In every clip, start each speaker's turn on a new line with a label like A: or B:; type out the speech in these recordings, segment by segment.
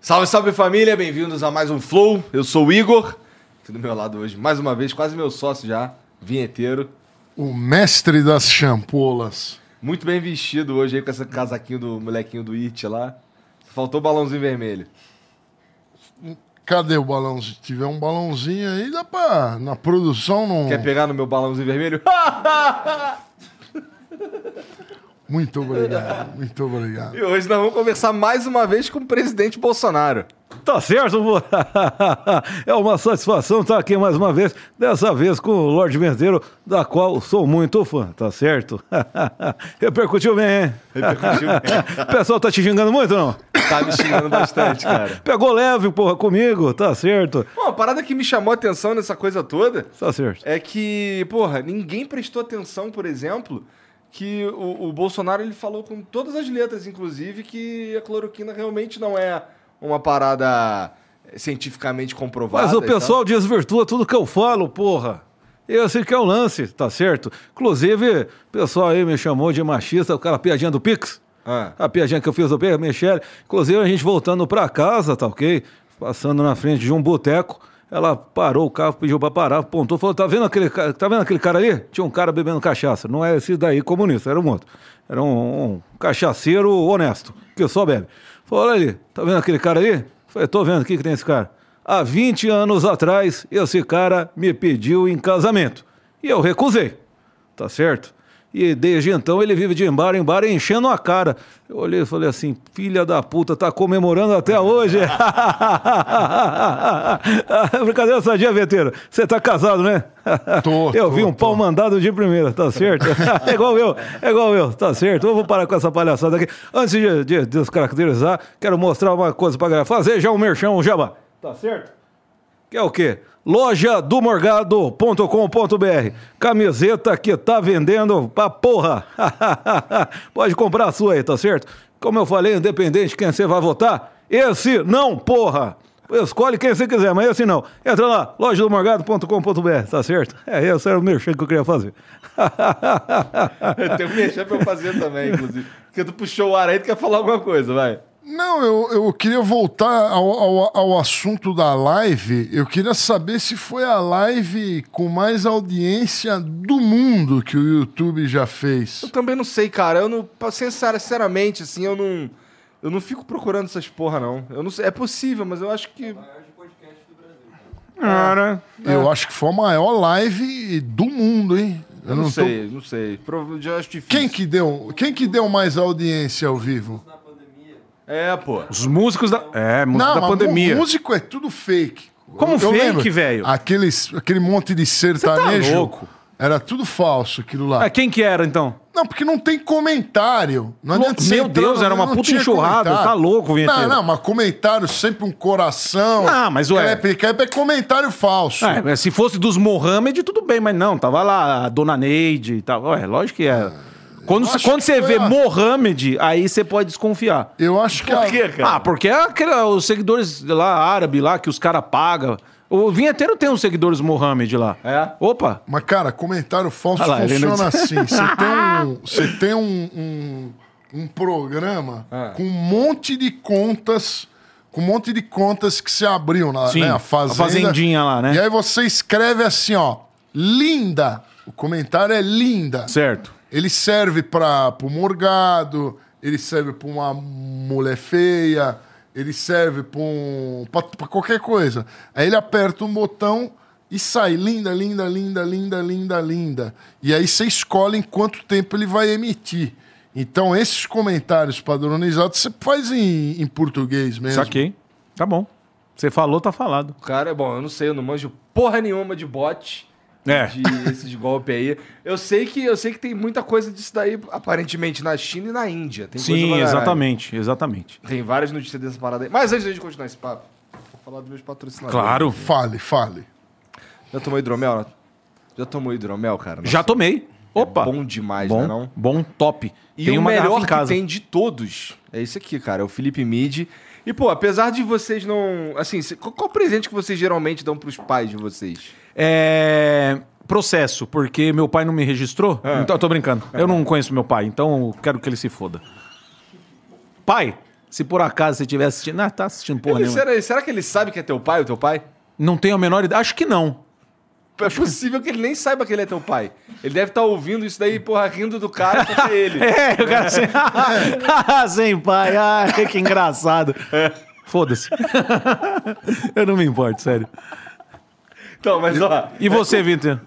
A: Salve, salve família, bem-vindos a mais um Flow. Eu sou o Igor, aqui do meu lado hoje, mais uma vez, quase meu sócio já, vinheteiro.
B: O mestre das champolas.
A: Muito bem vestido hoje aí com esse casaquinho do molequinho do It lá. Faltou o balãozinho vermelho.
B: Cadê o balãozinho? Se tiver um balãozinho aí, dá pra. Na produção não.
C: É.
A: Quer pegar no meu balãozinho vermelho?
B: Muito obrigado, muito obrigado.
A: e hoje nós vamos conversar mais uma vez com o presidente Bolsonaro.
C: Tá certo, vô. É uma satisfação estar aqui mais uma vez, dessa vez com o Lorde Vendeiro, da qual sou muito fã, tá certo? Repercutiu bem, hein?
A: Repercutiu bem.
C: O pessoal tá te xingando muito, não?
A: Tá me xingando bastante, cara.
C: Pegou leve, porra, comigo, tá certo?
A: Bom, a parada que me chamou a atenção nessa coisa toda
C: Tá certo.
A: é que, porra, ninguém prestou atenção, por exemplo, que o, o Bolsonaro ele falou com todas as letras, inclusive, que a cloroquina realmente não é uma parada cientificamente comprovada.
C: Mas o
A: e tal.
C: pessoal desvirtua tudo que eu falo, porra. Esse que é o lance, tá certo? Inclusive, o pessoal aí me chamou de machista, o cara piadinha do Pix.
A: Ah.
C: A piadinha que eu fiz do Pedro Michele. Inclusive, a gente voltando pra casa, tá ok? Passando na frente de um boteco. Ela parou o carro, pediu pra parar, apontou, falou: tá vendo aquele, ca- tá vendo aquele cara ali? Tinha um cara bebendo cachaça. Não é esse daí comunista, era um outro. Era um, um cachaceiro honesto, que só bebe. Falou: olha ali, tá vendo aquele cara ali? Falei: tô vendo, o que, que tem esse cara? Há 20 anos atrás, esse cara me pediu em casamento. E eu recusei tá certo? E desde então ele vive de bar em bar enchendo a cara. Eu olhei e falei assim, filha da puta, tá comemorando até hoje. Brincadeira sadia, Veteiro. Você tá casado, né?
B: Tô,
C: eu vi
B: tô,
C: um pau
B: tô.
C: mandado de primeira, tá certo? é igual eu, é igual eu, tá certo? Eu vou parar com essa palhaçada aqui. Antes de, de descaracterizar, quero mostrar uma coisa pra galera. Fazer já um merchão, um jabá, tá certo? Que é o quê? Loja do Morgado.com.br. Camiseta que tá vendendo pra porra. Pode comprar a sua aí, tá certo? Como eu falei, independente quem você vai votar, esse não, porra. Escolhe quem você quiser, mas esse não. Entra lá, loja do Morgado.com.br, tá certo? É, esse era o merchan que eu queria fazer.
A: Eu tenho um merchan pra eu fazer também, inclusive. Porque tu puxou o ar aí, tu quer falar alguma coisa, vai.
B: Não, eu, eu queria voltar ao, ao, ao assunto da live. Eu queria saber se foi a live com mais audiência do mundo que o YouTube já fez.
A: Eu também não sei, cara. Eu não. pra- sincera- Sinceramente, assim, eu não. Eu não fico procurando essas porra, não. Eu não sei. É possível, mas eu acho que.
C: Cara,
A: É.
B: Eu acho que foi a maior live do mundo, hein? Eu,
A: Eu não,
B: tô-
A: sei, não sei. Prova- Já acho difícil.
B: Quem que deu? Quem que deu mais audiência ao vivo?
A: É, pô.
C: os músicos da. É, músicos
B: Não,
C: da
B: mas
C: pandemia.
B: mú- músico é tudo fake.
C: Como fake,
B: lembro.
C: velho? tá
B: Aqueles, aquele monte de sertanejo.
C: louco.
B: Era tudo falso aquilo lá.
C: Ah, quem que era, então?
B: Não, porque não tem comentário. Não adianta você
C: meu
B: entrar
C: Deus,
B: lá,
C: era uma
B: não
C: puta
B: tinha
C: enxurrada,
B: comentário.
C: tá louco, vinheteiro.
B: Não, não, mas comentário sempre um coração.
C: Ah, mas ué.
B: Crepe, crepe é comentário falso.
C: Ah, é, se fosse dos Mohamed, tudo bem, mas não, tava lá a dona Neide e tal. Ué, lógico que
A: Ah,
C: era. Quando,
B: acho
C: quando
B: que
C: você
B: foi
C: vê
B: a-
C: Mohamed, aí você pode desconfiar.
B: Eu acho que. a-
C: Ah, porque é aquele- os seguidores lá, árabe lá, que os caras pagam. O vinheteiro tem uns seguidores Mohamed lá. É? Opa!
B: Mas, cara, comentário falso
C: Ah lá, ele não
B: funciona assim. Você tem um, você tem um, um, um programa com um monte de contas. Com um monte de contas que se abriu na
C: Sim,
B: né, a
C: a
B: fazenda.
C: fazendinha lá, né?
B: E aí você escreve assim, ó. Linda. O comentário é linda.
C: Certo.
B: Ele serve para o morgado, ele serve para uma mulher feia, ele serve para um, pra- pra qualquer coisa. Aí ele aperta um botão e sai linda, linda, linda, linda, linda, linda. E aí você escolhe em quanto tempo ele vai emitir. Então esses comentários padronizados você faz em, em português mesmo.
C: Saquei. Tá bom. Você falou, tá falado.
A: O cara é bom, eu não sei, eu não manjo porra nenhuma de bot.
C: É.
A: De esses golpes aí. Eu sei que eu sei que tem muita coisa disso daí, aparentemente, na China e na Índia. Tem coisa pra né?
C: Sim,
A: caralho.
C: exatamente, exatamente.
A: Tem várias notícias dessa parada aí. Mas antes da gente continuar esse papo, vou falar dos meus patrocinadores.
C: Claro.
B: Fale, fale.
A: Já tomou hidromel? Nath? Já tomou hidromel, cara? Nath?
C: Já tomei. Opa.
A: É Bom demais,
C: bom,
A: né não?
C: bom, top.
A: E
C: tem
A: o
C: uma garrafa
A: melhor
C: em casa.
A: que tem de todos é isso aqui, cara. É o Felipe Mid. E, pô, apesar de vocês não... Assim, se- qual, qual presente que vocês geralmente dão pros pais de vocês?
C: É. Processo, porque meu pai não me registrou.
B: É.
C: Então, eu tô brincando. Eu não conheço meu pai, então eu quero que ele se foda. Pai, se por acaso você estiver assistindo. Ah, tá assistindo porra
A: Ele-
C: nenhuma.
A: será, será que ele sabe que é teu pai, o teu pai?
C: Não tenho a menor ideia. Acho que não.
A: É possível que ele nem saiba que ele é teu pai. Ele deve estar ouvindo isso daí, porra, rindo do cara porque é ele.
C: É, eu quero sem. ah, sem pai. Ai, que engraçado.
B: É.
C: Foda-se. eu não me importo, sério.
A: Então, mas ó,
B: É,
C: E você, Vitor?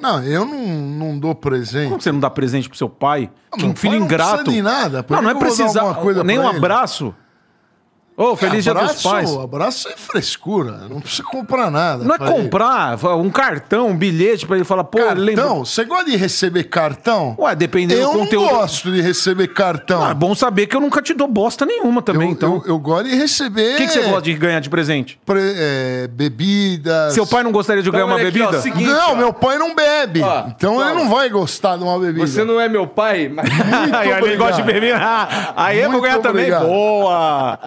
B: Não, eu não, não dou presente.
C: Como você não dá presente pro seu pai? Que
B: Ah,
C: um
B: meu
C: filho
B: pai não
C: ingrato.
B: precisa de nada. Por
C: Não,
B: que
C: não é
B: que eu vou dar
C: precisar.
B: alguma coisa
C: Nem
B: pra
C: um
B: ele?
C: abraço. Ô, feliz dia dos
B: abraço,
C: pais.
B: Abraço é frescura. Não precisa comprar nada.
C: Não é
B: pra ele.
C: comprar um cartão, um bilhete pra ele falar, pô, lembra.
B: Cartão? Você gosta de receber cartão?
C: Ué, dependendo
B: eu
C: do conteúdo.
B: não gosto de receber cartão.
C: Ah, é bom saber que eu nunca te dou bosta nenhuma
B: eu,
C: também, então.
B: eu, É. eu gosto de receber.
C: O que, que você gosta de ganhar de presente?
B: pre- é, bebidas.
C: Seu pai é não gostaria de
A: Então,
C: ganhar uma
A: olha aqui, ó,
C: bebida?
A: seguinte-
B: Não,
A: ó.
B: meu pai não bebe.
A: Ó,
B: então
A: toma.
B: ele não vai gostar de uma bebida.
A: você não é meu pai, mas...
C: Aí ele
B: obrigado.
C: gosta de beber. Ah, aí eu vou
B: Muito
C: ganhar
B: obrigado.
C: também. Boa!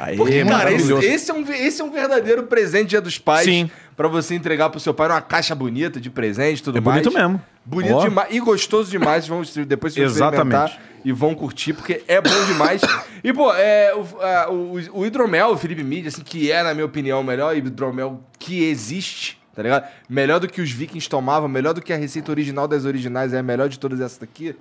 C: Aí,
A: Cara, esse, esse é um, ve- esse é um verdadeiro presente dia dos pais.
C: Sim.
A: Pra você entregar pro seu pai uma caixa bonita de presente e tudo
C: É
A: mais.
C: bonito mesmo.
A: Bonito
C: Ó.
A: demais. E gostoso demais. Vão, se- depois vocês vão
C: Exatamente.
A: experimentar e vão curtir, porque é bom demais. e, pô, é, o, a- o- o hidromel, o Felipe Mídia, assim, que é, na minha opinião, o melhor hidromel que existe. Tá ligado? Melhor do que os vikings tomavam, melhor do que a receita original das originais, é a melhor de todas essas daqui.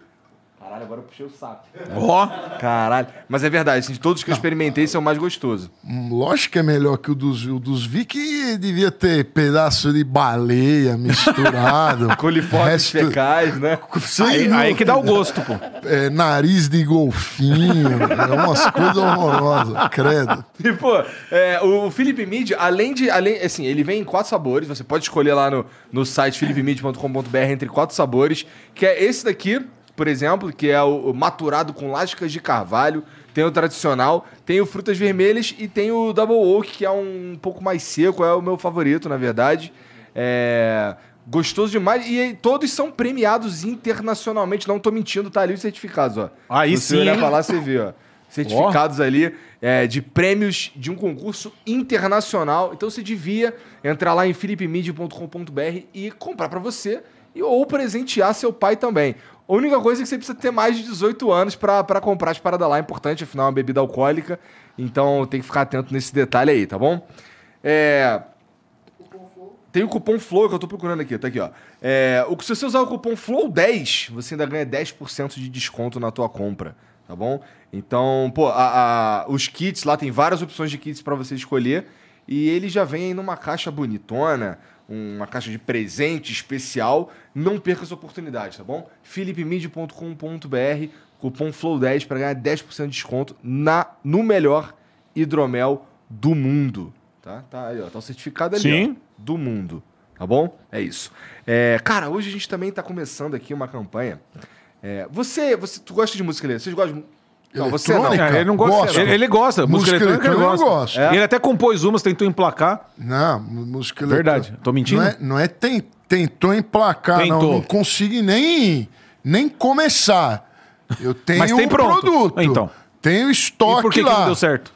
A: Caralho, agora eu puxei o saco.
C: é, Ó,
A: Caralho. Mas é verdade, assim, de todos que eu experimentei, esse é o mais gostoso.
B: Hum, Lógico que é melhor que o dos, o dos Vicky. Devia ter pedaço de baleia misturado.
A: Coliformes
B: resto-
A: fecais, né?
C: aí, aí que dá o gosto, pô.
B: É, nariz de golfinho. é umas coisas horrorosas. Credo.
A: E, pô, é, o Felipe Mid, além de. Além, assim, ele vem em quatro sabores. Você pode escolher lá no, no site philipemid.com.br entre quatro sabores. Que é esse daqui, por exemplo, que é o, o maturado com lascas de carvalho. Tem o tradicional, tem o frutas vermelhas e tem o Double Oak, que é um pouco mais seco, é o meu favorito, na verdade. É. Gostoso demais. E aí, todos são premiados internacionalmente. Não tô mentindo, tá ali os certificados, ó.
C: Aí
A: Se você
C: sim,
A: olhar
C: hein?
A: pra lá, você vê, ó. Certificados ali é, de prêmios de um concurso internacional. Então você devia entrar lá em philipemid.com.br e comprar pra você e, ou presentear seu pai também. A única coisa é que você precisa ter mais de 18 anos pra pra comprar as paradas lá. É importante, afinal, é uma bebida alcoólica. Então tem que ficar atento nesse detalhe aí, tá bom? É. Tem o cupom FLOW que eu tô procurando aqui, tá aqui, ó. É, o, se você usar o cupom FLOW10, você ainda ganha 10% de desconto na tua compra, tá bom? Então, pô, a- a- os kits lá tem várias opções de kits pra você escolher. E ele já vem aí numa caixa bonitona, uma caixa de presente especial. Não perca essa oportunidade, tá bom? philipemid.com.br, cupom FLOW10 pra ganhar 10% de desconto na, no melhor hidromel do mundo. Tá, tá aí, ó. Tá o certificado ali,
C: Sim.
A: ó do mundo. Tá bom? É isso. É, cara, hoje a gente também tá começando aqui uma campanha. É, você, você, tu gosta de música eletrônica? Vocês gostam de... Não, você não.
B: Eletrônica?
A: É,
C: ele não gosta.
B: Gosto.
C: Ele, ele gosta. Música,
B: Música
C: eletrônica ele
B: eletrônica
C: gosta.
B: eu gosto.
C: É. Ele até compôs umas, tentou emplacar.
B: Não, mú- música
C: Verdade.
B: eletrônica.
C: Tô mentindo?
B: Não é, não é ten- tentou emplacar, não.
C: Tentou.
B: Não consegui nem, nem começar. Eu tenho
C: Mas tem
B: um
C: pronto.
B: produto.
C: Então.
B: Tenho estoque
C: e por que, que
B: lá.
C: não deu certo?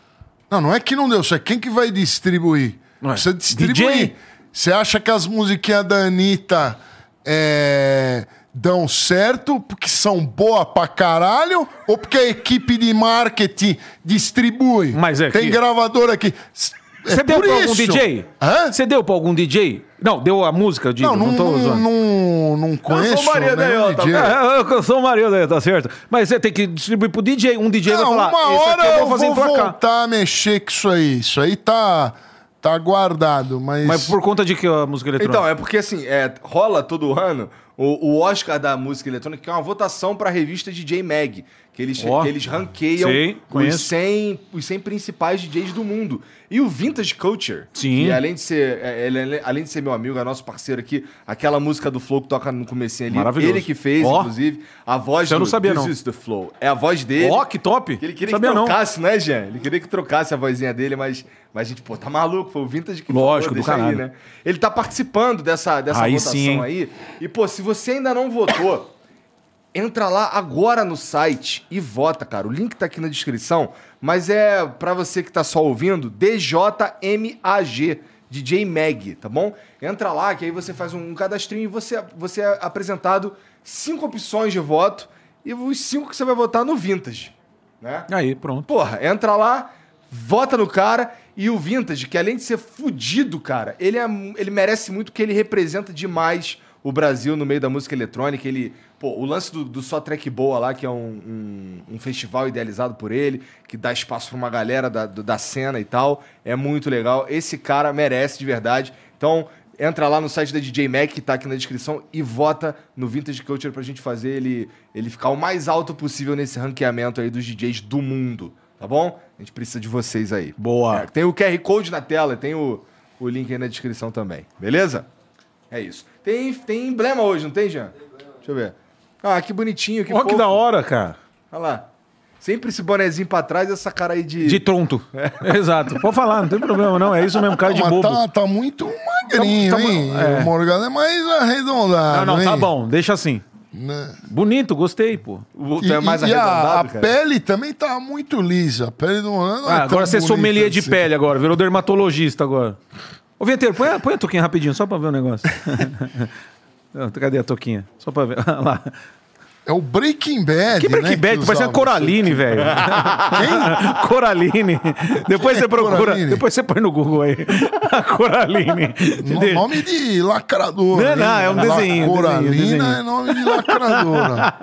B: Não, não é que não deu certo. Quem que vai distribuir?
C: Não é.
B: Precisa distribuir.
C: DJ?
B: Você acha que as musiquinhas da Anitta é, dão certo porque são boa pra caralho ou porque a equipe de marketing distribui?
C: Mas é
B: Tem
C: que-
B: gravador aqui. S- é
C: Você deu
B: por
C: pra algum
B: isso.
C: DJ?
B: Hã?
C: Você deu pra algum DJ? Não, deu a música, eu digo.
B: Não,
C: Não,
B: não,
C: tô
B: não,
C: usando.
B: não, não conheço.
A: Maria
B: nenhum Ah,
A: Delta,
B: DJ.
A: né?
C: É, eu canção o marido aí, tá certo? Mas você tem que distribuir pro DJ. Um DJ
B: Não,
C: vai falar.
B: uma
C: "Esse aqui
B: hora eu vou,
C: emplacar."
B: voltar a mexer com isso aí. Isso aí tá, tá guardado, mas...
C: Mas por conta de que a música eletrônica?
A: Então, é porque assim, é, rola todo ano o, o Oscar da música eletrônica, que é uma votação pra revista DJ Mag, que eles,
C: Ó.
A: que eles ranqueiam
C: Sim,
A: os,
C: conheço.
A: 100, os 100 principais DJs do mundo. E o Vintage Culture,
C: Sim.
A: que além de, ser, é, ele- ele- além de ser meu amigo, é nosso parceiro aqui, aquela música do Flow que toca no comecinho ali,
C: Maravilhoso.
A: ele que fez,
C: Ó.
A: inclusive, a voz
C: Isso eu não sabia,
A: This
C: não.
A: is the Flow. É a voz dele.
C: Ó, que top.
A: Que ele queria
C: Sabia
A: que
C: não.
A: trocasse, né, Jean? Ele queria que trocasse a vozinha dele, mas, mas a gente, pô, tá maluco, foi o Vintage que
C: Lógico, do
A: deixa aí,
C: caralho.
A: né? Ele tá participando dessa, dessa
C: Aí
A: votação
C: sim, hein?
A: aí. E, pô, se você ainda não votou, entra lá agora no site e vota, cara. O link tá aqui na descrição, mas é pra você que tá só ouvindo, DJMAG. DJ Mag, tá bom? Entra lá, que aí você faz um cadastrinho e você, você é apresentado cinco opções de voto e os cinco que você vai votar no Vintage, né?
C: Aí, pronto.
A: Porra, entra lá, vota no cara e o Vintage, que além de ser fudido, cara, ele, é, mu- ele merece muito que ele representa demais o Brasil no meio da música eletrônica. Ele, pô, o lance do, do Só Track Boa lá, que é um, um- um festival idealizado por ele, que dá espaço pra uma galera da, do- da cena e tal, é muito legal. Esse cara merece de verdade. Então, entra lá no site da DJ Mac, que tá aqui na descrição, e vota no Vintage Culture pra gente fazer ele, ele ficar o mais alto possível nesse ranqueamento aí dos DJs do mundo, tá bom? A gente precisa de vocês aí.
C: Boa.
A: É, tem o QR Code na tela, tem o, o link aí na descrição também, beleza? É isso. Tem, tem emblema hoje, não tem, Jean? Deixa eu ver. Ah, que bonitinho, que
C: Ó, que
A: fofo.
C: da hora, cara.
A: Olha lá. Sempre esse bonezinho pra trás e essa cara aí de...
C: De tronto.
B: É.
C: Exato. Pode falar, não tem problema, não. É isso mesmo, cara de
B: Mas
C: bobo.
B: Tá, tá muito magrinho,
C: Tá- tá-
B: hein?
C: é.
B: O Morgado é mais
C: Não,
B: arredondado.
C: não, tá
B: hein?
C: bom, deixa assim.
B: Né?
C: Bonito, gostei, pô.
A: O outro
B: E,
A: é mais
B: e a, a
A: arredondado, cara.
B: pele também tá muito lisa. A pele do Morgado não é
C: Ah,
B: tão
C: agora você é
B: bonita
C: sommelier de
B: assim.
C: pele agora, virou dermatologista agora. Ô, Vinteiro, põe, a- põe a toquinha rapidinho, só pra ver o negócio. Não, Cadê a toquinha? Só pra ver. Olha lá.
B: É o Breaking Bad.
C: Que break
B: né,
C: bad, tu parece
B: usava.
C: uma Coraline, velho. né? Quem? Coraline. Depois você procura,
B: é Coraline?
C: depois você põe no Google aí. A Coraline.
B: No, nome de lacradora.
C: Não,
B: hein?
C: não, é um desenho,
B: Coralina
C: desenho, desenho.
B: é nome de lacradora.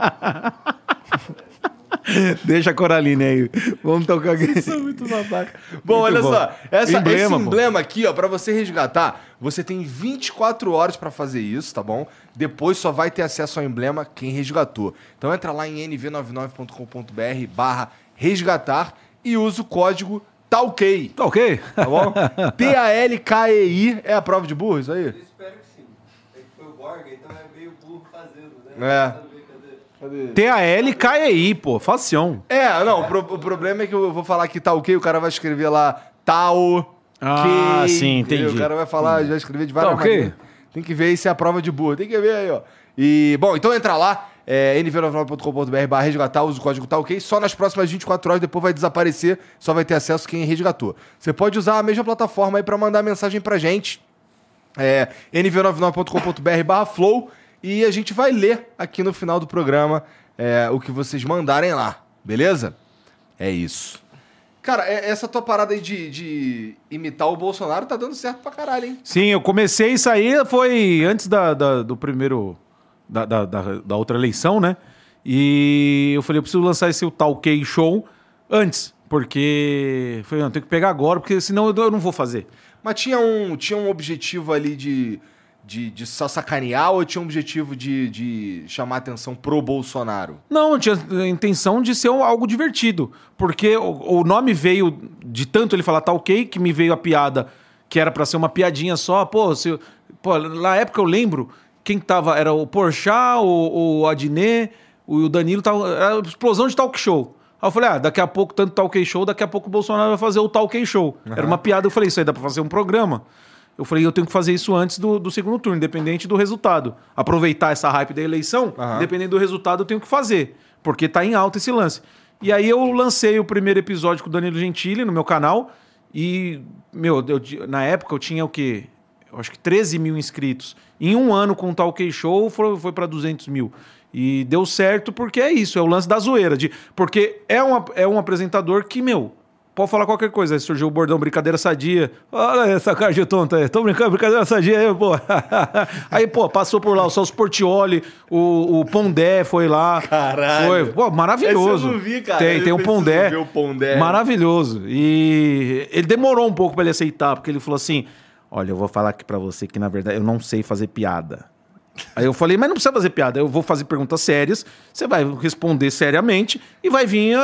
C: Deixa a Coraline aí. Vamos tocar aqui.
A: muito babaca. Bom,
C: Muito
A: olha
C: bom.
A: só. Essa,
C: Emblema,
A: esse
C: pô.
A: emblema aqui, ó, pra você resgatar, você tem 24 horas pra fazer isso, tá bom? Depois só vai ter acesso ao emblema quem resgatou. Então entra lá em nv99.com.br barra resgatar e usa o código TALKEI,
C: Tá ok?
A: tá bom? T-A-L-K-E-I é a prova de burro isso aí?
D: Eu espero que sim. É que foi o Borga, então é meio burro fazendo, né?
A: É.
D: Sabe, cadê?
C: T-A-L-K-E-I, pô. Facião.
A: É, não, o, pro- o problema é que eu vou falar que tá ok, o cara vai escrever lá tal.
C: Ah,
A: que",
C: sim,
A: entendeu?
C: entendi.
A: O cara vai falar, já escrever de várias
C: Tá ok.
A: maneiras. Tem que ver se é a prova de burro. Tem que ver aí, ó. E, bom, então entra lá, é, nv99.com.br barra resgatar, usa o código tá ok. Só nas próximas 24 horas, depois vai desaparecer, só vai ter acesso quem resgatou. Você pode usar a mesma plataforma aí pra mandar mensagem pra gente é, nv99.com.br barra flow e a gente vai ler aqui no final do programa é, o que vocês mandarem lá, beleza? É isso. Cara, é- essa tua parada aí de, de imitar o Bolsonaro tá dando certo pra caralho, hein?
C: Sim, eu comecei isso aí, foi antes da, da- do primeiro. Da, da, da, da outra eleição, né? E eu falei, eu preciso lançar esse tal K show antes. Porque. Falei, não, tem que pegar agora, porque senão eu, eu não vou fazer.
A: Mas tinha um, tinha um objetivo ali de, de, de só sacanear ou tinha um objetivo de, de chamar atenção pro Bolsonaro?
C: Não, eu tinha a intenção de ser um- algo divertido. Porque o, o nome veio "Tá de tanto ele falar tal que me veio a piada, que era pra ser uma piadinha só. Pô, se, Pô, na época eu lembro quem tava. Era o Porchat, o, o Adnet, o Danilo. Tava, era explosão de talk show. Aí eu falei, ah, daqui a pouco, tanto talk show, daqui a pouco o Bolsonaro vai fazer o talk show. Era uma piada. Eu falei, isso aí dá pra fazer um programa. Eu falei, eu tenho que fazer isso antes do, do segundo turno, independente do resultado. Aproveitar essa hype da eleição, dependendo do resultado, eu tenho que fazer. Porque tá em alta esse lance. E aí eu lancei o primeiro episódio com o Danilo Gentili no meu canal. E, meu, eu ti- na época eu tinha o quê? Eu acho que 13 mil inscritos. Em um ano com o Talk Show foi, foi para 200 mil. E deu certo porque é isso, é o lance da zoeira. De, porque é, uma, é um apresentador que, meu, pode falar qualquer coisa. Aí surgiu o bordão Brincadeira Sadia. Olha essa cara de tonta aí. Tô brincando, Brincadeira Sadia aí, pô. aí, pô, passou por lá o Celso Portioli, o, o Pondé foi lá.
A: Caralho.
C: Foi, pô, maravilhoso.
A: Esse eu não vi, cara.
C: Tem,
A: Eu
C: tem o
A: preciso
C: Pondé.
A: ver o Pondé.
C: Maravilhoso. E ele demorou um pouco pra ele aceitar, porque ele falou assim:
E: Olha, eu vou falar aqui pra você que, na verdade, eu não sei fazer piada.
C: Aí eu falei, mas não precisa fazer piada, eu vou fazer perguntas sérias, você vai responder seriamente e vai vir a-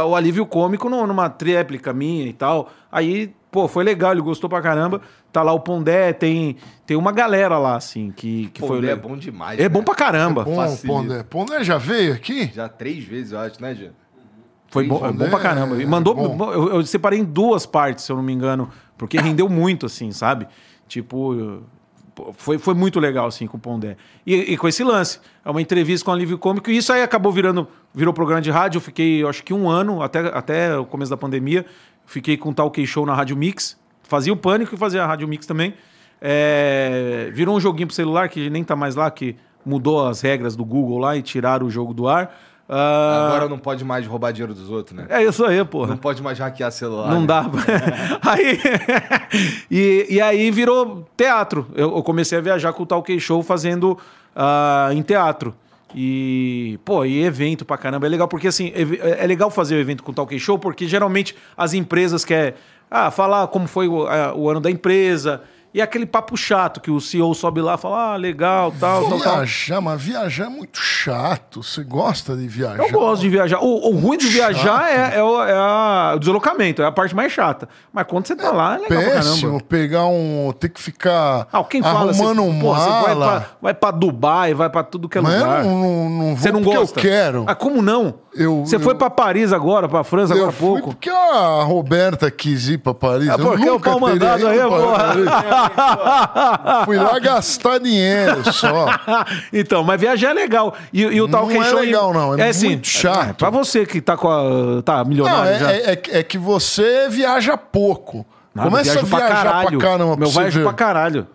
C: a- o alívio cômico no- numa tréplica minha e tal. Aí, pô, foi legal, ele gostou pra caramba. Tá lá o Pondé, tem, tem uma galera lá, assim, que, que foi.
A: Pondé é bom demais,
C: É bom
A: né?
C: pra caramba.
B: Bom,
A: Facilita.
B: Pondé. Pondé já veio aqui?
A: Já três vezes, eu acho, né, Jean?
C: Foi bom,
B: Pondé
C: bom pra caramba.
B: é
C: E mandou.
B: bom.
C: Eu, eu separei em duas partes, se eu não me engano, porque rendeu muito, assim, sabe? Tipo. eu- pô, Foi, foi muito legal, assim, com o Pondé. E, e com esse lance. É uma entrevista com o Alívio Cômico. E isso aí acabou virando. Virou programa de rádio. Eu fiquei, eu acho que um ano, até, até o começo da pandemia. Fiquei com o Talk Show na Rádio Mix. Fazia o Pânico e fazia a Rádio Mix também. É, virou um joguinho pro celular, que nem tá mais lá, que mudou as regras do Google lá e tiraram o jogo do ar. Ah,
A: Agora não pode mais roubar dinheiro dos outros, né?
C: É isso aí, porra.
A: Não pode mais hackear celular.
C: Não
A: né?
C: dá. aí, e, e aí virou teatro. Eu, eu comecei a viajar com o Talk Show fazendo ah, em teatro. E, pô, e evento pra caramba. É legal porque, assim, ev- é é legal fazer o evento com o Talk Show porque geralmente as empresas querem ah, falar como foi o, ah, o ano da empresa. E aquele papo chato que o CEO sobe lá e fala, ah, legal, tal, tal,
A: é,
C: tal.
B: Viajar, mas viajar é muito chato. Você gosta de viajar?
C: Eu gosto de viajar. O, o ruim de viajar é, é o, é a- o deslocamento, é a parte mais chata. Mas quando você tá lá, é legal pra
B: Péssimo
C: caramba.
B: pegar um. Ter que ficar
C: Ah, quem fala
B: arrumando
C: assim,
B: um
C: pô, você vai
B: mala.
C: pra, vai pra Dubai, vai pra tudo que é
B: Mas eu
C: lugar.
B: não, não, não vou
C: você não
B: porque
C: gosta?
B: eu quero.
C: Ah, como não?
B: Eu-
C: você
B: eu-
C: foi pra Paris agora, pra França
B: Eu
C: agora há
B: fui
C: pouco.
B: porque a Roberta quis ir pra Paris.
C: É
B: eu
C: porque
B: nunca
C: o pau
B: teria
C: mandado aí,
B: ido pra
C: porra.
B: Paris. Fui lá gastar dinheiro só.
C: então, mas viajar é legal. E, e o
B: Não
C: tal
B: é legal, não. É muito chato.
C: É, pra você que tá com a, tá
B: Não,
C: milionário
B: é,
C: já.
B: é- é que- é que você viaja pouco.
C: Nada,
B: Começa a
C: viajo
B: é viajar pra, caramba pra
C: Meu,
B: você
C: viajo
B: ver.
C: pra caralho.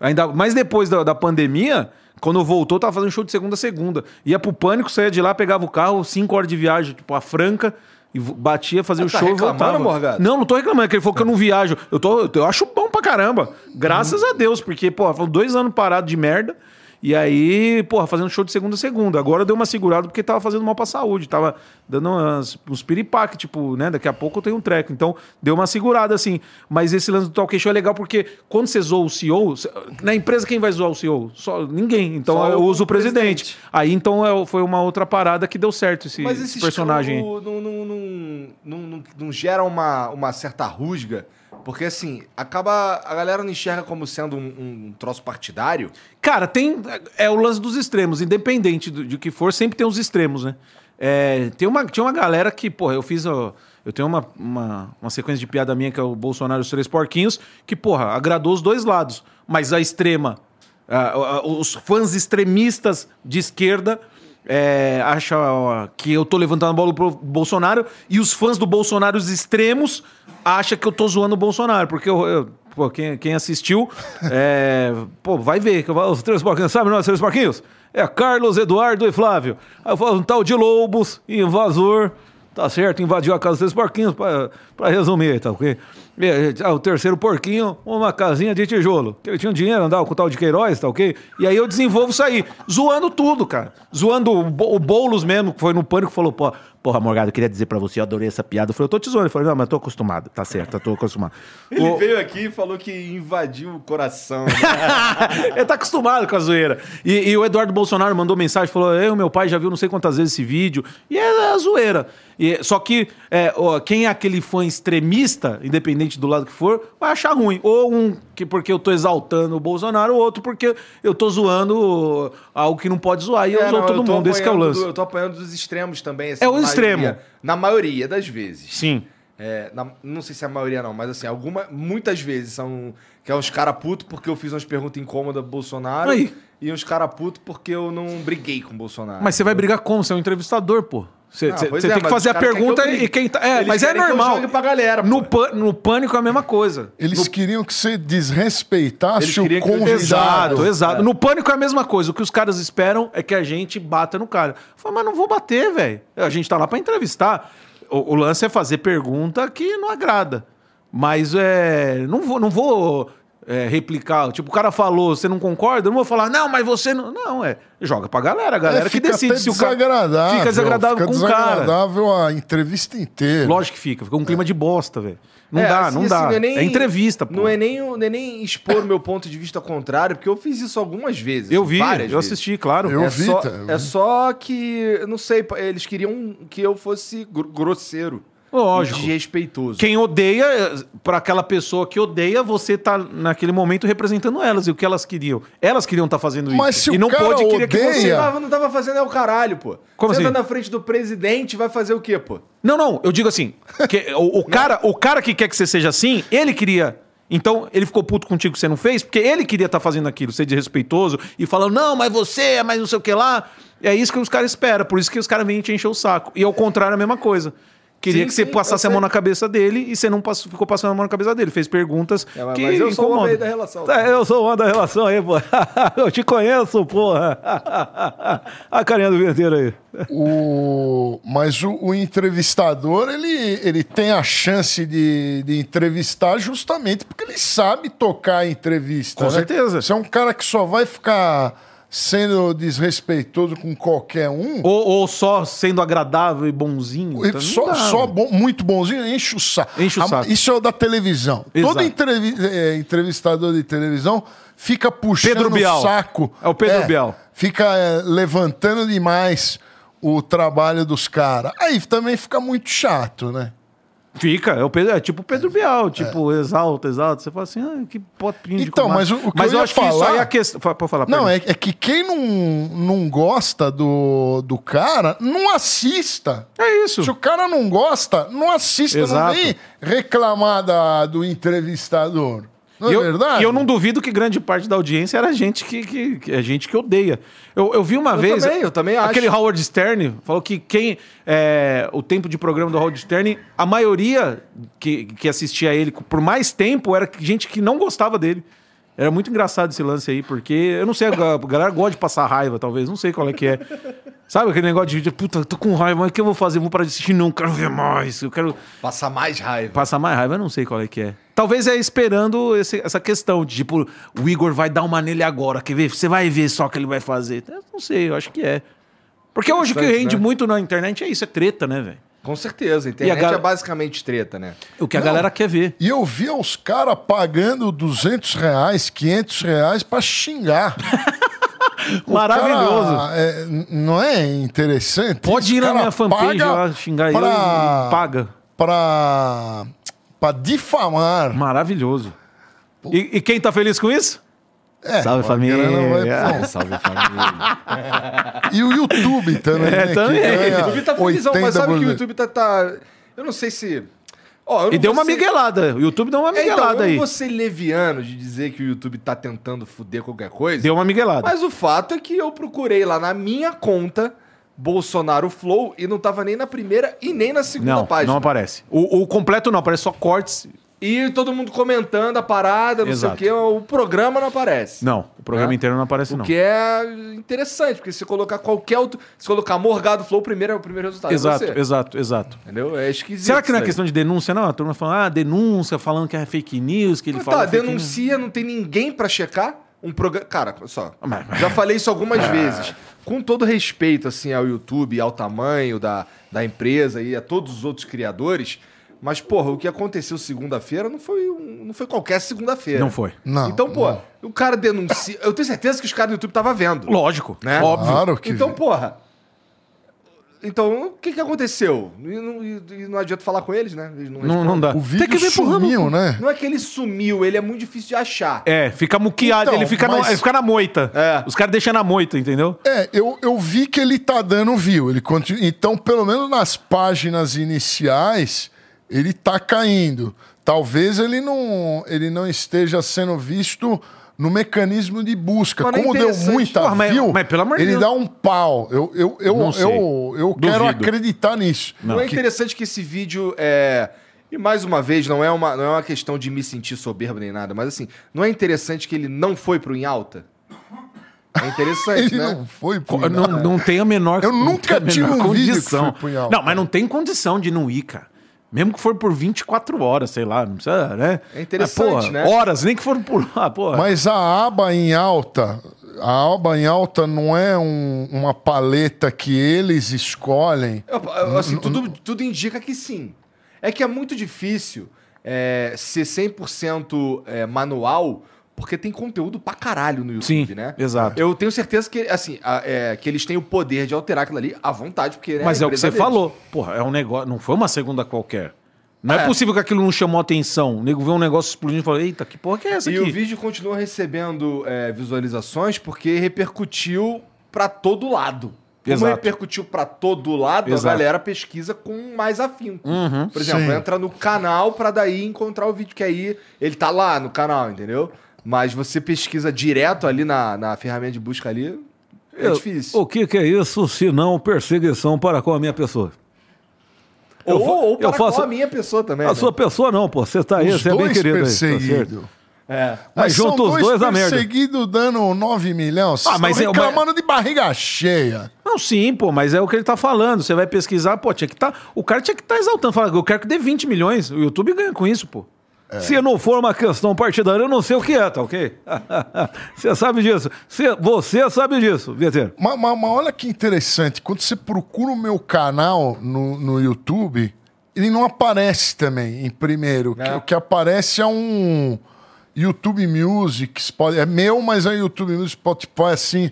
C: Ainda, mas depois da, da pandemia, quando voltou, tava fazendo show de segunda a segunda. Ia pro pânico, saía de lá, pegava o carro, cinco horas de viagem, tipo, a franca. E vo- batia, fazia
B: Ah,
C: o
A: tá
C: show e
A: reclamando,
C: voltava.
A: Morgado?
C: Não, não tô reclamando, é que ele falou que eu não viajo. Eu, tô, eu, tô- eu acho bom pra caramba. Graças a Deus, porque, pô, foram dois anos parado de merda. E aí, porra, fazendo show de segunda a segunda. Agora deu uma segurada porque tava fazendo mal pra saúde. Tava dando umas, uns piripaque, tipo, né? Daqui a pouco eu tenho um treco. Então, deu uma segurada, assim. Mas esse lance do talk show é legal porque quando você zoa o CEO... cê- Na empresa, quem vai zoar o CEO? Só, ninguém. Então,
A: Só
C: eu
A: o
C: uso o presidente.
A: presidente.
C: Aí, então, eu- foi uma outra parada que deu certo esse,
A: Mas
C: esse
A: esse
C: personagem. aí.
A: Não, não, não, não, não- não gera uma, uma certa rusga. Porque, assim, acaba. A galera não enxerga como sendo um, um troço partidário.
C: Cara, tem. É o lance dos extremos, independente do- de que for, sempre tem os extremos, né? É, tem uma, tinha uma galera que, porra, eu fiz. ó, eu tenho uma, uma, uma sequência de piada minha que é o Bolsonaro e os Três Porquinhos, que, porra, agradou os dois lados. Mas a extrema, ah, ah, os fãs extremistas de esquerda é, acham ó, que eu tô levantando a bola pro Bolsonaro e os fãs do Bolsonaro, os extremos, acham que eu tô zoando o Bolsonaro, porque eu- eu Pô, quem, quem assistiu, é, pô, vai ver. que eu falo, Os três porquinhos, sabe nós, três porquinhos? É Carlos, Eduardo e Flávio. Aí eu falo um tal de Lobos, invasor, tá certo, invadiu a casa dos três porquinhos, pra, pra resumir, tá ok? E, e, ah, o terceiro porquinho, uma casinha de tijolo. Que ele tinha um dinheiro, andava com o tal de Queiroz, tá ok? E aí eu desenvolvo isso aí, zoando tudo, cara. Zoando o, Bo- o Boulos mesmo, que foi no pânico e falou, pô,
E: Porra, Morgado, eu queria dizer pra você, eu adorei essa piada. Eu falei, eu tô te zoando. Ele falou, não, mas eu tô acostumado. Tá certo, eu tô acostumado.
A: Ele veio aqui e falou que invadiu o coração.
C: Ele tá acostumado com a zoeira. E, e o Eduardo Bolsonaro mandou mensagem, falou: Eu, meu pai já viu não sei quantas vezes esse vídeo. E é a zoeira. E, só que é, ó, quem é aquele fã extremista, independente independente do lado que for, vai achar ruim. Ou um que porque eu tô exaltando o Bolsonaro, ou outro porque eu tô zoando algo que não pode zoar e eu
A: É,
C: zoo
A: não,
C: todo
A: tô
C: mundo. Esse que é o
A: apanhando
C: lance.
A: do- eu tô apanhando dos extremos também. assim,
C: É o
A: na maioria-
C: extremo.
A: Na maioria das vezes.
F: Sim.
A: É, na- não sei se é a maioria não, mas assim, alguma, muitas vezes são que é uns cara puto porque eu fiz umas perguntas incômodas pro Bolsonaro
C: Aí.
A: e uns cara puto porque eu não briguei com o Bolsonaro.
C: Mas você vai brigar como? Você é um entrevistador, pô. Você,
A: Ah,
C: você-
A: pois
C: você
A: é,
C: tem que
A: mas
C: fazer
A: os
C: a
A: caras querem
C: pergunta
A: que eu brigue.
C: e quem tá. É,
A: Eles
C: mas é
A: querem que eu
C: normal.
A: jogue pra galera,
C: no,
A: pô.
C: pan- no pânico é a mesma coisa.
B: Eles queriam que você desrespeitasse
A: Eles
B: o
A: queriam que eu-
B: convidado.
C: Exato, exato. No pânico é a mesma coisa. O que os caras esperam é que a gente bata no cara. Fala, mas não vou bater, velho. A gente tá lá pra entrevistar. O, o lance é fazer pergunta que não agrada. Mas é. Não vou, não vou é, replicar. Tipo, o cara falou, você não concorda? Eu não vou falar, não, mas você não. Não, é. Joga pra galera, a galera
B: É,
C: que
B: fica
C: decide
B: até
C: se o cara.
B: desagradável,
C: Fica desagradável
B: fica
C: com o cara.
B: desagradável É. a entrevista inteira.
C: Lógico que fica, fica um clima de bosta, velho. Não
A: É,
C: dá,
A: assim,
C: não
A: assim,
C: dá.
A: não
C: é,
A: nem-
C: entrevista, pô.
A: Não é nem, não é nem expor meu ponto de vista contrário, porque eu fiz isso algumas vezes.
C: Eu vi,
A: várias
C: eu
A: vezes.
C: assisti, claro.
B: Eu
A: é
B: vi,
A: só,
B: tá, eu
A: É
B: vi.
A: só que, eu não sei, pa- eles queriam que eu fosse gr- grosseiro.
C: Lógico.
A: E desrespeitoso.
C: Quem odeia, para aquela pessoa que odeia, você tá naquele momento representando elas e o que elas queriam. Elas queriam estar fazendo isso.
B: Mas se
C: e
B: o
C: não
B: cara
C: pode queria que
A: Você
C: você.
B: odeia-
A: tava- não tava fazendo é o caralho, pô.
C: Como
A: Você
C: assim?
A: tá na frente do presidente, vai fazer o quê, pô?
C: Não, não, eu digo assim, que o, o cara, o cara que quer que você seja assim, ele queria então, ele ficou puto contigo que você não fez, porque ele queria estar fazendo aquilo, ser desrespeitoso e falando, não, mas você, é mais não sei o que lá. É isso que os caras esperam, por isso que os caras vêm te encher o saco. E ao contrário, é a mesma coisa. Queria
A: Sim,
C: que você
A: sim,
C: passasse
A: eu
C: a mão
A: sei.
C: na cabeça dele e você não passou- ficou passando a mão na cabeça dele. Fez perguntas
A: É, mas-
C: que
A: mas eu sou o
C: incomodam.
A: homem da relação.
C: Tá, eu sou o homem da relação aí, pô. eu te conheço, porra. a carinha do verdadeiro aí.
B: O... Mas o, o entrevistador, ele, ele tem a chance de, de entrevistar justamente porque ele sabe tocar a entrevista.
C: Com
B: né?
C: certeza.
B: Você é um cara que só vai ficar sendo desrespeitoso com qualquer um.
C: Ou, ou só sendo agradável e bonzinho.
B: E
C: tá? Não
B: só
C: dá,
B: só
C: velho.
B: bom- muito bonzinho, enche o saco.
C: Enche o
B: A-
C: saco.
B: Isso é o da televisão.
C: Exato.
B: Todo entrevi- eh, entrevistador de televisão fica puxando
C: Pedro Bial.
B: o saco.
C: É o Pedro Bial.
B: Fica eh, levantando demais o trabalho dos caras. Aí também fica muito chato, né?
C: Fica. É, o Pedro, é tipo o Pedro Bial, tipo, exalta, exalta. Você fala assim, ah, que potinho de
B: Então,
C: comadre.
B: mas o- o que
C: Mas
B: eu
C: eu,
B: ia
C: acho que isso
B: falar-
C: aí é a questão. Fa- Pode falar,
B: Não,
C: perdão.
B: é, é que quem não, não gosta do, do cara, não assista.
C: É isso.
B: Se o cara não gosta, não assista, não
C: Exato.
B: vem reclamar da- do entrevistador. Não
C: E
B: é
C: eu,
B: verdade?
C: e eu não duvido que grande parte da audiência era gente que, que, que- é gente que odeia. Eu, eu vi uma vez.
A: também, eu também acho.
C: Aquele Howard Stern falou que quem. é, o tempo de programa do Howard Stern, a maioria que, que assistia a ele por mais tempo era gente que não gostava dele. Era muito engraçado esse lance aí, porque eu não sei, a ga- a galera gosta de passar raiva, talvez, não sei qual é que é. Sabe aquele negócio de, puta, tô com raiva, mas o que eu vou fazer? Vou parar de assistir? Não, quero ver mais, eu quero
A: Passar mais raiva.
C: passar mais raiva, eu não sei qual é que é. Talvez é esperando esse- essa questão de tipo, o Igor vai dar uma nele agora, quer ver? Você vai ver só o que ele vai fazer. Eu não sei, eu acho que é. Porque hoje o que
A: Interessante,
C: rende
A: né?
C: muito na internet é isso, é treta, né, velho?
A: Com certeza, a internet
C: E a gal-
A: é basicamente treta, né?
C: O que a galera quer ver.
B: E eu via os caras pagando 200 reais, 500 reais pra xingar.
C: Maravilhoso.
B: Cara, é, n- não é interessante?
C: Pode
B: Os
C: ir na
B: cara
C: minha fanpage
B: paga
C: lá, xingar ele
B: pra-
C: e paga.
B: Pra, pra difamar.
C: Maravilhoso. E, e quem tá feliz com isso?
B: É,
F: Salve,
B: a
F: família.
B: grana vai pro-
A: Salve família.
B: E o YouTube também, né? que
C: É, também.
B: ganha
A: o YouTube tá felizão, mas
B: 80
A: sabe que o
B: por-
A: YouTube tá. tá- Eu não sei se. Ó, eu não
C: E deu
A: vou
C: uma
A: ser-
C: miguelada. O YouTube deu uma
A: É, então, eu
C: miguelada
A: não
C: aí.
A: vou ser leviano de dizer que o YouTube tá tentando foder qualquer coisa.
C: Deu uma miguelada.
A: Mas o fato é que eu procurei lá na minha conta Bolsonaro Flow e não tava nem na primeira e nem na segunda
C: Não,
A: página.
C: não aparece. O, o completo não, aparece só cortes.
A: E todo mundo comentando a parada, não
C: Exato.
A: sei o quê, o programa não aparece.
C: Não, o programa
A: É?
C: inteiro não aparece,
A: O
C: não.
A: que é interessante, porque se colocar qualquer outro. Se colocar Morgado Flow, primeiro é o primeiro resultado. é
C: Exato,
A: você.
C: exato, exato.
A: Entendeu? É esquisito.
C: Será que não é
A: isso
C: questão de denúncia, não? A turma falando, ah, denúncia, falando que é fake news, que ele
A: Mas
C: fala.
A: tá,
C: fake news.
A: denuncia, não tem ninguém pra checar um programa. Cara, olha só.
C: Mas-
A: Já falei isso algumas vezes. Com todo respeito, assim, ao YouTube, ao tamanho da, da empresa e a todos os outros criadores. Mas, porra, o que aconteceu segunda-feira não foi, um- não foi qualquer segunda-feira.
C: Não foi.
B: Não,
A: Então, pô,
B: não.
A: o cara denuncia. Eu tenho certeza que os caras do YouTube estavam vendo.
C: Lógico,
A: Né?
C: óbvio.
B: Claro que
A: Então, porra. Então, o que, que aconteceu? E não, e- e não adianta falar com eles, né? Eles não,
C: Não, não
A: respondem.
C: dá.
B: O vídeo
C: que ver por ramo.
B: sumiu, né?
A: Não é que ele sumiu, ele é muito difícil de achar.
C: É, fica muqueado,
B: Então,
C: ele, fica na,
B: mas-
C: ele fica na moita.
A: É.
C: Os caras deixam na moita, entendeu?
B: É, eu, eu vi que ele tá dando view. Ele continua, então, pelo menos nas páginas iniciais, ele tá caindo. Talvez ele não, ele não esteja sendo visto no mecanismo de busca.
A: Mas não é
B: Como deu
A: interessante.
B: muita
C: Porra, mas-
B: view,
C: mas pelo amor de
B: ele
C: Deus.
B: dá um pau. Eu, eu, eu,
C: Não
B: eu,
C: sei.
B: eu, quero
C: Duvido.
B: acreditar nisso.
A: Não, é interessante que esse vídeo é. E mais uma vez, não é uma, não é uma questão de me sentir soberbo nem nada, mas assim, não é interessante que ele não foi pro em alta? É interessante,
B: Ele
A: né?
B: não foi pro
C: Co- Não, não tem a menor
B: Eu
C: não
B: nunca
C: tem a
B: tive
C: menor
B: um vídeo que foi punhal.
C: Não, mas não tem condição de não ir, cara. Mesmo que for por 24 horas, sei lá, não precisa, né?
A: É interessante,
C: Mas, porra,
A: né?
C: Horas, nem que for por lá, porra.
B: Mas a aba em alta, a aba em alta não é um- uma paleta que eles escolhem.
A: Eu- eu- Assim, tudo, tudo indica que sim. É que é muito difícil é, ser 100% é, manual, porque tem conteúdo pra caralho no YouTube,
C: Sim,
A: né?
C: exato.
A: Eu tenho certeza que, assim, a- é, que eles têm o poder de alterar aquilo ali à vontade, porque... né,
C: Mas
A: a
C: é o que
A: empresa
C: você
A: deles.
C: falou. Porra, é um negócio. Não foi uma segunda qualquer. Não é,
A: É.
C: possível que aquilo não chamou atenção. O nego vê um negócio explodindo e fala: Eita, que porra que é essa
A: E
C: aqui?
A: o vídeo continua recebendo é, visualizações porque repercutiu pra todo lado. Como
C: Exato.
A: repercutiu pra todo lado, a
C: Exato.
A: galera pesquisa com mais afinco.
C: Uhum.
A: Por exemplo,
B: Sim.
A: entra no canal pra daí encontrar o vídeo, que aí ele tá lá no canal, entendeu? Mas você pesquisa direto ali na, na ferramenta de busca ali, é
G: Eu-
A: difícil.
G: O que, que é isso se não perseguição para com a minha pessoa?
A: Ou,
G: eu fa-
A: ou
G: eu
A: para
G: faço-
A: com a minha pessoa também.
G: a
A: né?
G: sua pessoa não, pô. Você tá aí,
B: Os
G: você é bem
B: dois
G: querido aí. Tá certo?
B: perseguidos.
A: É.
G: Mas junta os dois a merda.
B: perseguidos dando 9 milhões.
C: Ah, mas
B: Vocês
C: é
B: estão
C: uma-
B: reclamando de barriga cheia.
C: Não, sim, pô, mas é o que ele tá falando. Você vai pesquisar, pô, tinha que tá. O cara tinha que tá exaltando. Fala, eu quero que dê 20 milhões. O YouTube ganha com isso, pô.
B: É.
G: Se não for uma questão partidária, eu não sei o que é, tá ok? Você sabe disso. Cê- você sabe disso, Vieteiro.
B: Mas, mas- mas olha que interessante. Quando você procura o meu canal no, no YouTube, ele não aparece também em primeiro. O que-
A: É.
B: O que aparece é um YouTube Music. Spotify. É meu, mas é YouTube Music, Spotify, assim.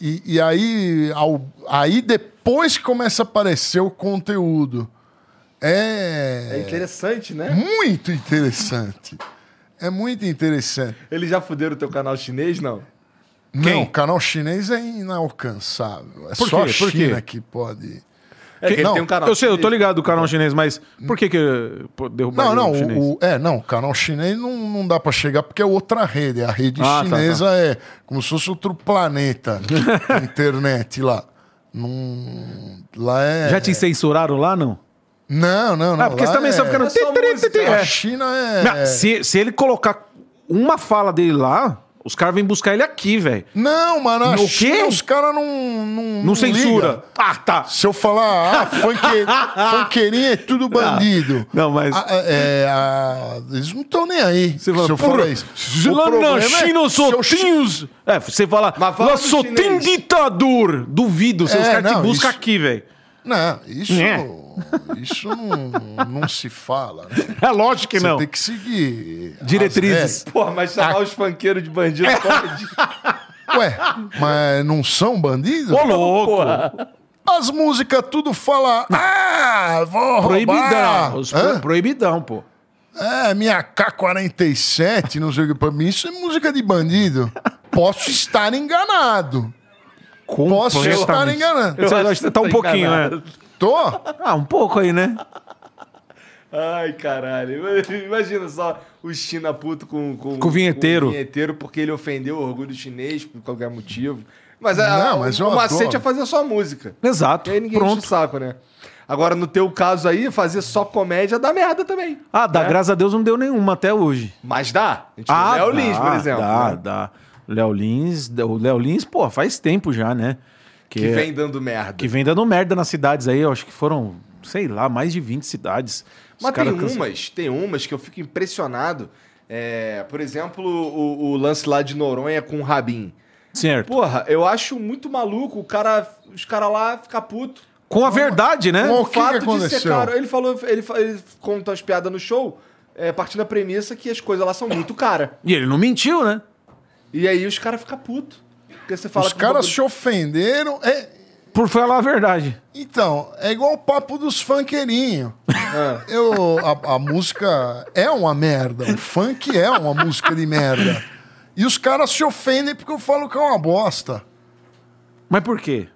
B: E, e aí, ao- aí depois que começa a aparecer o conteúdo.
A: É
B: É,
A: interessante, né?
B: muito interessante. É muito interessante.
A: Eles já fuderam o teu canal chinês, não?
B: Não, o canal chinês é inalcançável. É
C: Por
B: só
C: quê?
B: a
C: Por quê?
B: China que pode.
A: É que ele
B: Não,
A: tem um canal
C: eu sei, eu tô
A: chinês.
C: ligado do canal chinês, mas por que que pô,
B: Não,
C: derrubaram
B: não,
C: o chinês?
B: o, o- é, não, o canal chinês não, não dá pra chegar porque é outra rede. A rede
C: Ah, tá,
B: chinesa é como se fosse outro planeta, a internet lá. Num, lá é.
C: Já te censuraram lá, não?
B: Não, não, não.
C: ah, porque
B: lá
C: você também
B: é,
C: só fica no...
A: É só
C: ti, ti, ti, ti,
A: música.
C: é.
B: A China
C: Não,
B: é.
C: se, se ele colocar uma fala dele lá, os caras vêm buscar ele aqui, velho.
B: Não, mano, a
C: No quê?
B: China os caras não. Não,
C: Não, censura.
B: liga.
C: Ah, tá.
B: Se eu falar, ah, funke- funkeirinho é tudo bandido.
C: Não, mas-
B: Ah, é, ah, eles não estão nem aí.
C: Você fala,
B: se eu
C: "Porra,
B: falar isso.
C: se
B: é O
C: Lá
B: problema
C: na
B: é
C: China eu
B: se
C: só
B: eu
C: tem os... É, você fala,
A: Mas fala
C: lá
A: do
C: só tem
A: chinês."
C: ditador. Duvido, se
B: É,
C: os caras te
B: não,
C: buscam
B: isso-
C: aqui, velho.
B: Não, isso,
C: Né?
B: isso não, não se fala. Né?
C: É lógico que
B: Você
C: não.
B: tem que seguir. as
C: Diretrizes.
A: Porra, mas
C: Ah.
A: chamar os funkeiros de bandido é pode.
B: regras. Ué, mas não são bandidos?
C: Ô, louco.
B: As músicas tudo fala. Ah, vou roubar.
C: Proibidão. Os pro-
B: Hã?
C: Proibidão, pô.
B: É, minha K-47, não sei o que. Pra mim, isso é música de bandido. Posso estar enganado. Posso estar
C: Completamente.
B: enganado.
C: Você
A: acho
C: acha
A: que tá
C: tá um pouquinho,
A: enganado.
C: né?
B: Tô?
C: Ah, um pouco aí, né?
A: Ai, caralho. Imagina só o China puto com, com,
C: Com o vinheteiro.
A: com o vinheteiro porque ele ofendeu o orgulho chinês por qualquer motivo. Mas, a-
B: Não, mas
A: o,
B: eu
A: o macete
B: adoro.
A: é fazer só música.
C: Exato.
A: E aí ninguém enche
C: Pronto.
A: o saco, né? Agora, no teu caso aí, fazer só comédia dá merda também.
C: Ah, dá, graças a Deus não deu nenhuma até hoje.
A: Mas dá. A gente ah, É? Tipo, Léo Lins, por exemplo.
C: Dá,
A: né?
C: dá. Léo Lins, o Léo Lins, pô, faz tempo já, né? Que,
A: Que vem dando merda.
C: que vem dando merda nas cidades aí, eu acho que foram, sei lá, mais de 20 cidades. Os
A: Mas tem
C: cara cansa-
A: umas, tem umas que eu fico impressionado. É, por exemplo, o, o lance lá de Noronha com o Rabin.
C: Certo.
A: Porra, eu acho muito maluco o cara, os caras lá ficar puto.
C: Com a verdade, né?
B: Bom,
A: O
B: o que
A: fato
B: que
A: de ser
B: aconteceu?
A: caro. Ele falou, ele, fa- ele conta as piadas no show, é, partindo da premissa que as coisas lá são muito caras.
C: E ele não mentiu, né?
A: E aí os caras ficam putos. Porque você fala
B: Os
A: que o
B: caras
A: bagulho-
B: se ofenderam. É,
C: por falar a verdade.
B: Então, é igual o papo dos funkeirinhos. Eu, a, a música é uma merda. O funk é uma música de merda. E os caras se ofendem porque eu falo que é uma bosta.
C: Mas por quê?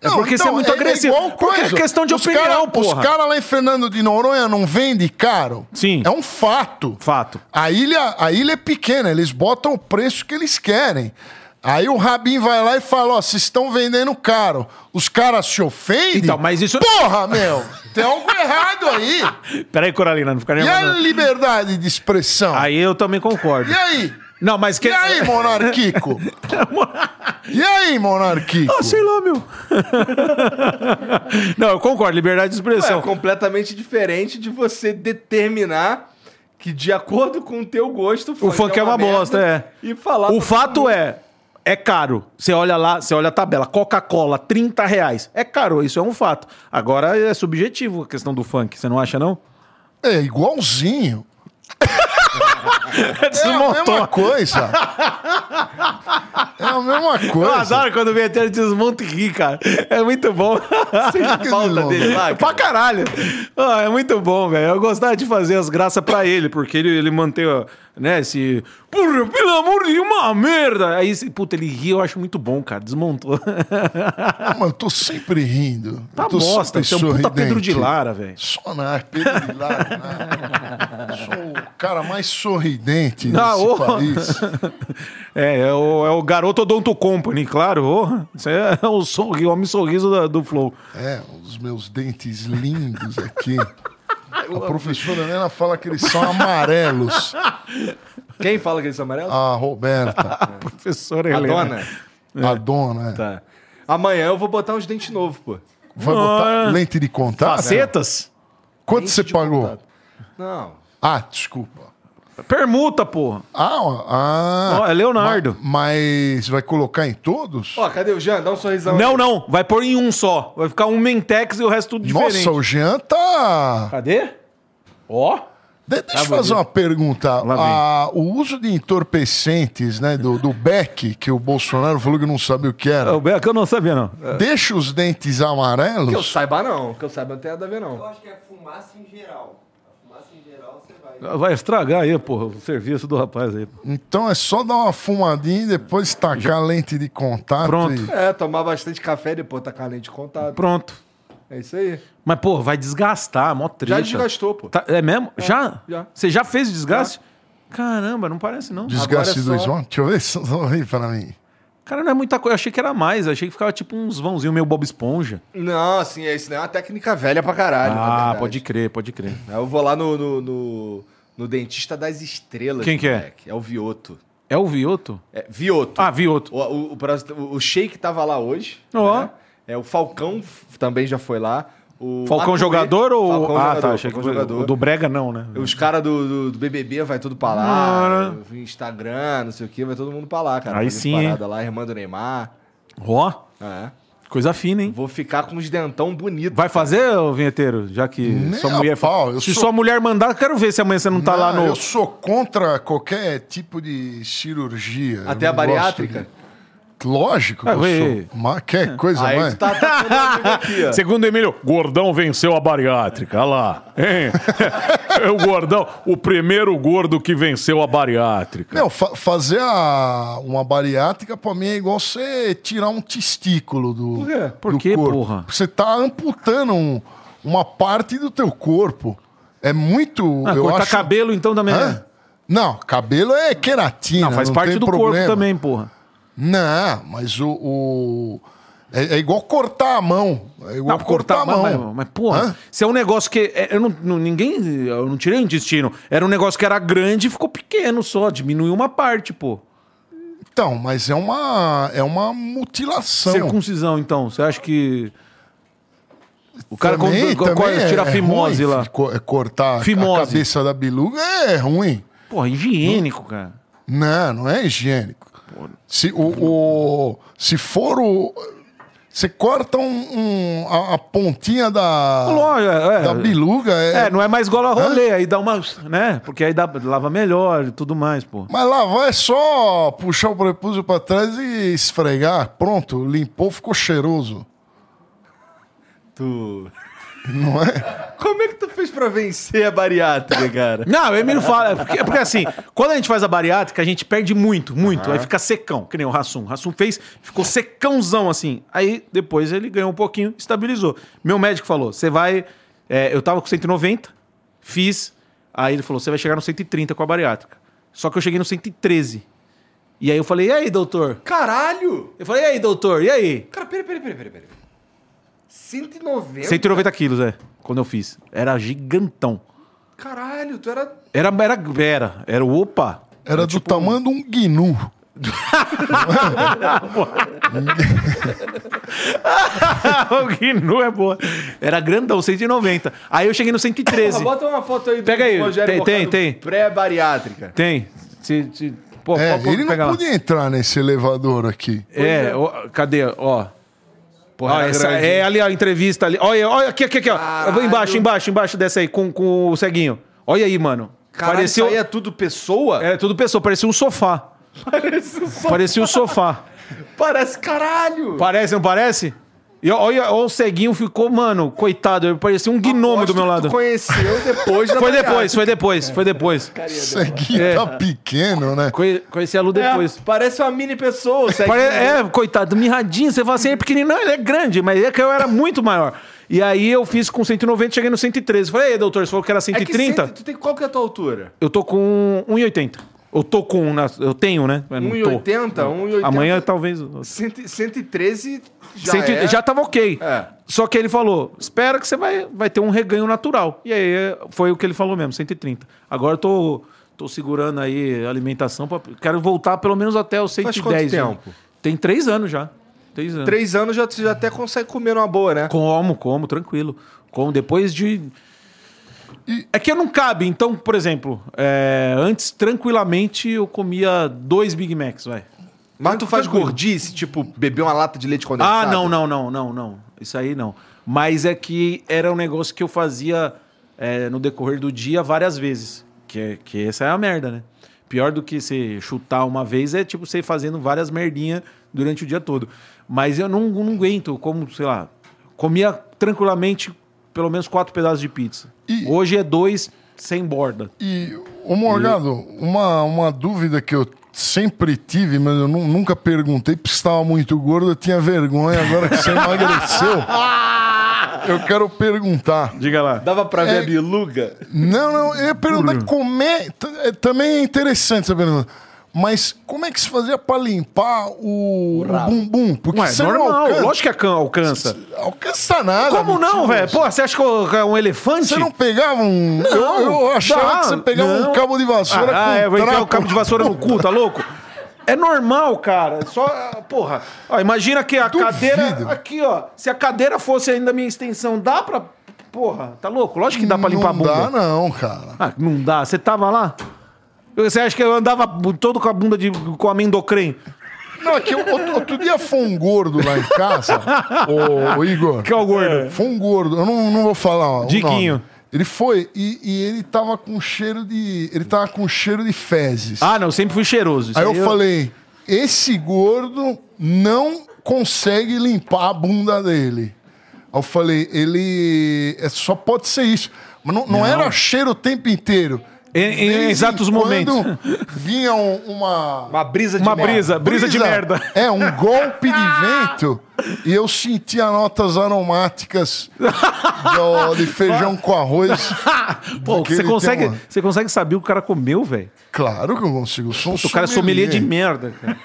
C: É
B: Não, então,
C: porque você é muito agressivo.
B: igual
C: Porque é questão de
B: os
C: opinião,
B: cara,
C: porra.
B: Os caras lá em Fernando de Noronha não vendem caro.
C: Sim.
B: É um fato.
C: Fato.
B: A ilha, a ilha é pequena, eles botam o preço que eles querem. Aí o Rabin vai lá e fala: Ó, vocês estão vendendo caro. Os caras se ofendem.
C: Então, mas isso-
B: Porra, meu! Tem algo errado aí.
C: Peraí, Coralina, não fica nem
B: E a
C: mandando.
B: liberdade de expressão?
C: Aí eu também concordo.
B: E aí?
C: Não, mas que.
B: E aí, monarquico? E aí, monarquico?
C: Ah, sei lá, meu. não, eu concordo, liberdade de expressão.
A: É completamente diferente de você determinar que, de acordo com o teu gosto,
C: o funk é uma, bosta,
A: merda
C: é.
A: E falar
C: O
A: pra
C: fato é, é caro. Você olha lá, você olha a tabela. Coca-Cola, 30 reais. É caro, isso é um fato. Agora é subjetivo a questão do funk, você não acha, não?
B: É igualzinho. É a mesma
C: Desmontou.
B: coisa. É a mesma
C: Eu
B: coisa.
C: adoro quando vem até ele desmonta e ri, cara. É muito bom.
A: a falta dele lá.
C: pra caralho. Ah, é muito bom, velho. Eu gostava de fazer as graças pra ele, porque ele, ele mantém, ó, né, esse... Porra, pelo amor de Deus, uma merda. Aí, esse- puta, ele ri, eu acho muito bom, cara. Desmontou.
B: Ah, mas eu tô sempre rindo. Eu
C: Tá
B: tô
C: bosta, você é
B: sempre
C: um puta Pedro de
B: sorridente.
C: Lara, velho.
B: Só na Pedro de Lara. né? Sou o cara mais sorridente
C: Ah,
B: desse
C: ô.
B: país.
C: É, é o, é o garoto Odonto Company, claro. Ô, Isso é o, sorri, o homem sorriso da- do Flow.
B: É, os meus dentes lindos aqui. A professora Helena fala que eles são amarelos.
A: Quem fala que eles são amarelos?
C: Ah,
B: A Roberta,
C: Professora
A: a
C: Helena.
A: dona.
B: a dona, é.
A: Tá. Amanhã eu vou botar uns dentes novos, pô.
B: vai
C: Ah.
B: botar lente de contato?
C: Facetas?
B: Quanto você pagou?
A: Tipo Não.
B: Ah, desculpa.
C: Permuta, porra.
B: Ah, ó, ah.
C: Ó, é Leonardo.
B: Ma- mas vai colocar em todos?
A: Ó, cadê o Jean? Dá um sorrisão.
C: Não,
A: aí.
C: não. Vai pôr em um só. Vai ficar um Mentex e o resto tudo diferente.
B: Nossa, o Jean tá.
C: Cadê? Ó.
B: De- deixa eu fazer uma pergunta.
C: vem.
B: Ah, o uso de entorpecentes, né, do, do Beck, que o Bolsonaro falou que não sabia o que era,
C: É,
G: O Beca eu não sabia, não.
B: deixa os dentes
A: Que eu
B: amarelos?
A: saiba, não. Que eu saiba, não tem nada a ver, não.
H: Eu acho que é fumaça em geral. A fumaça em geral você vai.
G: Vai estragar aí, porra, o serviço do rapaz aí.
B: Então é só dar uma fumadinha e depois tacar a lente de contato.
C: Pronto.
B: e-
A: É, tomar bastante café depois tacar a lente de contato.
C: Pronto.
A: É isso aí.
C: Mas, pô, vai desgastar, mó treta.
A: Já desgastou, pô.
C: Tá- é mesmo? já?
A: já.
C: Você já fez o desgaste? Caramba, não parece, não.
A: Agora
B: Desgaste
A: é
B: dos
A: só-
B: olhos. Deixa eu ver se sorri pra mim.
C: Cara, não é muita coisa. Eu achei que era mais. Eu achei que ficava tipo uns vãozinhos meio Bob Esponja.
A: Não, assim, é isso não é uma técnica velha pra caralho.
B: é
A: na
C: Ah,
A: verdade.
C: pode crer, pode crer.
A: Eu vou lá no, no, no- no dentista das estrelas.
C: Quem que é?
A: moleque. É o Vioto.
C: É o Vioto?
A: É, Vioto.
C: Ah, Vioto.
A: O, o, o, pras- o- o Sheik tava lá hoje.
C: Ó.
A: né? É, o Falcão f- também já foi lá. O
C: Falcão
A: Matuê-
C: jogador ou.
A: Falcão
C: ah,
A: jogador,
C: tá. Achei que
A: Falcão
C: jogador.
A: jogador.
C: O do Brega não, né?
A: Os caras do, do, do BBB vai tudo pra lá. Instagram, não sei o que, vai todo mundo pra lá, cara.
C: Aí
A: Fazer
C: sim,
A: Parada lá, irmã do Neymar.
C: Ó,
A: É.
C: coisa fina, hein?
A: Vou ficar com os dentão bonito.
C: Vai fazer, ô vinheteiro? Já que
B: Nem
C: sua
B: a
C: mulher.
B: pau, eu
C: Se
B: sou-
C: sua mulher mandar, eu quero ver se amanhã você não tá lá
B: Não,
C: no.
B: Eu sou contra qualquer tipo de cirurgia. Eu
A: Até a
B: não gosto
C: né?
A: bariátrica?
B: de- Lógico que
C: Ah,
B: eu
C: ué.
B: sou. Mas quer coisa
A: Aí
B: mais.
A: tu tá, tá todo amigo aqui, ó.
C: Segundo Emílio, gordão venceu a bariátrica. Olha lá. Hein? É o gordão, o primeiro gordo que venceu a bariátrica.
B: Meu, fa- fazer a- uma bariátrica pra mim é igual você tirar um testículo do. Por
A: quê?
C: Por quê, porra?
B: Você tá amputando um- uma parte do teu corpo. É muito.
C: Ah,
B: eu
C: cortar
B: acho...
C: cabelo então também.
B: Hã? Não, cabelo é queratina.
C: Não, faz parte
B: tem
C: do
B: problema.
C: corpo também, porra.
B: Não, mas o. o- É, é igual cortar a mão. É igual
C: Não,
B: cortar, a mão.
C: Mas, mas, mas, porra,
B: Hã?
C: se é um negócio que. é- Eu não, não- ninguém. Eu não tirei o intestino. Era um negócio que era grande e ficou pequeno só. Diminuiu uma parte, pô.
B: Então, mas é uma, é uma mutilação.
C: Circuncisão, então. Você acha que. O cara
B: Também-
C: quando- quando
B: também
C: tira
B: é
C: a fimose
B: ruim
C: lá.
B: co- é Cortar
C: Fimose.
B: a cabeça da biluga é ruim.
C: Porra, higiênico, cara.
B: Não, não é higiênico. Se, o, o- se for o. Você corta um, um- a, a pontinha da,
C: Lógico, é.
B: da biluga. É,
C: É, não é mais gola rolê, aí dá uma. né? Porque aí dá, lava melhor e tudo mais, pô.
B: Mas lavar é só puxar o prepúcio pra trás e esfregar. Pronto, limpou, ficou cheiroso.
A: Tu.
B: Não é?
A: Como é que tu fez pra vencer a bariátrica, cara?
C: Não, o Emílio fala. é Porque, é porque assim, quando a gente faz a bariátrica, a gente perde muito, muito. Aí fica secão, que nem o Rassum. O Rassum fez, ficou secãozão assim. Aí depois ele ganhou um pouquinho, estabilizou. Meu médico falou: você vai. é, eu tava com 190, fiz. Aí ele falou: você vai chegar no 130 com a bariátrica. Só que eu cheguei no 113. E aí eu falei: e aí, doutor?
A: Caralho!
C: Eu falei: e aí, doutor? E aí?
A: Cara, pera, pera, pera, pera. pera. 190?
C: 190 quilos, é. Quando eu fiz. Era gigantão.
A: Caralho, tu era.
C: Era, era, era, era o opa.
B: Era do
C: tipo
B: tamanho de um guinu.
C: o Guinu é boa. Era grandão, 190. Aí eu cheguei no 113.
A: Bota uma foto aí do
C: Pega aí,
A: Rogério
C: tem- tem,
A: Bocardo
C: tem.
A: Pré-bariátrica.
C: Tem. Se, se- pô,
B: É,
C: pô, pô,
B: ele
C: pega
B: não
C: lá.
B: podia entrar nesse elevador aqui.
C: É, ó, cadê? Ó.
A: Porra,
C: Ó,
A: era
C: essa-
A: grande.
C: é ali, ó, a entrevista ali. Olha, olha aqui, aqui, aqui, ó.
A: Caralho.
C: Embaixo, embaixo, embaixo dessa aí, com, com o ceguinho. Olha aí, mano.
A: Caralho,
C: parecia,
A: isso aí é tudo pessoa?
C: Era tudo pessoa, parecia um sofá.
A: Parece um só.
C: Parecia um sofá.
A: Parece caralho!
C: Parece, não parece? E ó, olha, ó, o ceguinho ficou, mano, coitado, ele parecia um gnome do meu lado.
A: Tu conheceu depois da
C: Foi
A: bariátrica.
C: depois, foi depois, foi depois.
B: Seguinho
C: É.
B: tá pequeno, né?
C: Conhe- Conheci a Lu
A: É,
C: depois.
A: parece uma mini pessoa, segue-
C: Pare- É, coitado, mirradinho. Você fala assim, ele é pequenininho. Não, ele é grande, mas é que eu era muito maior. E aí eu fiz com 190, cheguei no 113. Falei, ei, doutor, você falou que era
A: É que
C: 130?
A: cento- tu tem qual que é a tua altura?
C: Eu tô com 1,80. Eu tô com, na- eu tenho, né? Mas não tô.
A: 1,80, 1,80.
C: Amanhã talvez...
A: Cento- 113 já
C: Cento-
A: é.
C: já tava ok.
A: É.
C: Só que ele falou, espera que você vai, vai ter um reganho natural. E aí é, foi o que ele falou mesmo, 130. Agora eu tô, tô segurando aí a alimentação. Pra, quero voltar pelo menos até os 110.
A: Faz quanto
C: né?
A: tempo?
C: Tem três anos já. Três anos.
A: Três anos já, tu já até consegue comer uma boa, né?
C: Como, como, tranquilo. Como depois de. É que eu não cabe, então, por exemplo, é, antes tranquilamente eu comia dois Big Macs, vai.
A: Mas tu faz
C: Tranquilo.
A: gordice, tipo, beber uma lata de leite
C: Ah,
A: condensado?
C: não, não, não, não, não. Isso aí não. Mas é que era um negócio que eu fazia é, no decorrer do dia várias vezes. Que, é- que essa é a merda, né? Pior do que você chutar uma vez é tipo você fazendo várias merdinhas durante o dia todo. Mas eu não, não aguento, eu como, sei lá, comia tranquilamente pelo menos quatro pedaços de pizza.
B: E-
C: Hoje é dois sem borda.
B: E, ô Morgado, uma, uma dúvida que eu sempre tive, mas eu nu- nunca perguntei, porque você estava muito gordo, eu tinha vergonha agora que você emagreceu. Eu quero perguntar.
C: Diga lá.
A: Dava pra ver a biluga?
B: Não, não, eu ia perguntar como é. t- é, Também é interessante essa pergunta. Mas como é que se fazia pra limpar o, o bumbum? Porque
C: Ué,
B: você não
C: normal,
B: alcança,
C: lógico que alcan- alcança.
B: alcança nada.
C: Como não,
B: mentira.
C: velho? Pô, você acha que eu- é um elefante?
B: Você não pegava um. eu-
C: Não,
B: eu, achava
C: dá,
B: que você pegava
C: não.
B: um cabo de vassoura
C: Ah,
B: com
C: é, vai enfiar
B: trapo.
C: o cabo de vassoura no cu, tá louco? É normal, cara. é Só, ah, porra. Ó, imagina que a
B: Duvido.
C: cadeira. Aqui, ó. Se a cadeira fosse ainda a minha extensão, dá pra. Porra, tá louco? Lógico que dá pra limpar a
B: não
C: bunda.
B: dá, não, cara.
C: Ah, não dá. Você tava lá? Você acha que eu andava todo com a bunda de, com amendocrem?
B: Não, é que eu- outro, outro dia foi um gordo lá em casa, o, Igor.
C: Que é o gordo.
B: Foi um gordo, eu não, não vou falar. o
C: Diquinho.
B: nome. Ele foi e, e ele tava com cheiro de. Ele tava com cheiro de fezes.
C: Ah, não, sempre fui cheiroso. Isso
B: Aí eu falei: esse gordo não consegue limpar a bunda dele. Aí eu falei, ele. É, só pode ser isso. Mas não, não era cheiro o tempo inteiro.
C: Em- em
B: De vez
C: exatos momentos.
B: quando Vinha um- uma.
A: Uma brisa de
C: Uma
A: merda.
C: brisa. de merda.
B: É, um golpe de vento e eu sentia notas aromáticas do- de feijão com arroz.
C: Pô,
B: Daquele
C: você consegue,
B: tem uma-
C: você consegue saber o que o cara comeu, velho?
B: Claro que eu consigo. Eu sou um
C: O cara é sommelier de merda, cara.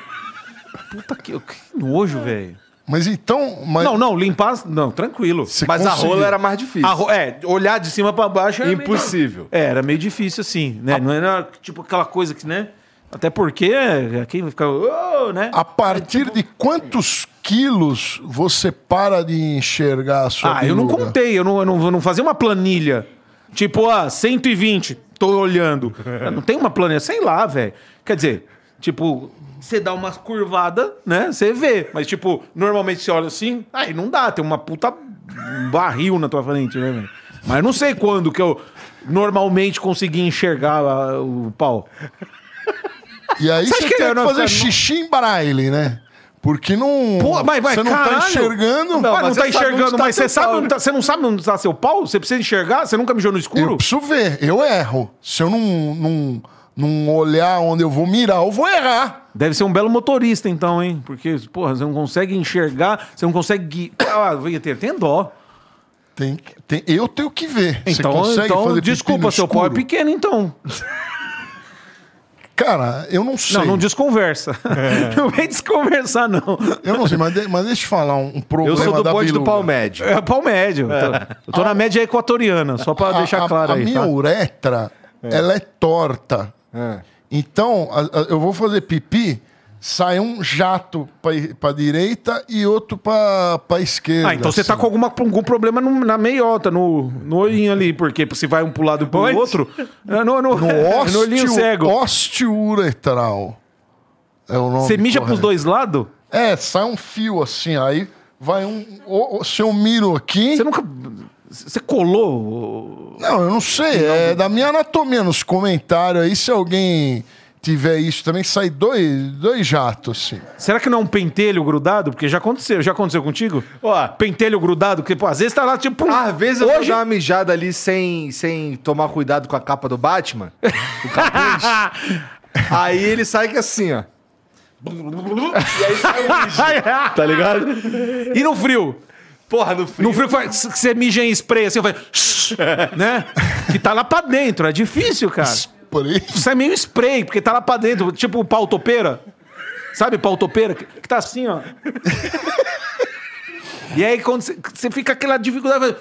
C: Puta que, que
B: É.
C: nojo, velho.
B: Mas então. Mas
C: Não, não, limpar. Não, tranquilo.
B: você
A: Mas a
B: conseguiu.
A: rola era mais difícil.
C: A ro- é, olhar de cima pra baixo era
A: Impossível. Ah.
C: Meio, é, era meio difícil assim, né? Não era tipo aquela coisa que, né? Até porque é, quem vai ficar. "Ô", né?
B: A partir de quantos quilos você para de enxergar a
A: é
B: sua
C: Ah, eu não
B: biluga?
C: contei, eu não, eu não, eu não fazia uma planilha. Tipo, ah, 120, tô olhando. Eu não tem uma planilha, sei lá, velho. Quer dizer, tipo, você dá uma curvada, né? Você vê. Mas, tipo, normalmente você olha assim, aí não dá, tem uma puta um barril na tua frente, né, velho? Mas eu não sei quando que eu normalmente consegui enxergar ah, o pau.
B: E aí
C: Você
B: você,
C: acha que
B: tem
C: eu
B: que
C: não-
B: fazer xixi em braille, né? Porque não.
C: Pô, mas, mas,
B: você não
C: caralho.
B: tá enxergando.
C: Não,
A: mas
C: mas não tá
A: você sabe onde
C: enxergando,
A: tá
C: mas
A: seu
C: você sabe,
A: pau,
C: onde tá, você não sabe onde tá seu pau? Você precisa enxergar? Você nunca mijou no escuro?
B: Eu preciso ver, eu erro. Se eu não, não, não olhar onde eu vou mirar, eu vou errar.
C: Deve ser um belo motorista, então, hein? Porque, porra, você não consegue enxergar, você não consegue. gui- Ah, vinheteiro, tem dó.
B: Tem, que- tem, eu tenho que ver. você
C: Então,
B: consegue
C: então
B: fazer pipi
C: desculpa,
B: no
C: seu pau é
B: escuro?
C: pequeno, então.
B: Cara, eu não sei. É.
C: Não, não desconversa. Não vem desconversar, não.
B: Eu não sei, mas, de- mas deixa eu falar um, um
A: Eu
B: problema
A: sou do
B: da
A: bonde do
B: biluga.
A: pau médio.
C: É pau médio. Tô- Eu tô na média equatoriana, só pra
B: A-
C: deixar
B: a-
C: claro
B: a
C: aí.
B: minha
C: tá? É.
B: uretra, ela é torta. Então, a- a- eu vou fazer pipi, sai um jato pra, ir- pra direita e outro pra, pra esquerda.
C: Ah, então você tá
B: assim.
C: com alguma, com algum problema no- na meiota, no, no olhinho ali, porque se vai um pro lado e pro
A: Onde?
C: outro. é, No,
B: No
C: no, no olhinho
B: ósteo,
C: cego.
B: osteouretral. É o nome
C: Você mija
B: correto.
C: pros dois lados?
B: É, sai um fio assim, aí vai um... o- o- se eu miro aqui...
C: Você nunca. Você colou.
B: Não, eu não sei. É da minha anatomia nos comentários aí, se alguém tiver isso também, sai dois, dois jatos, assim.
C: Será que não é um pentelho grudado? Porque já aconteceu. Já aconteceu contigo?
A: Ó. Ah,
C: Pentelho grudado, porque, pô, às vezes tá lá, tipo. pum,
A: Às vezes eu vou
C: hoje...
A: dar uma mijada ali sem, sem tomar cuidado com a capa do Batman. do capuz. aí ele sai que assim, ó. E aí sai um mijo, tá ligado?
C: ah. E no frio?
A: Porra, no frio. É.
C: No frio que faz- que você mija em spray, assim, vai. né? Que tá lá pra dentro. É difícil, cara.
B: Por aí.
C: Isso é meio spray, porque tá lá pra dentro, tipo o pau topeira. Sabe pau topeira? Que, que tá assim, ó. e aí quando você- você fica aquela dificuldade... vai-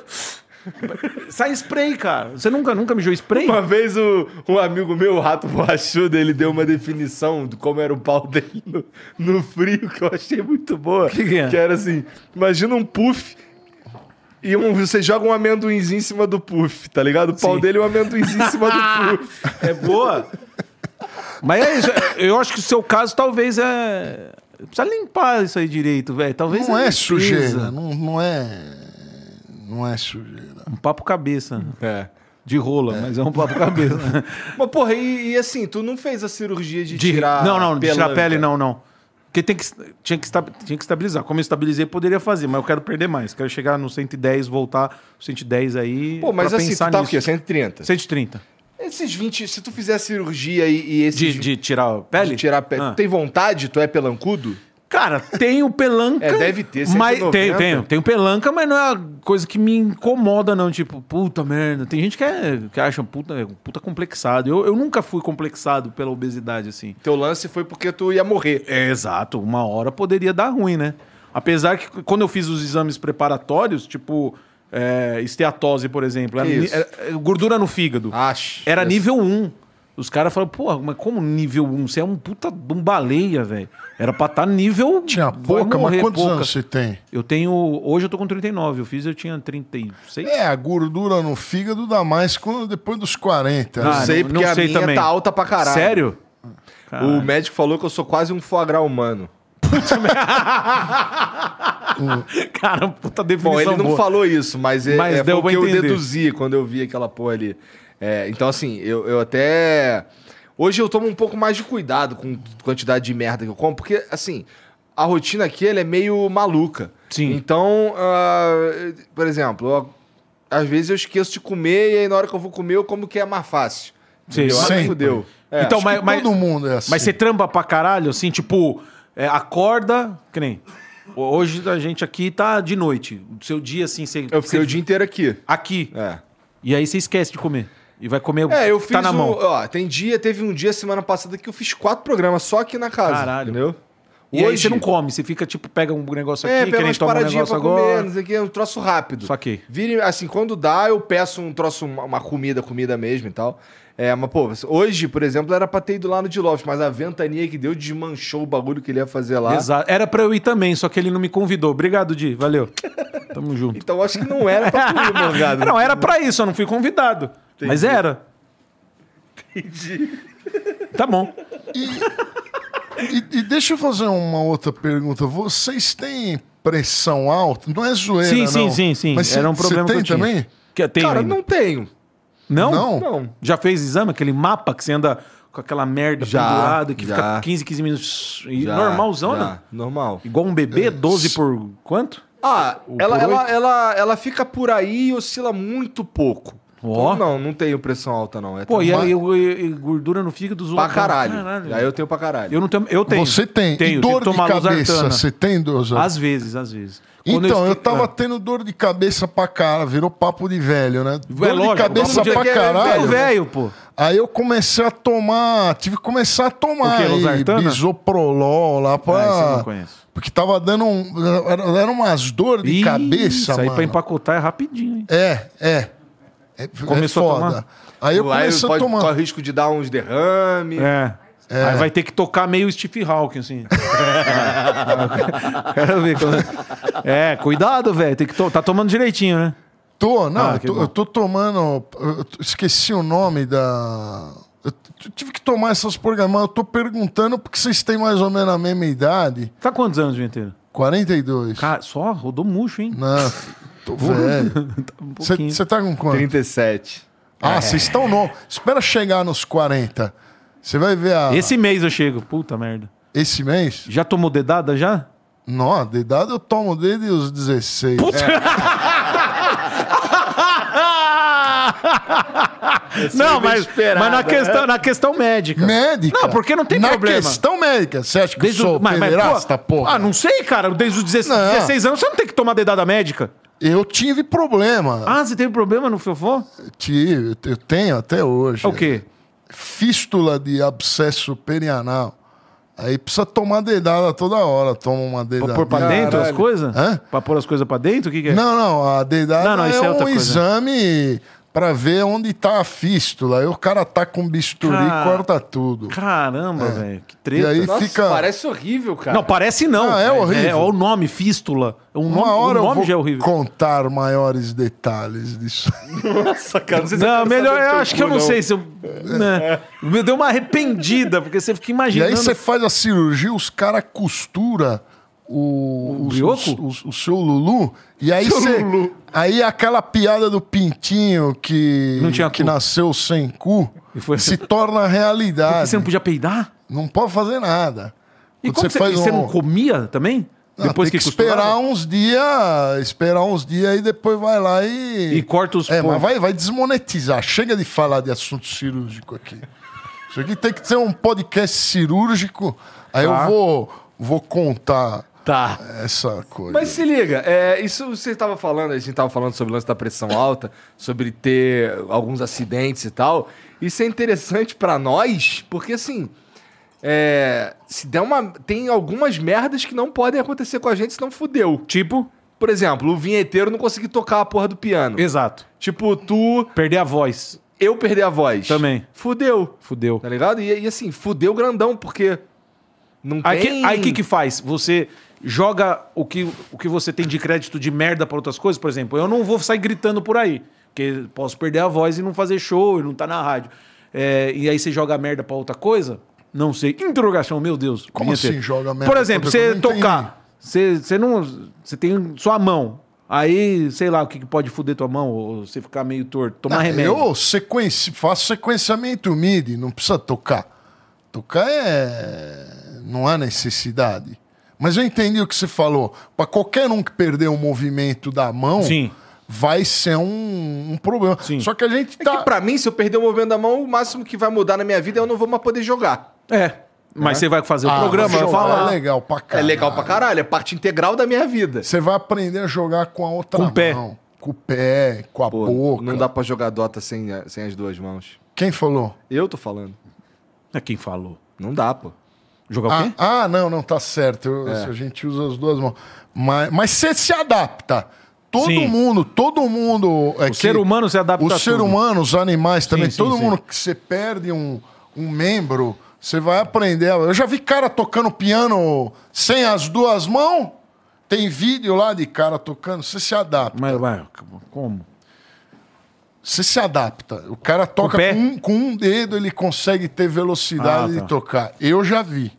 C: Sai spray, cara. Você nunca, nunca mijou spray?
A: Uma vez o, um amigo meu, o Rato Borrachudo, ele deu uma definição de como era o pau dele no, no frio, que eu achei muito boa.
C: Que que é?
A: era assim, imagina um puff e um- você joga um amendoinzinho em cima do puff, tá ligado? O pau
C: Sim.
A: dele é um amendoinzinho em cima do puff.
C: É boa. Mas é isso. Eu acho que o seu caso talvez é... Precisa limpar isso aí direito, velho. Talvez
B: Não
C: é
B: é
C: limpeza.
B: sujeira, não, não é... Não é sujeira.
C: Um papo cabeça.
A: É.
C: De rola, mas é um papo cabeça.
A: Mas, porra, e, e assim, tu não fez a cirurgia de,
C: De-
A: tirar.
C: Não, não, de tirar a
A: pelanca?
C: pele, não, não. Porque tem que, tinha, que esta- tinha que estabilizar. Como eu estabilizei, poderia fazer, mas eu quero perder mais. Quero chegar no 110, voltar no 110 aí.
A: Pô, mas
C: pra
A: assim, tu
C: pensar
A: tá o
C: nisso.
A: quê? 130?
C: 130.
A: Esses 20, se tu fizer a cirurgia e, e esses.
C: De, de tirar a pele?
A: de tirar a pele.
C: Ah.
A: Tu tem vontade? Tu é pelancudo?
C: Cara, tem o pelanca.
A: É, deve ter,
C: Mas,
A: 190.
C: tem, tem, tem o pelanca, mas não é uma coisa que me incomoda, não. Tipo, puta merda. Tem gente que, é, que acha puta, puta complexado. Eu, eu nunca fui complexado pela obesidade, assim.
A: Teu lance foi porque tu ia morrer.
C: É, exato, uma hora poderia dar ruim, né? Apesar que quando eu fiz os exames preparatórios, tipo é, esteatose, por exemplo, era,
A: Que
C: ni-
A: isso? Ah,
C: era- é, gordura no fígado.
A: Acho.
C: Era nível 1. Os caras falaram, pô, mas como nível 1? Você é um puta de um baleia, velho. Era pra estar nível.
B: Tinha
C: vai
B: pouca, mas
C: morrer,
B: quantos
C: pouca.
B: anos você tem?
C: Eu tenho. Hoje eu tô com 39. Eu fiz, eu tinha 36.
B: É, a gordura no fígado dá mais quando, depois dos 40.
C: Ah,
A: Não sei,
C: não-
A: porque
C: não
A: a
C: sei
A: minha
C: também.
A: tá alta pra caralho.
C: Sério?
A: O médico falou que eu sou quase um foie gras humano.
C: Cara, puta
A: Bom,
C: definição.
A: ele não
C: boa.
A: falou isso, mas, é,
C: Mas
A: é, foi
C: deu
A: o
C: pra
A: que eu
C: entender.
A: deduzi quando eu vi aquela porra ali. É, então, assim, eu, eu até. Hoje eu tomo um pouco mais de cuidado com a quantidade de merda que eu como, porque, assim, a rotina aqui ela é meio maluca.
C: Sim.
A: Então, ah, por exemplo, eu- às vezes eu esqueço de comer e aí na hora que eu vou comer eu como o que é mais fácil.
C: Sim.
A: Entendeu? Aí
B: Sempre.
A: fudeu. É.
C: Então,
B: Acho que
C: mas, mas-
B: todo mundo é assim.
C: Mas você trampa pra caralho, assim, tipo, é, acorda, que nem. Hoje a gente aqui tá de noite. O seu dia, assim, você.
A: É, eu fiquei
C: você-
A: o dia inteiro aqui.
C: Aqui.
A: É.
C: E aí você esquece de comer. E vai comer o
A: É, eu
C: que
A: fiz.
C: tá na
A: o-
C: mão.
A: Ó, tem dia, teve um dia semana passada que eu fiz quatro programas só aqui na casa.
C: Caralho.
A: Entendeu?
C: E aí você não come, você fica, tipo, pega um negócio
A: É,
C: aqui, que
A: pega
C: nem
A: umas
C: toma um
A: paradinhas
C: negócio
A: pra comer,
C: agora.
A: não sei o que, um troço rápido.
C: Só que.
A: Vire, assim, quando dá, eu peço um troço, uma, uma comida, comida mesmo e tal. É, mas, pô, hoje, por exemplo, era pra ter ido lá no Dilopes, mas a ventania que deu desmanchou o bagulho que ele ia fazer lá.
C: Exato. Era pra eu ir também, só que ele não me convidou. Obrigado, Di. Valeu. Tamo junto.
A: Então acho que não era pra tu ir, Morgado.
C: Não, era pra isso, eu não fui convidado. Mas era. Entendi. Tá bom.
B: E, e deixa eu fazer uma outra pergunta. Vocês têm pressão alta? Não é zoeira,
C: Sim,
B: não.
C: sim, sim, sim.
B: Mas
C: Era um
B: você-
C: problema
B: você
C: que eu
B: tem
C: tinha.
B: também?
C: Que eu tenho
A: Cara,
C: ainda.
A: não tenho.
C: Não?
B: Não?
A: Não.
C: Já fez exame, aquele mapa que você anda com aquela merda
A: Já,
C: pendurada que
A: já.
C: fica 15, 15 minutos. E
A: Já,
C: normalzão,
A: já, É.
C: né?
A: Normal.
C: Igual um bebê, 12 por quanto?
A: Ah,
C: O
A: ela,
C: por
A: ela,
C: oito?
A: ela, ela fica por aí e oscila muito pouco.
C: Ó.
A: Então, não, não tenho pressão alta, não. É
C: Pô, e,
A: tranquilo.
C: aí eu- eu- eu- gordura no fígado zoa.
A: pra caralho. Aí
C: Eu,
A: eu tenho pra caralho.
C: eu não tenho. Eu tenho.
B: Você tem.
C: Tenho,
B: e
C: tenho
B: dor
C: que
B: de
C: tomar
B: cabeça,
C: losartana.
B: você tem dor? Zé?
C: Às vezes, às vezes. Quando
B: Então, eu,
C: esque-
B: tava
C: Ah.
B: tendo dor de cabeça pra cara, virou papo de velho, né? Dor
C: É lógico,
B: de cabeça
C: papo de-
B: pra
A: que é
B: caralho. né?
C: Tô velho, pô.
B: Aí eu comecei a tomar, tive que começar a tomar
C: O quê,
B: aí,
C: losartana?
B: bisoprolol lá
C: Ah, isso eu
B: pra...
C: não conheço.
B: porque tava dando um, era, era umas dor de
C: Ih,
B: cabeça,
C: Isso aí
B: mano.
C: pra empacotar é rapidinho, hein?
B: É, é. É,
C: Começou
B: é
C: a
B: foda.
C: tomar?
B: Aí eu
A: Aí
B: comecei a
A: pode,
B: tomar.
A: corre o risco de dar uns derrames.
C: É. Aí vai ter que tocar meio Steve Hawking, assim. Quero ver. como é. É, cuidado, velho. Tem que to... Tá tomando direitinho, né?
B: Tô, não,
C: Ah,
B: eu,
C: que
B: tô,
C: bom.
B: eu tô tomando. eu t- esqueci o nome da. Eu t- tive que tomar essas programas. Eu tô perguntando porque vocês têm mais ou menos a mesma idade.
C: Tá quantos anos, Vinteiro?
B: 42.
C: Cara, só rodou murcho, hein?
B: Não,
C: Tá
B: tô velho.
C: Um pouquinho.
B: Você tá com quanto?
A: 37.
C: É.
B: Ah, vocês estão novos. Espera chegar nos 40. Você vai ver a, esse...
C: Esse mês eu chego. Puta merda.
B: mês?
C: Já tomou dedada já?
B: Não, de idade eu tomo desde os 16.
C: É. não, mas,
A: inesperado,
C: mas na, questão, na questão médica.
B: Médica.
C: Não, porque não tem
B: Na
C: problema.
B: questão médica. Você acha que
C: Desde
B: eu
C: o,
B: sou
C: mas, mas, pô,
B: pederasta, porra?
C: Ah, não sei, cara. Desde os 16,
B: Não.
C: 16 anos você não tem que tomar dedada médica.
B: Eu tive problema.
C: Ah, você teve problema no fiofó?
B: Tive, eu tenho até hoje.
C: É o quê?
B: Fístula de abscesso perianal. Aí precisa tomar dedada toda hora, toma uma
C: Pra
B: dedada.
C: pôr pra dentro as
A: Caralho.
C: coisas?
B: Hã?
C: Pra pôr as coisas pra dentro? O que, que é?
B: Não, não, a dedada
C: Não, não, isso
B: é,
C: é outra
B: um
C: coisa.
B: exame pra ver onde tá a fístula. Aí o cara tá com bisturi
C: Cara.
B: e corta tudo.
C: Caramba, velho. Que
B: É. E
C: treta.
B: aí
A: Nossa,
B: fica...
A: parece horrível, cara.
C: Não, parece não.
B: Ah, é horrível.
C: olha o nome, fístula. O nome,
B: Uma hora
C: o nome
B: eu vou
C: já é horrível.
B: contar maiores detalhes disso.
A: Nossa, cara, não sei se eu
C: Não,
A: quero
C: melhor,
A: saber do
C: eu
A: teu
C: acho que eu
A: cu,
C: não sei se eu. né? Me deu uma arrependida, porque você fica
B: E
C: imaginando.
B: aí você faz a cirurgia, os caras costura o,
C: O
B: os-
C: brioco?
B: os- os- o seu Lulu. E aí
C: Seu
B: você.
C: Lulu.
B: Aí aquela piada do pintinho que,
C: Não tinha
B: que
C: cu.
B: nasceu sem cu
C: E foi-
B: se torna
C: um
B: realidade.
C: Você não podia peidar?
B: Não pode fazer nada.
C: E
B: Quando um
C: como você, e você não comia também?
B: Não,
C: Depois
B: Ah, tem
C: que,
B: que, esperar
C: costurava?
B: uns dias, esperar uns dias e depois vai lá e.
C: E corta os
B: É,
C: pontos.
B: mas vai, vai desmonetizar. Chega de falar de assunto cirúrgico aqui. Isso aqui tem que ser um podcast cirúrgico. Aí
C: Tá.
B: eu vou, vou contar
A: Tá.
B: essa coisa.
A: Mas se liga, é, isso você estava falando, a gente estava falando sobre o lance da pressão alta, sobre ter alguns acidentes e tal. Isso é interessante pra nós, porque assim, é, se der uma, tem algumas merdas que não podem acontecer com a gente, senão fudeu.
C: Tipo,
A: Por exemplo, o vinheteiro não conseguir tocar a porra do piano.
C: exato.
A: Tipo, tu,
C: Perder a voz.
A: eu perder a voz.
C: Também.
A: Fudeu,
C: Fudeu.
A: tá ligado? E, e assim, fudeu grandão, porque não
C: Aí o
A: tem...
C: que, aí que que faz? Você joga o que, o que você tem de crédito de merda para outras coisas? Por exemplo, eu não vou sair gritando por aí, porque posso perder a voz e não fazer show, e não tá na rádio. É, e aí você joga merda para outra coisa? Não sei. Interrogação, meu Deus.
B: Como
C: Vinheteiro.
B: assim joga merda
C: Por
B: pra
C: exemplo,
B: outra
C: você
B: coisa? Eu não
C: tocar. Você, você não. Você tem sua mão. Aí, sei lá, o que que pode foder tua mão, ou você ficar meio torto, tomar
B: Ah,
C: remédio.
B: Eu sequenci- faço sequenciamento MIDI, não precisa tocar. Tocar é. não há necessidade. Mas eu entendi o que você falou. Para qualquer um que perder o movimento da mão,
C: Sim.
B: vai ser um, um problema.
C: Sim.
B: Só que a gente
A: É
B: tá.
A: que pra mim, se eu perder o movimento da mão, o máximo que vai mudar na minha vida é eu não vou mais poder jogar.
C: É. Mas você vai fazer o
B: Ah,
C: programa,
B: jogar
C: eu falar.
B: É legal pra
A: É
B: caralho.
A: legal pra caralho, é parte integral da minha vida.
B: Você vai aprender a jogar com a outra
C: Com o
B: mão.
C: pé.
B: Com o pé, com a
A: Pô,
B: boca.
A: não dá pra jogar Dota sem, sem as duas mãos.
B: Quem falou?
A: Eu tô falando.
C: É quem falou.
A: Não dá, pô.
C: Jogar o
B: Ah,
C: quê?
B: ah, não, não, tá certo. Eu-
C: É.
B: A gente usa as duas mãos. Mas, mas você se adapta. Todo
C: Sim.
B: mundo, todo mundo. é
C: O ser humano se adapta
B: O
C: a
B: ser
C: tudo.
B: humano, os animais também.
C: sim,
B: todo
C: sim.
B: mundo que você perde um, um membro, você vai aprender. Eu já vi cara tocando piano sem as duas mãos. Tem vídeo lá de cara tocando. Você se adapta.
C: Mas, mas como?
B: Você se adapta. O cara toca
C: o pé?
B: com, um, com um dedo, ele consegue ter velocidade
C: Ah, tá.
B: de tocar. Eu já vi.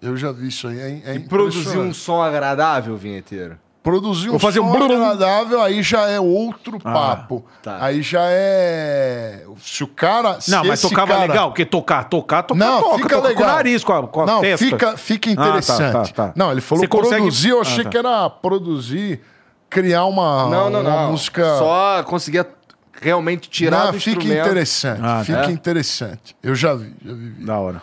B: Eu já vi isso aí. É, é
A: Produzir um
B: impressionante.
A: som agradável, vinheteiro.
B: Produzir um
C: fazer
B: som
C: um Ah, brum.
B: agradável, aí já é outro papo.
A: tá.
B: Aí já é. Se o cara. se
C: Não, mas
B: esse
C: tocava
B: cara-
C: legal, porque tocar, tocar, tocar,
B: Não,
C: toca,
B: fica
C: toca
B: legal.
C: com o nariz, com a, com a
B: Não,
C: testa.
B: Fica, fica
C: Ah, tá,
B: interessante.
C: tá, tá.
B: Não, ele falou
C: Você consegue-
B: produzir, eu
C: Ah,
B: achei
C: tá.
B: que era produzir, criar uma,
A: Não, não,
B: uma
A: não.
B: música.
A: Só conseguia realmente tirar
B: Não,
A: do
B: fica
A: instrumento.
B: interessante.
C: Ah,
B: fica
A: é?
B: interessante. Eu já vi, já vi.
C: Da hora.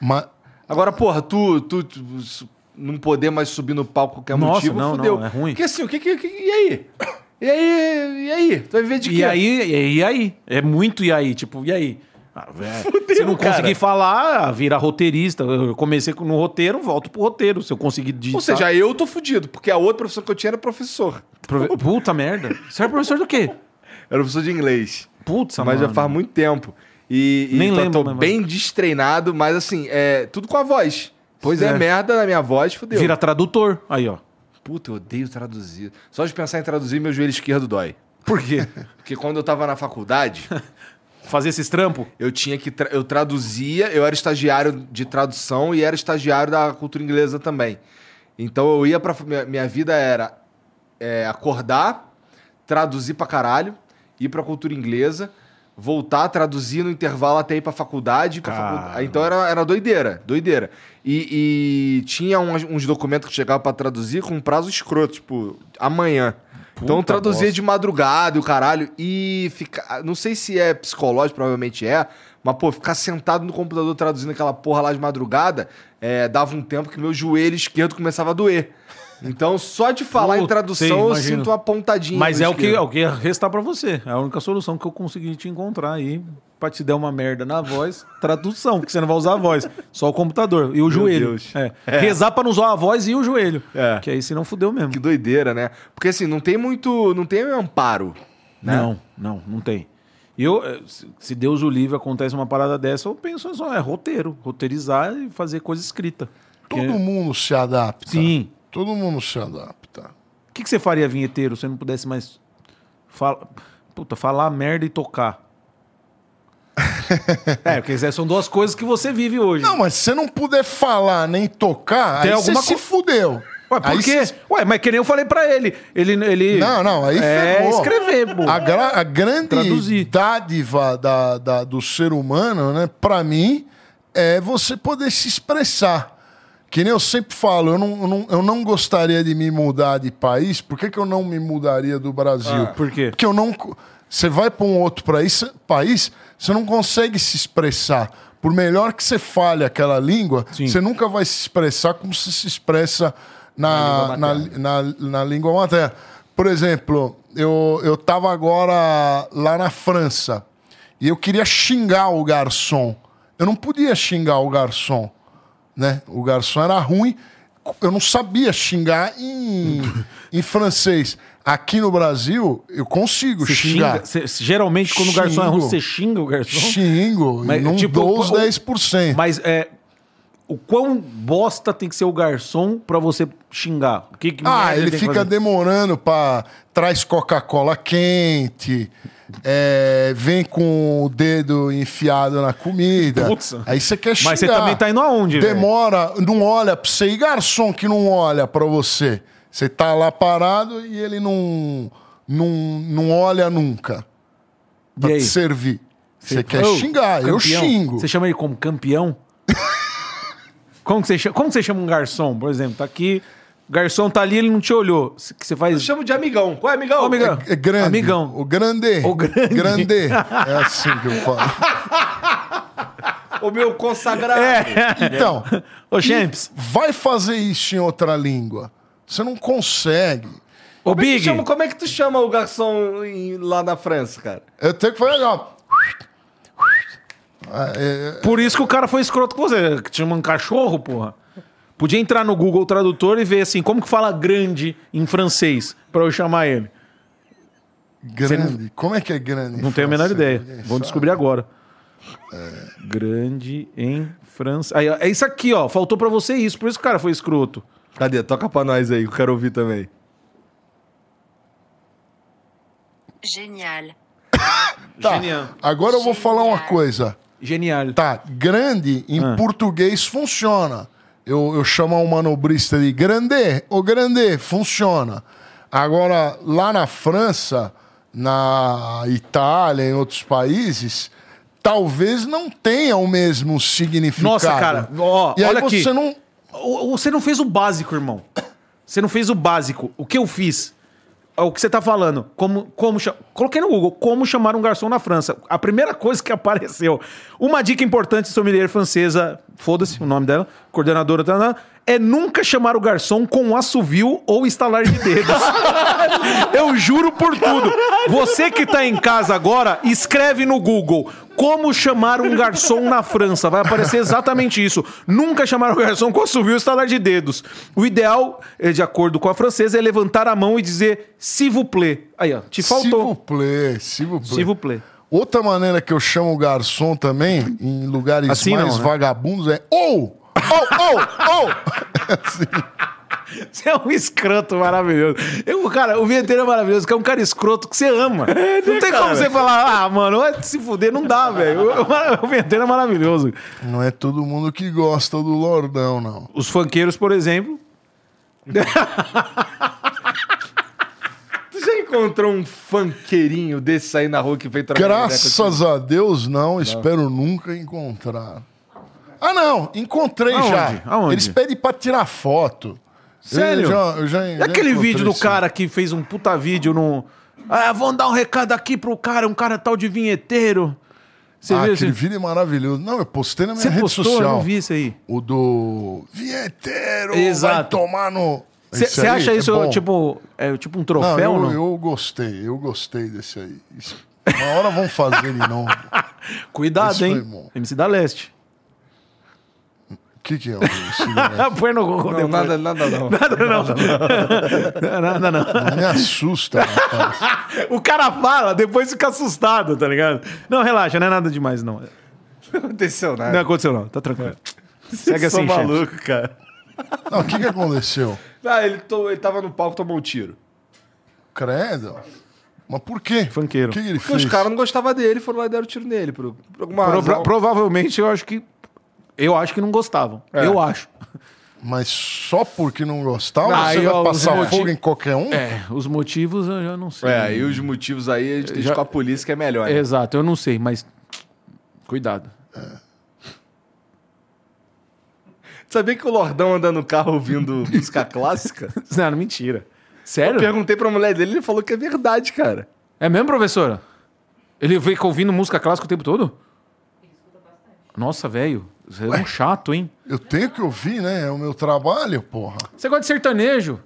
B: Mas
A: Agora, porra, tu, tu, tu su- não poder mais subir no palco por qualquer
C: Nossa,
A: motivo,
C: não,
A: fudeu.
C: não, é ruim.
A: Porque assim, o que que... que- e aí? E aí? E aí? Tu vai viver de quê?
C: E aí, e aí? É muito e aí, tipo, e aí? Ah, velho, se não
A: cara.
C: conseguir falar, ah, vira roteirista. Eu comecei com- no roteiro, volto pro roteiro. Se eu conseguir digitar...
A: Ou seja, eu tô fudido, porque a outra profissão que eu tinha era professor.
C: Prove- Puta merda. Você é professor do quê?
A: Era professor de inglês.
C: Putz,
A: mas é já
C: mano.
A: faz muito tempo. E, e
C: Nem
A: tô,
C: lembro,
A: tô
C: mas-
A: bem destreinado, mas assim, é tudo com a voz. Pois é,
C: Certo.
A: merda na minha voz, fudeu.
C: Vira tradutor. Aí, ó.
A: Puta, eu odeio traduzir. Só de pensar em traduzir, meu joelho esquerdo dói.
C: Por quê?
A: Porque quando eu tava na faculdade,
C: Fazer esses trampos?
A: eu tinha que. tra- eu traduzia, eu era estagiário de tradução e era estagiário da cultura inglesa também. Então eu ia pra. Minha, minha vida era é, acordar, traduzir pra caralho, ir pra cultura inglesa, voltar, traduzir no intervalo até ir pra faculdade. ir pra
C: Cara.
A: facu- Então era, era doideira, doideira. E, e tinha uns, uns documentos que chegavam pra traduzir com um prazo escroto, tipo, amanhã. então eu
C: Puta
A: traduzia
C: bosta.
A: de madrugada e o caralho. E ficar. Não sei se é psicológico, provavelmente é. Mas, pô, ficar sentado no computador traduzindo aquela porra lá de madrugada é, dava um tempo que meu joelho esquerdo começava a doer. Então, só de falar em
C: Puta,
A: tradução,
C: sim,
A: eu
C: imagino.
A: sinto uma pontadinha.
C: Mas
A: no
C: é o, que,
A: esquerdo.
C: é o que restar pra você. É a única solução que eu consegui te encontrar aí. Pra te dar uma merda na voz, tradução, porque você não vai usar a voz, só o computador e o joelho.
A: Deus.
C: É. Rezar pra não usar a voz e o joelho.
A: É.
C: Que aí se não fudeu mesmo.
A: Que doideira, né? Porque assim, não tem muito. Não tem amparo. né?
C: Não, não, não tem. E eu, eh, se- se Deus o livre acontece uma parada dessa, eu penso só, é roteiro. Roteirizar e fazer coisa escrita. Porque-
B: todo mundo se adapta.
C: Sim.
B: Todo mundo se adapta.
C: O que, que você faria vinheteiro se você não pudesse mais fala- Puta, falar merda e tocar? é, porque essas são duas coisas que você vive hoje.
B: Não, mas se você não puder falar nem tocar,
C: Tem
B: aí
C: alguma
B: você se
C: co-
B: fudeu.
C: Ué, por
B: Aí
C: quê?
B: você-
C: Ué, mas que nem eu falei pra ele. Ele. ele...
B: Não, não, aí
C: É
B: ferrou. Ah,
C: escrever, pô.
B: A, gra- a grande
C: Traduzir.
B: dádiva da, da- do ser humano, né, pra mim, é você poder se expressar. Que nem eu sempre falo, eu não, eu não, eu não gostaria de me mudar de país. Por que, que eu não me mudaria do Brasil?
C: por quê?
B: Ah. Porque eu não. co- Você vai pra um outro país, país, você não consegue se expressar. Por melhor que você fale aquela língua, você nunca vai se expressar como se se expressa na, na, na, na língua materna. Por exemplo, eu, eu tava agora lá na França e eu queria xingar o garçom. Eu não podia xingar o garçom, né? O garçom era ruim. Eu não sabia xingar em, em francês. Aqui no Brasil, eu consigo
C: Você
B: xingar.
C: xinga. você- geralmente, quando o garçom é
B: Xingo.
C: ruim, você xinga o garçom.
B: Xingo,
C: Mas,
B: e não
C: tipo,
B: dou os
C: o-
B: 10%.
C: Mas é. O quão bosta tem que ser o garçom pra você xingar? O que, que
B: Ah,
C: merda
B: ele
C: é, tem que
B: fica
C: fazer?
B: demorando para traz Coca-Cola quente, é, vem com o dedo enfiado na comida.
C: Putz.
B: Aí você quer xingar.
C: Mas você também tá indo aonde, velho?
B: Demora, não olha para você. E garçom que não olha para você. Você tá lá parado e ele não não, não olha nunca
C: E
B: para
C: aí?
B: te servir. Você quer
C: Ô,
B: xingar, eu
C: campeão.
B: xingo.
C: Você chama ele como campeão? como, que você chama, como que você chama um garçom, por exemplo? Tá aqui, o garção tá ali, ele não te olhou. Você- que Você
A: Eu
C: faz.
A: chamo de amigão. Qual é, amigão?
C: Ô, amigão.
B: É grande.
C: Amigão.
B: O grande.
C: O grande.
B: É assim que eu falo.
A: O meu consagrado.
C: É,
B: Então,
C: Ô, Champs.
B: vai fazer isso em outra língua. Você não consegue.
C: Ô,
A: Como é, que
C: Big.
A: chama- como é que tu chama o garçom em- lá na França, cara?
B: Eu tenho que fazer, ó. Ah, é,
C: Por isso que o cara foi escroto com você. Que chama um cachorro, porra. Podia entrar no Google Tradutor e ver assim, como que fala grande em francês pra eu chamar ele.
B: grande. Como é que é grande?
C: Não tenho a menor ideia. Vamos
B: Vamos
C: descobrir agora. Grande em França. Aí, ó, é isso aqui, ó. Faltou pra você isso. Por isso que o cara foi escroto.
A: Cadê? Toca pra nós aí, que eu quero ouvir também.
I: Génial.
B: Tá,
C: Genial.
B: agora eu vou falar uma coisa.
C: Genial. Ah.
B: Tá, grande em português funciona. Eu, eu chamo um manobrista de grande, ô grande, funciona. Agora, lá na França, na Itália, em outros países, talvez não tenha o mesmo significado.
C: Nossa, cara, ó,
B: e aí
C: olha aqui.
B: você não.
C: O- o- Você não fez o básico, irmão. Você não fez o básico. O que eu fiz? É O que você tá falando? Como, como cha- Coloquei no Google como chamar um garçom na França. A primeira coisa que apareceu. Uma dica importante de sommelier francesa, foda-se o nome dela, coordenadora, tá, tá, é nunca chamar o garçom com assovio ou estalar de dedos. eu juro por tudo. Você que tá em casa agora, escreve no Google como chamar um garçom na França. Vai aparecer exatamente isso. Nunca chamar o garçom com assovio e estalar de dedos. O ideal, eh, de acordo com a francesa, é levantar a mão e dizer s'il vous plaît. Aí, ó, te
B: S'il vous
C: faltou.
B: plaît, s'il vous plaît.
C: S'il vous plaît.
B: Outra maneira que eu chamo o garçom também, em lugares
C: Assim não,
B: mais
C: né?
B: vagabundos, é ou! Ou, ou, ou!
C: Você é um escroto maravilhoso. Eu, cara, o vinheteiro é maravilhoso, que é um cara escroto que você ama.
B: É, né,
C: não tem como você falar, ah, mano, vai se fuder, não dá, velho. O, o, o vinheteiro é maravilhoso.
B: Não é todo mundo que gosta do Lordão, não.
C: Os funkeiros, por exemplo,
A: Tu já encontrou um funkeirinho desse aí na rua que veio trabalhar?
B: Graças a Deus, não. Espero nunca encontrar. Ah, não. Encontrei
C: Aonde?
B: já.
C: Aonde?
B: Eles pedem pra tirar foto.
C: Sério?
B: Eu já- eu já-
C: E
B: já
C: aquele
B: encontrei,
C: vídeo do
B: sim.
C: cara que fez um puta vídeo no. Ah, vão dar um recado aqui pro cara, um cara tal de vinheteiro. Você
B: Ah,
C: viu
B: aquele
C: esse?
B: vídeo é maravilhoso. Não, eu postei na minha
C: Você
B: rede
C: postou? Eu
B: social.
C: não vi isso aí.
B: O do Vieteiro vai
C: Exato.
B: tomar no... Esse
C: Você
B: aí
C: acha
B: é
C: isso
B: bom.
C: tipo, é, tipo um
B: Não,
C: troféu?
B: eu,
C: Não,
B: eu gostei. Eu gostei desse aí. Isso- Uma hora vão fazer de novo. O
C: Cuidado,
B: Esse
C: hein?
B: foi bom.
C: MC da Leste.
B: que que é? o- esse negócio?
C: Ah, põe no Google
A: Não,
C: depois.
A: nada, nada não.
C: Nada, não.
B: Me assusta, rapaz.
C: O cara fala, depois fica assustado, tá ligado? Não, relaxa, não é nada demais, não.
A: Não aconteceu nada.
C: Não aconteceu, não. Tá tranquilo. Segue assim, chefe.
A: cara.
B: Não, o que que aconteceu?
A: Ah, ele, to- ele tava no palco, tomou um tiro.
B: Credo. Mas por quê?
C: Funkeiro.
B: O que, que ele
A: Porque
B: fez?
A: os caras não gostavam dele, foram lá e deram um tiro nele. Por, por alguma
C: Pro-
A: razão.
C: provavelmente eu acho que. Eu acho que não gostavam. Eu acho.
B: Mas só porque não gostava,
C: Ah,
B: você
C: eu-
B: vai
C: os
B: passar
C: motivos-
B: fogo em qualquer um?
C: É, os motivos eu já não sei.
A: É, aí os motivos aí a gente deixa
C: Já-
A: com a polícia que é melhor. né?
C: Exato, eu não sei, mas. Cuidado.
A: Sabia que o Lordão anda no carro ouvindo música clássica?
C: Não, mentira. Sério?
A: Perguntei pra mulher dele, ele falou que é verdade, cara.
C: É mesmo, professora? Ele fica ouvindo música clássica o tempo todo? Nossa, velho. Você é um chato, hein?
B: Eu tenho que ouvir, né? É o meu trabalho, porra.
C: Você gosta de sertanejo?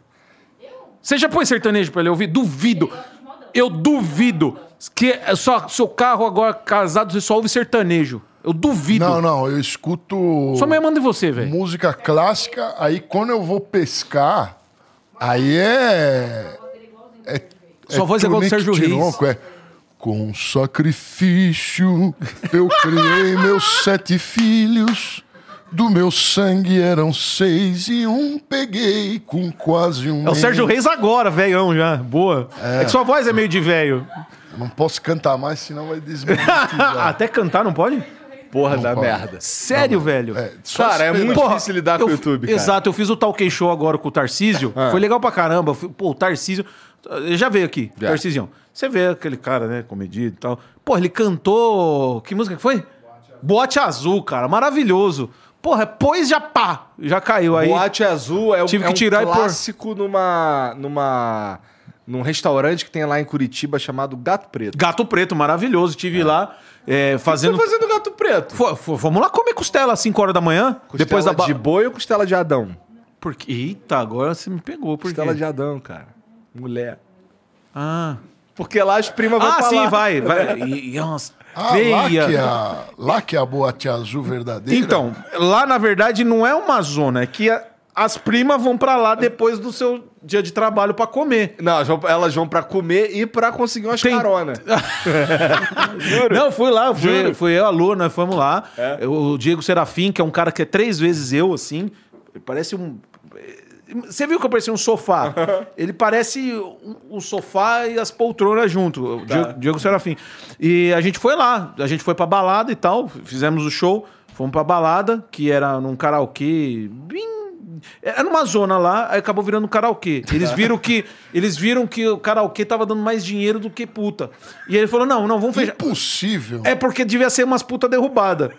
C: Você já põe sertanejo pra ele ouvir? Duvido. Eu duvido que é só seu carro agora casado você só ouve sertanejo. Eu duvido.
B: Não, não, eu escuto
C: Sua mãe manda em você, velho.
B: música clássica, aí quando eu vou pescar, aí é. é
C: Sua voz é igual do
B: Tunique
C: Sérgio Reis.
B: Tinoco, é, Com sacrifício eu criei meus sete filhos. Do meu sangue eram seis e um peguei com quase um.
C: É o Sérgio
B: mês.
C: Reis agora, velhão já. Boa. É. que sua voz é meio de velho.
B: Não posso cantar mais, senão vai desmonetizar.
C: Até cantar não pode?
A: Porra da
B: pode.
A: merda.
C: Sério, velho.
B: É, só
A: Cara, é
B: espera-
A: muito
C: Porra,
A: difícil lidar com
C: eu-
A: o YouTube, cara.
C: Exato, eu fiz o Talk Show agora com o Tarcísio. Foi legal pra caramba. Fui- Pô, o Tarcísio. Ele já veio aqui,
A: Já.
C: Tarcísio. Você vê aquele cara, né? Comedido e tal. Pô, ele cantou. Que música que foi? Boate Azul, cara. Maravilhoso. Porra, é pois já pá. Já caiu aí.
A: Boate Azul é, um-
C: Tive
A: é
C: que tirar e
A: um
C: pôr.
A: clássico numa, numa, num restaurante que tem lá em Curitiba chamado Gato Preto.
C: Gato Preto, maravilhoso. Tive lá é, fazendo.
A: Você fazendo Gato Preto?
C: Fo- fo- Vamos lá comer costela às 5 horas da manhã? depois da ba...
A: de boi ou costela de Adão?
C: Porque... Eita, agora você me pegou. Por
A: Costela
C: quê?
A: de Adão, cara. Mulher.
C: Ah,
A: Porque lá as primas vão
C: ah
A: pra
C: sim,
A: lá.
C: vai. vai. E, e é umas
B: Ah, lá que, é a, lá que é a boate azul verdadeira.
C: Então, lá na verdade não é uma zona, é que a- as primas vão pra lá depois do seu dia de trabalho pra comer.
A: Não, elas vão, elas vão pra comer e pra conseguir umas
C: Tem-
A: caronas.
C: Não, fui lá, fui, fui eu, a Lu, nós fomos lá. Eu- o Diego Serafim, que é um cara que é três vezes eu, assim, ele parece um. Você viu que eu parecia um sofá? Ele parece um- o sofá e as poltronas junto, o Diego, Diego Serafim. E a gente foi lá, a gente foi pra balada e tal, fizemos o show. Fomos pra balada, que era num karaokê. Bem... Era numa zona lá, aí acabou virando um karaokê. Eles viram que. Eles viram que o karaokê tava dando mais dinheiro do que puta. E ele falou: não, não, vamos fechar.
B: Impossível.
C: É porque devia ser umas puta derrubada.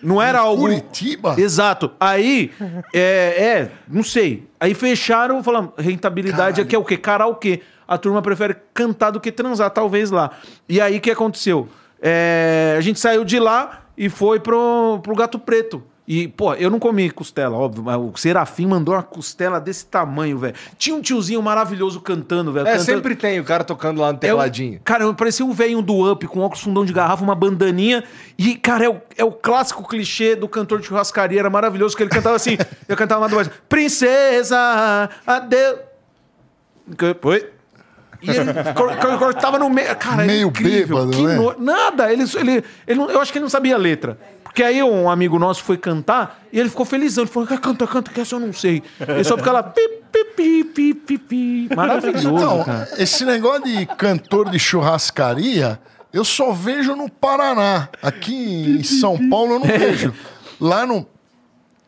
C: Não era algo.
B: Curitiba?
C: Exato. Aí, é, é, não sei. Aí fecharam, falaram, rentabilidade aqui é o quê? Karaokê. A turma prefere cantar do que transar, talvez lá. E aí, o que aconteceu? É, a gente saiu de lá e foi pro, pro Gato Preto. E, pô, eu não comi costela, óbvio, mas o Serafim mandou uma costela desse tamanho, velho. Tinha um tiozinho maravilhoso cantando, velho.
A: É,
C: cantando-
A: sempre tem o cara tocando lá no
C: é o-
A: tecladinho.
C: cara, eu parecia um velho do Up com óculos fundão de garrafa, uma bandaninha. E, cara, é o, é o clássico clichê do cantor de churrascaria. Era maravilhoso que ele cantava assim. eu cantava uma dublagem. Princesa, adeus. Que- Oi? E ele cor- cor- cortava no meio. Cara, era
B: Meio
C: incrível.
B: bêbado,
C: que
B: né?
C: no- Nada. Ele, ele, ele não- eu acho que ele não sabia a letra. Porque aí um amigo nosso foi cantar e ele ficou felizão. Ele falou: "Ah, canta, canta, que essa eu não sei. Ele só fica lá. Pi, pi, pi, pi, pi, pi. Maravilhoso.
B: Então,
C: cara.
B: esse negócio de cantor de churrascaria, eu só vejo no Paraná. Aqui em São Paulo eu não vejo. Lá no,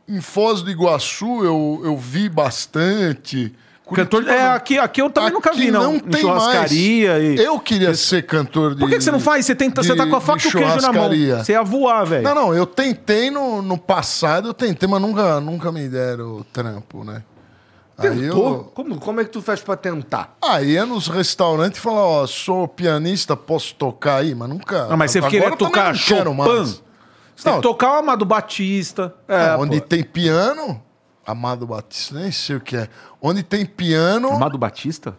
B: em Foz do Iguaçu eu, eu vi bastante.
C: Cantor, é, aqui, aqui eu também nunca
B: Aqui
C: vi, não. Em
B: tem
C: churrascaria
B: mais.
C: e...
B: Eu queria ser cantor de
C: Por que, que você não faz? Você, tenta, você tá
B: de-
C: com a faca
B: de
C: e o queijo na mão.
B: churrascaria.
C: Você é- ia voar, velho.
B: Não, não, eu tentei no, no passado, eu tentei, mas nunca, nunca me deram o trampo, né? Aí
A: Pô,
B: eu,
A: como, como é que tu faz pra tentar?
B: aí ia nos restaurantes e falava, ó, sou pianista, posso tocar aí? Mas nunca...
C: Ah, mas você
B: agora
C: queria
B: eu também
C: tocar
B: não quero
C: Chopin?
B: mais.
C: Você tem
B: Não,
C: que tocar o Amado Batista.
B: não,
C: É,
B: onde
C: pô.
B: tem piano... Amado Batista, nem sei o que é. Onde tem piano...
C: Amado Batista?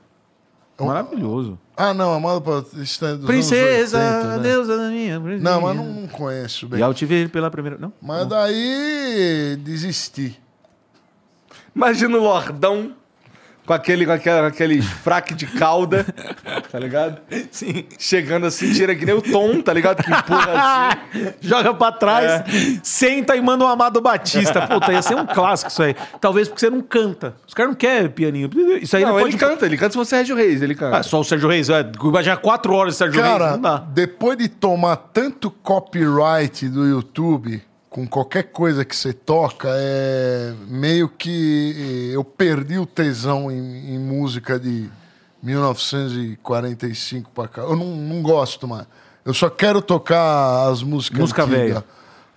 C: É um Maravilhoso.
B: Ah, não, Amado Batista é dos
C: Princesa,
B: anos 80, né?
C: deusa da minha... Princesa.
B: Não, mas não, não conheço bem.
C: E ao te ver pela primeira... Não?
B: Mas daí desisti.
A: Imagina o Lordão com aquele, com aquele, com aquele fraque de cauda, tá ligado? Sim. Chegando assim, tira que nem o Tom, tá ligado? Que empurra assim.
C: Ah, Joga pra trás, senta e manda um Amado Batista. Puta, ia ser um clássico isso aí. Talvez porque você não canta. Os caras não querem pianinho. Isso aí
A: Não,
C: não
A: ele
C: pode...
A: canta, ele canta se for Sérgio Reis, ele canta.
C: Ah, só o Sérgio Reis. é, Já quatro horas de Sérgio Reis,
B: Cara,
C: não dá.
B: depois de tomar tanto copyright do YouTube com qualquer coisa que você toca, é meio que eh, eu perdi o tesão em, em música de 1945 pra cá. Eu não, não gosto mais. Eu só quero tocar as músicas
C: Música
B: antigas.
C: velha.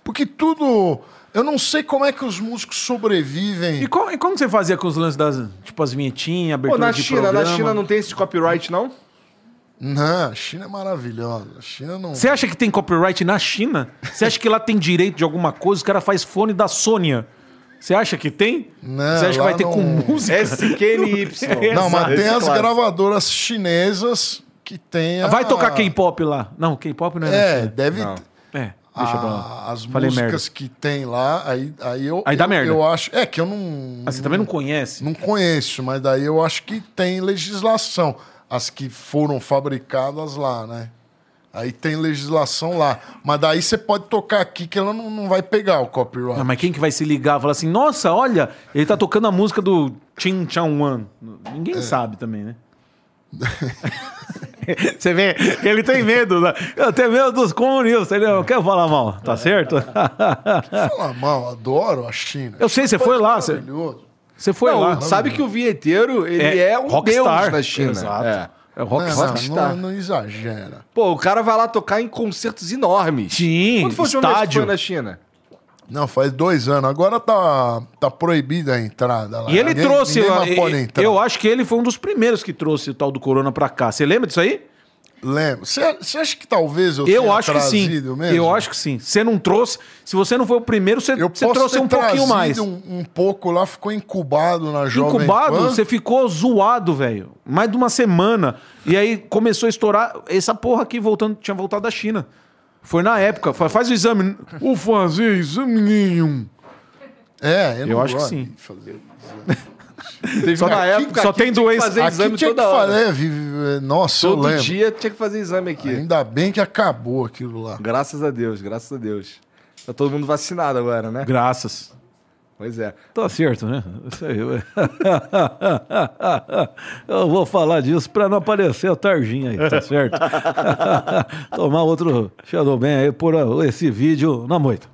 B: Porque tudo. Eu não sei como é que os músicos sobrevivem.
C: E, co- e como você fazia com os lances das, tipo, as vinhetinhas,
A: Pô,
C: abertura
A: na
C: de
A: China,
C: programa?
A: na China não tem esse copyright, não?
B: Não, a China é maravilhosa. A China não.
C: Você acha que tem copyright na China? Você acha que lá tem direito de alguma coisa? O cara faz fone da Sônia. Você acha que tem?
B: Não,
C: Você acha que
B: lá
C: vai ter com
B: não.
C: música?
A: SQNY.
B: Não, mas tem as
A: Claro.
B: gravadoras chinesas que tem. a-
C: Vai tocar K-pop lá. Não, K-pop não é, na
B: Ah. É,
C: China.
B: deve.
A: Não.
C: É, deixa pra lá.
B: Ah, as
C: Falei
B: músicas
C: merda.
B: que tem lá, aí, aí eu.
C: Aí dá
B: eu-
C: merda.
B: Eu acho. É que eu não.
C: Ah, você também não conhece?
B: Não conheço, mas daí eu acho que tem legislação. As que foram fabricadas lá, né? Aí tem legislação lá. Mas daí você pode tocar aqui que ela não, não vai pegar o copyright.
C: Ah, mas quem que vai se ligar e falar assim, nossa, olha, ele tá tocando a música do Chin Chan Wan. Ninguém sabe também, né? Você vê, ele tem medo. né? Eu tenho medo dos comunistas, ele não quer falar mal, tá certo?
B: Fala mal, adoro a China.
C: Eu sei, você foi lá, você,
B: Maravilhoso.
C: você foi
A: Não,
C: lá.
A: sabe que o vinheteiro, ele é, um deus da China.
C: Exato.
A: É.
C: É,
B: Não,
C: rockstar.
B: não,
A: está.
B: não- não exagera.
A: Pô, o cara vai lá tocar em concertos enormes.
C: Sim,
A: Quando foi o
C: estádio.
A: estádio na China?
B: Não, faz dois anos. Agora tá, tá proibida a entrada lá.
C: E ele
B: Ninguém-
C: trouxe
B: ninguém
C: lá.
B: mais pode
C: e-
B: entrar.
C: Eu acho que ele foi um dos primeiros que trouxe o tal do Corona pra cá. Você lembra disso aí?
B: Lembro. Você você acha que talvez eu,
C: Eu
B: tenha
C: acho que sim.
B: trazido mesmo?
C: Eu acho que sim. Você não trouxe. Se você não foi o primeiro, você,
B: Eu
C: você
B: posso
C: trouxe
B: ter
C: um pouquinho
B: trazido
C: mais.
B: Um, um pouco lá, ficou incubado na Jovem
C: Incubado,
B: Pan.
C: você ficou zoado, velho. Mais de uma semana. E aí começou a estourar essa porra aqui voltando, tinha voltado da China. Foi na época. Fa- Faz o exame. Vou fazer
B: um
C: exame nenhum.
B: É, eu, não
C: Eu acho que
B: gosto
C: sim.
B: de fazer.
A: Teve
C: Só
A: uma
C: tem-
A: época
C: só
A: que
C: tem
A: tinha que
C: doença.
A: fazer
B: Aqui
A: exame
B: tinha
A: toda
B: que
A: hora.
B: fazer, é, vive- nossa, eu
A: Todo
B: lembro.
A: dia tinha que fazer exame aqui.
B: Ainda bem que acabou aquilo lá.
A: Graças a Deus, graças a Deus. Tá todo mundo vacinado agora, né?
C: Graças.
A: Pois é.
G: Tá certo, né? Isso aí. ué. Eu vou falar disso pra não aparecer a tarjinha aí, tá
C: ah,
G: certo? Tomar outro Shadow Man aí por esse vídeo na moita.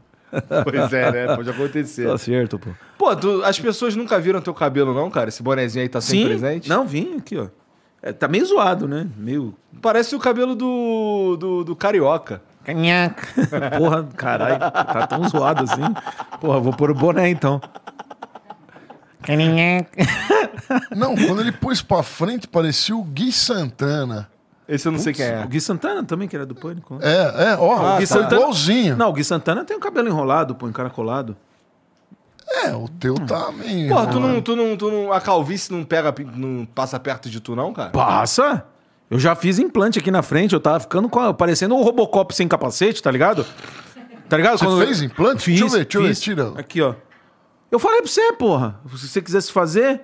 A: Pois é, né? Pode acontecer.
G: Tá certo, pô.
A: Pô, tu- as pessoas nunca viram teu cabelo, não, cara? Esse bonezinho aí tá sem presente?
C: Não, vim aqui, ó. É, tá meio zoado, né? Meio.
A: Parece o cabelo do, do, do carioca.
C: Canhaca. Porra, caralho, tá tão zoado assim. Porra, vou pôr o boné então. Canhaca.
B: Não, quando ele pôs pra frente, parecia o Gui Santana.
A: Esse eu não sei quem é.
C: O Gui Santana também, que era do Pânico. né?
B: É, é, ó,
C: Ah,
B: o Gui
C: tá. Santana-
B: igualzinho.
C: Não, o Gui Santana tem o cabelo enrolado, pô, encaracolado.
B: É, o teu
C: Ah.
B: tá meio...
A: Porra, tu não, tu não, tu não. A calvície não pega, não passa perto de tu, não, cara?
C: Passa! Eu já fiz implante aqui na frente, eu tava ficando com a- parecendo um Robocop sem capacete, tá ligado? Tá ligado?
B: Você fez implante?
C: Fiz,
B: Deixa eu ver, deixa eu ver,
C: fiz.
B: tira.
C: Aqui, ó. Eu falei pra você, porra. Se você quisesse fazer.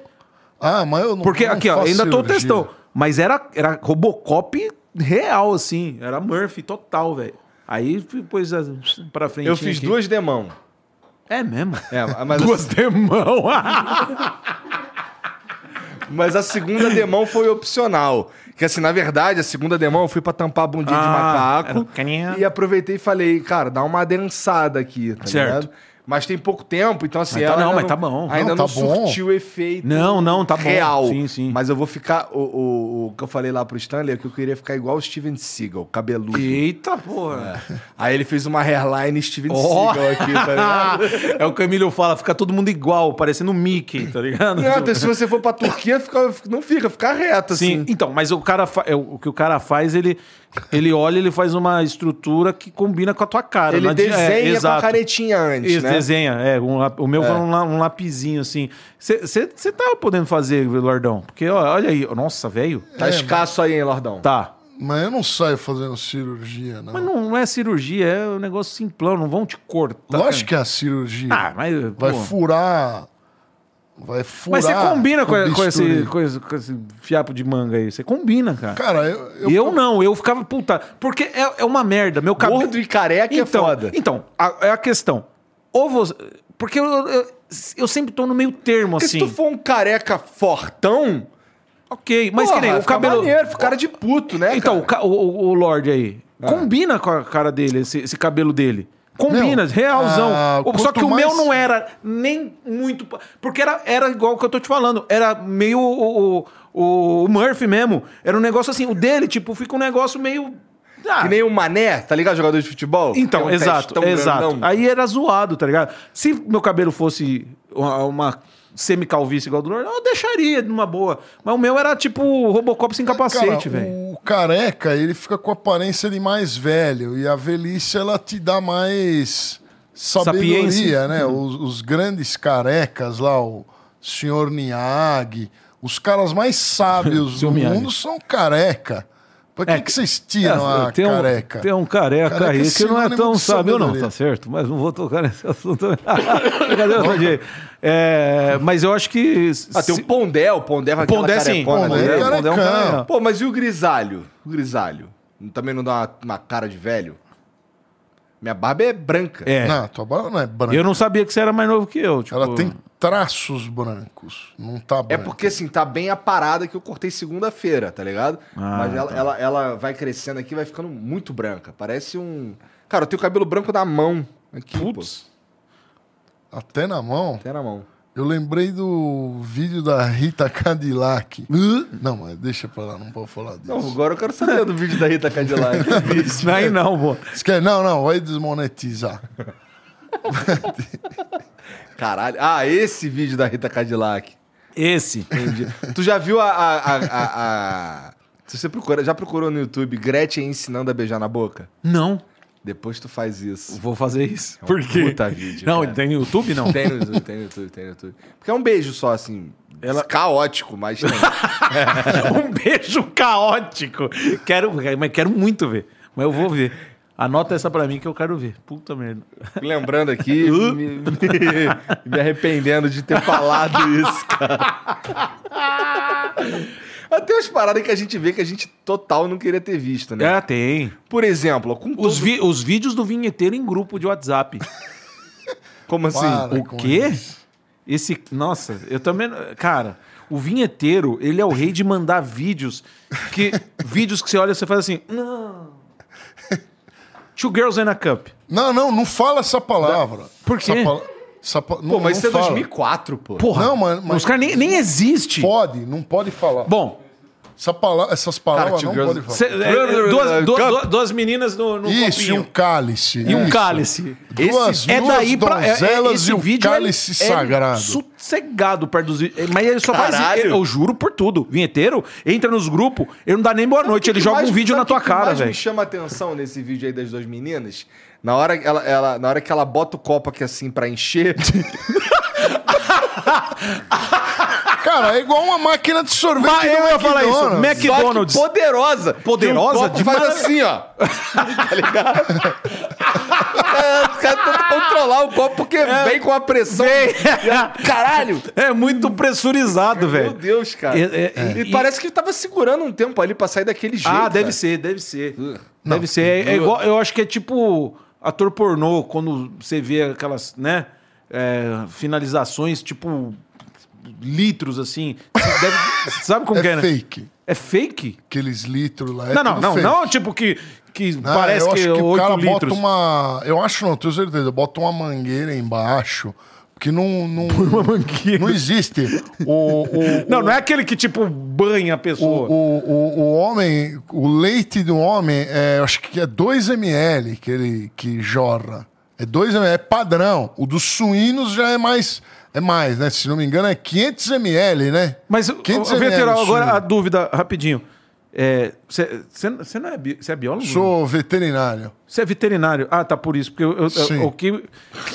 B: Ah, mas eu não
C: Porque é
B: não
C: aqui, ó,
B: faço
C: ainda tô
B: cirurgia.
C: testão. Mas era, era Robocop real, assim. Era Murphy total, velho. Aí fui- pôs as- pra frente.
A: Eu fiz duas demão.
C: É mesmo?
A: É, mas,
C: Duas demão.
A: mas a segunda demão foi opcional. Que assim, na verdade, a segunda demão eu fui pra tampar a bundinha
C: Ah,
A: de macaco.
C: era caninha.
A: E aproveitei e falei, cara, dá uma adensada aqui, tá
C: Certo.
A: ligado? Mas tem pouco tempo, então assim.
C: Mas tá-
A: ela
C: não,
A: ainda
C: mas tá bom.
A: Ainda não,
B: Não, tá bom.
A: surtiu efeito.
C: não, não, tá bom.
A: real.
C: Sim, sim.
A: Mas eu vou ficar. O, o, o que eu falei lá pro Stanley é que eu queria ficar igual o Steven Seagal, cabeludo.
C: Eita, porra.
A: Aí ele fez uma hairline Steven
C: Ó.
A: Seagal aqui, tá ligado?
C: é o que o Emílio fala, fica todo mundo igual, parecendo o Mickey, tá ligado?
A: Não, até se você for pra Turquia, fica- não fica, fica reto
C: Sim,
A: assim.
C: então, mas o cara fa- é, o que o cara faz, ele ele olha, ele faz uma estrutura que combina com a tua cara.
A: Ele
C: não adi- é,
A: desenha com a
C: exato.
A: canetinha antes,
C: Isso,
A: né?
C: desenha, é. um lap- o meu foi um, la- um lapizinho assim. Você tá podendo fazer, Lardão? Porque ó, olha aí, nossa, velho.
A: Tá escasso aí, hein, Lordão?
C: Tá.
B: Mas eu não saio fazendo cirurgia, não.
C: Mas não é cirurgia, é um negócio simplão, não vão te cortar.
B: Lógico que é a cirurgia.
C: tá, Ah, mas.
B: Vai
C: pô.
B: furar... Vai furar...
C: Mas você combina com, com
B: bisturi.
C: esse, com, esse, com esse fiapo de manga aí. Você combina, cara.
B: Cara, eu...
C: eu, não, eu ficava puta. Porque é, é uma merda. Meu cabelo.
A: Gordo e careca é
C: então,
A: foda.
C: Então, a- é a questão. Ou você. Porque eu, eu, eu sempre tô no meio termo,
A: Porque
C: assim.
A: se tu for um careca fortão,
C: Ok, mas
A: porra,
C: que nem o
A: fica
C: cabelo.
A: maneiro, fica cara de puto, né?
C: então, o
A: cara?
C: ca- o, o, o Lorde aí.
B: É.
C: Combina com a cara dele, esse, esse cabelo dele. Combina,
B: Meu,
C: realzão.
B: ah,
C: O- Só
B: quanto
C: que o meu
B: mais-
C: não era nem muito. pa- Porque era, era igual o que eu tô te falando. Era meio o, o, o Murphy mesmo. Era um negócio assim. O dele, tipo, fica um negócio meio. Ah,
A: Que nem o Mané, tá ligado? Jogador de futebol?
C: então,
A: Que é um
C: exato,
A: testão
C: exato.
A: grandão.
C: Aí era zoado, tá ligado? Se meu cabelo fosse uma, uma semi-calvície igual do Lorde, eu deixaria numa boa. Mas o meu era tipo Robocop sem
B: cara,
C: capacete, velho.
B: O careca, ele fica com a aparência de mais velho. E a velhice, ela te dá mais sabedoria,
C: Sapiência. Uhum.
B: né? Os, os grandes carecas lá, o senhor Niag, os caras mais sábios do
C: Senhor Miyagi.
B: mundo são careca. Pra que,
C: É,
B: que vocês tiram a
G: É, tem,
B: careca?
G: um, tem um careca,
B: Careca é
G: aí que não é
B: sinônimo
G: tão
B: de
G: sábio, não,
B: sabedoria.
G: tá certo? Mas não vou tocar nesse assunto. Cadê o Sadier? é, Mas eu acho que.
A: Ah,
C: um
A: tem o Pondé, o Pondé com aquela
C: Pondé, sim.
A: carecona né?
B: Pondé,
A: dele.
B: cara.
C: um
B: carecão.
C: careca.
A: Pô, mas e o grisalho? O grisalho? Também não dá uma, uma cara de velho? Minha barba é branca.
C: É.
B: Não, tua barba não é branca.
C: Eu não sabia que você era mais novo que eu. Tipo,
B: Ela tem traços brancos. Não tá
A: É
B: branca.
A: porque, assim, tá bem a parada que eu cortei segunda-feira, tá ligado?
C: Ah,
A: Mas ela, ela, ela vai crescendo aqui, vai ficando muito branca. Parece um... Cara, eu tenho cabelo branco na mão. Aqui, Putz.
C: Putz.
B: Até na mão.
A: até na mão.
B: Eu lembrei do vídeo da Rita Cadillac. Não, mas deixa pra lá, não pode falar disso.
A: Não, agora eu quero saber do vídeo da Rita Cadillac. Que vídeo?
C: Não, Aí não, pô.
B: Você quer- não, não, vai desmonetizar.
A: Caralho. Ah, esse vídeo da Rita Cadillac.
C: Esse.
A: Tu já viu a... a, a, a- a- Se você procura, já procurou no YouTube Gretchen ensinando a beijar na boca?
C: Não,
A: Depois tu faz isso.
C: vou fazer isso.
A: É um
C: Por quê?
A: puta vídeo,
C: não,
A: cara.
C: tem no YouTube, não.
A: Tem no YouTube, tem no YouTube, tem no YouTube. Porque é um beijo só, assim,
C: Ela-
A: caótico, mas tem.
C: um beijo caótico. Quero, mas quero muito ver. Mas eu vou ver. Anota essa pra mim que eu quero ver. Puta merda.
A: Lembrando aqui, me, me- me arrependendo de ter falado isso, cara. Mas Tem umas paradas que a gente vê que a gente total não queria ter visto, né?
C: Ah, tem.
A: Por exemplo, com
C: Os,
A: todo-
C: vi- os vídeos do vinheteiro em grupo de WhatsApp.
A: Como assim?
B: Para.
C: O
B: com
C: quê? né? Esse. Nossa, eu também. Cara, o vinheteiro, ele é o rei de mandar vídeos. Que, vídeos que você olha e você faz assim. Não. Two Girls and a Cup.
B: Não, não, não fala essa palavra.
C: Por quê?
B: Essa pala- essa pa- não,
A: Pô, mas isso
B: não
A: é
B: fala.
A: 2004, pô.
C: Porra,
B: Não, mas- mas-
C: os caras nem, nem existe.
B: Pode, não pode falar.
C: Bom,
B: Essa pala- essas palavras
A: Cara,
B: não
A: Two
B: pode
A: Girls-
B: falar.
C: cê- é, é, duas, du- du- duas meninas no, no
B: Isso, e um
C: copinho.
B: cálice.
C: E um
B: isso.
C: cálice.
B: Duas,
C: É
B: duas
C: daí pra. é- é-
B: donzelas
C: esse
B: e um
C: vídeo é-
B: cálice
C: é
B: sagrado.
C: sossegado perto dos vídeos. Mas ele só faz.
A: Caralho.
C: Eu, juro por tudo. Vinheteiro, entra nos grupos, ele não dá nem boa noite,
A: Sabe o
C: ele
A: que
C: joga
A: mais-
C: um vídeo
A: sabe
C: na
A: o que
C: tua
A: que
C: cara,
A: mais
C: velho.
A: me chama a atenção nesse vídeo aí das duas meninas? Na hora, que ela, ela- na hora que ela bota o copo aqui assim pra encher.
B: Cara, é igual uma máquina de sorvete
C: Ah,
B: do
C: eu ia falar isso.
B: McDonald's.
C: Mac- McDonald's.
A: Só que poderosa.
C: É Poderosa
A: E o copo faz
C: demais.
A: assim, ó. tá ligado? É, Os caras tentam controlar o copo porque vem com a pressão. Caralho!
C: É muito pressurizado, velho.
A: Meu Deus, cara.
C: É, é, é.
A: E, parece que ele tava segurando um tempo ali pra sair daquele jeito.
C: Ah, deve
A: cara. Hum.
C: ser, deve ser.
B: Não.
C: Deve ser. É, é igual, eu acho que é tipo ator pornô, quando você vê aquelas, né? é, finalizações, tipo, litros, assim. Deve- sabe como
B: É
C: que é, né?
B: fake.
C: É fake?
B: Aqueles litros lá. é
C: não, não,
B: tudo
C: não.
B: fake.
C: Não, tipo, que, que
B: Ah,
C: parece
B: eu acho
C: que
B: que,
C: é
B: o
C: 8
B: cara bota
C: litros.
B: uma. Eu acho não, tenho certeza. Bota uma mangueira embaixo. Porque não. Não, não existe. O, o,
C: Não, não é aquele que, tipo, banha a pessoa.
B: o, o, o homem. O leite do homem, é, eu acho que é 2 ml que ele que jorra. É 2 ml, é padrão. O dos suínos já é mais. É mais, né? Se não me engano, é 500 ml, né?
C: Mas, o
B: 500
C: o- o
B: ml
C: veterinário,
B: do
C: agora
B: suíno.
C: a dúvida, rapidinho. Você não é, bi- cê é biólogo?
B: Sou veterinário.
C: Você é veterinário. Ah, tá por isso. Porque eu, eu-
B: Sim.
C: eu- o que,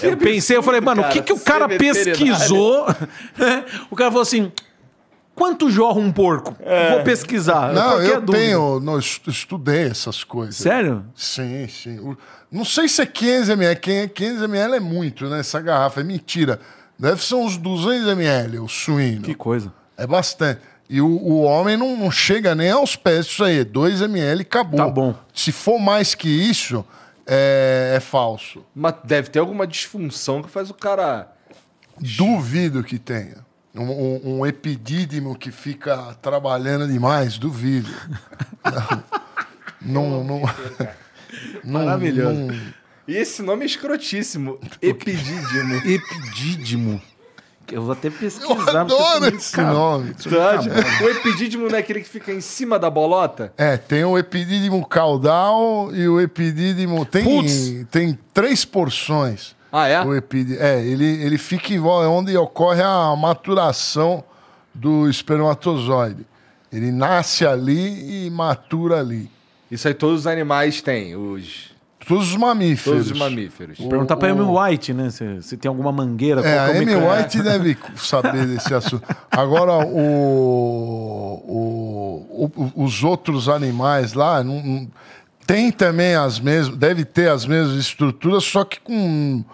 C: eu pensei, eu falei, mano, o que,
A: cara,
C: que o
A: ser
C: cara
A: veterinário.
C: pesquisou? o cara falou assim: quanto jorra um porco? Vou pesquisar.
B: Não,
C: Qual que é a
B: eu
C: dúvida?
B: tenho. Não, eu estu- estudei essas coisas.
C: Sério?
B: Sim, sim. O- Não sei se é 15 ml. Quem é 15 ml é muito, né? Essa garrafa é mentira. Deve ser uns 200 ml o suíno.
C: Que coisa.
B: É bastante. E o, o homem não, não chega nem aos pés disso aí. 2 ml acabou.
C: Tá bom.
B: Se for mais que isso, é, é falso.
A: Mas deve ter alguma disfunção que faz o cara.
B: Duvido que tenha. Um, um, um epidídimo que fica trabalhando demais, duvido. não, não, não,
C: Maravilhoso.
B: não-
A: E esse nome é escrotíssimo. Epidídimo.
C: Epidídimo. Eu vou até pesquisar.
B: Eu
C: porque
B: adoro
C: isso me- né?
B: esse
C: cara,
B: nome.
A: Verdade. o epidídimo não é aquele que fica em cima da bolota?
B: É, tem o epidídimo caudal e o epidídimo. Tem,
C: Putz.
B: tem três porções.
A: Ah, é?
B: O epidídimo. É, ele, ele fica em volta, é onde ocorre a maturação do espermatozoide. Ele nasce ali e matura ali.
A: Isso aí todos os animais têm, os.
B: Todos os mamíferos.
A: Todos os mamíferos.
C: Perguntar pra Amy White, né? Se, se tem alguma mangueira.
B: É,
C: qual
B: a
C: que o
B: Amy
C: mecan-
B: White deve saber desse assunto. Agora, o, o- o- os outros animais lá não- não- tem também as mesmas, deve ter as mesmas estruturas, só que com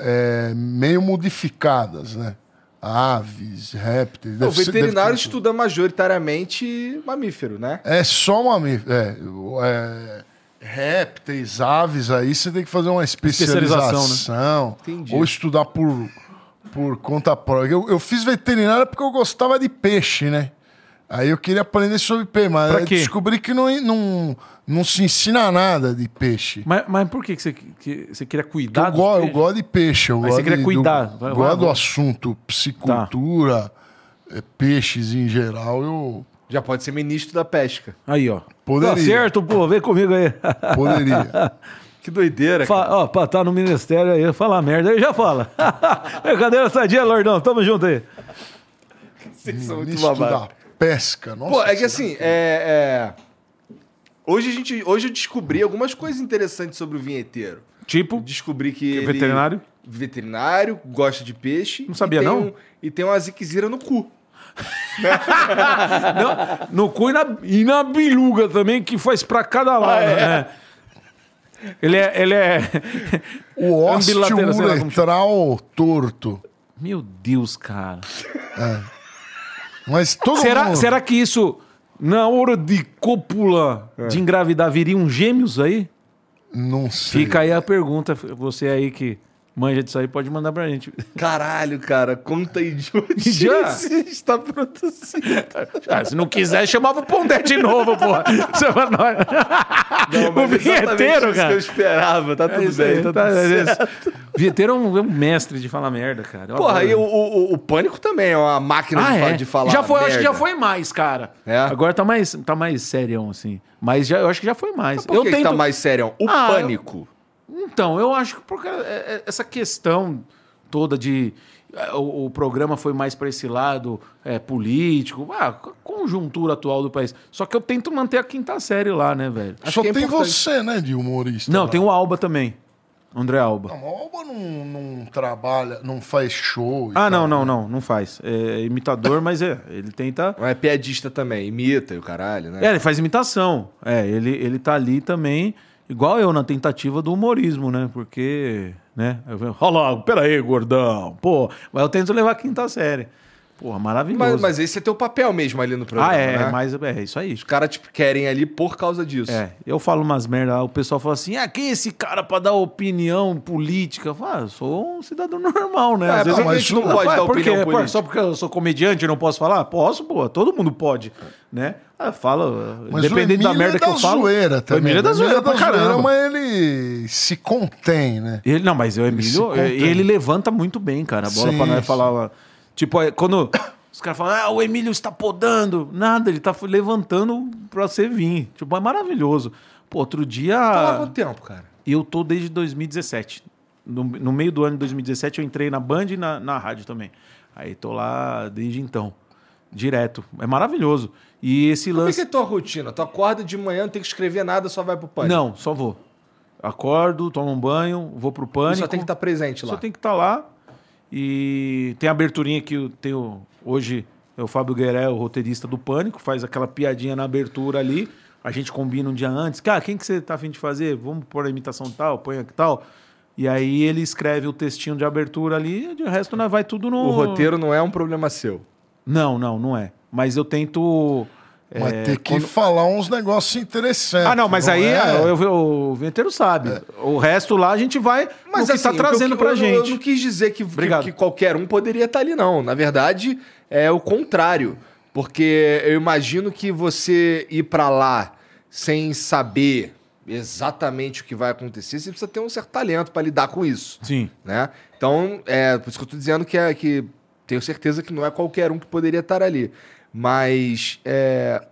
B: é, meio modificadas, né? Aves, répteis.
A: o
B: deve ser- deve
A: veterinário
B: ter- um-
A: estuda majoritariamente mamífero, né?
B: É só mamífero. É, o- é, répteis, aves, aí você tem que fazer uma especialização.
C: Especialização, né?
A: Entendi.
B: Ou estudar por, por conta própria. Eu, eu fiz veterinária porque eu gostava de peixe, né? Aí eu queria aprender sobre peixe, mas
C: Pra
B: eu
C: quê?
B: descobri que não, não, não se ensina nada de peixe.
C: Mas, mas por que que você que, você queria cuidar
B: Eu,
C: dos
B: go, eu
C: peixes?
B: gosto de peixe. Eu
C: Mas
B: gosto
C: você queria
B: de,
C: cuidar.
B: Do,
C: Vai- vai-
B: gosto do
C: vai. Tá.
B: assunto, piscicultura, eh, peixes em geral, eu
A: Já pode ser ministro da pesca.
C: Aí, ó.
B: Poderia.
C: Tá certo, pô. Vem comigo aí.
B: poderia.
A: Que doideira,
C: Fa
A: cara.
C: ó, pra tá no ministério aí, falar merda aí já fala. Brincadeira, sadia, Lordão. Tamo junto aí.
A: Vocês
C: é
A: são muito
B: Ministro
A: babados.
B: da pesca. Nossa,
A: Pô, é que
B: você-
A: assim, é, é, Hoje a gente. Hoje eu descobri algumas coisas interessantes sobre o vinheteiro.
C: Tipo,
A: Descobri que.
C: é
A: ele-
C: veterinário?
A: Veterinário, gosta de peixe. Não
C: sabia, não?
A: e tem uma ziquezira no cu.
C: no cu e na, e na biluga também, que faz pra cada
B: Ah,
C: lado,
B: é.
C: né? Ele é. Ele é...
B: O ósseo
C: Ambilateral, um sei lá como
B: uretral torto.
C: Meu Deus, cara.
B: Mas todo
C: Será,
B: mundo...
C: será que isso, na hora de cópula,
B: É.
C: de engravidar, viriam gêmeos aí?
B: Não sei.
C: Fica aí a pergunta, você aí que manja disso aí, pode mandar pra gente.
A: Caralho, cara, quanta idiotice
C: Já?
A: está produzindo.
C: Ah, se não quiser, chamava o Pondé de novo, porra. Chama nós. o
A: Mas exatamente
C: vinheteiro,
A: isso que eu
C: cara.
A: esperava, tá tudo
C: É isso aí,
A: bem, tá,
C: tá-
A: tudo
C: é
A: certo.
C: isso. Vinheteiro é um, é um mestre de falar merda, cara. Eu
A: Porra,
C: adoro.
A: e o, o- o- o pânico também é uma máquina
C: né? Ah,
A: de, fa-
C: é?
A: de falar.
C: Já foi, eu acho que já
A: merda.
C: foi mais, cara.
A: É?
C: Agora tá mais, tá mais serião, assim. Mas já, eu acho que já foi mais.
A: Por
C: eu
A: que que
C: tento...
A: tá mais sério? O
C: Ah, eu-
A: pânico.
C: Então, eu acho que por causa- é- é- essa questão toda de. é, O, o programa foi mais para esse lado é, político, ah, co- conjuntura atual do país. Só que eu tento manter a quinta série lá, né, velho?
A: Acho
B: Só
A: que é
B: tem
A: importante.
B: você, né, de humorista.
C: Não,
B: lá.
C: tem um- o Alba também. André Alba.
B: Não, o Alba não, não trabalha, não faz show. e tal.
C: Ah, não, não, não, não faz. É imitador, mas é. Ele tenta.
A: É piadista também, imita e o caralho, né?
C: É, ele faz imitação. É, ele, ele tá ali também, igual eu, na tentativa do humorismo, né? Porque, né? Eu venho, olha lá, peraí, gordão. Pô, mas eu tento levar a quinta série. Porra, maravilhoso.
A: Mas, mas esse é teu papel mesmo ali no programa,
C: ah, é,
A: né?
C: mas é isso aí.
A: Os caras te querem ali por causa disso.
C: É, eu falo umas merda, lá, o pessoal fala assim: ah, quem é esse cara pra dar opinião política? Eu falo, ah, eu sou um cidadão normal, né?
A: É,
C: Às vezes
A: mas
C: eu-
A: a gente não
C: Ah,
A: pode
C: mas
A: dar
C: por quê?
A: opinião
C: Pô,
A: política.
C: Só porque eu sou comediante e não posso falar? Posso, pô, todo mundo pode, né? Ah, fala,
B: Mas
C: dependendo
B: o
C: da
B: Emílio
C: merda
B: é
C: que eu falo.
B: zoeira também. né?
C: O Emílio é da
B: O Emílio
C: zoeira pra caramba.
B: mas ele se contém, né?
C: Ele, não, mas o
B: se
C: Emílio,
B: contém.
C: ele, ele levanta muito bem, cara, a bola
B: Sim,
C: pra nós
B: sim.
C: falar. lá. Tipo, aí, quando os caras falam, ah, o Emílio está podando. Nada, ele tá levantando pra você vir. Tipo, é maravilhoso. Pô, outro dia.
A: Tá lá há quanto tempo, cara?
C: Eu tô desde 2017. No, no meio do ano de 2017, eu entrei na Band e na, na rádio também. Aí tô lá desde então. Direto. É maravilhoso. E esse
A: Como é
C: lance.
A: que é tua rotina? Tu acorda de manhã, não tem que escrever nada, só vai pro pânico.
C: Não, só vou. Acordo, tomo um banho, vou pro
A: Tu
C: pânico.
A: só tem que tá estar presente lá.
C: Só tem que estar lá. E tem a aberturinha que eu tenho hoje. É o Fábio Gueré, o roteirista do Pânico, faz aquela piadinha na abertura ali. A gente combina um dia antes. Cara, quem que você tá afim de fazer? Vamos pôr a imitação tal, põe aqui tal. E aí ele escreve o textinho de abertura ali, e de resto nós vai tudo no.
A: O roteiro não é um problema seu.
C: Não, não, não é. Mas eu tento.
B: Mas
C: é,
B: tem que falar uns negócios interessantes.
C: Ah, não, mas aí
B: é?
C: ah, eu- eu- o vinheteiro sabe. O resto lá a gente vai. Mas no que
A: É. assim, o que
C: tá
A: eu-
C: trazendo pra
A: eu-
C: gente.
A: Eu não quis dizer que, que,
C: Obrigado.
A: que qualquer um poderia estar ali, não. Na verdade, é o contrário. Porque eu imagino que você ir pra lá sem saber exatamente o que vai acontecer, você precisa ter um certo talento pra lidar com isso.
C: Sim.
A: né? Então, é, por isso que eu tô dizendo que, é, que tenho certeza que não é qualquer um que poderia estar ali. Mas é,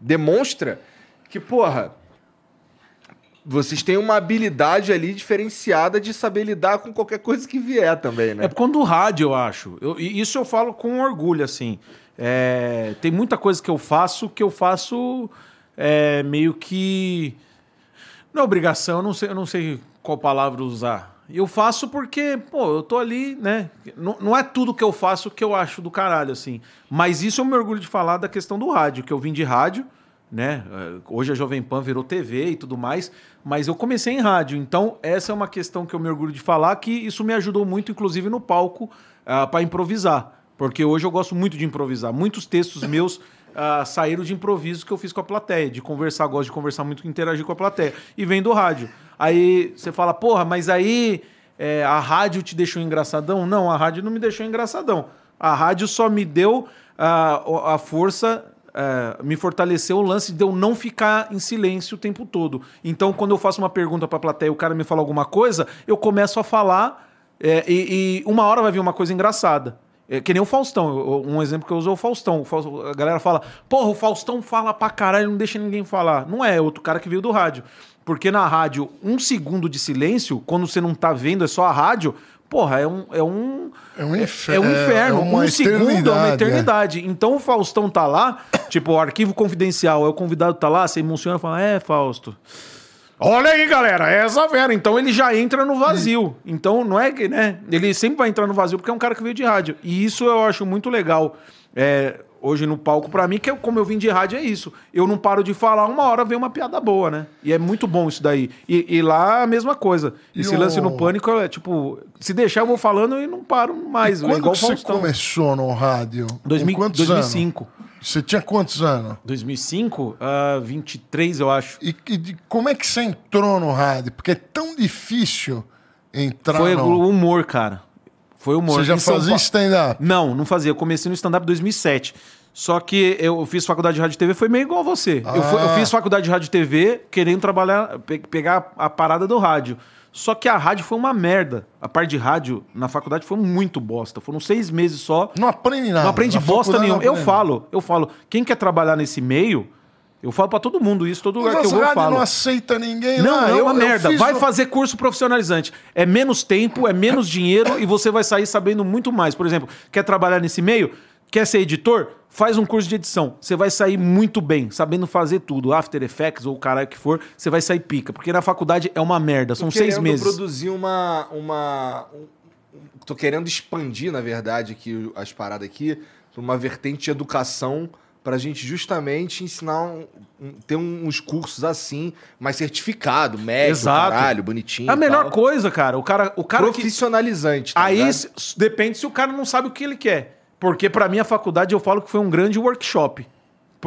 A: demonstra que, porra, vocês têm uma habilidade ali diferenciada de saber lidar com qualquer coisa que vier também, né?
C: É por conta do rádio, eu acho. Eu- e isso eu falo com orgulho, assim. É, tem muita coisa que eu faço que eu faço é, meio que. Não é obrigação, eu não sei, eu não sei qual palavra usar. Eu faço porque, pô, eu tô ali, né? Não, não é tudo que eu faço que eu acho do caralho, assim. Mas isso eu me orgulho de falar da questão do rádio, que eu vim de rádio, né? Eh, Hoje a Jovem Pan virou TV e tudo mais, mas eu comecei em rádio. Então, essa é uma questão que eu me orgulho de falar, que isso me ajudou muito, inclusive, no palco, ah, pra improvisar. Porque hoje eu gosto muito de improvisar. Muitos textos meus ah, saíram de improviso que eu fiz com a plateia, de conversar, gosto de conversar muito, interagir com a plateia. E vem do rádio. Aí você fala, porra, mas aí é, a rádio te deixou engraçadão? Não, a rádio não me deixou engraçadão. A rádio só me deu ah, o- a força é, me fortaleceu o lance de eu não ficar em silêncio o tempo todo. Então, quando eu faço uma pergunta pra plateia e o cara me fala alguma coisa, eu começo a falar é, e, e uma hora vai vir uma coisa engraçada. É, que nem o Faustão. Eu- eu- Um exemplo que eu uso é o Faustão. O Faustão- A galera fala, porra, o Faustão fala pra caralho, não deixa ninguém falar. Não é, é outro cara que veio do rádio. Porque na rádio, um segundo de silêncio, quando você não tá vendo, é só a rádio, porra, é um... É um,
B: É um infer-
C: É um
B: é
C: inferno.
B: uma
C: um segundo é uma
B: eternidade, é.
C: eternidade verdade. Então o Faustão tá lá, tipo, o arquivo confidencial, aí o convidado tá lá, você emociona e fala, é, Fausto. Olha aí, galera, é essa fera. Então ele já entra no vazio. Então não é que, né? Ele sempre vai entrar no vazio porque é um cara que veio de rádio. E isso eu acho muito legal. É, hoje no palco, pra mim, que eu, como eu vim de rádio, é isso. Eu não paro de falar, uma hora vem uma piada boa, né? E é muito bom isso daí. E, e lá a mesma coisa.
B: E
C: Esse
B: o-
C: lance no pânico é tipo, se deixar eu vou falando e não paro mais. é
B: Quando
C: igual
B: que
C: o
B: você
C: Faustão.
B: começou no rádio? Com
C: 2000
B: quantos
C: 2005.
B: anos? Você tinha quantos anos?
C: 2005? Ah, 23, eu acho.
B: E, e de- como é que você entrou no rádio? Porque é tão difícil entrar
C: Foi
B: não?
C: o humor, cara. Foi o humor.
B: Você já
C: Em São
B: fazia
C: Pa-
B: stand-up?
C: Não, não fazia. Eu comecei no stand-up em 2007. Só que eu fiz faculdade de rádio e TV, foi meio igual a você. Eu, fu-
B: Ah.
C: eu fiz faculdade de rádio e TV querendo trabalhar, pe- pegar a parada do rádio. Só que a rádio foi uma merda. A parte de rádio na faculdade foi muito bosta. Foram seis meses só.
B: Não aprende nada.
C: Não aprende
B: Na
C: bosta
B: faculdade
C: nenhuma.
B: não
C: Eu
B: aprende.
C: falo, eu falo. Quem quer trabalhar nesse meio, eu falo pra todo mundo isso, todo
B: Mas
C: lugar
B: as
C: que eu vou eu
B: rádios
C: falo.
B: não aceita ninguém
C: Não,
B: lá.
C: não, é
B: Eu-
C: uma
B: eu
C: merda.
B: fiz
C: Vai
B: no-
C: fazer curso profissionalizante. É menos tempo, é menos dinheiro e você vai sair sabendo muito mais. Por exemplo, quer trabalhar nesse meio? Quer ser editor? Faz um curso de edição. Você vai sair muito bem, sabendo fazer tudo. After Effects ou o caralho que for, você vai sair pica. Porque na faculdade é uma merda, são seis
A: querendo
C: meses.
A: produzir uma. uma um- um- tô querendo expandir, na verdade, aqui, o- as paradas aqui, pra uma vertente de educação pra gente justamente ensinar um- um- ter um- uns cursos assim, mais certificado, médio,
C: Exato.
A: caralho, bonitinho.
C: É a
A: e
C: melhor
A: tal.
C: coisa, cara. O cara, o cara que...
A: Profissionalizante. tá
C: Aí
A: ligado?
C: s- depende se o cara não sabe o que ele quer. Porque pra mim a faculdade eu falo que foi um grande workshop.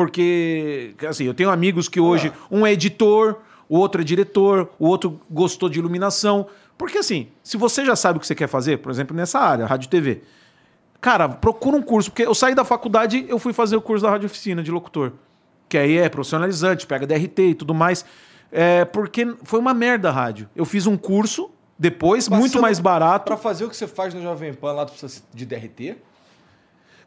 C: Porque, assim, eu tenho amigos que hoje
A: Ah.
C: um é editor, o outro é diretor, o outro gostou de iluminação. Porque, assim, se você já sabe o que você quer fazer, por exemplo, nessa área, rádio e TV, Cara, procura um curso, porque eu saí da faculdade, eu fui fazer o curso da Rádio Oficina de locutor. Que aí é profissionalizante, pega DRT e tudo mais. É, porque foi uma merda a rádio. Eu fiz um curso depois, muito
A: Passando
C: mais barato.
A: Pra fazer o que você faz na Jovem Pan lá, tu precisa de DRT?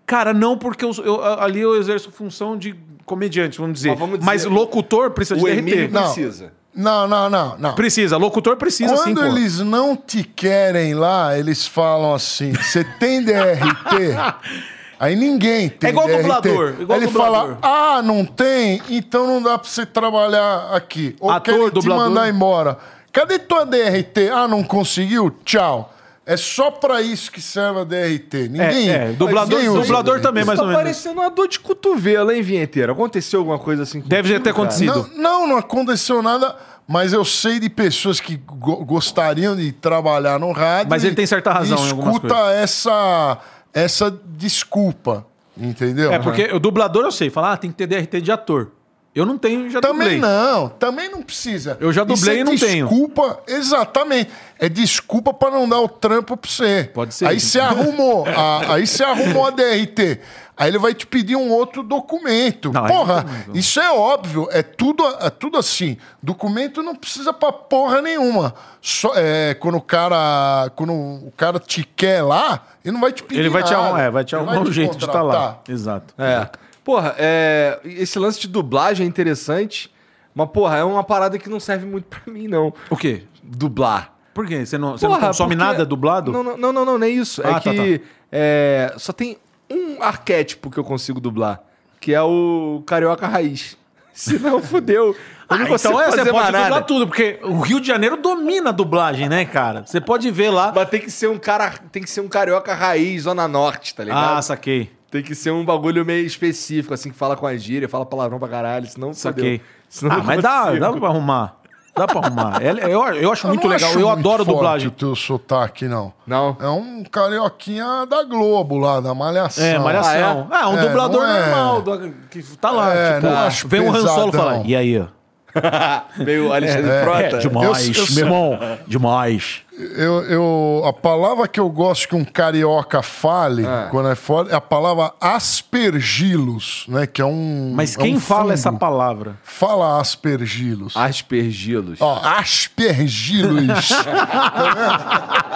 C: Cara, não, porque eu, eu- ali eu exerço função de comediante, vamos dizer.
A: Mas
C: Mas,
A: vamos dizer,
C: locutor precisa de
A: o
C: DRT.
A: Emílio
B: Não.
A: precisa.
B: Não, não, não, não.
C: Precisa, locutor precisa sim,
B: Quando
C: assim, pô.
B: eles não te querem lá, eles falam assim: você tem DRT? Aí ninguém tem.
C: É igual
B: DRT.
C: dublador, igual
B: Aí ele
C: dublador.
B: fala: ah, não tem? Então não dá pra você trabalhar aqui. Ou
C: Ator,
B: querem te
C: dublador.
B: mandar embora. Cadê tua DRT? Ah, não conseguiu? Tchau. É só pra isso que serve a DRT. Ninguém.
C: é, dublador-
B: ninguém usa
C: dublador
B: DRT.
C: também, mais
A: tá
C: ou menos.
A: parecendo uma dor de cotovelo, hein, Vinheteiro? Aconteceu alguma coisa assim?
C: Deve
A: contigo,
C: ter
A: cara?
C: acontecido.
B: Não, não, não aconteceu nada, mas eu sei de pessoas que go- gostariam de trabalhar no rádio.
C: Mas ele
B: e-
C: tem certa razão
B: e
C: em algumas
B: escuta essa essa desculpa, entendeu?
C: É, porque o dublador eu sei, falar, ah, tem que ter DRT de ator. Eu não tenho, já
B: Também
C: dublei.
B: não, também não precisa.
C: Eu já dublei
B: Isso é
C: e não tenho.
B: Desculpa, exatamente. É desculpa pra não dar o trampo pra você.
C: Pode ser.
B: Aí você arrumou, a- aí você arrumou a DRT. Aí ele vai te pedir um outro documento.
C: Não, aí
B: porra,
C: não tem
B: isso é óbvio, é tudo, é tudo assim. Documento não precisa pra porra nenhuma. Só, é, quando o cara, quando o cara te quer lá, ele não vai te pedir
C: Ele vai te
B: nada.
C: arrumar, é, vai te
B: Ele
C: arrumar um
B: te
C: jeito de estar lá.
B: contratar.
C: Exato.
A: É. Porra, é, esse lance de dublagem é interessante, mas, porra, é uma parada que não serve muito pra mim, não.
C: O quê?
A: Dublar.
C: Por quê? Você não, você
A: Porra,
C: não consome
A: porque-
C: nada dublado?
A: Não, não, não, não, não, nem isso. é
C: Ah, tá,
A: que é, só tem um arquétipo que eu consigo dublar, que é o carioca raiz. Se não, fudeu. Eu não
C: Ah,
A: consigo
C: então é,
A: fazer
C: você
A: mais
C: pode
A: nada.
C: dublar tudo, porque o Rio de Janeiro domina a dublagem, né, cara? Você pode ver lá.
A: Mas tem que ser um cara, tem que ser um carioca raiz, zona norte, tá ligado?
C: Ah, saquei.
A: Tem que ser um bagulho meio específico, assim, que fala com a gíria, fala palavrão pra caralho, senão
C: Saquei.
A: fudeu. Senão
B: é
C: ah,
A: não
C: mas dá,
A: consigo.
C: dá pra arrumar. Dá pra arrumar. É- Eu, eu acho
B: Eu
C: muito
B: não
C: legal.
B: acho
C: Eu
B: muito
C: adoro
B: forte
C: dublagem.
B: o teu sotaque, não.
A: Não.
B: É um carioquinha da Globo lá, da Malhação.
C: É, malhação. Ah,
B: Ah, é?
C: um
B: É,
C: dublador
B: não é-
C: normal, do- que tá lá.
B: É,
C: tipo,
B: não
C: ah,
B: acho
C: vem um Han Solo e
B: pesadão.
C: fala, e aí? ó?"
A: Meio Alexandre
C: É,
A: Frota.
C: demais,
B: Eu- eu-
C: meu irmão, demais.
B: Eu, eu, a palavra que eu gosto que um carioca fale quando é fora é a palavra aspergilos, né? Que é um.
C: Mas
B: é
C: quem
B: um
C: fala
B: fungo.
C: essa palavra?
B: Fala aspergilos.
A: Aspergilos.
B: Ó, aspergilos.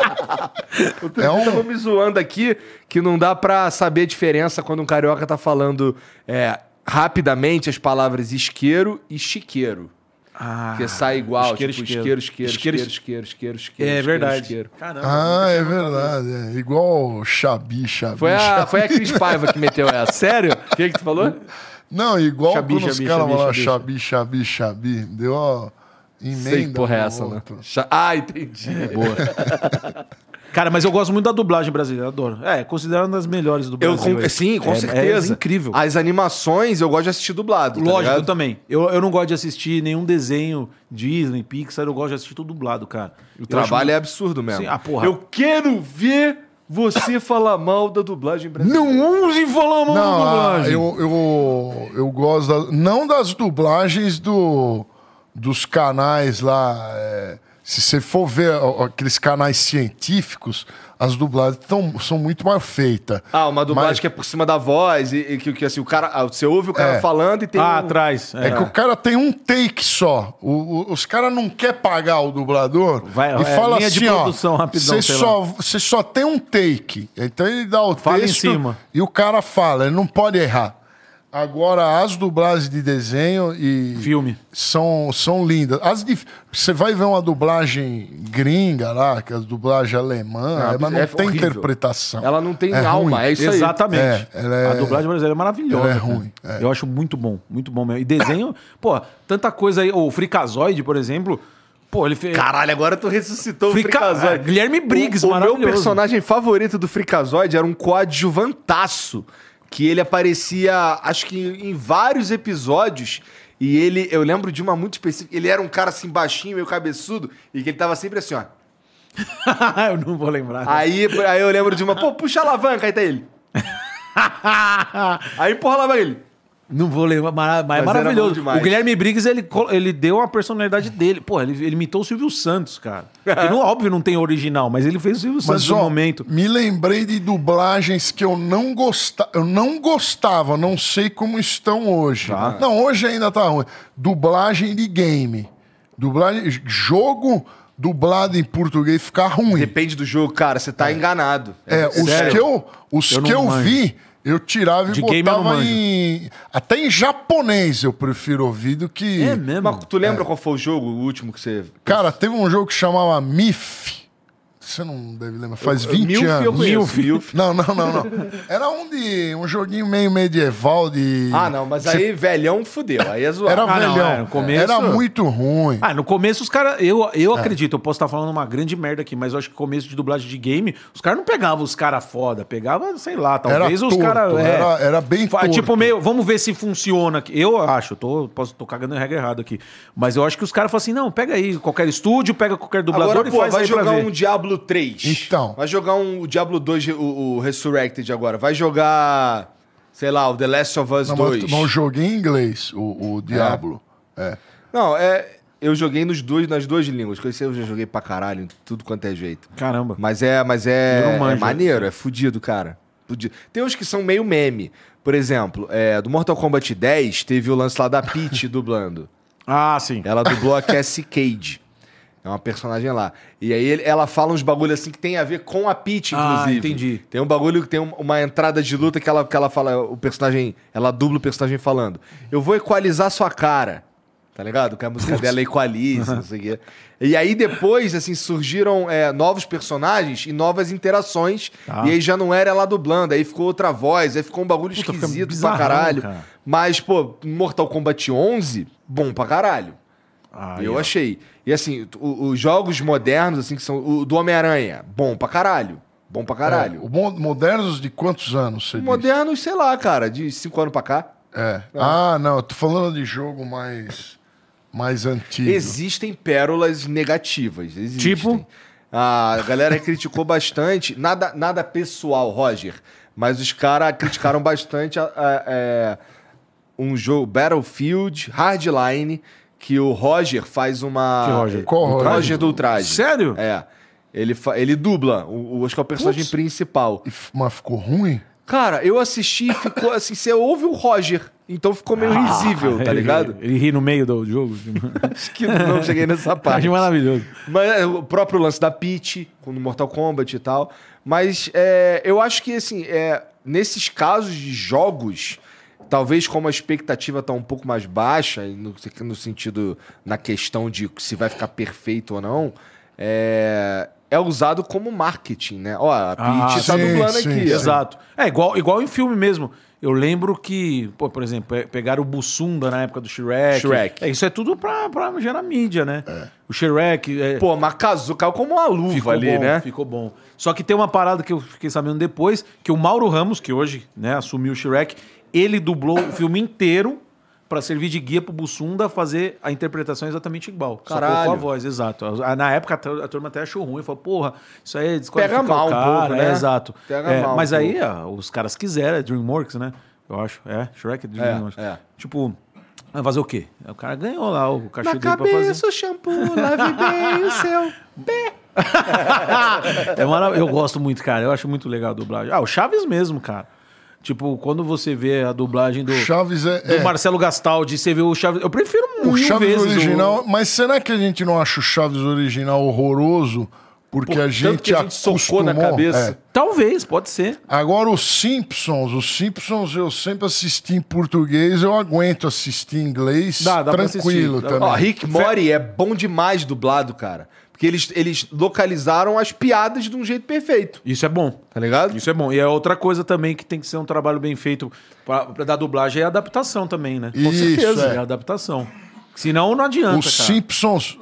B: é
A: Estão
B: um.
A: me zoando aqui que não dá pra saber a diferença quando um carioca tá falando é, rapidamente as palavras isqueiro e chiqueiro.
C: Ah,
A: Porque sai igual,
C: isqueiro,
A: tipo, isqueiro,
C: isqueiro.
A: isqueiro,
C: Isqueiro,
A: isqueiro, isqueiro, isqueiro, isqueiro.
C: é
A: isqueiro,
C: verdade.
A: isqueiro.
C: Caramba.
B: Ah, é verdade. É igual Xabi, Xabi.
A: Foi a,
B: Xabi.
A: foi a Cris Paiva que meteu essa. Sério? O que, que tu falou?
B: Não, igual
A: Xabi,
B: quando os
A: Xabi,
B: caras
A: Xabi,
B: falaram
A: Xabi.
B: Xabi, Xabi, Xabi. Deu uma emenda.
A: Sei que porra é
B: no
A: essa, né?
B: outro.
A: Cha- Ah, entendi. boa.
C: Ah, Cara, mas eu gosto muito da dublagem brasileira, adoro. É, considerando uma das melhores do
A: Eu,
C: Brasil.
A: com,
C: aí.
A: sim, com
C: É-
A: certeza.
C: É incrível.
A: As animações eu gosto de assistir dublado. tá
C: Lógico, eu
A: ligado?
C: também. Eu, eu não gosto de assistir nenhum desenho Disney, Pixar, eu gosto de assistir tudo dublado, cara.
A: O trabalho é absurdo mesmo.
C: Sim, ah, porra.
A: Eu quero ver você falar mal da dublagem brasileira.
C: Não use falar
B: Não,
C: mal da
B: a-
C: dublagem.
B: eu, eu, eu gosto da- não das dublagens do, dos canais lá. é, Se você for ver ó, ó, aqueles canais científicos, as dublagens tão, são muito mal feitas.
A: Ah, uma dublagem
B: Mas-
A: que é por cima da voz e, e que, que assim, o cara. ah, Você ouve o cara
B: É.
A: falando e tem.
C: Ah,
A: um-
C: atrás.
B: É que o cara tem um take só. O- o- os caras não quer pagar o dublador.
C: Vai,
B: e
C: é,
B: fala
C: linha de
B: assim, ó,
C: produção, rapidão,
B: Você
C: sei lá."
B: só, você só tem um take. Então ele dá o
C: Fala em
B: texto
C: cima.
B: e o cara fala. Ele não pode errar. Agora, as dublagens de desenho e...
C: Filme.
B: São, são lindas. As de- você vai ver uma dublagem gringa lá, que é a dublagem alemã,
A: Ah,
B: mas não
A: é
B: tem
A: horrível.
B: interpretação.
A: Ela não tem
B: É
A: alma,
B: ruim.
A: é isso aí.
C: Exatamente.
B: É, ela é-
C: A dublagem brasileira é maravilhosa.
B: ela é
C: cara.
B: ruim, é.
C: Eu acho muito bom, muito bom mesmo. E desenho, pô, tanta coisa aí. O Fricazoide, por exemplo, pô, ele fez.
A: Caralho, agora tu ressuscitou
C: Frica-
A: o Freakazoid.
C: Ah, Guilherme Briggs,
A: o, o meu
C: maravilhoso.
A: personagem favorito do Freakazoid era um coadjuvantaço. Que ele aparecia, acho que em vários episódios. E ele, eu lembro de uma muito específica. Ele era um cara assim baixinho, meio cabeçudo. E que ele tava sempre assim, ó.
C: eu não vou lembrar.
B: Ah,
A: Aí, aí eu lembro de uma, pô, puxa a alavanca, aí tá ele. Aí empurra a alavanca ele.
C: Não vou lembrar, mara- mas, é
A: Mas era bom
C: maravilhoso.
A: demais.
C: O Guilherme Briggs, ele, co- ele deu a personalidade dele. Pô, ele, ele imitou o Silvio Santos, cara. Que não, óbvio não tem original, mas ele fez o Silvio Santos no
B: ó,
C: momento.
B: Me lembrei de dublagens que eu não gostava, eu não gostava, não sei como estão hoje. Não, hoje ainda tá ruim. Dublagem de game. Dublagem jogo dublado em português fica ruim.
A: Depende do jogo, cara, você tá enganado.
B: É, os
C: Sério?
B: que eu, os
C: Eu não
B: que eu
C: manjo.
B: vi, eu tirava e
C: De game eu não
B: botava
C: manjo.
B: em até em japonês eu prefiro ouvir do que
C: É mesmo?
A: Mas tu lembra qual foi o jogo, o último que você.
B: Cara, teve um jogo que chamava MIF. Você não deve lembrar, faz 20
A: Milf
B: anos.
A: eu conheço. Milf.
B: Não, não, não, não. Era um de um joguinho meio medieval de.
A: Ah, não, mas aí velhão fudeu. Aí é zoado.
B: Era
C: Ah, não,
B: velhão.
C: é, no começo-
B: Era muito ruim.
C: Ah, no começo os caras. Eu,
A: É.
C: eu acredito, eu posso estar falando uma grande merda aqui, mas eu acho que começo de dublagem de game, os caras não pegavam os caras foda, pegava, sei lá, talvez
B: Era
C: os caras.
B: torto, era- era bem
C: Fa-
B: torto.
C: Tipo, meio, vamos ver se funciona. aqui. Eu acho, eu tô, posso, tô cagando a regra errada aqui. Mas eu acho que os caras falam assim: não, pega aí qualquer estúdio, pega qualquer
B: um
C: dublador
A: Agora,
C: e
A: pô,
C: faz
A: vai
C: aí pra
A: jogar
C: ver.
A: um Diablo 3.
B: Então.
A: Vai jogar um o Diablo 2, o, o Resurrected agora. Vai jogar, sei lá, o The Last of Us
B: Não, mas,
A: 2.
B: mas eu joguei em inglês, o, o Diablo. É.
A: Não, é... Eu joguei nos dois, nas duas línguas. Conheci, eu já joguei pra caralho, em tudo quanto é jeito.
C: Caramba.
A: Mas é, mas
C: Eu
A: é,
C: não
A: é
C: manjo.
A: maneiro, é fudido, cara. Fudido. Tem uns que são meio meme. Por exemplo, é, do Mortal Kombat 10 teve o lance lá da Peach dublando.
C: Ah, sim.
A: Ela dublou a Cassie Cage. É uma personagem lá. E aí ele- ela fala uns bagulho assim que tem a ver com a Peach,
C: Ah,
A: inclusive.
C: entendi.
A: Tem um bagulho que tem um- uma entrada de luta que ela, que ela fala, o personagem, ela dubla o personagem falando. Eu vou equalizar sua cara. Tá ligado? Que a música dela equaliza, não sei o quê. E aí depois, assim, surgiram é, novos personagens e novas interações. E aí já não era ela dublando, aí ficou outra voz, aí ficou um bagulho
C: Ah. Puta, fica
A: esquisito pra
C: bizarrão,
A: caralho.
C: cara.
A: Mas, pô, Mortal Kombat 11, bom pra caralho
C: Ah,
A: eu achei. E assim, o- os jogos modernos, assim, que são. O do Homem-Aranha, bom pra caralho. Bom pra
B: É,
A: caralho.
B: o mo- modernos de quantos anos você diz?
A: Modernos, sei lá, cara, de 5 anos pra cá.
B: É. Ah, não, eu tô falando de jogo mais, mais antigo.
A: Existem pérolas negativas. Existem.
C: Tipo?
A: A galera criticou bastante. Nada, nada pessoal, Roger. Mas os caras criticaram bastante a- a- é, um jogo Battlefield Hardline que o Roger faz uma.
C: Que Roger?
B: Qual
A: o
B: Roger?
A: Roger do Ultraje.
C: Sério?
A: É. Ele, fa- ele dubla. O, o- acho que é o personagem
C: Putz.
A: principal.
B: E f- Mas ficou ruim?
A: Cara, eu assisti e ficou assim. Você ouve o Roger. Então ficou meio risível, tá
C: Ah, Ele-
A: ligado?
C: Ele, ri no meio do jogo.
A: Acho que não cheguei nessa parte.
C: Acho maravilhoso.
A: Mas é, o próprio lance da Peach, com no Mortal Kombat e tal. Mas é, eu acho que, assim, é, nesses casos de jogos, talvez como a expectativa tá um pouco mais baixa, e no, no sentido, na questão de se vai ficar perfeito ou não, é, é usado como marketing, né? Ó, a
C: Ah,
A: Peach tá
B: sim,
A: dublando
B: sim,
A: aqui.
B: sim.
A: ó.
C: Exato. É igual, igual em filme mesmo. Eu lembro que, pô, por exemplo, pe- pegaram o Bussunda na época do Shrek.
A: Shrek.
C: É, isso é tudo pra, pra gerar mídia, né? O Shrek. é,
A: Pô, mas casou, caiu como uma luva
C: ficou
A: ali,
C: bom,
A: né?
C: Ficou bom. Só que tem uma parada que eu fiquei sabendo depois, que o Mauro Ramos, que hoje né, assumiu o Shrek, ele dublou o filme inteiro pra servir de guia pro Bussunda fazer a interpretação exatamente igual. Só
A: Caralho.
C: colocou a voz, exato. A- Na época a tur- a turma até achou ruim, falou, porra, isso aí desqualifica
A: Pega mal
C: o
A: um
C: cara.
A: pouco, né?
C: É, exato.
A: Pega
C: É,
A: mal um
C: mas aí ah, os caras quiseram, é DreamWorks, né? Eu acho. É, Shrek é DreamWorks.
A: é.
C: Tipo, Vai fazer o quê? O cara ganhou lá o cachê
A: Na
C: dele pra fazer.
A: cabeça o shampoo, lave bem o seu pé.
C: É maravilhoso. Eu gosto muito, cara. Eu acho muito legal a dublagem. Ah, o Chaves mesmo, cara. Tipo, quando você vê a dublagem do,
B: Chaves é.
C: do
B: é.
C: Marcelo Gastaldi, você vê o Chaves. Eu prefiro muito.
B: O Chaves original. Mas será que a gente não acha o Chaves original horroroso? Porque a gente
A: Tanto que a gente socou na
B: acostumou-
A: cabeça.
B: É.
C: Talvez, pode ser.
B: Agora, os Simpsons. Os Simpsons eu sempre assisti em português, eu aguento assistir em inglês
C: Dá- dá pra
B: tranquilo
C: assistir, dá-
B: também.
A: Ó, Rick Mori é bom demais dublado, cara. Porque eles, eles localizaram as piadas de um jeito perfeito,
C: Isso é bom.
A: tá ligado?
C: Isso é bom. E é outra coisa também que tem que ser um trabalho bem feito pra, pra dar dublagem é a adaptação também, né?
B: Isso, é.
C: É a adaptação. Senão não tá, adianta,
B: Os
C: cara.
B: Simpsons.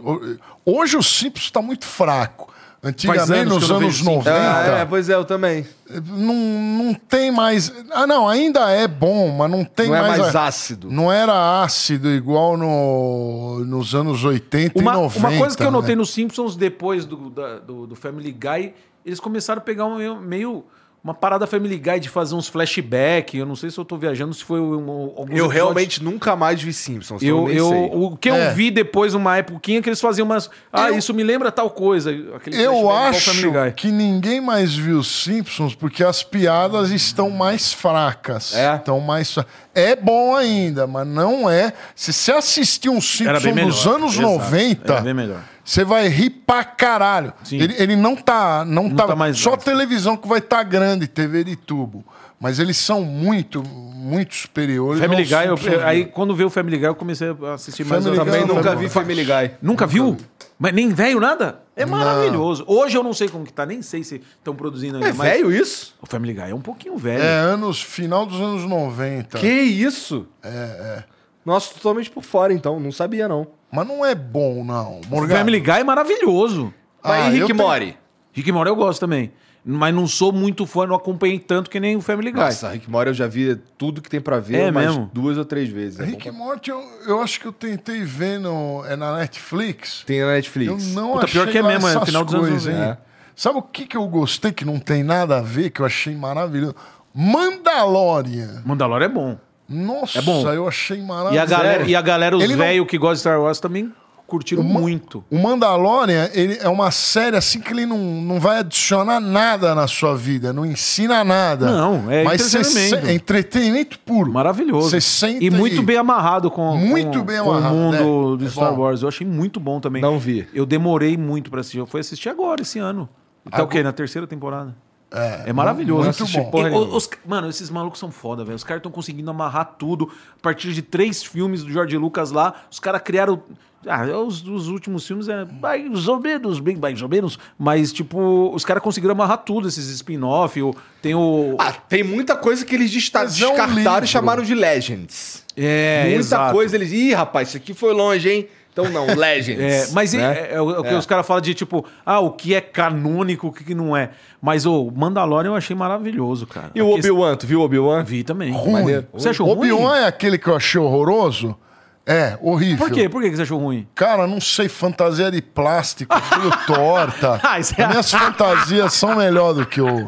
B: Hoje o Simpsons está muito fraco. Antigamente,
C: anos que
B: nos
C: eu não
B: anos
C: vejo Simpsons.
B: 90,
A: Ah, é, pois é, eu também.
B: não, não tem mais. Ah, não, ainda é bom, mas não tem
A: Não é
B: mais.
A: mais
B: a-
A: ácido.
B: Não era ácido igual no, nos anos 80
C: Uma,
B: e 90.
C: uma coisa que eu notei
B: né?
C: nos Simpsons depois do, da- do, do Family Guy, eles começaram a pegar um, meio- meio. Uma parada Family Guy de fazer uns flashback. Eu não sei se eu tô viajando, se foi um, alguns
A: Eu
C: episódios.
A: realmente nunca mais vi Simpsons. então
C: Eu,
A: nem
C: eu,
A: sei.
C: o que eu
B: É.
C: vi depois, uma époquinha, que eles faziam umas. Ah,
B: Eu-
C: isso me lembra tal coisa. Aquele flashback
B: Eu
C: igual
B: acho
C: Family Guy.
B: que ninguém mais viu os Simpsons porque as piadas estão mais fracas.
A: É?
B: Estão mais fra- É bom ainda, mas não é. Se você assistir um Simpsons
C: bem
B: dos
C: melhor.
B: anos
C: Exato.
B: 90,
C: Era bem melhor.
B: você vai rir pra caralho.
C: Sim.
B: Ele, ele não tá. Não, tá,
C: tá mais
B: só
C: ácido.
B: televisão que vai estar grande, TV de tubo. Mas eles são muito, muito superiores.
C: Family
B: aos
C: Guy, eu-
B: Simpsons.
C: aí quando veio o Family Guy, eu comecei a assistir mais.
B: Family
C: outras
A: Também
B: Guy eu
C: coisas.
A: nunca
B: não-
A: vi Family Guy.
C: Nunca viu? Mas nem velho nada? É maravilhoso. Hoje eu não sei como que tá, nem sei se estão produzindo ainda.
A: É
C: mas
A: velho isso?
C: O Family Guy é um pouquinho velho.
B: É, anos, final dos anos 90.
A: Que isso? É, é. Nossa, totalmente por fora, então. Não sabia, não.
B: Mas não é bom, não.
C: O
B: Morgado.
C: Family Guy é maravilhoso.
B: Ah,
A: Mas e
B: eu
A: Rick
B: tenho-
A: Mori?
C: Rick and Morty eu gosto também. Mas não sou muito fã, não acompanhei tanto que nem o Family Guy.
A: Nossa, Rick Mori eu já vi tudo que tem pra ver,
C: É
A: mais
C: mesmo?
A: duas ou três vezes. É
B: Rick
A: bom
B: and Morty, eu, eu acho que eu tentei ver no, é na Netflix.
A: pra- Tem na
B: Eu
A: Netflix.
B: não
C: Puta,
B: achei
C: pior que é
B: lá
C: mesmo, é
B: essas
C: final dos anos
B: coisas,
C: 90.
B: hein? Sabe o que, que eu gostei que não tem nada a ver, que eu achei maravilhoso? Mandalorian.
C: Mandalorian é bom.
B: Nossa,
C: É bom.
B: eu achei
C: E a
B: maravilhoso.
C: galera, e a galera os
B: Ele não-
C: velhos que gostam de Star Wars também curtiram
B: Uma-
C: muito.
B: O Mandalorian ele é uma série assim que ele não, não vai adicionar nada na sua vida, não ensina nada.
C: Não, é
B: Mas você
C: entretenimento.
B: se- é entretenimento puro.
C: Maravilhoso.
B: Você sente
C: e muito bem amarrado com,
B: Muito
C: com-
B: bem
C: com
B: amarrado,
C: o mundo
B: né?
C: do
B: É
C: Star
B: bom.
C: Wars. Eu achei muito bom também.
A: Não vi.
C: Eu demorei muito pra assistir. Eu fui assistir agora, esse ano. E tá o quê? Na terceira temporada. É, maravilhoso.
B: muito
C: Assisti
B: bom.
C: porra
A: E
C: nenhuma. os- mano, esses malucos são foda, velho. Os caras estão conseguindo amarrar tudo. A partir de três filmes do Jorge Lucas lá, os caras criaram. Ah, os, os últimos filmes é mais ou menos, bem mais ou menos. Mas, tipo, os caras conseguiram amarrar tudo, esses spin-off. o- Tem o.
A: Ah, tem muita coisa que eles desta-
B: Mas é um
A: descartaram
B: livro.
A: e chamaram de Legends.
C: é,
A: muita
C: exato.
A: coisa eles. Ih, rapaz, isso aqui foi longe, hein? Então não,
C: É,
A: Legends.
C: mas e-
A: né?
C: é, é o o que os caras falam de tipo, ah, o que é canônico, o que que não é. Mas o Mandalorian eu achei maravilhoso, cara.
A: E o
C: Aqui-
A: Obi-Wan, tu viu o Obi-Wan?
C: Vi também.
B: ruim.
C: Você achou ruim?
B: Obi-Wan é aquele que eu achei horroroso? É, horrível.
C: Por quê? Por que que você achou ruim?
B: Cara, não sei, fantasia de plástico, tudo torta.
C: Ah,
B: As
C: isso é-
B: minhas fantasias são melhor do que o.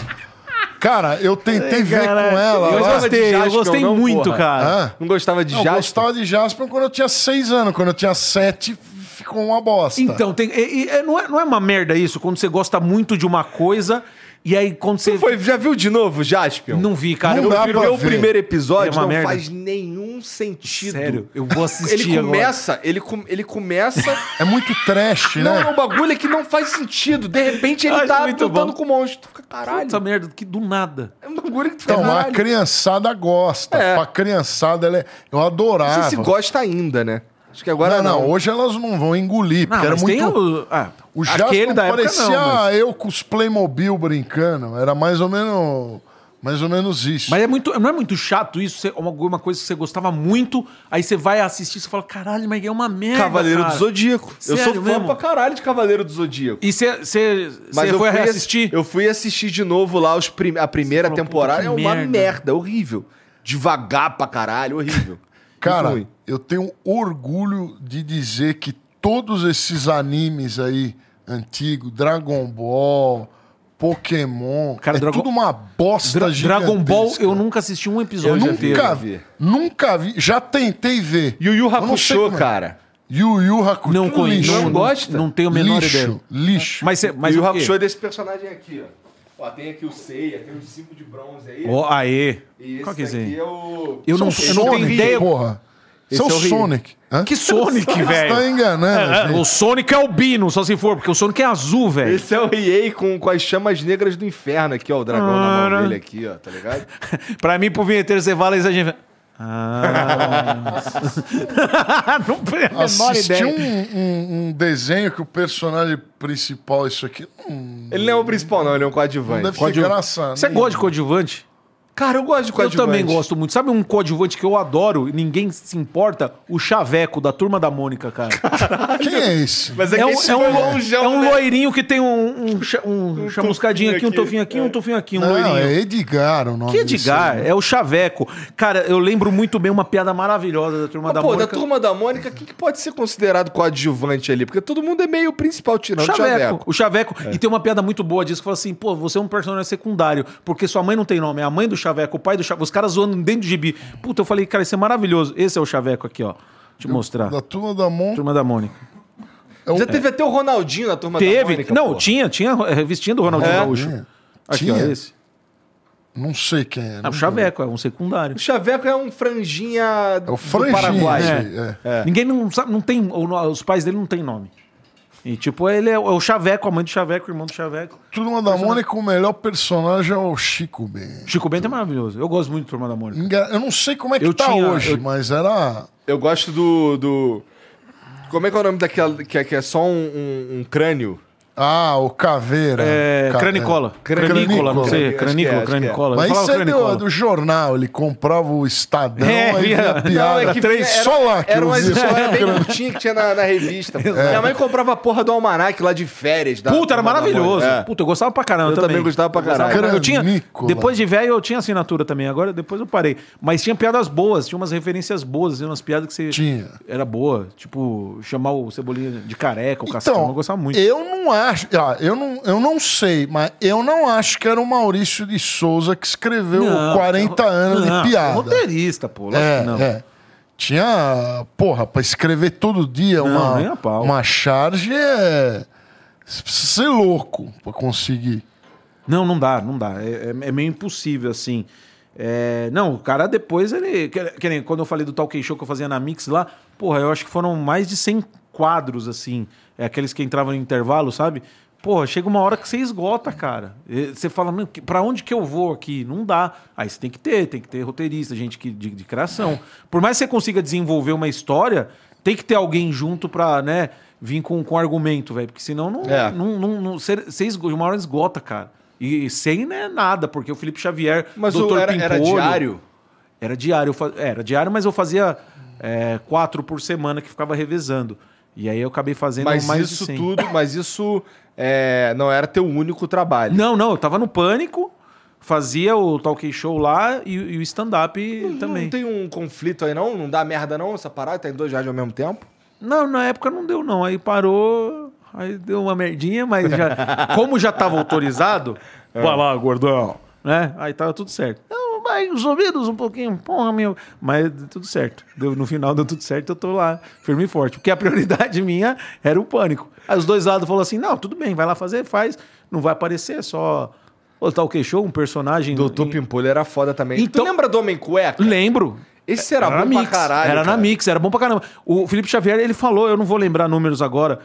B: Cara, eu tentei ver com ela.
C: eu
B: lá.
C: gostei,
A: de
C: eu
A: Jasper,
C: gostei
A: não,
C: muito,
A: porra.
C: cara.
B: Hã?
A: Não gostava de
B: Não, eu
A: Jasper?
B: gostava de Jasper quando eu tinha seis anos. Quando eu tinha sete, ficou uma bosta.
C: Então, tem, e- e- é- não, é, não é uma merda isso? Quando você gosta muito de uma coisa e aí quando você.
A: Foi, já viu de novo Jaspion?
C: Não vi, cara.
B: Não
C: eu
B: dá
C: prefiro-
B: pra
A: Porque o
B: ver.
A: primeiro episódio
C: É uma
A: não
C: merda.
A: faz nenhum sentido.
C: Sério, eu vou assistir.
A: Ele
C: agora.
A: começa, ele, com- ele começa.
B: É muito trash,
A: não, é
B: né?
A: um bagulho é que não faz sentido. De repente ele
C: Acho
A: tá
C: muito
A: lutando
C: bom.
A: com o monstro. Tu Fica, caralho.
C: Essa merda, que do nada.
A: É um bagulho que tu fica.
B: Então, a
A: caralho.
B: criançada gosta.
A: É.
B: Pra criançada, ela é... eu adorava.
A: Não
C: Ah,
A: sei se gosta ainda, né? Acho que agora
B: Não, não, hoje elas não vão engolir,
C: Ah,
B: porque era
C: mas tem
B: muito.
C: o. Ah,
B: O
C: aquele
B: Jasper
C: da época
B: parecia
C: não, mas-
B: eu com os Playmobil brincando. Era mais ou menos, mais ou menos isso.
C: Mas é muito, não é muito chato isso? Você- Uma, uma coisa que você gostava muito, aí você vai assistir e você fala, caralho, mas é uma merda.
A: Cavaleiro
C: cara."
A: do Zodíaco. eu sou
C: Sério
A: fã
C: mesmo?
A: pra caralho de Cavaleiro do Zodíaco.
C: E você, você,
A: Mas
C: você
A: eu fui
C: foi reassistir?
A: Eu fui assistir de novo lá os prim- a primeira
C: Você falou,
A: temporada. É
C: puta, que
A: uma
C: merda.
A: merda. horrível. Devagar pra caralho, horrível.
B: Cara,
A: Muito ruim.
B: eu tenho orgulho de dizer que todos esses animes aí antigos, Dragon Ball, Pokémon.
C: Cara,
B: é
C: Dragon-
B: tudo uma bosta
C: Dra- Dragon Ball,
B: gigantesca.
C: eu nunca assisti um
B: Eu
C: episódio inteiro.
B: nunca vi.
A: vi.
B: Nunca vi. Já tentei ver.
A: E o Yu
B: Eu não sei
A: Hakusho,
B: como é.
A: cara.
B: Yu Yu Hakusho.
C: Não conheço.
A: Não
C: Não,
A: gosta?
C: Não tenho a menor
B: lixo,
C: ideia.
B: Lixo.
C: Mas, cê- mas
A: e
C: quê?
A: o Hakusho é desse personagem aqui, ó. Ó, tem aqui o Seiya, tem o discípulo de bronze aí.
C: Ó, aê.
A: E esse
C: Qual que é esse
A: daqui
C: aí?
A: é o...
C: Eu não, eu não tenho ideia.
B: é Porra.
A: Esse
B: São
A: é o Rio.
B: Sonic. Hã?
C: Que Sonic,
B: Você tá
C: velho?
B: enganando.
C: É,
B: gente.
C: o Sonic é albino, só se for, porque o Sonic é azul, velho.
A: Esse é o Riei com, com as chamas negras do inferno aqui, ó. O dragão na mão
C: Cara.
A: dele aqui, ó, tá ligado?
C: pra mim, pro vinheteiro, você fala isso, a gente... Ah, não tenho a menor
B: Assisti
C: ideia.
B: um, um- um desenho que o personagem principal, isso aqui, não
A: Ele não é o principal, não, ele é um coadjuvante.
B: deve ser né?
C: Coadju-
B: graça.
C: Você
B: nenhuma.
C: gosta de coadjuvante?
A: Cara, eu gosto de
C: Eu
A: coadjuvante.
C: também gosto muito. Sabe um coadjuvante que eu adoro e ninguém se importa? O Chaveco, da Turma da Mônica, cara.
B: Quem é esse?
A: Mas é,
C: É
A: que
C: um,
A: esse
C: é um,
A: foi longeão,
C: é um
A: né?
C: loirinho que tem um, um, cha- um chamuscadinho
A: tufinho aqui. é.
C: aqui, um tofinho aqui, um tofinho aqui, um
B: Não,
C: loirinho.
B: é né? Edgar o nome
C: Que
B: desse
C: Edgar,
B: aí.
C: é o Chaveco. Cara, eu lembro muito bem uma piada maravilhosa da Turma
A: Mas,
C: da
A: pô, da
C: Mônica.
A: turma da Mônica, quem que pode ser considerado coadjuvante ali? Porque todo mundo é meio principal
C: O
A: tirando o
C: Chaveco,
A: Chaveco. É.
C: o Chaveco. E tem uma piada muito boa disso que fala assim: pô, você é um personagem secundário, porque sua mãe não tem nome, é a mãe do Chaveco, o pai do Chaveco, os caras zoando dentro de gibi. Puta, eu falei, cara, isso é maravilhoso. Esse é o Chaveco aqui, ó. Deixa eu mostrar.
B: Da turma da Mon.
C: Turma da Mônica.
A: Já teve até o Ronaldinho na turma da
C: Teve?
A: Mônica.
C: não,
A: pô.
C: tinha, tinha a revistinha do Ronaldinho
A: É.
C: Gaúcho. Aqui, ó,
B: Tinha?
C: esse.
B: Não sei quem é.
C: É
B: não
C: o Chaveco, é um secundário.
A: O Chaveco é um franjinha
B: É o
A: do Paraguai.
B: Franjinha. esse,
C: É.
B: é.
C: Ninguém não sabe, não tem. ou não- Os pais dele não tem nome. E tipo, ele é o é o Chaveco, a mãe do Chaveco, o irmão do Chaveco.
B: Turma da Mônica, o melhor personagem é o Chico Ben.
C: Chico Bento é maravilhoso. Eu gosto muito de Turma da Mônica.
B: Enga- Eu não sei como é que
C: Eu
B: tá
C: tinha-
B: hoje,
C: eu-
B: mas era.
A: Eu gosto do, do... Como é que é o nome daquela que é, que é só um, um- um crânio?
B: Ah, o Caveira.
C: É,
B: Ca-
C: Cranicola. Cranicola, não
A: Acho
C: sei.
A: que é,
C: Cranicola,
A: acho que é.
C: Cranicola.
B: Mas
C: Eu
B: isso
C: falava
B: é do,
C: Cranicola.
B: do jornal, ele comprava o Estadão,
C: É,
B: aí
C: via-
B: vinha a piada.
A: Não, é que
B: Três
A: era-
B: só lá que
A: Era
B: eu
A: uma
B: via.
C: É,
B: só
A: história bem
B: crânico.
A: curtinha que tinha na, na revista. Minha mãe comprava a porra do almanac lá de férias. da
C: Puta, era
A: Turma da
C: maravilhoso.
A: Mônica. É.
C: Puta, eu gostava pra caramba
A: Eu também gostava pra caralho.
C: Eu tinha,
B: Cranicola.
C: depois de velho, eu tinha assinatura também. Agora, depois eu parei. Mas tinha piadas boas, tinha umas referências boas, tinha umas piadas que você...
B: Tinha.
C: Era boa. Tipo, chamar o Cebolinha de careca, o Cascão.
B: Então,
C: Eu gostava muito.
B: eu não acho. ah, eu, não, eu não sei, mas eu não acho que era o Maurício de Souza que escreveu
C: Não,
B: 40 anos
C: não, é
B: de piada.
C: Roteirista, pô. lógico
B: É,
C: que não.
B: é. Tinha, porra, pra escrever todo dia
C: nem a
B: uma,
C: pau.
B: uma charge é. Você precisa ser louco pra conseguir.
C: Não, não dá, não dá. É, é- é meio impossível, assim. É, não, o cara depois ele. Que, que nem quando eu falei do talk show que eu fazia na Mix lá, porra, eu acho que foram mais de 100 quadros, assim. É aqueles que entravam no intervalo, sabe? Porra, chega uma hora que você esgota, cara. E Você fala, meu, que- pra onde que eu vou aqui? Não dá. Aí você tem que ter, tem que ter roteirista, gente que, de, de criação. Por mais que você consiga desenvolver uma história, tem que ter alguém junto pra, né, vir com, com argumento, velho. Porque senão não,
A: É.
C: não, não, não, você, você esgo- uma hora esgota, cara. E, e sem né, nada, porque o Felipe Xavier,
A: Mas o, era, era
C: Pimpolho-
A: diário?
C: Era diário, eu fa- é, era diário, mas eu fazia é, quatro por semana que ficava revezando. E aí eu acabei fazendo
A: Mas
C: mais de
A: isso
C: 100.
A: tudo, mas isso é, não era teu único trabalho.
C: Não, não, eu tava no pânico, fazia o talk show lá e, e o stand-up também.
A: Não tem um conflito aí, não? Não dá merda, não? Essa parada tá em dois rádios ao mesmo tempo?
C: Não, na época não deu, não. Aí parou, aí deu uma merdinha, mas já, como já tava autorizado, vai lá, gordão, né? Aí tava tudo certo. Não, vai os ouvidos um pouquinho, porra, meu. Mas deu tudo certo. Deu, no final deu tudo certo, eu tô lá, firme e forte. Porque a prioridade minha era o pânico. Aí os dois lados falaram assim: não, tudo bem, vai lá fazer, faz. Não vai aparecer, é só. Ô, tá o que show, um personagem.
A: Doutor
C: em-
A: Pimpolho era foda também.
C: Então-
A: Tu lembra do Homem Cueca?
C: Lembro.
A: Esse era bom pra caralho,
C: Era
A: cara.
C: na Mix, era bom pra caramba. O Felipe Xavier, ele falou, eu não vou lembrar números agora.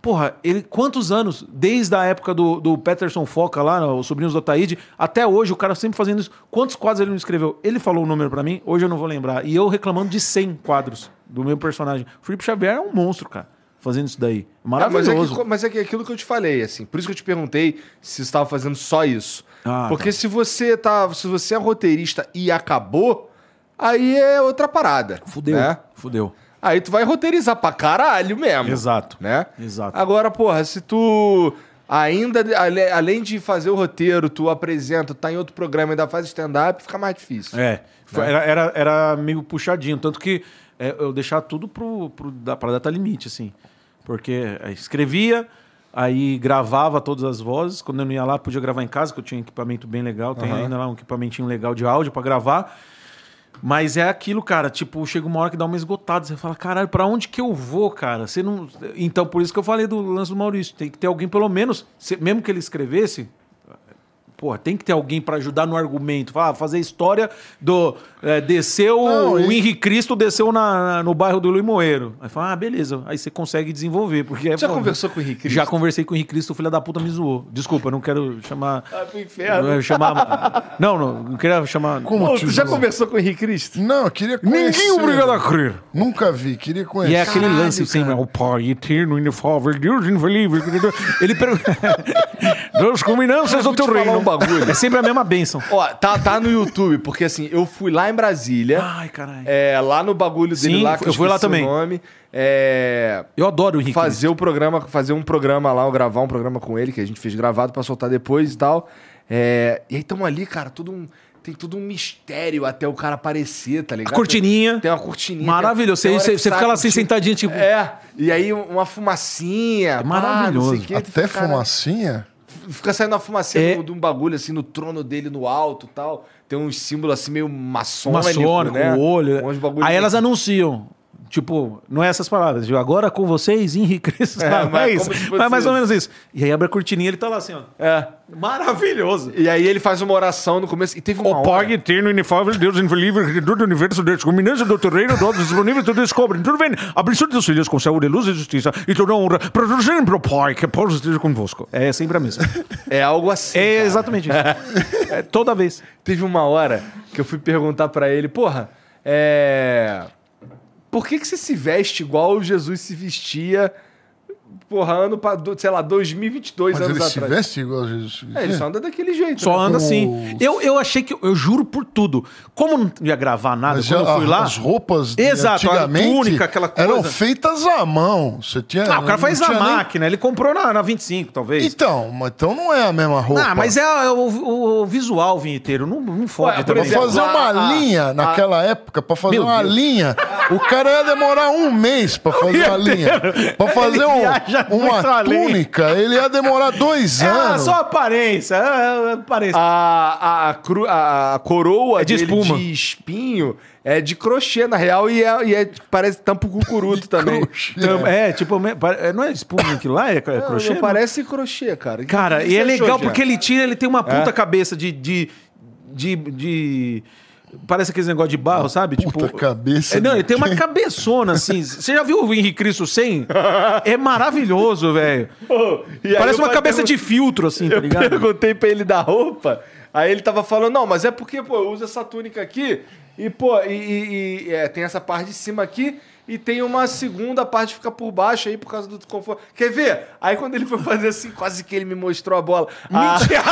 C: Porra, ele quantos anos? Desde a época do, do Peterson Foca lá, os sobrinhos do Ataíde, até hoje, o cara sempre fazendo isso. Quantos quadros ele não escreveu? Ele falou o número pra mim, hoje eu não vou lembrar. E eu reclamando de 100 quadros do meu personagem. O Felipe Xavier é um monstro, cara, fazendo isso daí.
A: Ah, mas é,
C: Maravilhoso.
A: que, mas é que aquilo que eu te falei, assim. Por isso que eu te perguntei se você tava fazendo só isso.
C: Ah,
A: Porque se você tá. Se você é roteirista e acabou, aí é outra parada.
C: Fudeu.
A: né?
C: Fudeu.
A: Aí tu vai roteirizar pra caralho mesmo.
C: Exato.
A: Né?
C: Exato.
A: Agora, porra, se tu ainda, ale- além de fazer o roteiro, tu apresenta, tá em outro programa e ainda faz stand-up, fica mais difícil.
C: É. Foi- Era, era, era meio puxadinho. Tanto que é, eu deixava tudo pro, pro, da, pra data limite, assim. Porque é, escrevia, Aí gravava todas as vozes. Quando eu não ia lá, podia gravar em casa, que eu tinha um equipamento bem legal. Tem ainda lá um equipamentinho legal de áudio pra gravar. Mas é aquilo, cara. Tipo, chega uma hora que dá uma esgotada. Você fala, caralho, pra onde que eu vou, cara? Você não. Então, por isso que eu falei do lance do Maurício. Tem que ter alguém, pelo menos, se- mesmo que ele escrevesse. Porra, tem que ter alguém pra ajudar no argumento. Falar, fazer história do. é, desceu.
B: Não,
C: o
B: e-
C: Henri Cristo desceu na- na- no bairro do Luiz Moeiro. Aí fala, ah, beleza. Aí você consegue desenvolver. Porque é,
A: Já
C: pô,
A: conversou com o Henrique?
C: já conversei com o Henrique Cristo, o filho da puta me zoou. Desculpa, não quero chamar.
A: Ah, pro inferno.
C: Não, é eu chamar não, não, não queria chamar.
B: Como
A: Pô,
B: te
A: tu já
B: zoou?
A: conversou com o Henrique Cristo?
B: Não, eu queria conhecer.
A: é.
C: a crer.
B: Nunca vi, queria conhecer.
C: E é aquele lance sempre, o Pai eterno, inefável, Deus infalível. Ele pergunta. Deus com finanças do
A: Vou te
C: teu
A: falar
C: reino.
A: um bagulho.
C: É sempre a mesma bênção.
A: Ó, tá, tá no YouTube, porque assim, eu fui lá em Brasília,
C: Ai, caralho.
A: é, lá no bagulho dele
C: Sim,
A: lá, que
C: eu fui lá
A: esqueci
C: também.
A: O nome, é,
C: Eu adoro o Henrique.
A: fazer o programa, fazer um programa lá, ou gravar um programa com ele, que a gente fez gravado pra soltar depois e tal. É, e aí tamo ali, cara, todo um. Tem todo um mistério até o cara aparecer, tá ligado?
C: A cortininha.
A: Tem uma cortininha.
C: Maravilhoso.
A: tem- tem
C: Você,
A: hora que
C: você, você
A: tá
C: fica
A: a
C: lá assim
A: cortininha-
C: sentadinho, tipo.
A: um É, e aí uma fumacinha. pá,
C: É maravilhoso.
A: não sei o quê, tu
B: Até
A: fica, cara,
B: fumacinha?
A: Fica saindo uma fumacinha
C: É.
A: do- de um bagulho, assim, no trono dele, no alto e tal. Tem um símbolo, assim, meio maçônico,
C: maçônico,
A: né?
C: o olho.
A: Uns bagulho
C: Aí elas
A: assim.
C: anunciam. Tipo, não é essas palavras. tipo, Agora com vocês, Henrique Cristo.
A: É,
C: sabe?
A: mas
C: É, isso.
A: como se fosse
C: Mas mais ou
A: isso.
C: menos isso. E aí abre a cortininha ele tá lá assim, ó.
A: É.
C: Maravilhoso.
A: E aí ele faz uma oração no começo. E teve uma hora-
C: eterno, inefável, Deus infelível, Criador do universo, Deus culminante do teu reino, todos disponíveis, tu descobre, tudo bem, abençoe teus filhos com saúde, luz e justiça, e toda honra, para o sempre, ó Pai, que a paz esteja convosco. É sempre a mesma.
A: É algo assim.
C: É
A: cara.
C: exatamente isso. É toda vez.
A: Teve uma hora que eu fui perguntar pra ele, porra, é. Por que, que você se veste igual o Jesus se vestia, porra, ano pra, do- sei lá, 2022
B: Mas
A: anos
B: ele se
A: atrás?
B: veste igual a Jesus.
A: É, ele só anda daquele jeito.
C: Só
A: né?
C: anda
B: Com
C: assim.
B: os-
C: Eu, eu achei que, eu juro por tudo, como não ia gravar nada,
B: Mas
C: quando
B: já-
C: eu fui lá...
B: As roupas de
C: Exato, a
B: antigamente
C: túnica, aquela
B: eram
C: coisa.
B: feitas à mão. Você tinha,
C: Ah, o cara
B: não
C: faz a
B: tinha nem-
C: máquina, ele comprou na, na 25, talvez.
B: Então, mas então não é a mesma roupa.
C: Ah, mas é, é o, o- o visual vinheteiro, não, não fode
A: por
C: também.
A: exemplo,
B: Fazer
A: a-
B: uma
A: a-
B: linha naquela época, pra fazer
C: Meu
B: uma
C: Deus.
B: linha, o cara ia demorar um mês pra fazer uma linha. Pra fazer um-
C: viaja muito
B: uma
C: além.
B: túnica, ele ia demorar dois
C: Ah,
B: anos.
C: só aparência, ah, aparência.
A: A, a, cru- a, a coroa
C: É de
A: dele
C: espuma.
A: de espinho é de crochê, na real, e, é, e é- parece tampa o cucuruto também.
C: Então, É, tipo, me- pare- é, não é espuma aquilo lá, é, é
A: Não,
C: crochê?
A: não parece crochê, cara.
C: Cara,
A: O que
C: e é
A: você É? achou,
C: legal
A: Jean?
C: porque ele tira, ele tem uma puta cabeça de de, de, de- Parece aqueles negócio de barro, sabe?
B: Puta cabeça
C: É, não,
B: de
C: ele tem uma cabeçona assim. Você já viu o Henrique Cristo sem? É maravilhoso, velho.
A: Pô, e aí
C: Parece
A: eu
C: uma cabeça de filtro, assim, tá
A: Eu
C: ligado?
A: perguntei pra ele da roupa, aí ele tava falando, não, mas é porque, pô, eu uso essa túnica aqui e, pô, e, e- e, é, tem essa parte de cima aqui e tem uma segunda parte que fica por baixo aí por causa do conforto. Quer ver? Aí quando ele foi fazer assim, quase que ele me mostrou a bola. Ah, Mentira!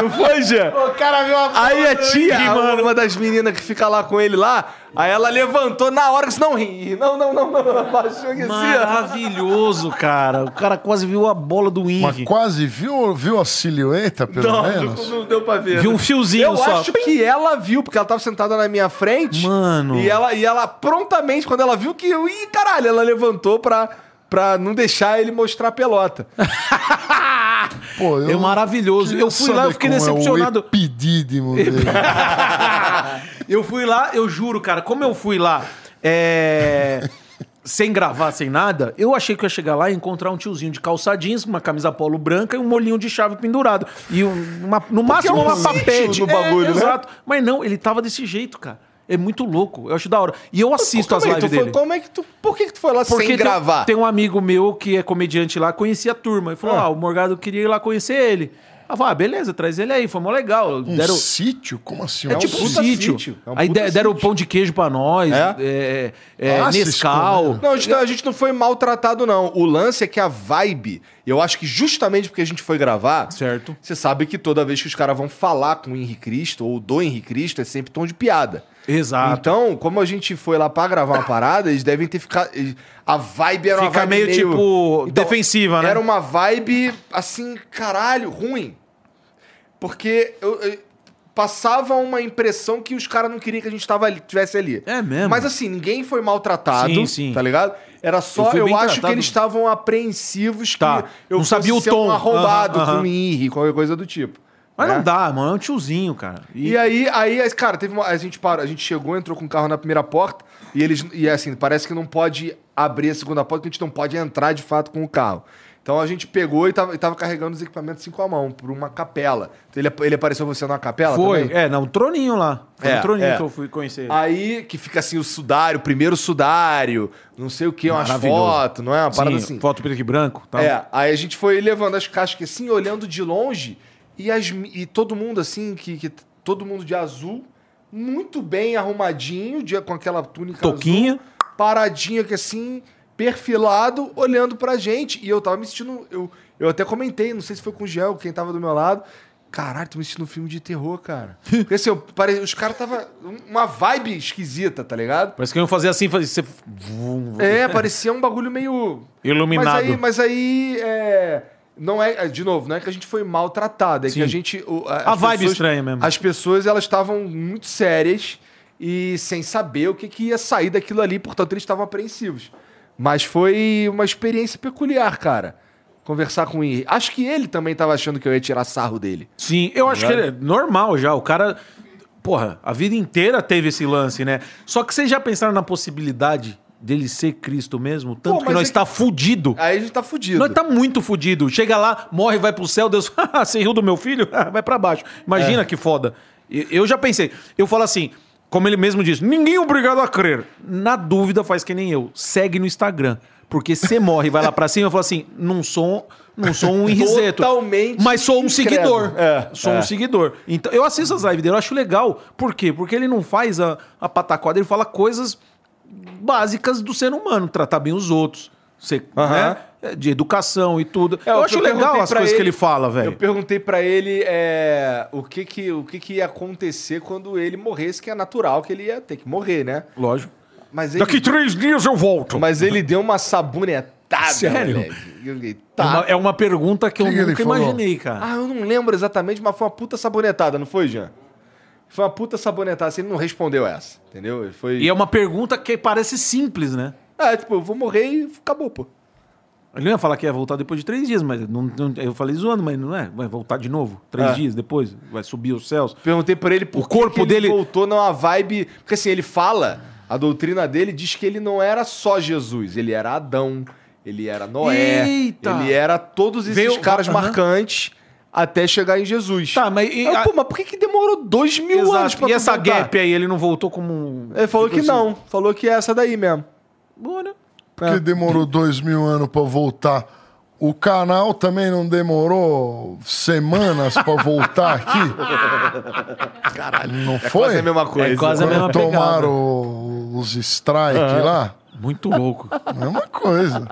A: Não foi, Jean?
C: O cara viu a
A: Aí a tia, uma das meninas que fica lá com ele lá, aí ela levantou na hora e disse, não ri, não, não, não, não, ela baixou aqui assim, ó.
C: É Maravilhoso, cara. O cara quase viu a bola do
B: Mas
C: Henrique.
B: quase viu, viu a silhueta, pelo
A: Não,
B: menos?
A: não deu pra ver.
C: Viu
A: né?
C: um fiozinho
A: Eu
C: só.
A: acho que ela viu, porque ela tava sentada na minha frente.
C: Mano.
A: E ela, e ela prontamente, quando ela viu que eu. Ih, caralho, ela levantou pra, pra não deixar ele mostrar a pelota.
B: Pô,
C: É maravilhoso.
B: queria
C: Eu fui lá, eu
B: saber
C: fiquei
B: como é o
C: decepcionado. É,
B: epidídimo dele.
C: Eu fui lá, eu juro, cara, como eu fui lá é, sem gravar, sem nada, eu achei que eu ia chegar lá e encontrar um tiozinho de calça jeans, uma camisa polo branca e um molhinho de chave pendurado. E um- uma- no máximo
A: é um
C: uma
A: sítio
C: papete.
A: no bagulho, né?
C: Exato. Mas não, ele tava desse jeito, cara. É muito louco. Eu acho da hora. E eu assisto
A: Como
C: as
A: é que
C: lives
A: tu foi-
C: dele.
A: como é que tu. Por que, que tu foi lá sem
C: tem-
A: gravar?
C: Tem, um amigo meu que é comediante lá, conhecia a turma. Ele falou: Ah, o Morgado queria ir lá conhecer ele. Ah, falou, ah, beleza, traz ele aí, foi mó legal.
B: Um
C: Deram,
B: sítio? Como assim?
C: é
A: um
C: tipo um
A: puta
C: sítio.
A: sítio. É um
C: Aí
A: puta
C: de- deram pão de queijo pra nós,
A: É?
C: é, é,
B: Ah, se
C: Nescau.
B: escondeu.
A: Não, a gente, a gente não foi maltratado, não. O lance é que a vibe, eu acho que justamente porque a gente foi gravar.
C: Certo.
A: Você sabe que toda vez que os caras vão falar com o Henrique Cristo ou do Henrique Cristo, é sempre tom de piada.
C: Exato.
A: Então, como a gente foi lá pra gravar uma parada, eles devem ter ficado. eles- A vibe era uma
C: Fica
A: vibe então,
C: meio, tipo, defensiva, né?
A: Era um- uma vibe, assim, caralho, ruim. Porque eu, eu- passava uma impressão que os caras não queriam que a gente tava ali, tivesse ali.
C: É mesmo?
A: Mas assim, ninguém foi maltratado.
C: Sim, sim.
A: Tá ligado? Era
C: Eu
A: só,
C: fui
A: eu,
C: bem
A: acho
C: tratado.
A: que eles estavam apreensivos que
C: Tá.
A: eu
C: Não
A: fosse
C: sabia o
A: ser
C: tom.
A: um arrombado,
C: Aham, aham.
A: um inri, qualquer coisa do tipo.
C: Mas
A: né?
C: não dá, mano. É um tiozinho, cara.
A: E aí, aí, cara, teve uma- a gente parou, a gente chegou, entrou com o carro na primeira porta e eles e assim, parece que não pode abrir a segunda porta, que a gente não pode entrar de fato com o carro. Então a gente pegou e tava, e tava carregando os equipamentos assim com a mão, por uma capela. Então ele, ele apareceu você na capela
C: foi.
A: também?
C: É, não, um troninho lá. Foi
A: É,
C: um troninho
A: é.
C: que eu fui conhecer. ele.
A: Aí que fica assim o sudário, o primeiro sudário, não sei o que, umas
C: Maravilhoso.
A: fotos, não é? Uma parada
C: Sim,
A: assim.
C: Foto preto e branco. Tal.
A: É, aí a gente foi levando as cascas assim, olhando de longe, e, as, mi- e todo mundo assim, que, que- todo mundo de azul, muito bem arrumadinho, de- com aquela túnica
C: Toquinha.
A: azul, paradinha que assim, perfilado, olhando pra gente. E eu tava me sentindo. Eu, eu até comentei, não sei se foi com o Gel, quem tava do meu lado. Caralho, tô me sentindo um filme de terror, cara. Porque assim, eu pare- os caras tava. um, Uma vibe esquisita, tá ligado?
C: Parece que eu ia fazer assim, fazer. Você... Vum, vum.
A: É, parecia um bagulho meio.
C: Iluminado.
A: Mas aí, mas aí, é, não é, é, de novo, não é que a gente foi maltratado, é
C: Sim.
A: que a gente o-
C: A
A: as
C: vibe
A: pessoas-
C: estranha mesmo.
A: As pessoas elas estavam muito sérias e sem saber o que, que ia sair daquilo ali, portanto eles estavam apreensivos. Mas foi uma experiência peculiar, cara. Conversar com o Henry. Acho que ele também tava achando que eu ia tirar sarro dele.
C: Sim, eu acho que é normal já. O cara. Porra, a vida inteira teve esse lance, né? Só que vocês já pensaram na possibilidade dele ser Cristo mesmo? Tanto
A: Pô,
C: que
A: mas
C: nós
A: é
C: está fudido.
A: Aí a gente tá fudido.
C: Nós tá muito fudido. Chega lá, morre, vai pro céu, Deus, "Ah, você riu do meu filho? vai pra baixo.
A: É.
C: Imagina que foda. E- Eu já pensei. Eu falo assim, como ele mesmo diz, ninguém é obrigado a crer. Na dúvida, faz que nem eu. Segue no Instagram. Porque você morre, vai lá pra cima, eu falo assim, não sou, não sou um irriseto.
A: Totalmente
C: Mas sou um
A: incrédulo.
C: seguidor.
A: É,
C: sou um seguidor. Então, eu assisto as lives dele, eu acho legal. Por quê? Porque ele não faz a, a pataquada, ele fala coisas básicas do ser humano, tratar bem os outros, ser,
A: Aham.
C: né, de educação e tudo.
A: É,
C: eu
A: o que
C: acho
A: eu
C: legal
A: perguntei
C: as
A: pra
C: coisas que
A: ele-
C: ele fala,
A: Eu
C: velho.
A: perguntei pra ele é, o, que que, o que que ia acontecer quando ele morresse, que é natural que ele ia ter que morrer, né?
C: Lógico.
A: Mas ele
C: Daqui três dias eu volto.
A: Mas ele deu uma sabonetada.
C: Sério?
A: moleque. Eu fiquei,
C: É
A: tá.
C: uma- é uma pergunta que eu
B: Que que ele
C: nunca
B: falou?
C: imaginei, cara.
A: Ah, eu não lembro exatamente, mas foi uma puta sabonetada, não foi, Jean? Foi uma puta sabonetada, assim, ele não respondeu essa, entendeu? Ele Foi.
C: E é uma pergunta que parece simples, né?
A: Ah, tipo, eu vou morrer e acabou, pô.
C: Ele não ia falar que ia voltar depois de três dias, mas não- não- eu falei zoando, mas não é. Vai voltar de novo? Três
A: É.
C: dias depois? Vai subir os céus?
A: Perguntei por ele por
C: O corpo
A: que que
C: dele-
A: ele voltou numa vibe. Porque assim, ele fala, a doutrina dele diz que ele não era só Jesus, ele era Adão, ele era Noé,
C: Eita!
A: ele era todos esses
C: Veio-
A: caras
C: Aham.
A: marcantes até chegar em Jesus.
C: Tá, mas...
A: Aí
C: e-
A: eu,
C: a-
A: pô, mas por que, que demorou dois mil
C: Exato.
A: anos um pra
C: E
A: tu
C: essa
A: voltar?
C: gap aí, ele não voltou como um...
A: Ele falou que
C: assim,
A: não, falou que é essa daí mesmo.
C: Boa, né?
B: Porque demorou dois mil anos pra voltar. O canal também não demorou semanas pra voltar aqui. Caralho. Não foi?
A: Quase a mesma coisa.
C: É quase a
B: Quando
C: mesma pegada. É.
B: tomaram os strike lá.
C: Muito louco.
B: Mesma coisa.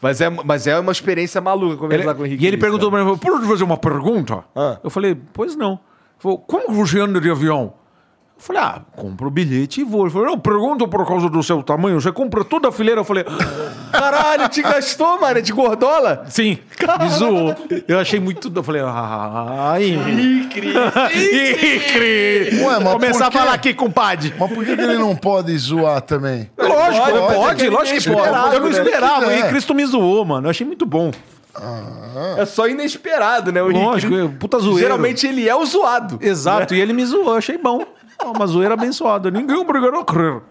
A: Mas, é, mas é uma experiência maluca
C: Ele-
A: conversar com o Henrique.
C: e ele
A: Cristo,
C: perguntou pra mim, por fazer uma pergunta?
A: Ah.
C: Eu falei, pois não. Ele falou, como que você anda de avião? Eu falei, ah, compro o bilhete e vou. Ele falou, não, pergunta por causa do seu tamanho, você compra toda a fileira. Eu falei, "Ah,
A: cara. Caralho, te gastou, mano? É de gordola?
C: sim, me zoou. Eu achei muito... Eu falei, "Ah, ai... Icri! Icri!
B: Ué, mas
C: Começar a
B: por quê?
C: falar aqui, compadre.
B: Mas por que, que ele não pode zoar também?
C: Lógico,
A: Pode,
C: pode,
A: pode,
C: pode,
A: é que
C: lógico que
A: ele
C: pode.
A: esperava,
C: Eu não
A: né?
C: esperava,
B: É.
C: e Cristo me zoou, mano. Eu achei muito bom.
A: É só inesperado, né? O Henrique
C: Lógico,
A: Cristo-
C: é, puta zoeira.
A: Geralmente ele é o zoado.
C: Exato, e ele me zoou, eu achei bom. É Uma zoeira abençoada. Ninguém obrigou a crer.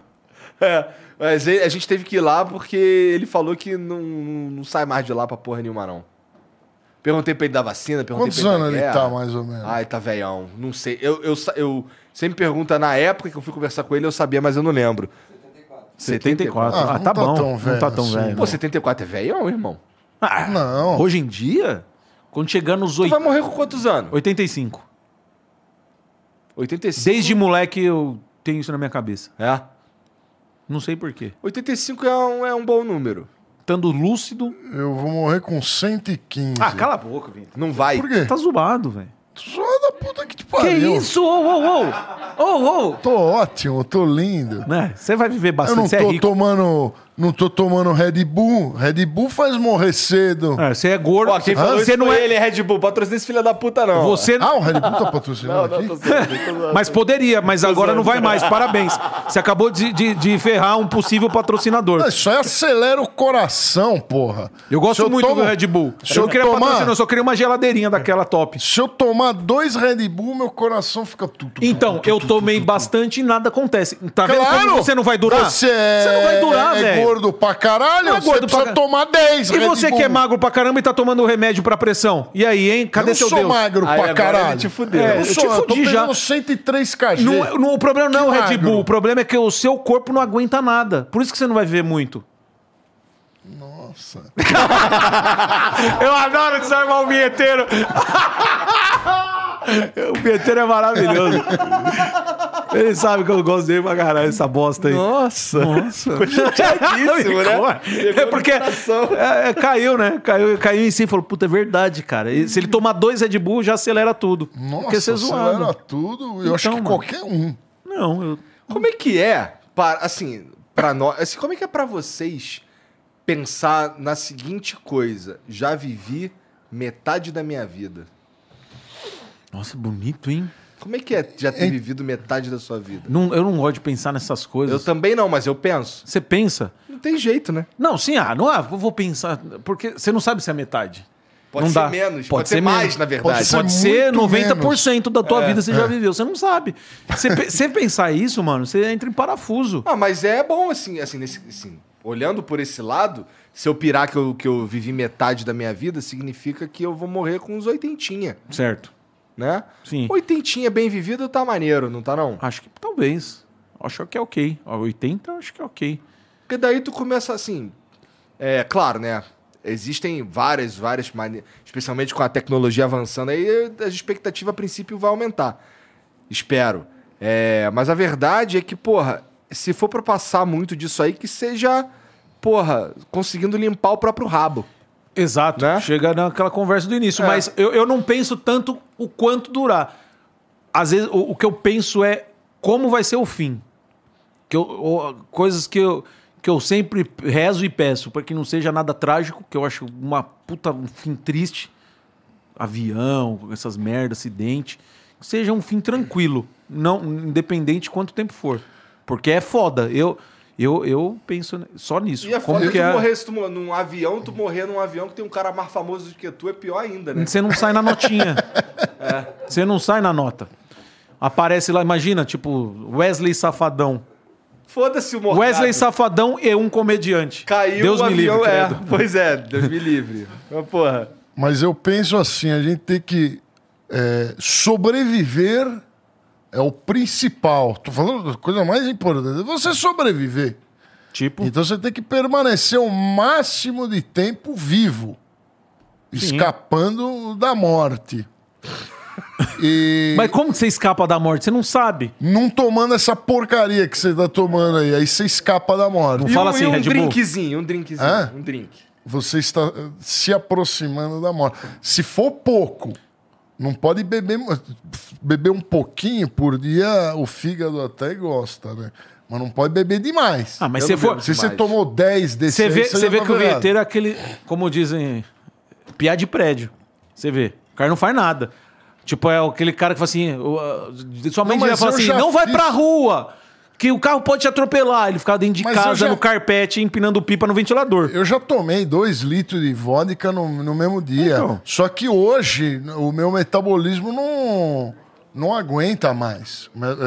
A: É. Mas ele- a gente teve que ir lá porque ele falou que não, não sai mais de lá pra porra nenhuma, não. Perguntei pra ele da vacina, perguntei
B: Quantos
A: pra ele.
B: anos
A: da
B: ele
A: guerra.
B: tá, mais ou
C: Ah.
B: menos?
A: Ai, tá velhão. Não sei. Eu, eu, sa- eu sempre pergunta na época que eu fui conversar com ele, eu sabia, mas eu não lembro.
C: 74.
B: Ah,
C: Ah,
B: não
C: tá,
B: tá
C: bom.
B: tão
C: não
B: velho
C: tá tão
B: assim,
C: velho.
A: Pô, 74 é velhão, irmão?
C: Ah,
B: Não.
C: Hoje em dia, quando chegar nos
A: Tu
C: oit-
A: vai morrer com quantos anos?
C: 85.
A: 85.
C: Desde moleque eu tenho isso na minha cabeça.
A: É.
C: Não sei porquê.
A: 85 é um, é um bom número.
C: Estando lúcido.
B: Eu vou morrer com 115.
C: Ah, cala a boca, Vitor.
A: Não vai.
B: Por quê?
C: Tá zoado, velho.
B: Zoa da puta que te
C: Que
B: pariu.
C: isso? Ô, ô, ô! Ô, ô!
B: Tô ótimo, tô lindo.
C: Né? Você vai viver
B: Eu
C: bastante,
B: não
C: você
B: tô
C: é rico.
B: tomando não tô tomando Red Bull. Red Bull faz morrer cedo.
C: Ah, você é gordo.
I: Ó, quem falou
C: você
I: isso
C: não é.
I: ele, então? Red Bull. Patrocina esse filho da puta, não.
C: Você
B: Ah, o Red Bull tá patrocinando
I: Não, não,
B: aqui?
I: tô zoando, tô
B: Ah,
I: zoando.
C: Mas poderia, mas
B: é,
C: agora não vai mais. Parabéns. Você acabou de, de, de ferrar um possível patrocinador.
B: Não, isso aí acelera o coração, porra.
C: Eu gosto
B: Se
C: muito
B: tomo-
C: do Red Bull.
B: Se eu,
C: eu não queria
B: tomar,
C: patrocinar, eu só queria uma geladeirinha daquela top.
B: se eu tomar dois Red Bull, meu coração fica tudo.
C: Então, eu tomei bastante e nada acontece. Tá vendo
B: Claro!
C: como você não vai durar?
B: Você, é,
C: não vai durar,
B: é
C: velho.
B: gordo pra caralho,
C: Não é
B: você
C: gordo pra
B: precisa
C: ca-
B: tomar 10
C: E
B: Red
C: você
B: Bull.
C: que é magro pra caramba e tá tomando remédio pra pressão? E aí, hein?
B: Eu
C: Cadê
B: não
C: seu
B: sou
C: Deus?
B: magro
I: Aí
B: pra
I: agora ele
B: caralho.
I: te fudeu.
C: É,
B: Eu,
C: eu te
B: sou, eu tô
C: fudi já.
B: pegando 103 kg.
C: Não, não, o problema não é o
B: Que
C: Red
B: magro.
C: Bull. O problema é que o seu corpo não aguenta nada. Por isso que você não vai viver muito.
B: Nossa.
C: Eu adoro desarmar o um bilheteiro. o bilheteiro é maravilhoso. Ele sabe que eu gosto dele pra caralho, essa bosta aí.
I: Nossa. Nossa. Ficou
C: Ficou.
I: chateadíssimo, né?
C: É porque é, é, caiu, né? Caiu, caiu em si e falou: puta, é verdade, cara. E se ele tomar dois Red Bull, já acelera tudo.
B: Nossa,
C: porque você é
B: acelera
C: zoado.
B: tudo. Eu acho que
C: Então, mano.
B: qualquer um.
C: Não, eu.
A: Como é que é, para, assim, para nós, assim, como é que é pra vocês pensar na seguinte coisa? Já vivi metade da minha vida.
C: Nossa, bonito, hein?
A: Como é que é já ter vivido metade da sua vida?
C: Não, eu não gosto de pensar nessas
A: Eu
C: coisas.
A: também não, mas eu penso.
C: Você pensa.
A: Não tem jeito, né?
C: Não, sim, ah, não ah, vou pensar. Porque você não sabe se é metade.
A: Pode
C: Não
A: ser
C: dá.
A: menos, pode,
C: Pode
A: ser,
C: ser
A: mais,
C: menos.
A: na verdade. É.
B: Isso é
C: Pode ser
B: muito
C: 90% da tua vida você já viveu. Você não sabe. Você, pe- você pensar isso, mano, você entra em parafuso.
A: Ah, mas é bom, assim, assim, nesse, assim, olhando por esse lado, se eu pirar que eu, que eu vivi metade da minha vida, significa que eu vou morrer com uns oitentinha,
C: Certo.
A: né?
C: Sim.
A: Oitentinha bem vivida tá maneiro, não tá não?
C: Acho que talvez. Acho que é ok. Ó, 80, eu acho que é ok.
A: Porque daí tu começa assim. É claro, né? Existem várias, várias maneiras. Especialmente com a tecnologia avançando aí, a expectativa a princípio vai aumentar. Espero. É, mas a verdade é que, porra, se for pra passar muito disso aí, que seja, porra, conseguindo limpar o próprio rabo.
C: Exato.
A: Né?
C: Chega naquela conversa do início.
A: É.
C: Mas eu, eu não penso tanto o quanto durar. Às vezes, o, o que eu penso é como vai ser o fim. Que eu, ou- coisas que eu, que eu sempre rezo e peço, para que não seja nada trágico, que eu acho uma puta um fim triste. Avião, essas merdas, acidente. Que seja um fim tranquilo, não independente de quanto tempo for. Porque é foda. Eu, eu, eu penso só nisso.
A: E é foda
C: como
A: tu
C: que é...
A: morrer se tu, mo- num avião, tu morrer num avião que tem um cara mais famoso do que tu, é pior ainda, né?
C: Você não sai na notinha.
A: É.
C: Você não sai na nota. Aparece lá, imagina, tipo, Wesley Safadão.
A: Foda-se o morgado.
C: Wesley Safadão e um comediante.
A: Caiu
C: Deus
A: o
C: me
A: avião,
C: livre,
A: é.
C: credo.
A: Pois é, Deus me livre. Mas, porra.
B: Mas eu penso assim, a gente tem que é, sobreviver é o principal. Tô falando da coisa mais importante. é Você sobreviver.
C: Tipo,
B: Então você tem que permanecer o máximo de tempo vivo, escapando da morte. E
C: mas como que você escapa da morte? Você não sabe.
B: não tomando essa porcaria que você tá tomando aí, aí você escapa da morte.
C: Não Fala
A: um,
C: assim,
A: e um
C: Red Bull.
A: drinkzinho, um drinkzinho,
B: Hã?
A: um drink.
B: Você está eh, se aproximando da morte. Se for pouco, não pode beber mu- beber um pouquinho por dia, o fígado até gosta, né? Mas não pode beber demais.
C: Ah, mas
A: Eu
C: você
A: não
C: for.
A: bebo.
B: Se você
A: demais.
B: tomou 10 desses,
C: Você vê,
B: aí,
C: você
B: já
C: vê
B: tá
C: que o
B: virado.
C: vinheteiro é aquele, como dizem, piá de prédio. Você vê. O cara não faz nada. Tipo, é aquele cara que fala assim, o- a- sua mãe
B: Não,
C: devia
B: mas
C: falar
B: eu
C: assim,
B: já
C: não vai
B: fiz-
C: pra rua, que o carro pode te atropelar. Ele ficava dentro de
B: Mas eu
C: casa,
B: já-
C: no carpete, empinando pipa no ventilador.
B: Eu já tomei dois litros de vodka no, no mesmo dia.
C: Então.
B: Só que hoje o meu metabolismo não, não aguenta mais. eh,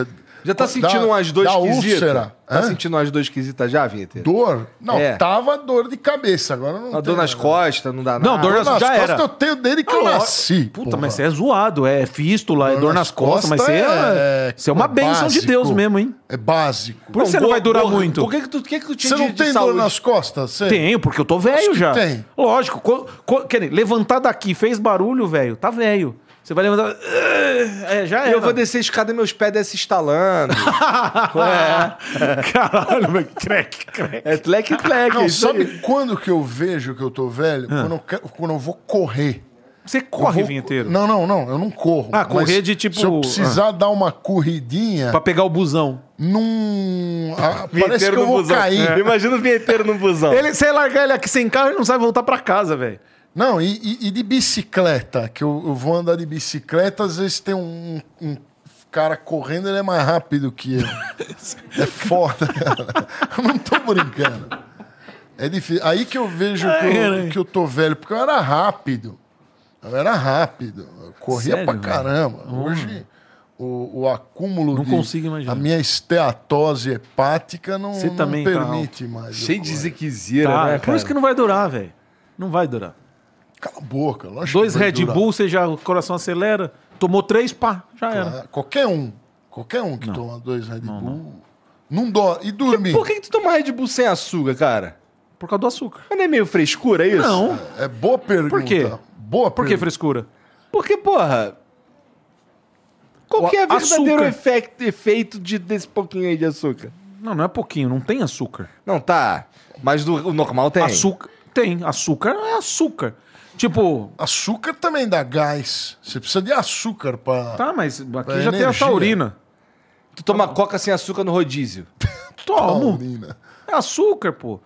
A: Já tá sentindo umas duas
B: da
A: esquisitas?
B: úlcera.
A: Tá
B: Hã?
A: sentindo umas duas esquisitas já, Vinheteiro?
B: Dor? Não,
A: É.
B: tava dor de cabeça. Agora não
A: A
B: tem
A: dor nas
B: mais.
A: costas, não dá
C: Não,
A: nada.
C: dor nas-
B: Dor nas
C: já
B: costas
C: era.
B: eu tenho desde que eu
C: Não,
B: nasci.
C: Puta,
B: porra.
C: mas você é zoado, é fístula, é dor nas costas, mas você é,
B: é-
C: você é uma bênção de
B: básico.
C: Deus mesmo, hein?
B: É básico.
C: Por isso você não vai durar muito.
A: O que que tu, o que que tu tinha
B: Você
A: de,
B: não tem
A: de
B: dor
A: saúde?
B: nas costas? Você...
C: Tenho, porque eu tô velho
B: que
C: já.
B: tem.
C: Lógico. co- co- quer dizer, levantar daqui fez barulho, velho. Tá velho. Você vai levantar. É, já
A: E
C: é.
A: Eu vou descer a escada e meus pés descem estalando.
C: Caralho, meu. Crec, crec.
A: é tlec tlec.
B: Não,
A: isso aí.
B: sabe quando que eu vejo que eu tô velho? Quando, eu quero- quando eu vou correr.
C: Você Ah. corre
B: Eu
C: o
B: vou-
C: vinho inteiro.
B: Não, não, não. Eu não corro.
C: Ah, correr
B: Mas
C: de tipo-
B: Se eu precisar dar uma corridinha,
C: Pra pegar o busão.
B: num. ah, parece que
I: Vinheteiro
B: eu
I: no
B: vou
I: busão.
B: cair.
I: É. Imagina o vinheteiro no busão.
C: Ele, você largar ele aqui sem carro, ele não sabe voltar pra casa, velho.
B: Não, e, e- e de bicicleta, que eu, eu vou andar de bicicleta, às vezes tem um, um cara correndo, ele é mais rápido que eu. é foda, cara. Eu não tô brincando. É difícil. Aí que eu vejo que eu, que eu tô velho, porque eu era rápido. Eu era rápido. Eu corria
C: Sério,
B: pra
C: velho? Hum.
B: caramba. Hoje, o, o acúmulo
C: Não
B: de-
C: consigo imaginar.
B: A minha esteatose hepática não,
C: Você
B: não
C: também tá
B: permite mais. eu
A: Cheio de
B: correr.
A: ziquezira,
C: Tá,
A: né,
C: é por isso que não vai durar, velho. Não vai durar.
B: Cala a boca. lógico
C: Dois
B: que vai
C: Red
B: durar.
C: Bull, você já, o coração acelera. Tomou três, pá, já era.
B: Ah, Qualquer um. Qualquer um que toma dois Red Bull. Não, dó. E dormir?
A: Por que, que tu toma Red Bull sem açúcar, cara?
C: Por causa do açúcar.
A: Mas não é meio frescura isso?
C: Não.
B: É boa pergunta.
C: Por quê?
B: Boa
C: Por que
B: pergunta.
C: frescura?
A: Porque, porra. Qual
C: O
A: que é o verdadeiro
C: açúcar.
A: efect- efeito de, desse pouquinho aí de açúcar?
C: Não, não é pouquinho, não tem açúcar.
A: Não, tá. Mas do, o normal tem.
C: Açúcar. Tem. Açúcar é açúcar. Tipo,
B: Açúcar também dá gás. Você precisa de açúcar pra.
C: tá, mas aqui
B: É
C: já tem a
B: energia.
C: taurina.
A: Tu toma coca sem açúcar no rodízio.
C: Tomo.
B: Paulina.
C: É açúcar, pô.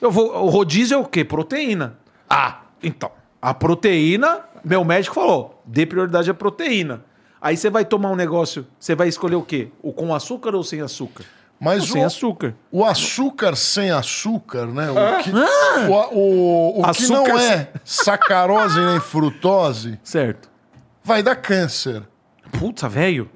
C: Eu vou. O rodízio é o quê? Proteína. Ah, então. A proteína, meu médico falou, dê prioridade à proteína. Aí você vai tomar um negócio, você vai escolher o quê? O com açúcar ou sem açúcar? Ou
B: Mas o,
C: sem açúcar. Ah.
B: o açúcar sem açúcar, né? O que, o, o- o que não
C: Açúcar
B: é sacarose nem frutose
C: Certo.
B: vai dar câncer.
C: Puta, velho.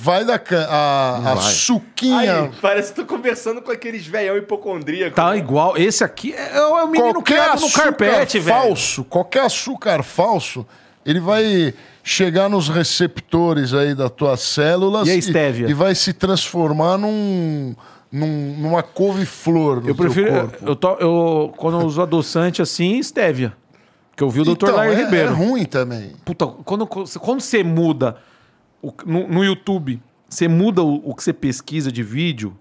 B: Vai dar câncer. A, a suquinha.
I: Aí, parece que tô conversando com aqueles velhão hipocondríaco.
C: Tá igual. Esse aqui é, é o menino
B: qualquer
C: criado no
B: açúcar
C: carpete, velho.
B: falso, qualquer açúcar falso, ele vai chegar nos receptores aí das tuas células
C: E a estévia?
B: e vai se transformar num, num- numa couve-flor no
C: Eu prefiro.
B: teu corpo.
C: Eu, to- eu- quando eu uso adoçante assim, estévia. Que eu vi o Dr.
B: Então,
C: Lair
B: é,
C: Ribeiro.
B: é ruim também.
C: Puta, quando, quando você muda o- no, no YouTube, você muda o, o que você pesquisa de vídeo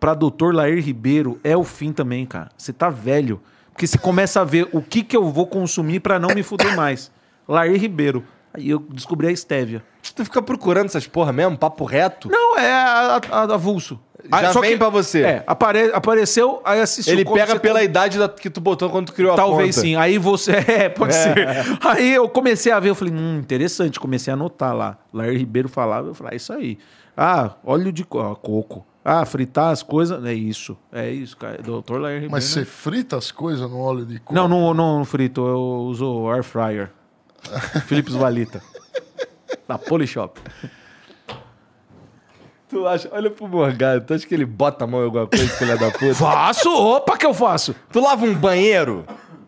C: pra Dr. Lair Ribeiro, é o fim também, cara. Você tá velho. Porque você começa a ver o que, que eu vou consumir pra não me fuder mais. Lair Ribeiro. Aí eu descobri a estévia.
A: Tu fica procurando essas porra mesmo, papo reto.
C: Não, é a, a, a avulso.
A: Já vem pra você.
C: É, apare- apareceu, aí assistiu.
A: Ele
C: Quando
A: pega
C: você tá-
A: pela idade da- que tu botou quando tu criou a
C: Talvez
A: conta.
C: sim. Aí você. É, pode ser. Aí eu comecei a ver, eu falei, hum, interessante. Comecei a anotar lá. Lair Ribeiro falava, eu falei, ah, isso aí. Ah, óleo de co- ah, coco. Ah, fritar as coisas. É isso. É isso, cara. Doutor Lair Ribeiro.
B: Mas você
C: né?
B: frita as coisas no óleo de coco?
C: Não, não, não frito. Eu uso air fryer. Philips Valita. Na Polishop.
A: Tu acha, olha pro Morgado, tu acha que ele bota a mão em alguma coisa, filha da puta?
C: Faço? Opa, que eu faço.
A: tu lava um banheiro?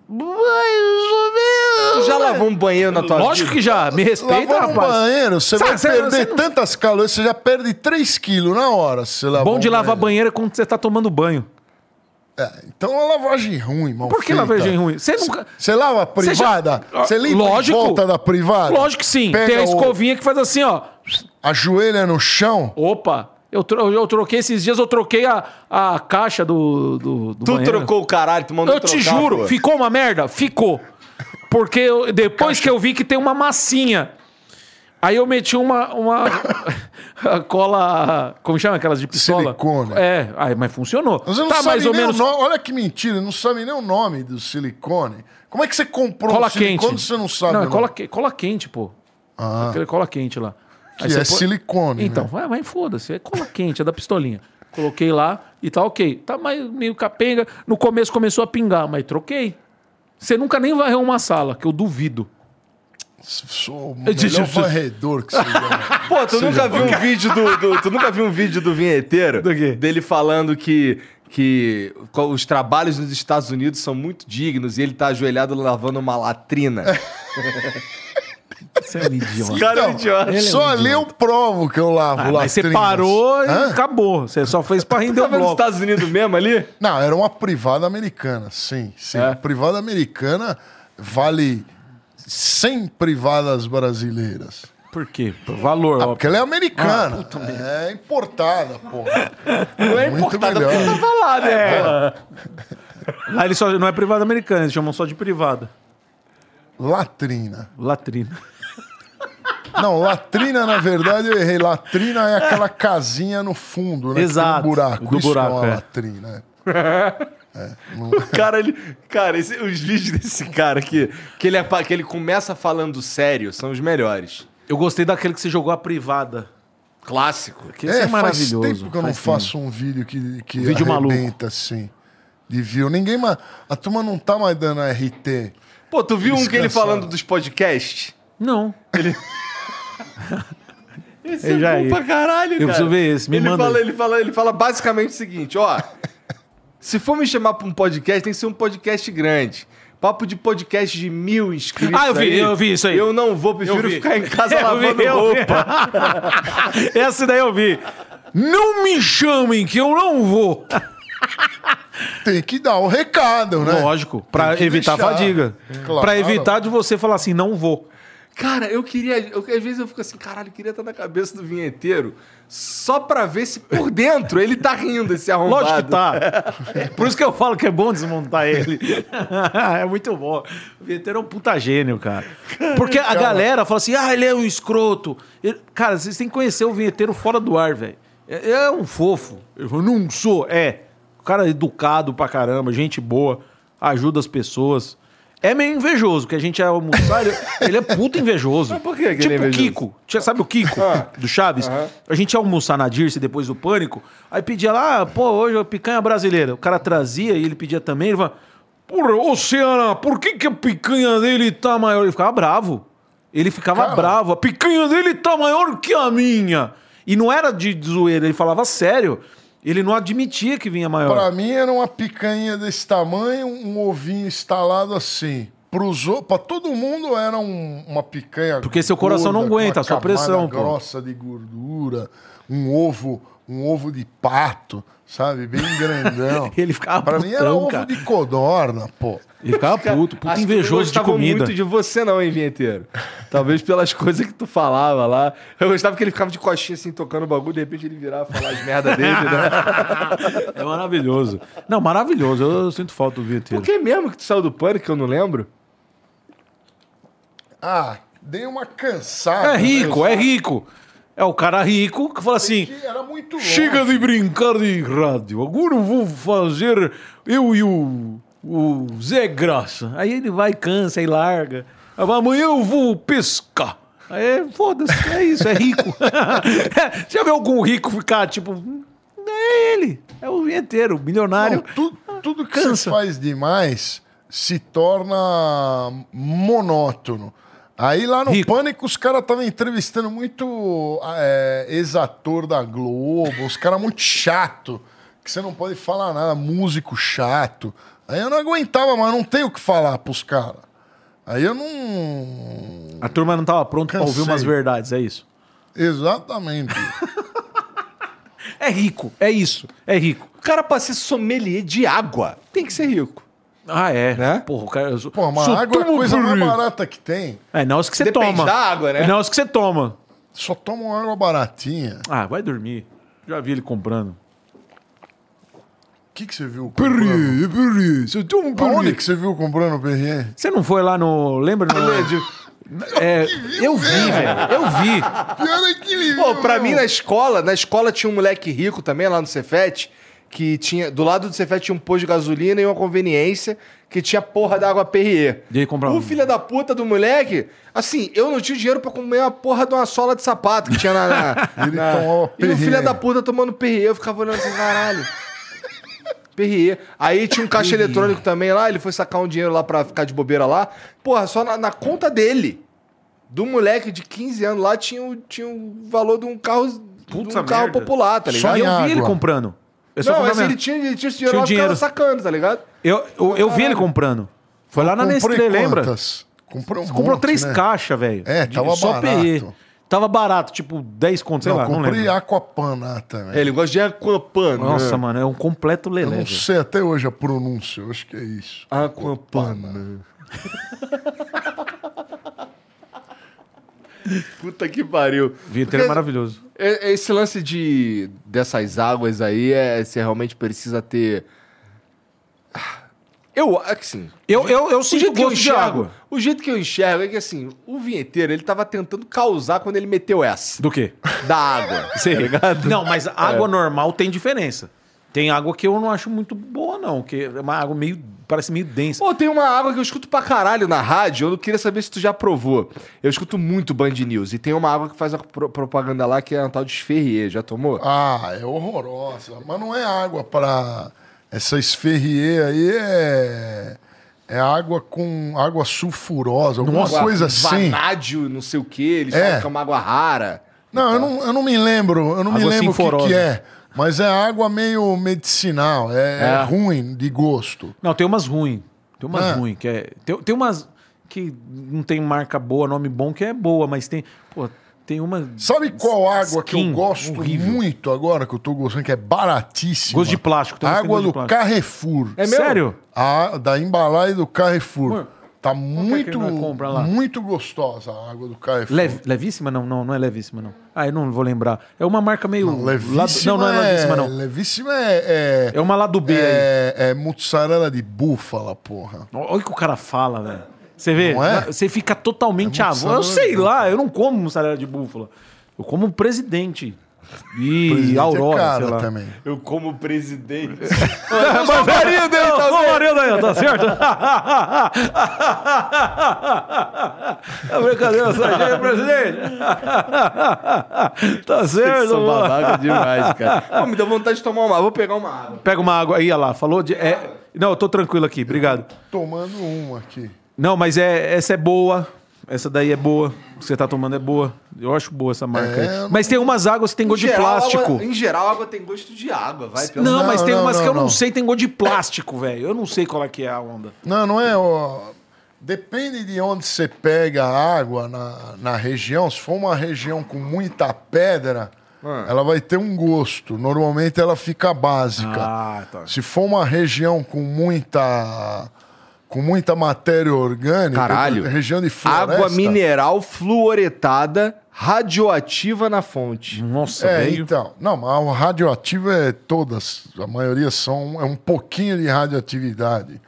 A: Tu já lavou um banheiro na tua
C: é. Lógico
A: vida?
C: que já. Me respeita,
B: Lavar um
C: rapaz.
B: banheiro, você
C: Sabe,
B: vai
C: você-
B: perder
C: você não-
B: tantas calorias, você já perde 3 quilos na hora. se você lavar
C: Bom de
B: um
C: lavar banheiro é quando você tá tomando banho.
B: É, então é uma lavagem ruim, mal
C: Por que
B: feita.
C: lavagem ruim? Você nunca.
B: Você lava a
C: Você já-
B: é
C: Ah,
B: privada? Você limpa
C: Lógico.
B: em volta da privada?
C: Lógico que sim.
B: Pega
C: Tem a
B: o-
C: escovinha que faz assim, ó.
B: A joelha no chão?
C: Opa, eu, tro- eu troquei esses dias, eu troquei a, a caixa do, do, do
A: Tu
C: um banheiro.
A: trocou o caralho, tu mandou
C: Eu te
A: trocar,
C: juro,
A: pô.
C: ficou uma merda? Ficou. Porque eu- depois que eu vi que tem uma massinha. Aí eu meti uma, uma a cola. Como chama aquelas de pistola?
B: Silicone.
C: É, aí, mas funcionou.
B: Mas eu não
C: tá
B: sabe
C: mais ou
B: nem
C: menos.
B: o nome. Olha que mentira, não sabe nem o nome do silicone. Como é que você comprou
C: Cola
B: um silicone
C: quente.
B: se você não sabe?
C: Não,
B: o
C: é
B: nome?
C: cola, que- cola quente, pô.
B: Ah,
C: Aquele cola quente lá.
B: que
C: Aí você
B: é
C: põe-
B: silicone.
C: Então,
B: né?
C: vai, mas foda-se, é cola quente, é da pistolinha. Coloquei lá e tá ok. Tá mais meio capenga. No começo começou a pingar, mas troquei. Você nunca nem varreu uma sala, que eu duvido.
B: Sou o
C: Eu te
B: melhor
C: juro.
B: varredor que você já...
A: Pô, tu nunca viu um vídeo do, do- Tu nunca viu um vídeo do vinheteiro
C: Do quê?
A: dele falando que. Que co- os trabalhos nos Estados Unidos são muito dignos e ele tá ajoelhado lavando uma latrina.
C: Você é um idiota.
A: Cara,
B: Então,
A: idiota.
C: Ele é um Ah,
B: Só ali eu provo que eu lavo lá.
C: mas você parou e acabou. Você só fez pra render o
A: Tava nos
C: bloco.
A: Tá Estados Unidos mesmo ali?
B: Não, era uma privada americana, sim. sim.
C: É.
B: Privada americana vale 100 privadas brasileiras.
C: Por quê? Por valor,
B: Ah,
C: ó.
B: porque ela é americana.
C: Ah,
B: é importada, porra.
A: Não é
B: Muito
A: importada
B: melhor.
A: porque tava
C: Ah,
A: lá, né?
C: é Lá eles só não é privada americana, eles chamam só de privada.
B: Latrina.
C: Latrina.
B: Não, latrina, na verdade, eu errei. Latrina é aquela casinha no fundo, né? que tem
C: Exato,
B: Um buraco.
C: do
B: Isso
C: buraco,
B: que é uma
C: é.
B: latrina.
A: Cara, ele. Cara, esse- os vídeos desse cara aqui, que ele, apa- que ele começa falando sério, são os melhores.
C: Eu gostei daquele que você jogou a privada.
A: Clássico.
C: Que esse é,
B: faz
C: maravilhoso.
B: tempo que eu não
C: Faz tempo.
B: faço um vídeo que, que
C: Vídeo maluco.
B: arrebenta assim. De view. Ninguém mais... A turma não tá mais dando RT.
A: Pô, tu viu um que ele
B: Descansado.
A: falando dos podcasts?
C: Não.
A: Esse
C: Eu já
A: é bom
C: ia.
A: pra caralho, cara.
C: Eu preciso ver esse, me
A: ele
C: manda
A: Fala,
C: aí.
A: ele, fala, ele fala basicamente o seguinte, ó... se for me chamar pra um podcast, tem que ser um podcast grande. Papo de podcast de mil inscritos
C: Ah, eu vi,
A: aí,
C: eu vi isso aí.
A: Eu não vou, prefiro
C: vi.
A: ficar em casa
C: Eu vi,
A: lavando
C: eu vi.
A: roupa.
C: Essa daí eu vi. Não me chamem que eu não vou.
B: Tem que dar o recado, né?
C: Lógico,
B: Tem
C: pra
B: que
C: evitar a
B: deixar. É.
C: fadiga.
B: Claro.
C: Pra evitar de você falar assim, não vou.
A: Cara, eu queria... eu- às vezes eu fico assim, caralho, eu queria estar na cabeça do vinheteiro só pra ver se por dentro ele tá rindo, esse arrombado.
C: Lógico que tá. É por isso que eu falo que é bom desmontar ele. é muito bom. O Vieteiro é um puta gênio, cara. Porque a galera fala assim, ah, ele é um escroto. Ele- Cara, vocês têm que conhecer o Vieteiro fora do ar, velho. É, é um fofo. Ele falou, não sou. É. O cara é educado pra caramba, gente boa, ajuda as pessoas. É meio invejoso, porque a gente é almoçar, ele, ele é puta invejoso. Mas
A: por que que ele é
C: tipo
A: invejoso?
C: Kiko. Kiko. Tinha- Sabe o Kiko
A: Ah.
C: do Chaves? A gente ia almoçar na Dirce depois do pânico. Aí pedia lá, ah, pô, hoje é picanha brasileira. O cara trazia e ele pedia também. Ele falava, porra, ô Ceará, por que, que a picanha dele tá maior? Ele ficava bravo. Ele ficava bravo. A picanha dele tá maior que a minha. E não era de de zoeira, ele falava sério. Ele não admitia que vinha maior.
B: Pra mim era uma picanha desse tamanho, um ovinho instalado assim. Pros o- pra todo mundo era um- uma picanha.
C: Porque seu coração não
B: com uma
C: aguenta, a sua
B: camada
C: pressão, pô.
B: grossa de gordura, um ovo, um ovo de pato, sabe? Bem grandão.
C: Ele ficava
B: Pra mim era
C: putão,
B: ovo
C: cara.
B: de codorna, pô.
C: Ele ficava puto, puto
A: Acho que tu não
C: invejoso de
A: gostava
C: comida.
A: muito de você não, hein, vinheteiro? Talvez pelas coisas que tu falava lá. Eu gostava que ele ficava de coxinha assim, tocando o bagulho, de repente ele virava falar as merda dele, né?
C: É maravilhoso. Não, maravilhoso. Eu, eu sinto falta do Vieteiro.
A: Por que mesmo que tu saiu do pânico, que eu não lembro?
B: Ah, dei uma cansada.
C: É rico,
B: né?
C: é rico. É o cara rico que fala assim:
B: Que era muito longe.
C: chega de brincar de rádio, agora eu vou fazer eu e o, o Zé Graça. Aí ele vai, cansa e larga. Aí fala, Amanhã eu vou pescar. Aí é, foda-se, é isso, é rico. Já viu algum rico ficar tipo. "Hum, É ele, é o vinheteiro, o
B: Não,
C: milionário.
B: tu- tudo que
C: Cansa.
B: você faz demais se torna monótono. Aí lá no
C: Rico.
B: Pânico os caras estavam entrevistando muito é, ex-ator da Globo, os caras muito chato, que você não pode falar nada, músico chato. Aí eu não aguentava, mas não tenho o que falar pros caras. Aí eu não.
C: A turma não tava pronta pra ouvir
B: Cansei.
C: umas verdades, é isso.
B: Exatamente.
C: É rico, é isso, é rico.
A: O cara pra ser sommelier de água tem que ser rico.
C: Ah, é?
A: Né?
C: Porra, o cara. eu sou-
B: Pô, mas
C: sou
B: água é a
C: tudo
B: coisa mais
C: burro.
B: barata que tem.
C: É, não é os que você
A: Depende
C: toma.
A: da água, né?
C: Não é os que você toma.
B: Só tomam água baratinha.
C: Ah, vai dormir. Já vi ele comprando.
B: O que, que você viu? comprando?
C: Perrier, você toma um
B: Aonde que você viu comprando o Perrier?
C: Você não foi lá no... Lembra? No... É, eu vi, velho. Eu vi.
B: Pior é que ele
A: Pô,
B: viu,
A: pra
B: meu.
A: mim na escola, na escola tinha um moleque rico também lá no Cefete, que tinha, do lado do Cefete tinha um posto de gasolina e uma conveniência que tinha porra da água Perrier.
C: E aí comprava
A: O
C: um.
A: filho da puta do moleque, assim, eu não tinha dinheiro pra comer uma porra de uma sola de sapato que tinha na... na-
B: Ele
A: na-
B: tomava
A: E o filho
B: Perrier.
A: da puta tomando Perrier, eu ficava olhando assim, caralho... Perrier. Aí tinha um caixa eletrônico também lá, ele foi sacar um dinheiro lá pra ficar de bobeira lá. Porra, só na, na conta dele, do moleque de 15 anos lá, tinha o, tinha o valor de um carro, de
C: Puta
A: um carro
C: merda.
A: popular, tá ligado?
B: Só
C: E eu
B: em
C: vi ele
B: água.
C: comprando. Eu só
A: não,
C: comprava
A: esse ele
C: mesmo.
A: tinha, ele tinha esse dinheiro lá,
C: Tinha o
A: ficava sacando, tá ligado?
C: Eu, eu, eu vi ele comprando. Foi lá na
B: Comprei
C: Nestlé, lembra?
B: quantas? Comprei um
C: Comprou
B: monte,
C: três
B: né?
C: caixas, velho.
B: É,
C: De-
B: tava
C: Só
B: barato.
C: Perrier. Tava barato, tipo 10 conto, sei
B: Não,
C: lá, não
B: comprei
C: lembro.
B: Aquapaná também.
A: É, ele gosta de Aquapan.
C: Nossa, mano, é um completo
B: Eu
C: lelé.
B: não
C: velho.
B: sei até hoje a pronúncia, eu acho que é isso.
A: Aquapan. Puta que pariu.
C: Vinheteiro é maravilhoso.
A: E- Esse lance de dessas águas aí, é, você realmente precisa ter. Eu, é que assim,
C: Eu, eu, eu sinto
A: jeito que eu
C: gosto de água.
A: O jeito que eu enxergo é que assim, o vinheteiro, ele tava tentando causar quando ele meteu essa.
C: Do quê?
A: Da água. Sim.
C: Não, mas
A: É.
C: água normal tem diferença. Tem água que eu não acho muito boa, não. Que é uma água meio. Parece meio densa.
A: Pô, tem uma água que eu escuto pra caralho na rádio, eu não queria saber se tu já provou. Eu escuto muito Band News e tem uma água que faz a pro- propaganda lá que é a tal de Ferrier, já tomou?
B: Ah, é horrorosa. Mas não é água pra. Essa esferrier aí é. É água com. água sulfurosa, alguma
A: Água
B: coisa
A: com
B: assim.
A: Vanádio, não sei o que, eles
B: É.
A: falam que é uma água rara.
B: Não, eu não, eu não me lembro, eu não me
C: Água
B: lembro o que,
C: sinforosa.
B: que é. Mas é água meio medicinal, é, é ruim de gosto.
C: Não, tem umas ruins. Tem umas
B: Ah.
C: ruins. Que é, tem, tem umas que não tem marca boa, nome bom, que é boa, mas tem. Pô, tem uma.
B: Sabe qual água que eu
C: Skin,
B: gosto
C: horrível.
B: muito agora, que eu tô gostando, que é baratíssima?
C: Gosto de plástico, talvez tenha
B: Água
C: gosto de
B: do
C: plástico.
B: Carrefour.
A: É mesmo?
C: Sério?
B: A, da embalagem do Carrefour. tá
C: Amor, é que
B: muito,
C: nós compra lá?
B: muito gostosa a água do Carrefour.
C: Leve- levíssima? Não, não, não é levíssima, não. Ah, eu não vou lembrar. É uma marca meio.
B: Não, levíssima
C: lado- Não, não é levíssima, não.
B: Levíssima é...
C: É uma lá do B aí.
B: é, é mozzarella de búfala, porra.
C: Olha o que o cara fala, velho. Você vê?
B: Não é?
C: Você fica totalmente
B: É
C: avô. Eu
B: mussarela de
C: sei lá, eu não como mussarela de búfala. Eu como um presidente. E
B: Presidente é
C: Aurora,
B: cara
C: sei lá.
B: também.
A: Eu como presidente.
B: é
C: Mas o marido aí, tá o marido aí, tá certo? é brincadeira, sai daí, presidente. tá certo,
A: São
C: mano.
A: babaca demais, cara. Pô, me deu vontade de tomar uma. Vou pegar uma água.
C: Pega uma água aí, olha lá. Falou de... é- Não, eu tô tranquilo aqui, obrigado.
B: Tomando uma aqui.
C: Não, mas é, essa é boa. Essa daí é boa. O que você tá tomando é boa. Eu acho boa essa marca.
B: É,
C: aí.
B: eu
C: Mas tem umas águas que tem gosto de
A: Geral,
C: plástico.
A: água- em geral, a água tem gosto de água, vai. pelo
C: Não,
B: Não,
C: mas tem
B: não,
C: umas
B: não,
C: que eu não,
B: não.
C: sei, tem gosto de plástico, velho. Eu não sei qual é que é a onda.
B: Não, não é. ó, depende de onde você pega a água na, na região. Se for uma região com muita pedra,
A: Ah.
B: ela vai ter um gosto. Normalmente ela fica básica.
C: Ah, tá.
B: Se for uma região com muita. com muita matéria orgânica,
A: Caralho.
B: região de floresta.
A: Água mineral fluoretada radioativa na fonte.
C: Nossa,
B: É,
C: velho.
B: então. Não, mas o radioativo é todas, a maioria são, é um pouquinho de radioatividade.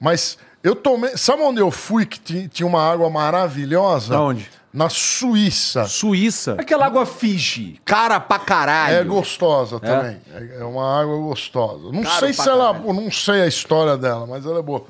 B: Mas eu tomei. Sabe onde eu fui que ti- tinha uma água maravilhosa?
C: Da onde?
B: Na Suíça.
C: Suíça.
A: Aquela água Fiji, cara pra caralho.
B: É gostosa também. É é uma água gostosa. Não
A: Caro
B: sei
A: pra
B: se ela.
A: caralho.
B: Não sei a história dela, mas ela é boa.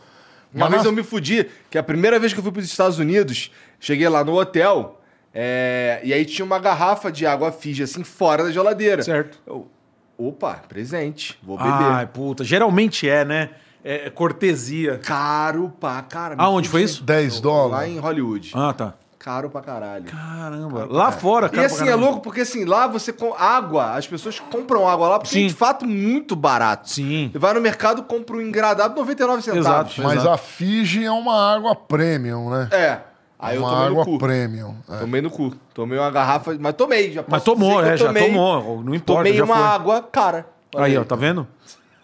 A: Uma
B: Mas
A: vez
B: na-
A: eu me fudi, que a primeira vez que eu fui pros Estados Unidos, cheguei lá no hotel, é, e aí tinha uma garrafa de água Fiji, assim, fora da geladeira.
C: Certo.
A: Eu, Opa, presente, vou beber.
C: Ai, puta. Geralmente é, né? É cortesia.
A: Caro pra caralho.
C: Aonde foi isso?
B: 10
A: Lá
B: dólares.
A: em Hollywood.
C: Ah, tá.
A: Caro pra caralho.
C: Caramba. Lá fora,
A: E
C: cara.
A: assim, é louco porque assim, lá você com água, as pessoas compram água lá porque
C: Sim.
A: é de fato muito barato.
C: Sim.
A: Vai no mercado, compra um engradado 99 centavos.
C: Exato.
B: Mas a Fiji é uma água premium, né?
A: É. Aí eu
B: uma
A: tomei
B: água
A: no cu.
B: premium. é.
A: Tomei no cu. Tomei uma garrafa, mas tomei, já posso
C: Mas
A: dizer
C: tomou,
A: que
C: é,
A: eu
C: já
A: tomei-
C: tomou. Não importa,
A: Tomei
C: já
A: uma
C: foi.
A: água cara. Olha
C: Aí, ó, tá vendo?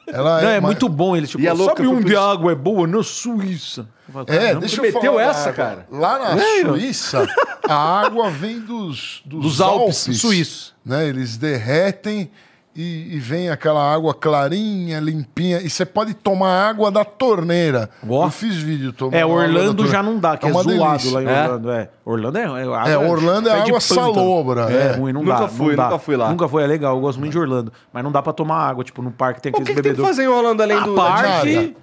B: Ela
C: Não, é
B: uma-
C: muito bom ele, tipo,
A: E é louco,
C: sabe
A: eu fui
C: onde
A: pro-
C: a água é boa? Na Suíça. Eu falo,
B: É,
C: caramba.
B: deixa
A: tu
B: eu
A: meteu
B: falar da
A: essa,
B: água.
A: cara?
B: Lá na
C: Veio.
B: Suíça, a água vem dos, dos,
C: Dos Alpes suíços.
B: Né? Eles derretem e, e vem aquela água clarinha, limpinha. E você pode tomar água da torneira.
C: Ó.
B: Eu fiz vídeo tomando
C: É,
B: água da
C: Orlando
B: torneira.
C: já não dá, que é,
B: uma
C: zoado
B: delícia.
C: lá em
A: É?
C: Orlando. É, Orlando é, é água.
B: É, Orlando é
C: pé de
B: água
C: pântano.
B: salobra,
C: É,
B: é.
C: ruim, não
A: Nunca
C: dá.
A: fui,
C: não dá.
A: nunca fui lá.
C: Nunca foi, é legal, eu gosto muito de Orlando. Mas não dá pra tomar água, tipo, no parque tem
A: O
C: aqueles
A: que, que tem que
C: bebedouros.
A: fazer em Orlando além do...
C: Ah,
A: da Disney?
C: parque.
B: Nada,
C: Arde.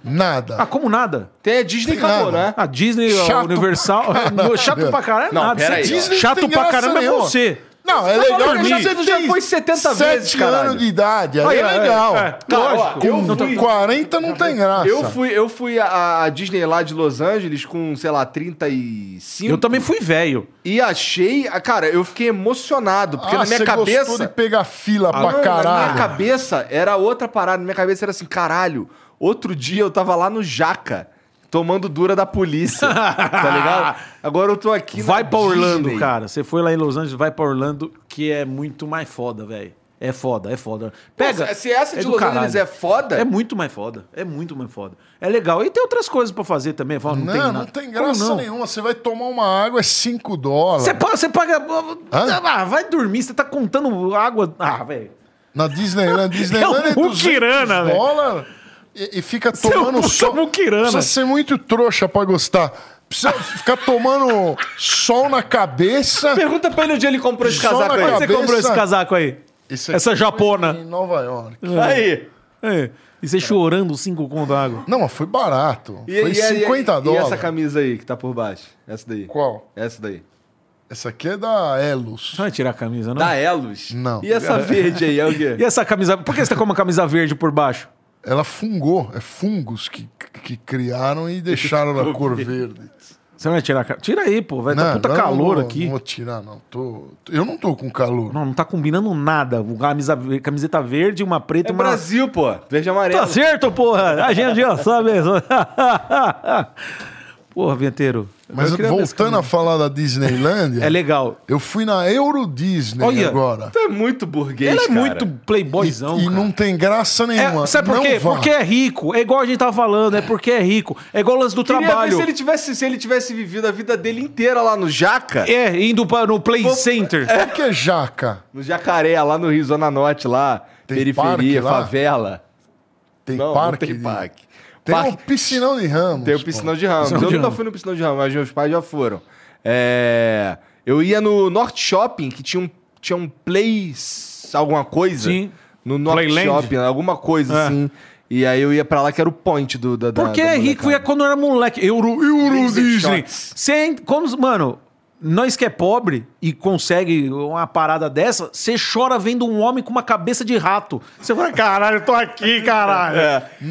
B: nada.
C: Ah, como nada?
A: Tem a Disney
B: Tem
A: acabou,
B: nada.
A: né?
C: A Disney, a
B: Chato
C: Universal.
B: nada.
C: chato pra caralho é
A: Não,
C: nada.
A: pera
C: Você-
A: aí, ó.
B: Disney
C: chato
B: tem
C: pra
B: graça
C: caramba é
B: nenhuma.
C: você.
B: Não, é legal.
C: falando Ah, que
B: dormir.
A: você já foi 70
B: Sete
A: vezes, caralho.
B: anos de idade, aí, é
C: Aí,
B: legal.
C: é, é.
A: Cara, ó,
C: Lógico.
A: eu
C: Não tá-
A: fui-
B: 40 não tem graça.
A: Eu fui, eu fui a, a Disney lá de Los Angeles com, sei lá, 35.
C: Eu também fui velho.
A: E achei. ah, Cara, eu fiquei emocionado, porque
B: Ah,
A: na minha
B: você
A: cabeça.
B: gostou de pegar fila pra
A: Mano, Na minha
B: caralho.
A: cabeça era outra parada. Na minha cabeça era assim, caralho, outro dia eu tava lá no Jaca. Tomando dura da polícia, tá ligado? Agora eu tô aqui. na
C: Vai pra Orlando,
A: Disney.
C: cara. Você foi lá em Los Angeles, vai pra Orlando, que é muito mais foda, velho. É foda, é foda. Pega.
A: se- se essa de
C: do
A: Los Angeles
C: caralho.
A: é foda-
C: É muito mais foda. É muito mais foda. É legal. E tem outras coisas pra fazer também. Fala, não,
B: Não,
C: tem
B: não,
C: nada.
B: tem
C: Como
B: graça
C: não?
B: nenhuma. Você vai tomar uma água, é 5 dólares.
C: Você paga. Você paga
B: Hã?
C: ah, vai dormir, você tá contando água. Ah, velho.
B: Na Disneyland, Disneyland
C: É
B: é
C: um
B: 200
C: Kirana, velho. é um
B: dólares. e, e fica tomando
C: puta
B: sol.
C: muquirana.
B: Precisa ser muito trouxa pra gostar. Precisa ficar tomando sol na cabeça.
I: Pergunta pra ele onde ele comprou esse
B: Só
I: casaco
B: na
I: aí.
C: Onde você
B: cabeça.
C: comprou esse casaco aí?
B: Isso
C: Essa japona.
B: Em Nova York.
I: Aí.
C: É. E você chorando cinco conto água.
B: Não, mas foi barato.
I: E,
B: foi
I: e- é-
B: 50
I: e-
B: dólares.
I: E essa camisa aí que tá por baixo? Essa daí.
B: Qual?
I: Essa daí.
B: Essa aqui é da Elos.
C: Não vai tirar a camisa, não?
I: Da Elos?
B: Não.
I: E essa verde aí é o quê?
C: E essa camisa... Por que você tá com uma camisa verde por baixo?
B: Ela fungou. É fungos que, que criaram e deixaram na cor verde.
C: Você não vai tirar a camisa? Tira aí, pô. Vai dar puta
B: não,
C: calor
B: não vou-
C: aqui.
B: Não vou tirar, não. Tô, eu não tô com calor.
C: Não, não tá combinando nada. Camisa, camiseta verde, uma preta
I: É
C: e uma...
I: Brasil, pô. Verde e amarelo.
C: Tá certo, porra! A gente já sabe isso. porra, Venteiro.
B: Mas
C: eu queria ver esse
B: voltando a falar da Disneylândia,
C: É legal.
B: eu fui na Euro Disney
C: Olha.
B: agora.
I: Tu é muito burguês,
C: Ele é
I: cara.
C: muito playboyzão,
B: e
C: cara.
B: não tem graça nenhuma.
C: É, sabe por
B: Não
C: quê?
B: vá.
C: Porque é rico. É igual a gente tava falando, é porque é rico. É igual o lance do
I: Queria
C: trabalho.
I: ver se ele, tivesse, se ele tivesse vivido a vida dele inteira lá no Jaca.
C: É, indo para no Play Center.
B: Por que é jaca?
I: No Jacaré, lá no Rio, Zona Norte, lá.
B: Tem parque
I: periferia,
B: lá?
I: favela.
B: Tem
I: Não,
B: parque?
I: não tem
B: de-
I: parque.
B: Tem um
I: Parque-
B: piscinão de ramos.
I: Tem o
B: pô.
I: piscinão de Ramos.
C: Piscinão
I: eu
C: de
I: nunca
C: Ramos.
I: fui no piscinão de Ramos, mas meus pais já foram. É, Eu ia no Norte Shopping, que tinha um, tinha um Play... Alguma coisa.
C: Sim.
I: No Norte
C: Playland?
I: Shopping, alguma coisa
C: É.
I: assim. E aí eu ia pra lá, que era o point do, da da-
C: Porque
I: da
C: é rico e é
I: molecada.
C: quando eu era moleque. Euro, Euro
I: Laser
C: Disney.
I: shots.
C: Sem, como, mano, nós que é pobre e consegue uma parada dessa, você chora vendo um homem com uma cabeça de rato. Você fala, caralho, eu tô aqui, caralho.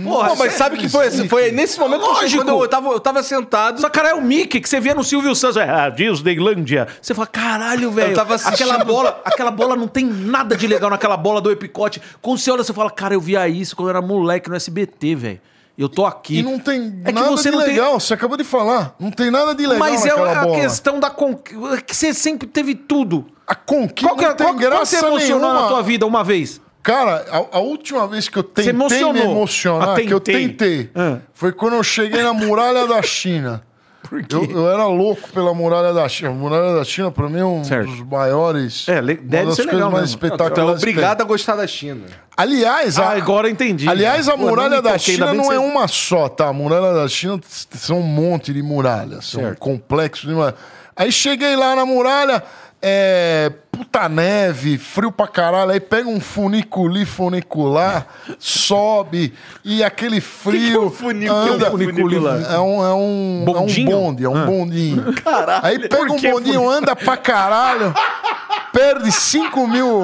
C: Porra,
I: Não, É. mas
C: cê-
I: sabe que foi assim? Foi nesse momento que eu cheguei,
C: Lógico.
I: quando eu tava, eu tava sentado.
C: Só cara é o Mickey que você via no Silvio Santos, é, ah, Disneylândia. Você fala, caralho, velho.
I: tava assistindo.
C: Aquela bola, aquela bola não tem nada de legal naquela bola do Epicote. Quando você olha, você fala, cara, eu via isso quando eu era moleque no SBT, velho. Eu tô aqui.
B: E não tem
C: É que
B: nada
C: você
B: de
C: não tem-
B: legal. Você acabou de falar. Não tem nada de legal
C: Mas é
B: naquela
C: a
B: bola.
C: questão da conquista. que você sempre teve tudo.
B: A conquista
C: Qual que,
B: não
C: é-
B: tem
C: qual, qual que
B: graça
C: você emocionou
B: nenhuma.
C: na tua vida uma vez?
B: Cara, a, a última vez que eu tentei
C: emocionou.
B: me emocionar,
C: Ah,
B: que eu
C: tentei.
B: tentei,
C: Ah.
B: foi quando eu cheguei na muralha da China. Eu, eu era louco pela muralha da China. A muralha da China, pra mim, é um
C: Certo.
B: dos maiores.
C: É, le- deve
B: uma das
C: ser
B: coisas
C: legal
B: mais
C: mesmo. tá
I: Então,
B: espetaculares. que tem.
I: obrigado a gostar da China.
B: Aliás, a,
C: Ah, agora eu entendi. né?
B: aliás, a
C: Pô, não
B: muralha
C: me
B: da
C: toquei, ainda
B: China
C: bem que
B: não é
C: você-
B: uma só, tá? A muralha da China t- t- são um monte de muralhas. São complexos de muralha. Aí cheguei lá na muralha, é, puta neve, frio pra caralho. Aí pega um funiculi funicular, sobe, e aquele
C: é
B: frio.
I: funico-
B: anda-
I: o que é um funicular?
B: É um, é um,
C: Bondinho? Ah.
B: é um bonde, é um bondinho. Caralho. Aí pega um bondinho, anda pra caralho, perde 5 mil.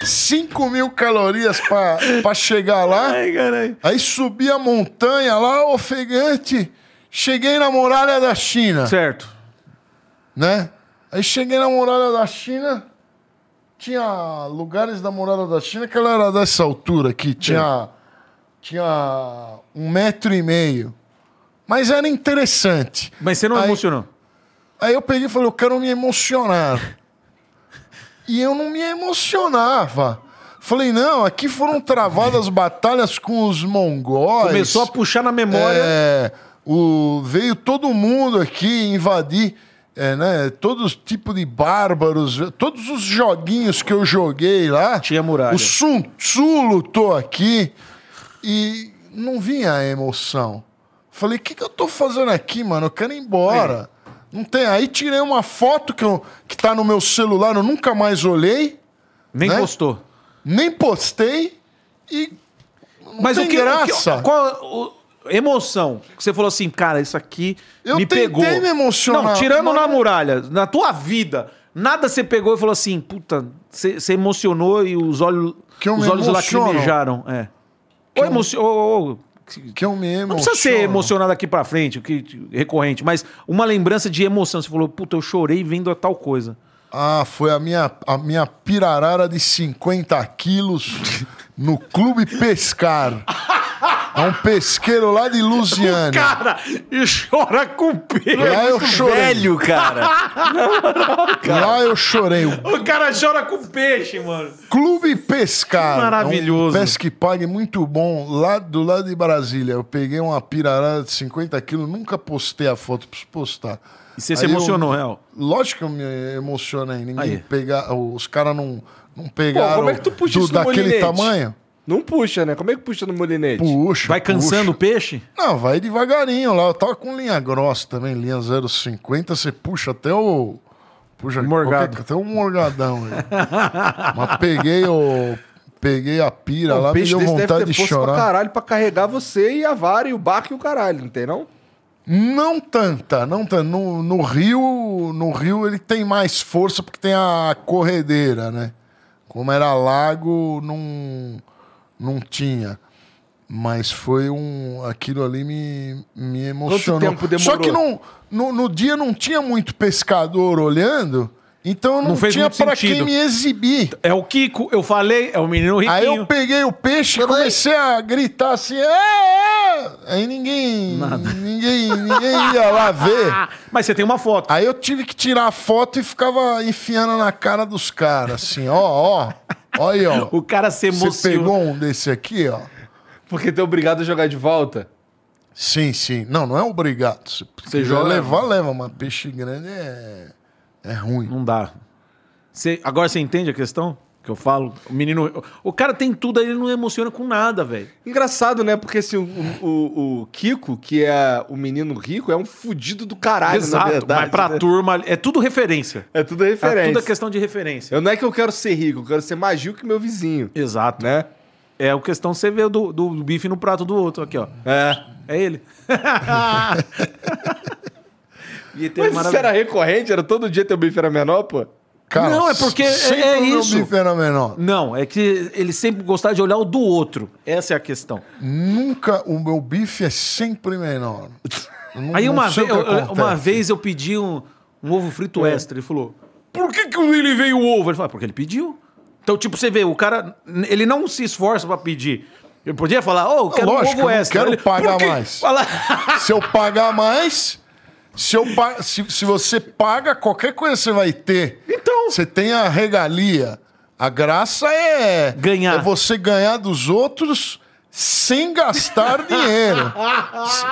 B: 5 mil calorias pra, pra chegar lá.
C: Ai, caralho.
B: Aí subi a montanha lá, ofegante. Cheguei na muralha da China,
C: Certo.
B: né? Aí cheguei na muralha da China. Tinha lugares da muralha da China que ela era dessa altura aqui. Tinha, tinha um metro e meio. Mas era interessante.
C: Mas você não
B: Aí-
C: emocionou.
B: Aí eu peguei e falei, eu quero me emocionar. e eu não me emocionava. Falei, não, aqui foram travadas batalhas com os mongóis.
C: Começou a puxar na memória.
B: É, o, veio todo mundo aqui invadir, é, né? Todos tipo de bárbaros, todos os joguinhos que eu joguei lá.
C: Tinha muralha.
B: O Sun Tzu lutou aqui e não vinha a emoção. Falei, o que, que eu tô fazendo aqui, mano? Eu quero ir embora.
C: É.
B: Não tem. Aí tirei uma foto que, eu, que tá no meu celular, eu nunca mais olhei,
C: Nem
B: né?
C: gostou.
B: nem postei e. Não
C: Mas
B: tem
C: o que.
B: graça.
C: o que- qual o- emoção? Que você falou assim, cara, isso aqui
B: Eu
C: me
B: tentei
C: pegou.
B: me emocionar.
C: Não, tirando
B: Mas-
C: na muralha, na tua vida, nada você pegou e falou assim, puta, você você emocionou e os olhos,
B: Que eu
C: os
B: me
C: olhos
B: emociono.
C: lacrimejaram. É. Ou emocionou.
B: que eu me
C: Não precisa ser
B: emociono.
C: emocionado aqui pra frente, o que recorrente, mas uma lembrança de emoção. Você falou, puta, eu chorei vendo a tal coisa.
B: Ah, foi a minha, a minha pirarara de 50 quilos no Clube Pescar. É um pesqueiro lá de Lusiana.
C: Cara, e chora com pelo.
B: Lá eu chorei.
I: Velho, cara.
B: Lá eu chorei. O
C: O cara chora com peixe, mano.
B: Clube Pescar.
C: Maravilhoso.
B: É um pesque pague muito bom lá do lado de Brasília. Eu peguei uma pirarara de 50 quilos, nunca postei a foto, preciso postar.
C: E você se
B: Aí eu-
C: emocionou, real.
B: Lógico que eu me emocionei. Ninguém
C: Aí.
B: pegar, os caras não, não pegaram
I: como é que tu puxa
B: do-
I: isso no
B: daquele
I: molinete?
B: tamanho.
I: Não puxa, né? Como é que puxa no molinete?
B: Puxa.
C: Vai cansando o peixe?
B: Não, vai devagarinho lá. Eu tava com linha grossa também, linha 0,50. Você puxa até o. Puxa
C: Um Morgado.
B: qualquer- até o morgadão. aí. Mas peguei o. Peguei a pira lá, me deu vontade de
I: pra
B: chorar.
I: caralho pra carregar você e a vara e o barco e o caralho, não tem não?
B: Não tanta, não tanta. No, no Rio, no Rio ele tem mais força porque tem a corredeira, né? Como era lago, não, não tinha. Mas foi um. Aquilo ali me, me emocionou.
I: tempo demorou?
B: Só que não, no, no dia não tinha muito pescador olhando, então não,
C: Não fez
B: tinha
C: muito
B: pra
C: sentido.
B: quem me exibir.
C: É o Kiko, eu falei, é o menino riquinho.
B: Aí eu peguei o peixe e comecei a gritar assim, é, é! Aí ninguém, ninguém, ninguém ia lá ver.
C: Ah, mas você tem uma foto.
B: Aí eu tive que tirar a foto e ficava enfiando na cara dos caras, assim, ó, ó, ó aí, ó.
C: O cara se
B: Você
C: emocionou.
B: pegou um desse aqui, ó?
I: Porque tu é obrigado a jogar de volta.
B: Sim, sim. Não, não é obrigado. Se quiser
C: joga.
B: levar, leva, mas peixe grande é, é
I: um-
B: ruim.
C: Não dá. Você- agora você entende a questão que eu falo? O menino. O cara tem tudo, aí ele não emociona com nada, velho.
I: Engraçado, né? Porque assim, o, o- o Kiko, que é o menino rico, é um fudido do caralho, na verdade.
C: mas pra
I: né?
C: turma. É tudo referência.
I: É tudo referência.
C: É tudo a questão de referência.
I: Eu não é que eu quero ser rico, eu quero ser mais rico que meu vizinho,
C: Exato.
I: né?
C: É a questão que você vê do, do bife no prato do outro, aqui, ó.
I: É.
C: É ele.
I: Mas isso era recorrente? Era todo dia teu bife era menor, pô?
B: Cara,
C: Não, é porque é-
B: sempre
C: é
B: o meu
C: isso.
B: bife era menor.
C: Não, é que ele sempre gostava de olhar o do outro. Essa é a questão.
B: Nunca o meu bife é sempre menor. Eu não-
C: Aí
B: não
C: uma,
B: sei o
C: vez,
B: É que
C: eu- eu- uma
B: acontece. É.
C: vez eu pedi um, um ovo frito extra. Ele falou: Por que, que ele veio o ovo? Ele falou: "Ah, Porque ele pediu. Então, tipo, você vê, o cara, n- ele não se esforça pra pedir. Ele podia falar: Ô, eu quero
B: lógico,
C: um
B: eu não
C: ovo extra.
B: quero
C: ele,
B: pagar
C: "Por quê?"
B: mais.
C: Fala-
B: Se eu pagar mais, se, eu pa- se, se você paga, qualquer coisa você vai ter.
C: Então.
B: Você tem a regalia. A graça é.
C: Ganhar.
B: É você ganhar dos outros sem gastar dinheiro. S-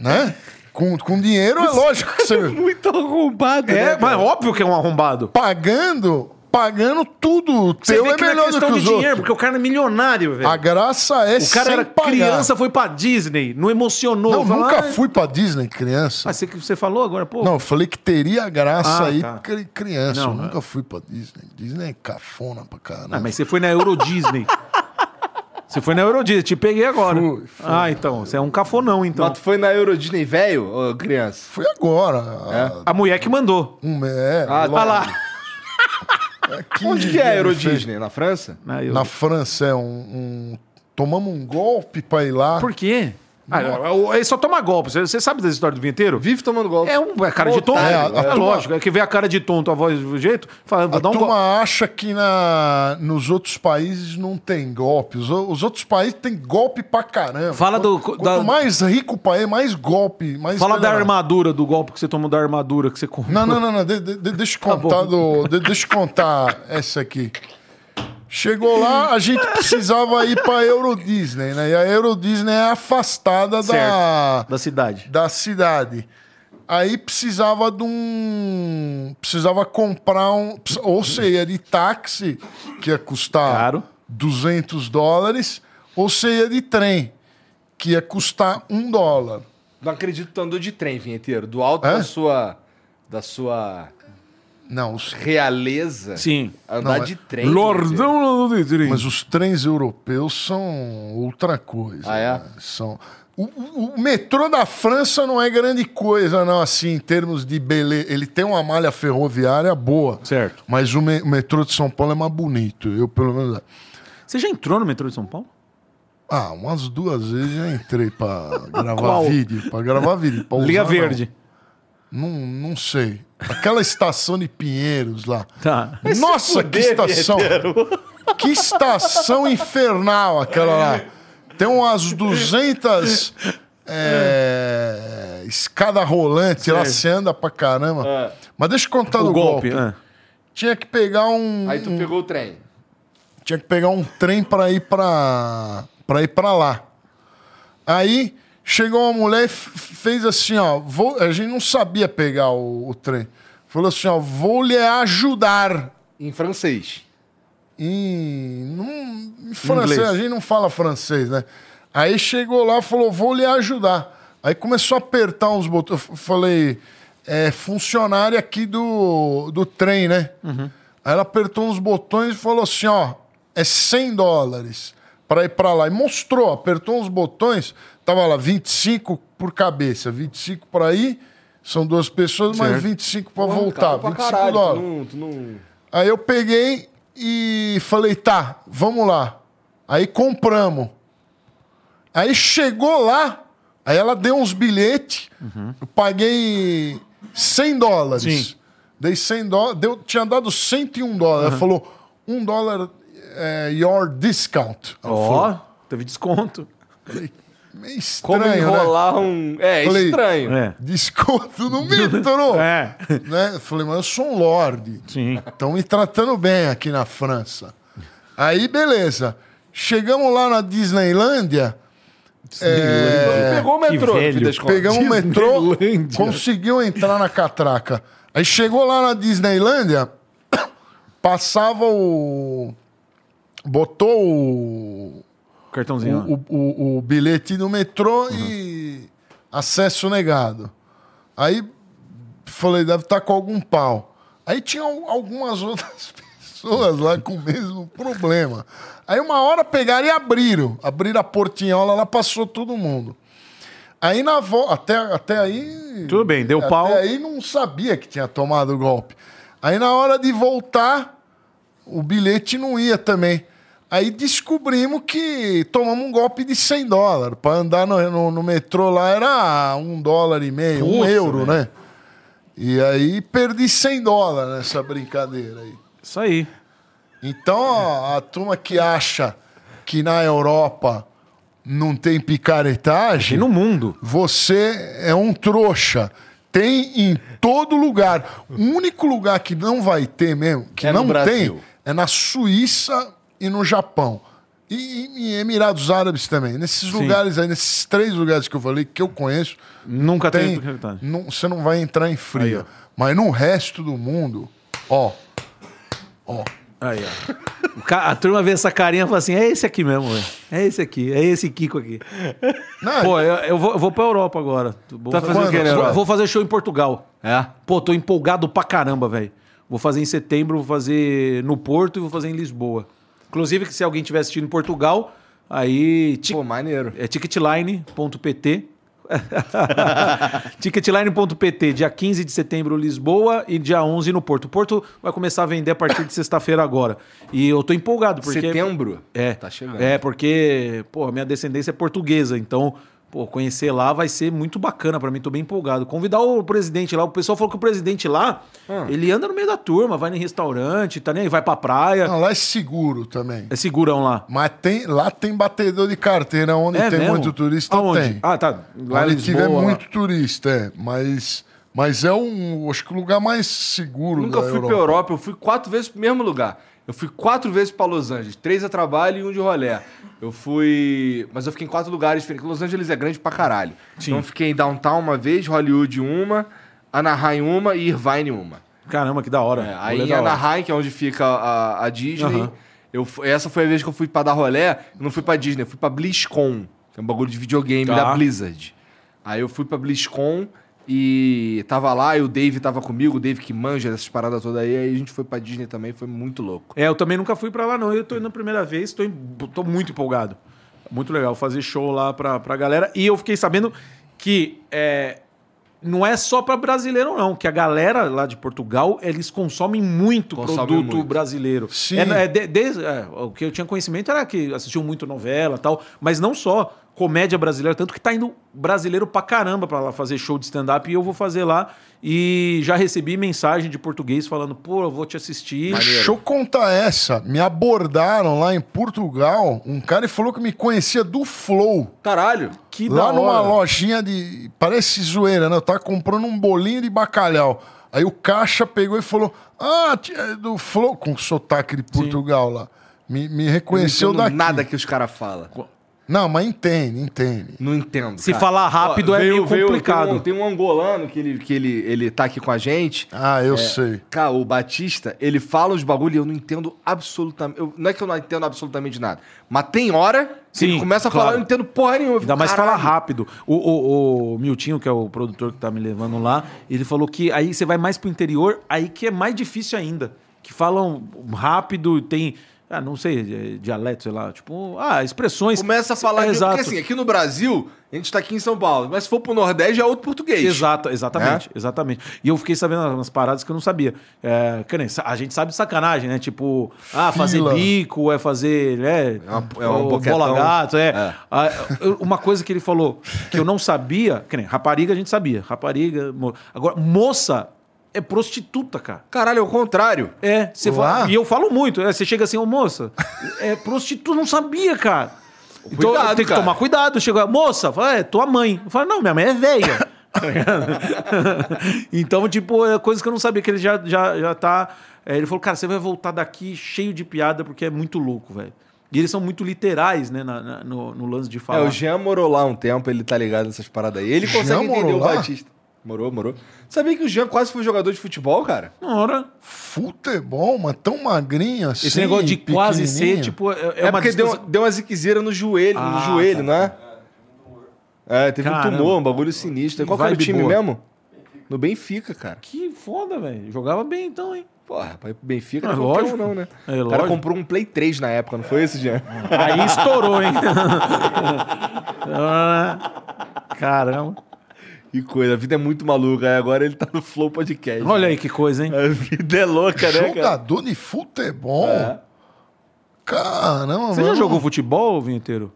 B: né? Com, com dinheiro é lógico que você.
I: Muito arrombado,
B: né,
C: é, mas óbvio que é um arrombado.
B: Pagando, pagando tudo.
C: Você
B: teu
C: vê
B: é
C: que não é
B: melhor do que
C: questão
B: os
C: de dinheiro,
B: outros.
C: porque o cara é milionário, velho.
B: A graça é
C: O cara
B: sem
C: era
B: pagar.
C: criança, foi pra Disney, não emocionou.
B: Não,
C: Fala,
B: nunca
C: "Ah,
B: fui pra Disney criança.
C: Ah, você, que você falou agora, pô.
B: Não, eu falei que teria graça
C: Ah,
B: aí
C: tá.
B: cri- criança.
C: Não,
B: eu nunca fui pra Disney. Disney é cafona pra caramba.
C: Ah, mas você foi na Euro Disney. Você foi na Euro Disney, te peguei agora.
B: Fui, fui.
C: Ah, então, você é um cafonão, então.
I: Mas tu foi na Euro Disney velho, ô, criança?
B: Fui agora.
C: A mulher que mandou.
B: É. Um, é,
I: Ah,
B: lá
C: Olha lá.
I: Onde que é a Euro
B: me fez.
I: Disney? Na França?
C: Na Euro.
B: Na França é um, um- Tomamos um golpe pra ir lá.
C: Por quê? Ah, ele só toma golpe. Você- Você sabe dessa história do vinheteiro?
I: Vive tomando golpe.
C: É um é cara de tonto.
B: Otário,
C: É,
B: a turma-
C: lógico. É que vê a cara de tonto, a voz do jeito, fala, vou
B: A
C: dar um
B: turma é
C: golpe.
B: acha que na, nos outros países não tem golpe. Os, o- os outros países tem golpe pra caramba.
C: Fala do-
B: Quanto
C: da-
B: mais rico o país, mais golpe. Mais
C: Fala da
B: federal.
C: armadura, do golpe que você tomou da armadura que você comprou.
B: Não, não, não, não. De- de- de- deixa eu contar do, de- deixa eu contar essa aqui. Chegou lá, a gente precisava ir pra Euro Disney, né? E a Euro Disney é afastada da,
C: Da cidade.
B: da cidade. Aí precisava de um. Precisava comprar um. Ou você ia de táxi, que ia custar
C: Caro.
B: 200 dólares, ou você ia de trem, que ia custar um dólar.
I: Não acredito que tu andou de trem, vinheteiro. Do alto
B: Hã?
I: da sua. Da sua
B: Não, os
I: realeza.
C: Sim.
I: Andar
B: Não,
I: de
B: é-
I: trem. vinheteiro.
C: do trem.
B: Mas os trens europeus são outra coisa.
I: Ah, é?
B: né? São... O, o- o metrô da França não é grande coisa, não, assim, em termos de beleza. Ele tem uma malha ferroviária boa.
C: Certo.
B: Mas o, me- o metrô de São Paulo é mais bonito. Eu, pelo menos.
C: Você já entrou no metrô de São Paulo?
B: Ah, umas duas vezes já entrei pra gravar
C: Qual?
B: vídeo. Pra gravar vídeo. pra
C: Liga
B: usar,
C: Verde.
B: Não, não, não sei. Aquela estação de Pinheiros lá.
C: Tá.
B: Nossa, que estação! Que estação infernal aquela lá. Tem umas 200 é, escada rolante lá, você anda pra caramba. Mas deixa eu contar
C: É. O
B: do
C: golpe.
B: golpe.
C: é.
B: Tinha que pegar um,
I: Aí tu pegou o trem.
B: tinha que pegar um trem pra ir pra para ir para lá. Aí chegou uma mulher e f- fez assim, ó, vou- a gente não sabia pegar o, o trem. Falou assim, ó, vou lhe ajudar
I: Em francês.
B: em, num- em francês,
C: Inglês.
B: a gente não fala francês, né? Aí chegou lá, falou, vou lhe ajudar. Aí começou a apertar uns botões. Eu f- falei, é funcionária aqui do, do trem, né? Aí ela apertou uns botões e falou assim, ó, é 100 dólares pra ir pra lá. E mostrou, apertou uns botões, tava lá 25 por cabeça, 25 pra ir, são duas pessoas, mas 25 pra voltar, 25 dólares. Aí eu peguei e falei, tá, vamos lá. Aí compramos. Aí chegou lá, aí ela deu uns bilhetes, eu paguei 100 dólares. Dei 100 dólares, deu, tinha dado 101 dólares. Ela falou, um dólar é, your discount. Eu
C: Ó, teve desconto.
B: falei, meio
I: Como
B: estranho, né?
I: enrolar um. É,
B: Falei-
I: estranho.
C: É.
B: Desconto no metrô.
C: É.
B: né? Eu falei, mas eu sou um lorde.
C: Sim.
B: Estão me tratando bem aqui na França. Aí, beleza. Chegamos lá na Disneylândia,
I: Você Pegou o
C: que
I: metrô, no fim
C: velho.
I: das contas.
B: pegamos o metrô,
C: Disneylândia.
B: conseguiu entrar na catraca. Aí chegou lá na Disneylândia, passava o. Botou o.
C: Cartãozinho. ó.
B: o, o- o bilhete do metrô e
C: Uhum.
B: acesso negado. Aí falei, deve estar com algum pau. Aí tinham algumas outras pessoas lá com o mesmo problema. Aí uma hora pegaram e abriram. Abriram a portinhola, lá passou todo mundo. Aí na volta, até, até aí.
C: Tudo bem, deu pau.
B: Até aí não sabia que tinha tomado o golpe. Aí na hora de voltar, o bilhete não ia também. Aí descobrimos que tomamos um golpe de 100 dólares. Para andar no, no- no metrô lá era um dólar e meio, um euro, né? E aí perdi 100 dólares nessa brincadeira aí.
C: Isso aí.
B: Então, ó, a turma que acha que na Europa não tem picaretagem
C: E no mundo.
B: você é um trouxa. Tem em todo lugar. O único lugar que não vai ter mesmo, que
I: É no
B: não
I: Brasil.
B: tem, é na Suíça e no Japão. E em Emirados Árabes também. Nesses lugares aí, nesses três lugares que eu falei, que eu conheço,
C: Nunca
B: tem,
C: tem. tem...
B: não- tá. você não vai entrar em frio. Mas no resto do mundo, ó,
C: Aí, ó. O ca- A turma vê essa carinha e fala assim: é esse aqui mesmo, velho. É esse aqui, é esse Kiko aqui.
B: Não, é
C: Pô, eu, eu vou, eu vou pra Europa agora. Vou
I: Tá
C: fazer-
I: fazendo o quê, né,
C: vou,
I: Europa?
C: vou fazer show em Portugal.
I: É.
C: Pô, tô empolgado pra caramba, velho. Vou fazer em setembro, vou fazer no Porto e vou fazer em Lisboa. Inclusive, que se alguém tiver assistindo em Portugal, aí. ti-
I: Pô, maneiro.
C: É ticketline.pt. ticketline.pt, dia 15 de setembro, Lisboa, e dia 11 no Porto. O Porto vai começar a vender a partir de sexta-feira agora. E eu tô empolgado, porque.
I: Setembro?
C: É.
I: Tá chegando.
C: É, porque, pô, minha descendência é portuguesa, então, pô, conhecer lá vai ser muito bacana pra mim, tô bem empolgado. Convidar o presidente lá, o pessoal falou que o presidente lá, ele anda no meio da turma, vai em restaurante, tá nem aí, vai pra praia.
B: não, lá é seguro também.
C: É segurão lá.
B: Mas tem, lá tem batedor de carteira, onde
C: é
B: tem
C: mesmo?
B: muito turista,
C: Aonde?
B: tem.
C: Ah, tá. Lá
B: Lá
C: em
B: ele
C: Lisboa.
B: tiver
C: lá.
B: muito turista, é. Mas, mas é um, acho que o lugar mais seguro
I: Nunca
B: da
I: fui
B: Europa.
I: pra Europa, eu fui quatro vezes pro mesmo lugar. Eu fui quatro vezes pra Los Angeles, três a trabalho e um de rolé. Eu fui. Mas eu fiquei em quatro lugares diferentes. Los Angeles é grande pra caralho. Então eu fiquei em Downtown uma vez, Hollywood uma, Anaheim uma e Irvine uma.
C: Caramba, que da hora.
I: É,
C: Rolê
I: aí em
C: da hora.
I: Anaheim, que é onde fica a, a Disney,
C: Aham.
I: eu, fu- essa foi a vez que eu fui pra dar rolé. Eu não fui pra Disney, eu fui pra BlizzCon, que é um bagulho de videogame
C: Tá.
I: da Blizzard. Aí eu fui pra BlizzCon e tava lá, e o Dave tava comigo, o Dave que manja essas paradas todas aí. Aí a gente foi pra Disney também, foi muito louco.
C: É, eu também nunca fui pra lá, não. Eu tô indo a primeira vez, tô, em- tô muito empolgado. Muito legal fazer show lá pra, pra galera. E eu fiquei sabendo que é, não é só pra brasileiro, não. Que a galera lá de Portugal, eles consomem muito
I: Consomem
C: produto
I: muito.
C: brasileiro.
B: Sim.
C: É, é, de- de- é, o que eu tinha conhecimento era que assistiam muito novela e tal, mas não só comédia brasileira, tanto que tá indo brasileiro pra caramba pra lá fazer show de stand-up e eu vou fazer lá. E já recebi mensagem de português falando, pô, eu vou te assistir.
B: Deixa eu contar essa. Me abordaram lá em Portugal, um cara e falou que me conhecia do Flow.
I: Caralho!
C: Que
B: lá
C: da
B: numa
C: hora.
B: lojinha de. Parece zoeira, né? Eu tava comprando um bolinho de bacalhau. Aí o caixa pegou e falou: Ah, tia, é do Flow, com sotaque de Portugal lá. Me, me reconheceu
I: Não entendo
B: daqui.
I: nada que os caras falam.
B: Não, mas entende, entende.
A: Não entendo.
C: Se falar rápido é meio complicado.
A: tem, um, tem um angolano que ele, que ele, ele tá aqui com a gente.
B: Ah,
C: É.
B: eu sei.
A: Cara, o Batista, ele fala uns bagulho e eu não entendo absolutamente. eu- não é que eu não entendo absolutamente nada. Mas tem hora que
C: Sim,
A: ele começa a
C: claro.
A: falar, eu não entendo porra nenhuma. Eu fico,
C: Ainda mais
A: "Caralho".
C: falar rápido. O, o, o Miltinho, que é o produtor que tá me levando lá, ele falou que aí você vai mais pro interior, aí que é mais difícil ainda. Que falam rápido, tem. Ah, não sei, é, dialeto, sei lá. Tipo, ah, expressões.
A: Começa a falar. de-
C: Exato.
A: Porque assim, aqui no Brasil, a gente tá aqui em São Paulo. Mas se for pro Nordeste, é outro português. Né?
C: Exato, exatamente, exatamente. E eu fiquei sabendo umas paradas que eu não sabia. É, que nem, a gente sabe sacanagem, né? Tipo, ah, fazer
B: Fila.
C: bico, é fazer, né?
A: É uma- é um
C: o
A: boquetão.
C: bola gato, é.
A: É.
C: Ah, eu- uma coisa que ele falou que eu não sabia, que nem rapariga a gente sabia, rapariga, mo- agora moça é prostituta, cara.
A: Caralho, é o contrário.
C: É, você
B: Lá?
C: fala- e eu falo muito, é, você chega assim, ô moça, é prostituta, não sabia, cara. Então
A: Cuidado,
C: tem que
A: cara.
C: tomar cuidado. Chega, moça, fala, é tua mãe. Eu falo, não, minha mãe é velha. Tá ligado? então, tipo, é coisa que eu não sabia, que ele já, já, já tá. é, ele falou, cara, você vai voltar daqui cheio de piada, porque é muito louco, velho. E eles são muito literais, né, na- na- no, no lance de
A: É,
C: falar.
A: o Jean morou lá um tempo, ele tá ligado nessas paradas aí. Ele
B: Jean
A: consegue entender
B: morou
A: o
B: lá?
A: Batista. Morou, morou. Sabia que o Jean quase foi jogador de futebol, cara?
C: Na hora.
B: Futebol, mas tão magrinho assim.
C: Esse negócio de quase ser,
B: pequenininho.
C: tipo, é, é
A: É,
C: uma
A: porque deu,
C: discussão-
A: deu uma ziquezeira no joelho,
C: Ah,
A: no joelho,
C: tá.
A: não é? É, teve
C: Caramba.
A: um tumor, um bagulho sinistro. Qual que era o
C: Vibe
A: time
C: boa.
A: mesmo? No Benfica, cara.
C: Que foda, velho. Jogava bem então, hein?
A: Porra, vai pro Benfica
C: É
A: não é qualquer
C: lógico.
A: um não, né?
C: É
A: o cara
C: lógico. É.
A: comprou um Play 3 na época, não foi esse, Jean?
C: Aí estourou, hein? Ah, Caramba.
A: Que coisa, a vida é muito maluca. aí Agora ele tá no Flow Podcast.
C: Olha aí que coisa, hein?
A: A vida é louca, né, cara?
B: Jogador de futebol? Caramba,
C: É. Você já
B: mano.
C: jogou futebol, Vinheteiro?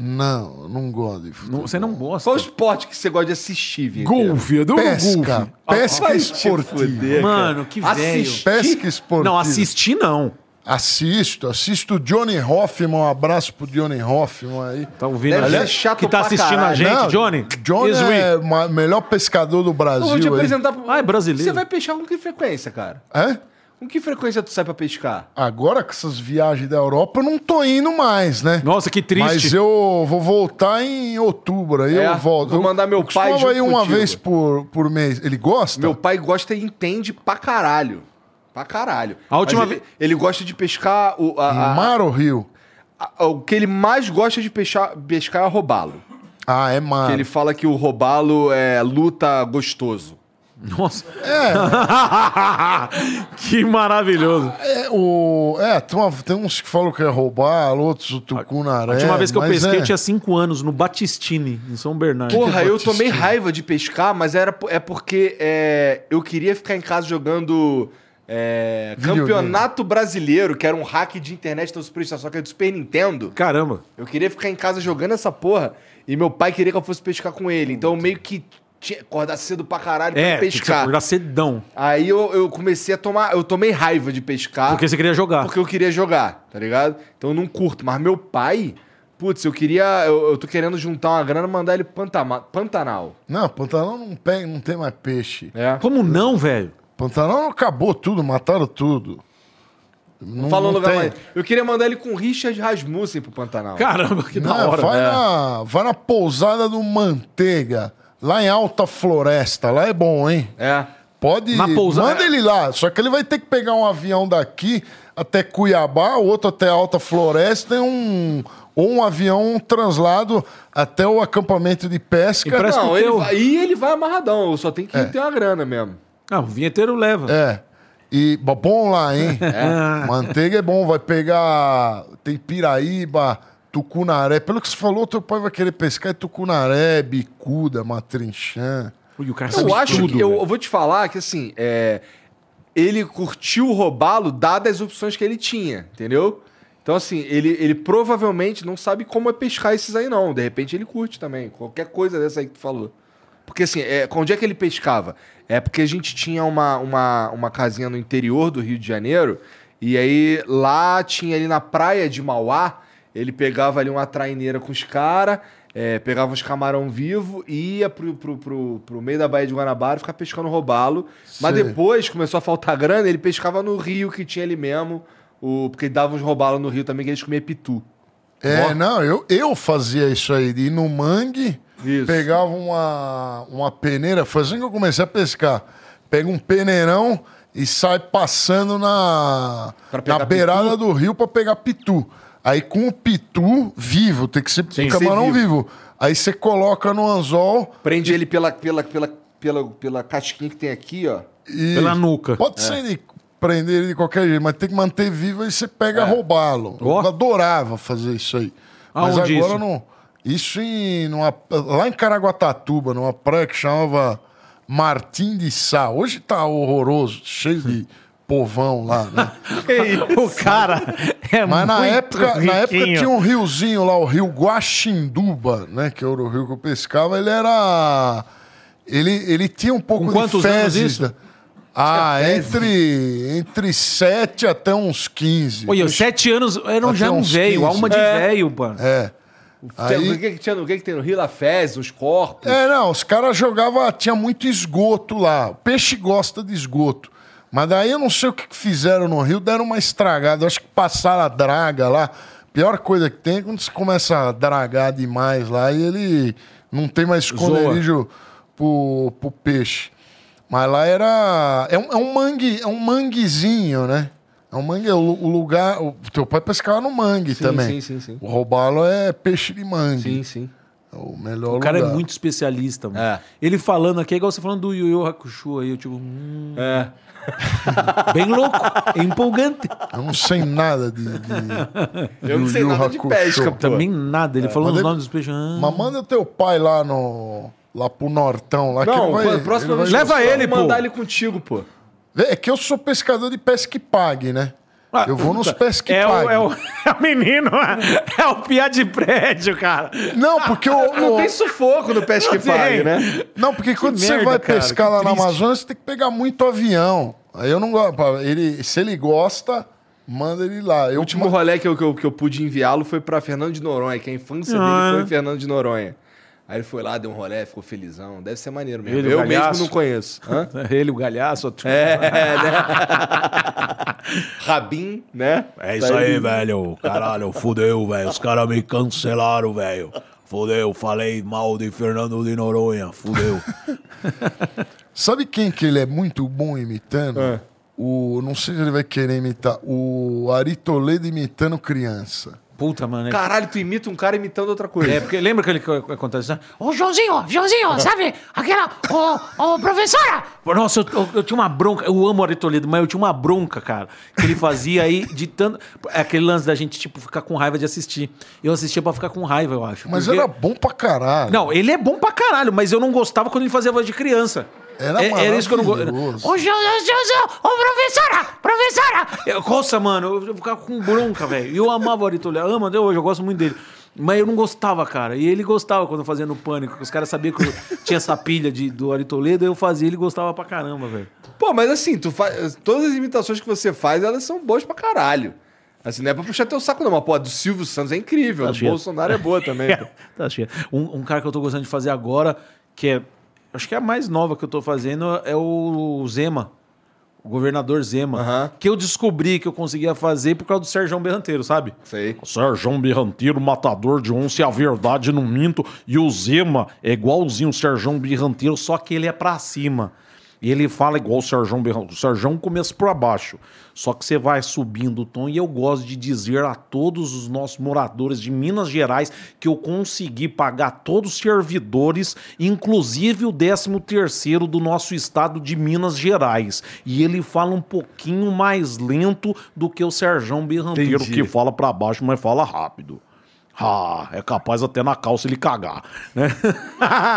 B: Não, eu não gosto de futebol.
C: Não, você não gosta.
A: Qual o esporte que você gosta de assistir, Vitor?
C: Golfe, eu
B: um
C: dou
B: Pesca. Pesca
A: Vai te
B: esportiva.
A: fuder, cara.
C: Mano, que
A: Assiste.
C: velho.
B: Pesca esportiva.
C: Não, assisti não.
B: Assisto, assisto o Johnny Hoffman. Um abraço pro Johnny Hoffman aí.
C: Tá ouvindo?
A: Deve ser
C: ali?
A: chato
C: que tá
A: pra
C: assistindo a
A: caralho.
C: gente,
B: Não,
C: Johnny?
B: Johnny
C: Is we.
B: é o ma- melhor pescador do
A: Eu vou te
B: Brasil. Aí.
A: apresentar pro-
C: Ah, é brasileiro.
A: Você vai pescar com que frequência, cara?
B: É?
A: Com que frequência tu sai pra pescar?
B: Agora com essas viagens da Europa, eu não tô indo mais, né?
C: Nossa, que triste.
B: Mas eu vou voltar em outubro, aí
A: É?
B: eu volto.
A: Vou mandar meu
B: Eu costumava
A: pai junto
B: ir uma
A: contigo.
B: vez por, por mês. Ele gosta?
A: Meu pai gosta e entende pra caralho. Pra caralho.
C: A última Hum.
A: Mas ele, ele gosta de pescar. O, a- a-
B: Mar ou Rio?
A: a- o que ele mais gosta de pescar, pescar é robalo.
B: Ah, é mar.
A: Que ele fala que o robalo é luta gostoso.
C: Nossa. que maravilhoso.
B: É, o... é tem, uma- tem uns que falam que é roubar, outros o tucunaré.
C: a última vez que eu
B: mas
C: pesquei,
B: é.
C: eu tinha 5 anos, no Batistini, em São Bernardo.
A: Porra, eu
B: Batista.
A: tomei raiva de pescar, mas era, po- é porque é, eu queria ficar em casa jogando é,
B: Videogame.
A: Campeonato Brasileiro, que era um hack de internet do Super só que é do Super Nintendo.
C: Caramba.
A: Eu queria ficar em casa jogando essa porra e meu pai queria que eu fosse pescar com ele. Então eu meio que tinha que acordar cedo pra caralho pra
C: É,
A: ir
C: tem que se
A: pescar.
C: acordar cedão.
A: Aí eu, eu comecei a tomar. Eu tomei raiva de pescar
C: Porque você queria jogar.
A: porque eu queria jogar, tá ligado? Então eu não curto. Mas meu pai, putz, eu queria. Eu, eu tô querendo juntar uma grana e mandar ele pro Pantama- Pantanal.
B: Não, Pantanal não, pega, não tem mais peixe.
A: É.
C: Como não, velho?
B: Pantanal acabou tudo, mataram tudo. Não,
A: Falou um lugar
B: tem.
A: mais. Eu queria mandar ele com Richard Rasmussen pro Pantanal.
C: Caramba, que
B: Não,
C: da hora.
B: vai,
C: né?
B: na, vai na pousada do Manteiga, lá em Alta Floresta. Lá é bom, hein?
A: É.
B: Pode.
C: Na pousada-
B: Manda ele lá. Só que ele vai ter que pegar um avião daqui até Cuiabá, outro até Alta Floresta e um. Ou um avião um translado até o acampamento de pesca.
C: E parece- Mas
A: não,
C: com
A: ele
C: teu- É.
A: vai, e ele vai amarradão. Eu só tenho que ter uma grana mesmo.
C: Ah, o vinheteiro leva.
B: É. E bo- bom lá, hein? Manteiga é bom, vai pegar. Tem piraíba, tucunaré. Pelo que você falou, teu pai vai querer pescar é tucunaré, bicuda, matrinchã.
C: Ui, o cara sabe
A: Eu acho
C: tudo,
A: que. Eu,
C: velho.
A: eu vou te falar que assim. é, ele curtiu o robalo dadas as opções que ele tinha, entendeu? Então, assim, ele, ele provavelmente não sabe como é pescar esses aí, não. De repente ele curte também. Qualquer coisa dessa aí que tu falou. Porque assim, é, com- onde é que ele pescava? É porque a gente tinha uma, uma, uma casinha no interior do Rio de Janeiro, e aí lá tinha ali na praia de Mauá, ele pegava ali uma traineira com os caras, pegava os camarão vivo e ia pro, pro, pro, pro meio da Baía de Guanabara ficar pescando robalo. Mas
B: Sei.
A: depois começou a faltar grana, ele pescava no rio que tinha ali mesmo, o, porque dava uns robalos no rio também, que eles comiam pitu.
B: É, não, eu, eu fazia isso aí, de ir no mangue,
A: Isso.
B: pegava uma, uma peneira, foi assim que eu comecei a pescar. Pega um peneirão e sai passando na,
A: Pra pegar
B: na beirada do rio pra pegar pitu. Aí com o pitu vivo, tem que ser um camarão
A: ser
B: vivo. Aí você coloca no anzol
A: Prende ele pela, pela, pela, pela, pela casquinha que tem aqui, ó.
B: e.
C: Pela nuca.
B: Pode ser de prender ele de qualquer jeito, mas tem que manter vivo e você pega roubá-lo.
C: Ó.
B: Eu adorava fazer isso aí. mas
C: Aonde
B: agora
C: isso?
B: não. Isso em, numa- lá em Caraguatatuba, numa praia que chamava Martim de Sá. Hoje tá horroroso, cheio de povão lá, né?
C: o cara é
B: Mas na
C: muito
B: época, na época
C: riquinho.
B: tinha um riozinho lá, o rio Guaxinduba, né? Que era o rio que eu pescava. Ele era. Ele, ele tinha um pouco
C: Com quantos
B: de
C: anos
B: fezes.
C: isso?
B: da- Ah, entre, entre 7 até uns É. 15.
C: Olha, eu sete anos, era um,
B: Até
C: já um
B: uns
C: velho,
B: 15.
C: alma de
B: É.
C: velho, pô.
B: É.
A: Tem- um- O
B: Aí,
A: que, que tinha no, o que, que tem no Rio La Fez, os corpos?
B: é, não, os caras jogavam, tinha muito esgoto lá. O peixe gosta de esgoto. Mas daí eu não sei o que que fizeram no rio, deram uma estragada. Eu acho que passaram a draga lá. Pior coisa que tem é quando você começa a dragar demais lá e ele não tem mais esconderijo pro, pro peixe. Mas lá era. É um, é um mangue, é um manguezinho, né? É um mangue, é o, lu- o lugar. O teu pai pescava no mangue também.
A: sim, sim, sim.
B: O robalo é peixe de mangue.
A: Sim, sim.
B: É o melhor
C: O cara é
B: lugar.
C: muito especialista, mano.
A: É.
C: Ele falando aqui é igual você falando do Yu Yu Hakusho aí, eu tipo, hum,
A: É.
C: bem louco, é empolgante.
B: Eu não sei nada de. de-
A: Eu não
B: Yu
A: sei
B: Yu
A: nada de
B: Hakusho.
A: pesca, pô.
C: Também nada, ele
B: É,
C: falando
B: Mas
C: os
B: ele-
C: nomes dos peixes. ah.
B: Mas manda teu pai lá no. Lá pro Nortão, lá que
A: Não,
B: ele vai,
A: pô, próxima
B: ele
A: vez
B: vai-
C: Leva
A: eu vou
C: ele, pô.
A: mandar ele contigo, pô.
B: É que eu sou pescador de pesca que pague, né?
C: Ah,
B: eu vou nos
C: puta,
B: pesca que
C: é o,
B: pague.
C: é, o, é o menino, é o piá de prédio, cara.
B: Não, porque o,
C: Ah,
A: Não
B: o-
A: tem sufoco no pesca que
C: Não
A: pague,
C: tem.
A: né?
B: não, porque quando você
C: merda,
B: vai
C: cara,
B: pescar
C: que
B: lá na
C: triste.
B: Amazônia, você tem que pegar muito avião. Aí eu não gosto. pá, Ele, se ele gosta, manda ele lá. Eu,
A: O último rolê que eu, que eu, que eu pude enviá-lo foi pra Fernando de Noronha, que a infância
C: Ah,
A: dele foi
C: é?
A: em Fernando de Noronha. Aí ele foi lá, deu um rolê, ficou felizão. Deve ser maneiro mesmo.
C: Ele, o
A: eu mesmo
C: galhaço.
A: não conheço. Hã?
C: Ele, o galhaço, outro-
A: É, né? Rabin, né?
J: É isso aí, velho. Caralho, fudeu, velho. Os caras me cancelaram, velho. Fudeu, falei mal de Fernando de Noronha. Fudeu.
B: Sabe quem que ele é muito bom imitando?
A: É.
B: O, não sei se ele vai querer imitar. O Ari Toledo imitando criança.
C: Puta, mano. é-
A: Caralho, tu imita um cara imitando outra coisa.
C: É, porque lembra que ele co- acontece, né?
K: Ô, Joãozinho,
C: Ah.
K: Joãozinho, sabe? Aquela. Ô, ô, professora!
C: Pô, Nossa, eu, eu- eu tinha uma bronca. Eu amo o Ari Toledo, mas eu tinha uma bronca, cara. Que ele fazia aí de tanto. é Aquele lance da gente, tipo, ficar com raiva de assistir. Eu assistia pra ficar com raiva, eu acho.
B: Mas
C: porque-
B: era bom pra caralho.
C: Não, ele é bom pra caralho, mas eu não gostava quostava quando ele fazia voz de criança.
B: Era
C: É- era isso que eu não gostava.
B: maravilhoso.
K: Ô, Joãozinho, Joãozinho, ô, professora! Professora!
C: Eu- Nossa, mano, eu- eu ficava com bronca, velho. Eu amava o Aritolé, amo até hoje, eu gosto muito dele. Mas eu não gostava, cara. E ele gostava quando eu fazia no Pânico, que os caras sabiam que eu tinha essa pilha de, do Aritoledo, eu fazia, ele gostava pra caramba, velho.
A: Pô, mas assim, tu faz. Todas as imitações que você faz, elas são boas pra caralho. Assim, não é pra puxar teu saco, não. Mas, pô, a do Silvio Santos é incrível. a do
C: cheio.
A: Bolsonaro é boa também. pô.
C: Tá cheio. Um, um cara que eu tô gostando de fazer agora, que é. Acho que é a mais nova que eu tô fazendo, é o Zema. O governador Zema.
A: Aham.
C: Que eu descobri que eu conseguia fazer por causa do Sérgio Berranteiro, sabe?
A: Isso aí.
J: Sérgio Birranteiro, matador de onça, e a verdade não minto.
C: E o Zema é igualzinho o Serjão Birranteiro, só que ele é pra cima. E ele fala igual o Serjão Birranteiro. O Serjão começa pra baixo. Só que você vai subindo o tom e eu gosto de dizer a todos os nossos moradores de Minas Gerais que eu consegui pagar todos os servidores, inclusive o 13 terceiro do nosso estado de Minas Gerais. E ele fala um pouquinho mais lento do que o Serjão Birranteiro,
J: Entendi.
C: que fala pra baixo, mas fala rápido. Ah, é capaz até na calça ele cagar, né?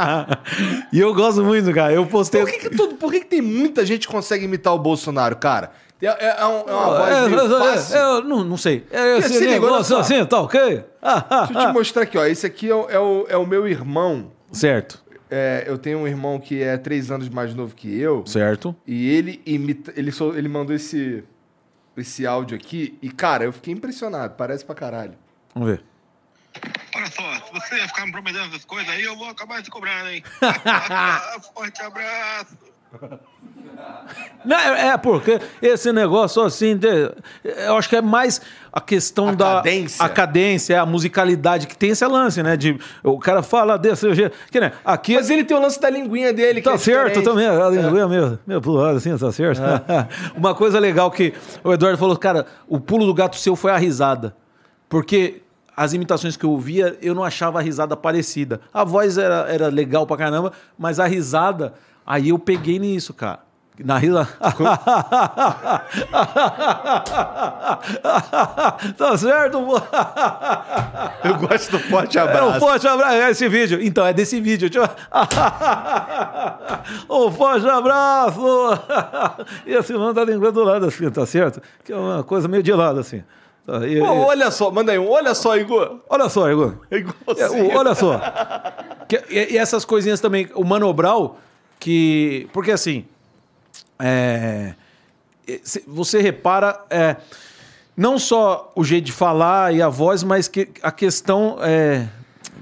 C: e eu gosto muito, cara. Eu postei.
A: Por que, que todo- por que que tem muita gente que consegue imitar o Bolsonaro, cara? É, é- é um- é uma voz meio fácil.
C: eu não, não sei. É,
A: Esse
C: esse
A: negócio
C: negócio
A: lá.
C: assim, tá ok? Ah, ah,
A: Deixa eu
C: ah.
A: te mostrar aqui, ó. Esse aqui é, o- é o, é o meu irmão.
C: Certo,
A: É, eu tenho um irmão que é três anos mais novo que eu.
C: certo.
A: E ele imita. Ele, só- ele mandou esse, esse áudio aqui. E, cara, eu fiquei impressionado. Parece pra caralho.
C: Vamos ver.
L: Olha só, se você ficar me prometendo essas Ah, coisas aí, eu vou acabar te cobrando, hein? Forte abraço.
C: Não, é, é porque esse negócio assim, de- eu acho que é mais a questão da
I: cadência.
C: a cadência, a musicalidade que tem esse lance, né? De o cara fala desse jeito, que né? Aqui
I: Mas ele tem um o lance da linguinha dele. que
C: Tá
I: é
C: certo
I: diferente. É.
C: também, a linguinha meio, meio pulada assim, tá certo. Uma coisa legal que o Eduardo falou, cara, o pulo do gato seu foi a risada. Porque as imitações que eu ouvia, eu não achava a risada parecida. A voz era, era legal pra caramba, mas a risada, aí eu peguei nisso, cara. Na risada. tá certo, pô?
I: Eu gosto do forte
C: É
I: abraço.
C: um forte abraço. É esse vídeo. Então, é desse vídeo. Deixa eu- um forte abraço. E assim, mano tá língua do lado, assim, tá certo? Que é uma coisa meio de lado, assim. Tá, e-
I: Pô,
C: e-
I: olha só, manda aí um. Olha só, Igor.
C: olha só, Igor.
I: É
C: É,
I: igualzinho.
C: o- olha só. Que- e, e essas coisinhas também. O manobral, que. Porque assim. é, e- se- você repara. é, não só o jeito de falar e a voz, mas que a questão. é,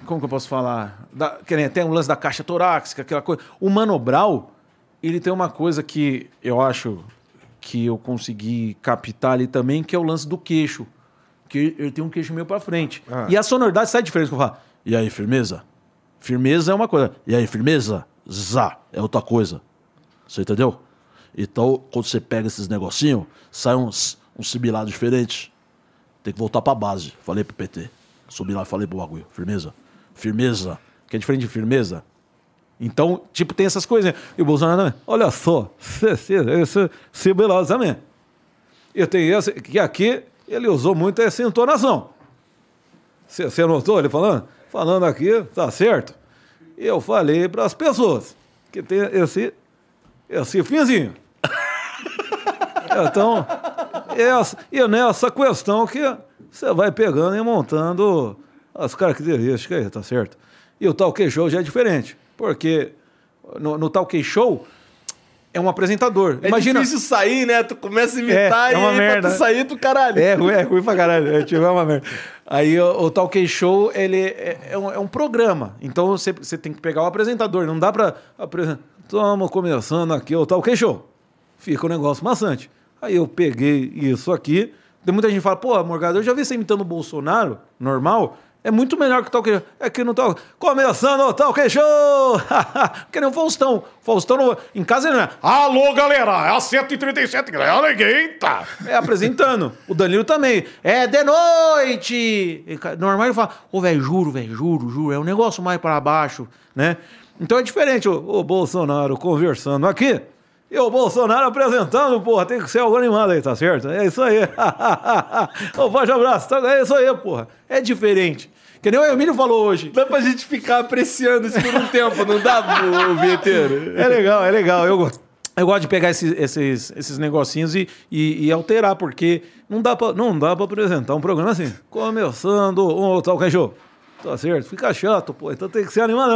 C: como que eu posso falar? Da, que nem tem um lance da caixa torácica, aquela coisa. O manobral, ele tem uma coisa que eu acho que eu consegui captar ali também, que é o lance do queixo. Que eu tenho um queixo meio pra frente. E a sonoridade sai diferente. Quando eu falo, e aí, firmeza? Firmeza é uma coisa. E aí, firmeza? Zá é outra coisa. Você entendeu? Então, quando você pega esses negocinhos, sai uns, um sibilado diferente. Tem que voltar pra base. Falei pro PT. Subi lá e falei pro bagulho. Firmeza. Firmeza. Que é diferente de firmeza? Então, tipo, tem essas coisas. E o Bolsonaro também. Olha só. Esse, esse sibilado também. Eu tenho esse. Que aqui ele usou muito essa entonação. Você notou ele falando? Falando aqui, tá certo? Eu falei para as pessoas que tem esse, esse finzinho. então, essa, e nessa questão que você vai pegando e montando as características aí, tá certo? E o tal show já é diferente, porque no, no tal show é um apresentador.
I: É
C: Imagina,
I: difícil sair, né? Tu começa a imitar
C: É, é uma
I: e aí pra
C: merda.
I: tu sair, tu caralho.
C: É ruim, é ruim pra caralho. É, tipo, é uma merda. Aí o, o Talk Show, ele é, é um, é um programa. Então você, você tem que pegar o apresentador. Não dá pra apresentar. Estamos começando aqui o Talk Show. Fica um negócio maçante. Aí eu peguei isso aqui. Tem muita gente que fala, pô, Morgado, eu já vi você imitando o Bolsonaro, normal. É muito melhor que o Talk Show. É que no Talk... Começando o Talk Show! que nem o Faustão. Faustão, não- em casa ele não é...
J: Alô, galera, é a 137, galera. Olha aí, Eita!
C: É, apresentando. O Danilo também. É de noite! E ca- Normal ele fala, ô, velho, juro, velho, juro, juro. É um negócio mais para baixo, né? Então é diferente o, o Bolsonaro conversando aqui e o Bolsonaro apresentando, porra. Tem que ser algo animado aí, tá certo? É isso aí. Ô, forte abraço. tá? É isso aí, porra. É diferente. Que nem o Emílio falou hoje.
I: Dá pra gente ficar apreciando isso por um tempo, não dá, ô, vinheteiro?
C: É legal, é legal. Eu gosto. Eu gosto de pegar esses, esses, esses negocinhos e, e, e alterar, porque não dá, pra, não dá pra apresentar um programa assim. Começando um tal cachorro. Tá certo? Fica chato, pô. Então tem que ser animado,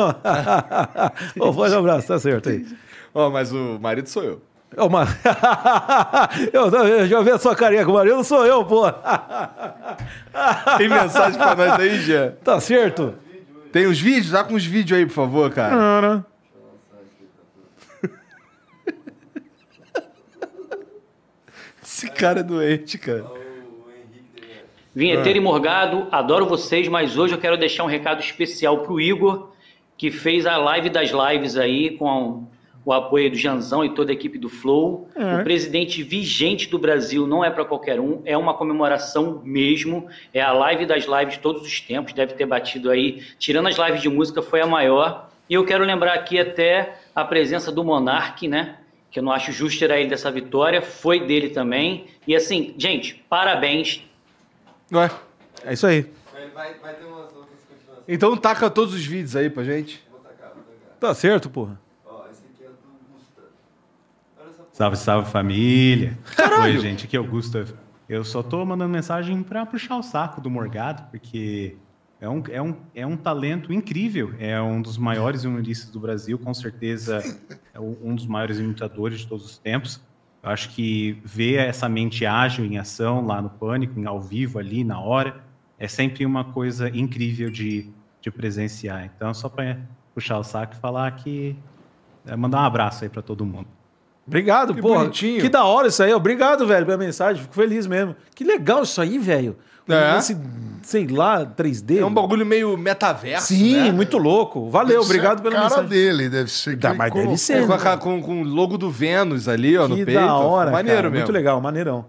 C: não. Ô, forte abraço, tá certo aí.
I: Ó, mas o marido sou eu.
C: É uma... eu, eu já vi a sua carinha com o marido, sou eu, pô.
I: Tem mensagem pra nós aí, Jean?
C: Tá certo?
I: Tem uns vídeos? Dá com os vídeos aí, por favor, cara. Esse cara é doente, cara.
M: Vinheteiro e Morgado, adoro vocês, mas hoje eu quero deixar um recado especial pro Igor, que fez a live das lives aí com o apoio do Janzão e toda a equipe do Flow. O presidente vigente do Brasil não é para qualquer um, é uma comemoração mesmo. É a live das lives de todos os tempos, deve ter batido aí. Tirando as lives de música, foi a maior. E eu quero lembrar aqui até a presença do Monark, né? que eu não acho justo tirar ele dessa vitória, foi dele também. E assim, gente, parabéns.
I: Ué,
C: É isso aí.
H: Vai, vai ter umas outras continuações.
I: então taca todos os vídeos aí pra gente.
C: Tá certo, porra.
H: Ó, esse aqui é do Gusta.
L: Salve, salve família! Oi, gente, aqui é o Gustavo. Eu só tô mandando mensagem pra puxar o saco do Morgado, porque é um, é um, é um talento incrível. É um dos maiores humoristas do Brasil, com certeza é um um dos maiores imitadores de todos os tempos. Eu acho que ver essa mente ágil em ação lá no Pânico, em ao vivo ali, na hora, é sempre uma coisa incrível de, de presenciar. Então, só pra puxar o saco e falar que. é, mandar um abraço aí pra todo mundo.
C: Obrigado, pô.
A: bonitinho.
C: Que da hora isso aí. Obrigado, velho, pela mensagem. Fico feliz mesmo. Que legal isso aí, velho.
A: É.
C: Esse, sei lá, 3D.
A: É um bagulho meio metaverso.
C: Sim,
A: né?
C: muito louco. Valeu,
B: Deve ser
C: Ah, obrigado
B: a
C: pela
B: cara
C: mensagem.
B: dele, deve ser.
C: Dá,
B: que
C: mas deve
B: colocou.
C: ser.
A: É, com, a- com, com o logo do Vênus ali, ó,
C: que
A: no peito.
C: da hora,
A: Maneiro
C: cara.
A: mesmo.
C: Muito legal, maneirão.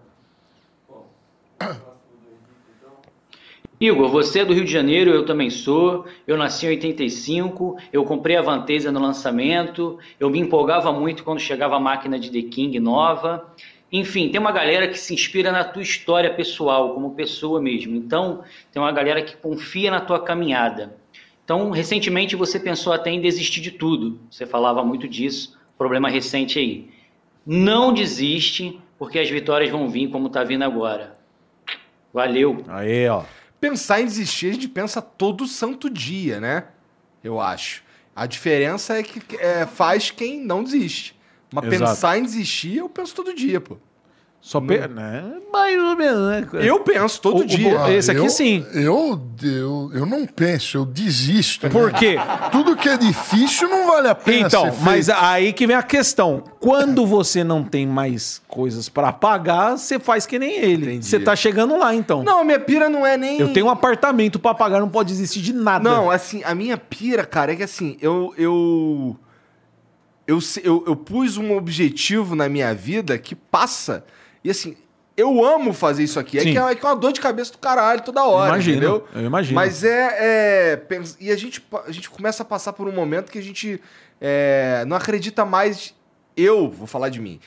M: Igor, você é do Rio de Janeiro, eu também sou. Eu nasci em 85, eu comprei a Vanteza no lançamento, eu me empolgava muito quando chegava a máquina de The King nova. Enfim, tem uma galera que se inspira na tua história pessoal, como pessoa mesmo. Então, tem uma galera que confia na tua caminhada. Então, recentemente você pensou até em desistir de tudo. Você falava muito disso, problema recente aí. Não desiste, porque as vitórias vão vir como tá vindo agora. Valeu!
C: Aí, ó.
A: Pensar em desistir, a gente pensa todo santo dia, né? Eu acho. A diferença é que é, faz quem não desiste. Mas
C: Exato.
A: pensar em desistir, eu penso todo dia, pô.
C: Só pe... né? Mais ou menos, né?
A: Eu penso todo
C: O- o
A: dia.
C: bo- é, Esse aqui
B: eu,
C: sim.
B: Eu, eu, eu não penso, eu desisto. né?
C: Por quê?
B: Tudo que é difícil não vale a pena.
C: Então,
B: ser feito.
C: mas aí que vem a questão. Quando você não tem mais coisas pra pagar, você faz que nem ele. Você tá chegando lá, então.
A: Não, minha pira não é nem.
C: Eu tenho um apartamento pra pagar, não pode desistir de nada.
A: Não, assim, a minha pira, cara, é que assim, eu. Eu, eu, se- eu, eu pus um objetivo na minha vida que passa. E assim, eu amo fazer isso aqui. É
C: Sim.
A: que é, é que é uma dor de cabeça do caralho toda hora.
C: Imagino,
A: entendeu?
C: eu imagino.
A: Mas é. é, pens- e a gente, pa- a gente começa a passar por um momento que a gente é, não acredita mais. Eu vou falar de mim.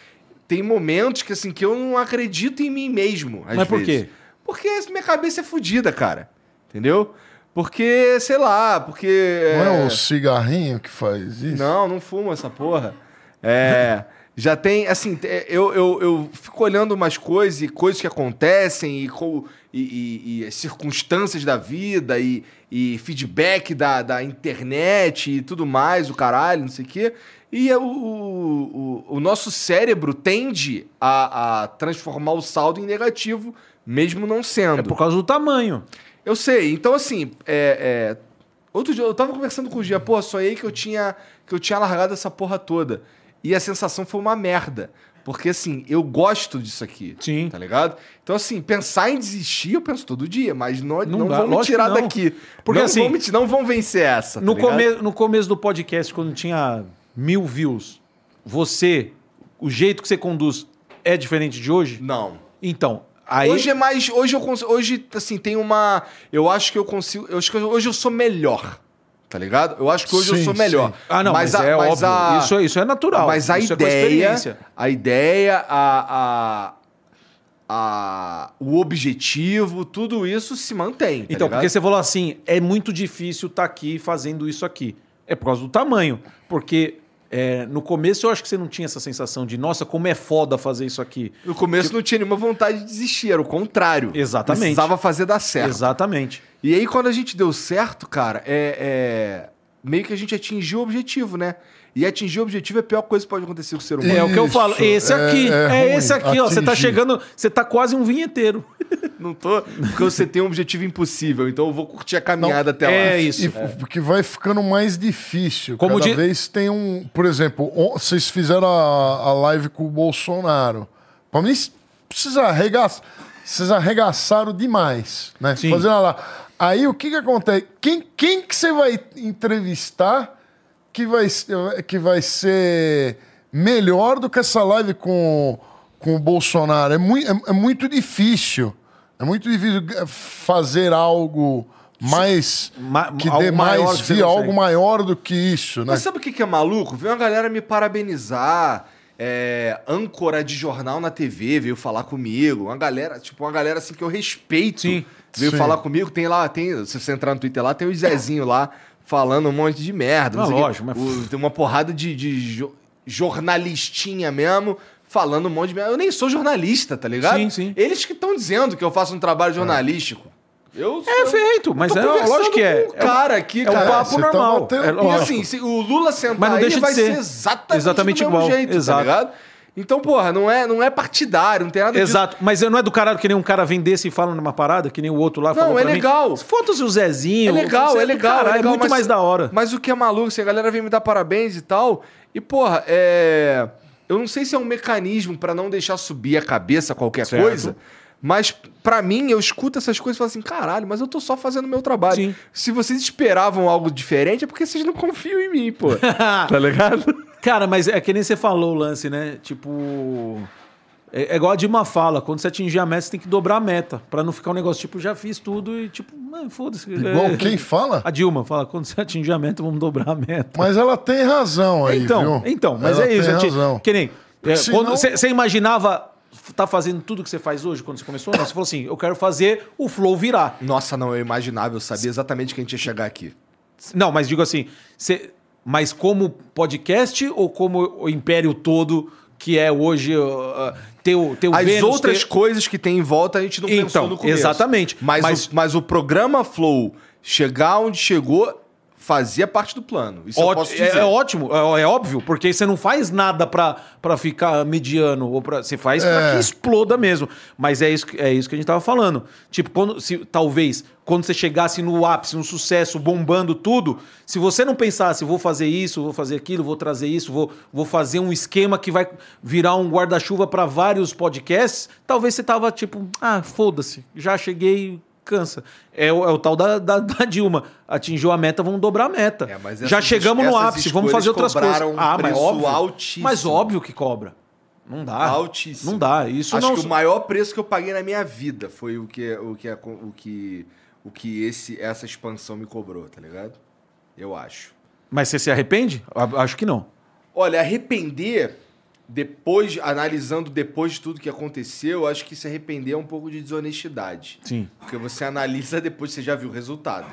A: Tem momentos que assim que eu não acredito em mim mesmo. às
C: Mas por
A: vezes.
C: quê?
A: Porque minha cabeça é fodida, cara. Entendeu? Porque, sei lá, porque.
B: Não
A: é,
B: é o cigarrinho que faz isso?
A: Não, não fumo essa porra. É. Já tem, assim, te- eu, eu, eu fico olhando umas coisas e coisas que acontecem e, co- e, e- e as circunstâncias da vida e, e feedback da, da internet e tudo mais, o caralho, não sei o quê. E é o, o, o- o nosso cérebro tende a, a transformar o saldo em negativo, mesmo não sendo.
C: É por causa do tamanho.
A: Eu sei. Então, assim, é, é, outro dia eu tava conversando com o Gia, pô, sonhei que eu tinha que eu tinha largado essa porra toda. E a sensação foi uma merda. Porque, assim, eu gosto disso aqui.
C: Sim.
A: Tá ligado? Então, assim, pensar em desistir, eu penso todo dia, mas não,
C: Não
A: não,
C: dá,
A: vão me
C: lógico
A: tirar
C: que não.
A: daqui.
C: Porque,
A: não,
C: assim,
A: vão me ti- não vão vencer essa. tá
C: no,
A: ligado?
C: come- no começo do podcast, quando tinha mil views, você, o jeito que você conduz é diferente de hoje?
A: Não.
C: Então, aí.
A: Hoje é mais. Hoje eu consigo. Hoje, assim, tem uma. Eu acho que eu consigo. Eu acho que eu- hoje eu sou melhor. Tá ligado? Eu acho que hoje eu
B: Sim,
A: sou melhor.
B: sim.
C: Ah, não, mas,
A: a-
C: é
A: mas
C: óbvio.
A: a-
C: Isso, é- isso é natural.
A: Mas a
C: isso é com
A: ideia, tá
C: experiência.
A: a ideia, a, a, a- o objetivo, tudo isso se mantém. tá
C: Então,
A: ligado?
C: porque você falou assim, é muito difícil estar aqui fazendo isso aqui. É por causa do tamanho. Porque é, no começo eu acho que você não tinha essa sensação de, nossa, como é foda fazer isso aqui.
A: no começo não tinha nenhuma vontade de desistir, era o contrário.
C: Exatamente.
A: Precisava fazer dar certo.
C: Exatamente.
A: E aí, quando a gente deu certo, cara, é, é- meio que a gente atingiu o objetivo, né? E atingir o objetivo é a pior coisa que pode acontecer com o ser humano.
C: É o que eu falo.
B: Isso,
C: Esse
B: é-
C: aqui, é,
B: é ruim,
C: esse aqui, ó. Você tá
B: atingir.
C: chegando, você tá quase um vinheteiro.
A: Não tô. Porque você tem um objetivo impossível, então eu vou curtir a caminhada até lá.
C: É isso.
B: E Porque vai ficando mais difícil.
C: Como
B: Cada
C: di-
B: vez tem um. Por exemplo, on- vocês fizeram a, a live com o Bolsonaro. Pra mim, precisa arregaçar. Vocês arregaçaram demais, né?
C: Sim.
B: Fazendo a la- Aí o que que acontece? Quem, quem que você vai entrevistar que vai, ser- que vai ser melhor do que essa live com, com o Bolsonaro? É, mui, é, é muito difícil. É muito difícil eh, fazer algo mais
C: Ma-
B: que
C: algo
B: dê
C: maior
B: mais
C: que você
B: via,
C: consegue.
B: algo maior do que isso, né?
A: Mas sabe o que, que é maluco? Veio uma galera me parabenizar, é, âncora de jornal na TV veio falar comigo, uma galera, tipo, uma galera assim que eu respeito
C: Sim,
A: veio
B: sim.
A: falar comigo, tem lá, tem, se você entrar no Twitter lá, tem o Zezinho lá falando um monte de merda.
C: Ah,
A: sei o quê.
C: lógico, mas-
A: O- tem uma porrada de, de jo- jornalistinha mesmo. Falando um monte de merda. Eu nem sou jornalista, tá ligado?
C: Sim, sim.
A: Eles que estão dizendo que eu faço um trabalho jornalístico. Eu,
C: É feito, mas é lógico que é.
A: um cara aqui,
C: É um
A: cara.
C: papo
B: você tá
C: normal.
B: batendo
C: É
B: papo.
A: E
C: lógico.
A: assim, se o Lula sentar
C: Mas não
A: aí,
C: deixa de
A: vai
C: ser.
A: ser exatamente,
C: Exatamente
A: do mesmo
C: igual,
A: jeito,
C: exato.
A: tá ligado? Então, porra, não é, não é partidário, não tem nada disso.
C: Exato, mas eu não é do caralho que nem um cara vem desse e fala numa parada, que nem o outro lá
A: Não,
C: falou
A: é
C: pra mim.
A: legal.
C: Foda-se o Zezinho.
A: É legal,
C: você
A: é
C: do
A: legal,
C: caralho,
A: é legal,
C: muito
A: mas-
C: mais da hora.
A: Mas o que é maluco, assim, a galera vem me dar parabéns e tal, e porra, é... Eu não sei se é um mecanismo pra não deixar subir a cabeça qualquer
N: Certo.
A: coisa, mas pra mim eu escuto essas coisas e falo assim, caralho, mas eu tô só fazendo meu trabalho. Se vocês esperavam algo diferente é porque vocês não confiam em mim, pô. tá ligado?
C: Cara, mas é que nem você falou o lance, né? Tipo. É, é igual a Dima fala: quando você atingir a meta, você tem que dobrar a meta. Pra não ficar um negócio tipo, já fiz tudo e tipo, mano, foda-se.
B: Igual
C: É.
B: quem fala?
C: A Dilma fala: quando você atingir a meta, vamos dobrar a meta.
B: Mas ela tem razão aí,
C: então,
B: viu?
C: então, mas
B: Ela
C: é isso.
B: Tem
C: a gente-
B: razão.
C: Que nem. é,
B: Se
C: quando
B: não-
C: você, você imaginava tá fazendo tudo que você faz hoje quando você começou? Não, você falou assim: eu quero fazer o flow virar.
A: Nossa, não, eu imaginava, eu sabia exatamente que a gente ia chegar aqui.
C: Não, mas digo assim, você- mas como podcast ou como o império todo que é hoje uh, uh, ter o teu
A: As outras coisas que tem em volta a gente não pensou
C: Então,
A: no começo.
C: exatamente.
A: Mas,
C: Mas-
A: O, mas o programa Flow chegar onde chegou fazia parte do plano. Isso eu posso dizer.
C: é, é ótimo, é, é óbvio, porque você não faz nada pra pra ficar mediano ou para você faz pra
B: É.
C: que exploda mesmo. Mas é isso que- é isso que a gente tava falando. Tipo, quando se talvez quando você chegasse no ápice, um sucesso bombando tudo, se você não pensasse, vou fazer isso, vou fazer aquilo, vou trazer isso, vou, vou fazer um esquema que vai virar um guarda-chuva pra vários podcasts, talvez você tava tipo, ah, foda-se, já cheguei, cansa. É o, é o tal da, da- da Dilma. Atingiu a meta, vamos dobrar a meta.
A: É, mas
C: É, Já
A: essas-
C: chegamos no
A: essas
C: ápice, vamos
A: escolhas
C: fazer outras coisas.
A: cobraram
C: Ah,
A: um preço altíssimo.
C: Mas óbvio que cobra. Não dá.
A: Altíssimo.
C: Não dá. Isso
A: Acho
C: não.
A: que o maior preço que eu paguei na minha vida foi o que o que o que o que esse essa expansão me cobrou, tá ligado? Eu acho.
C: Mas você se arrepende? A- Acho que não.
A: Olha, arrepender depois analisando depois de tudo que aconteceu, acho que se arrepender é um pouco de desonestidade.
C: Sim.
A: Porque você analisa depois que você já viu o resultado,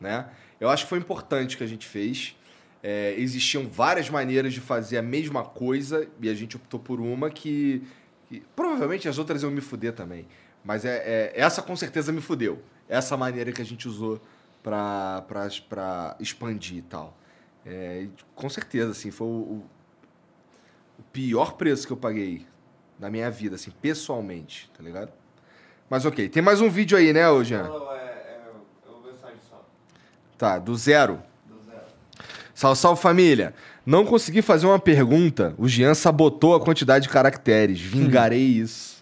A: né? Eu acho que foi importante o que a gente fez. É, existiam várias maneiras de fazer a mesma coisa e a gente optou por uma que, que provavelmente as outras iam me fuder também. Mas é, é- essa com certeza me fudeu. Essa maneira que a gente usou pra, pra, pra expandir e tal. É, e com certeza, assim, foi o, o- o pior preço que eu paguei na minha vida, assim, pessoalmente, tá ligado? Mas ok, tem mais um vídeo aí, né, ô Jean? é Tá, do zero. Salve, salve família. Não consegui fazer uma pergunta. O Jean sabotou a quantidade de caracteres. Vingarei isso.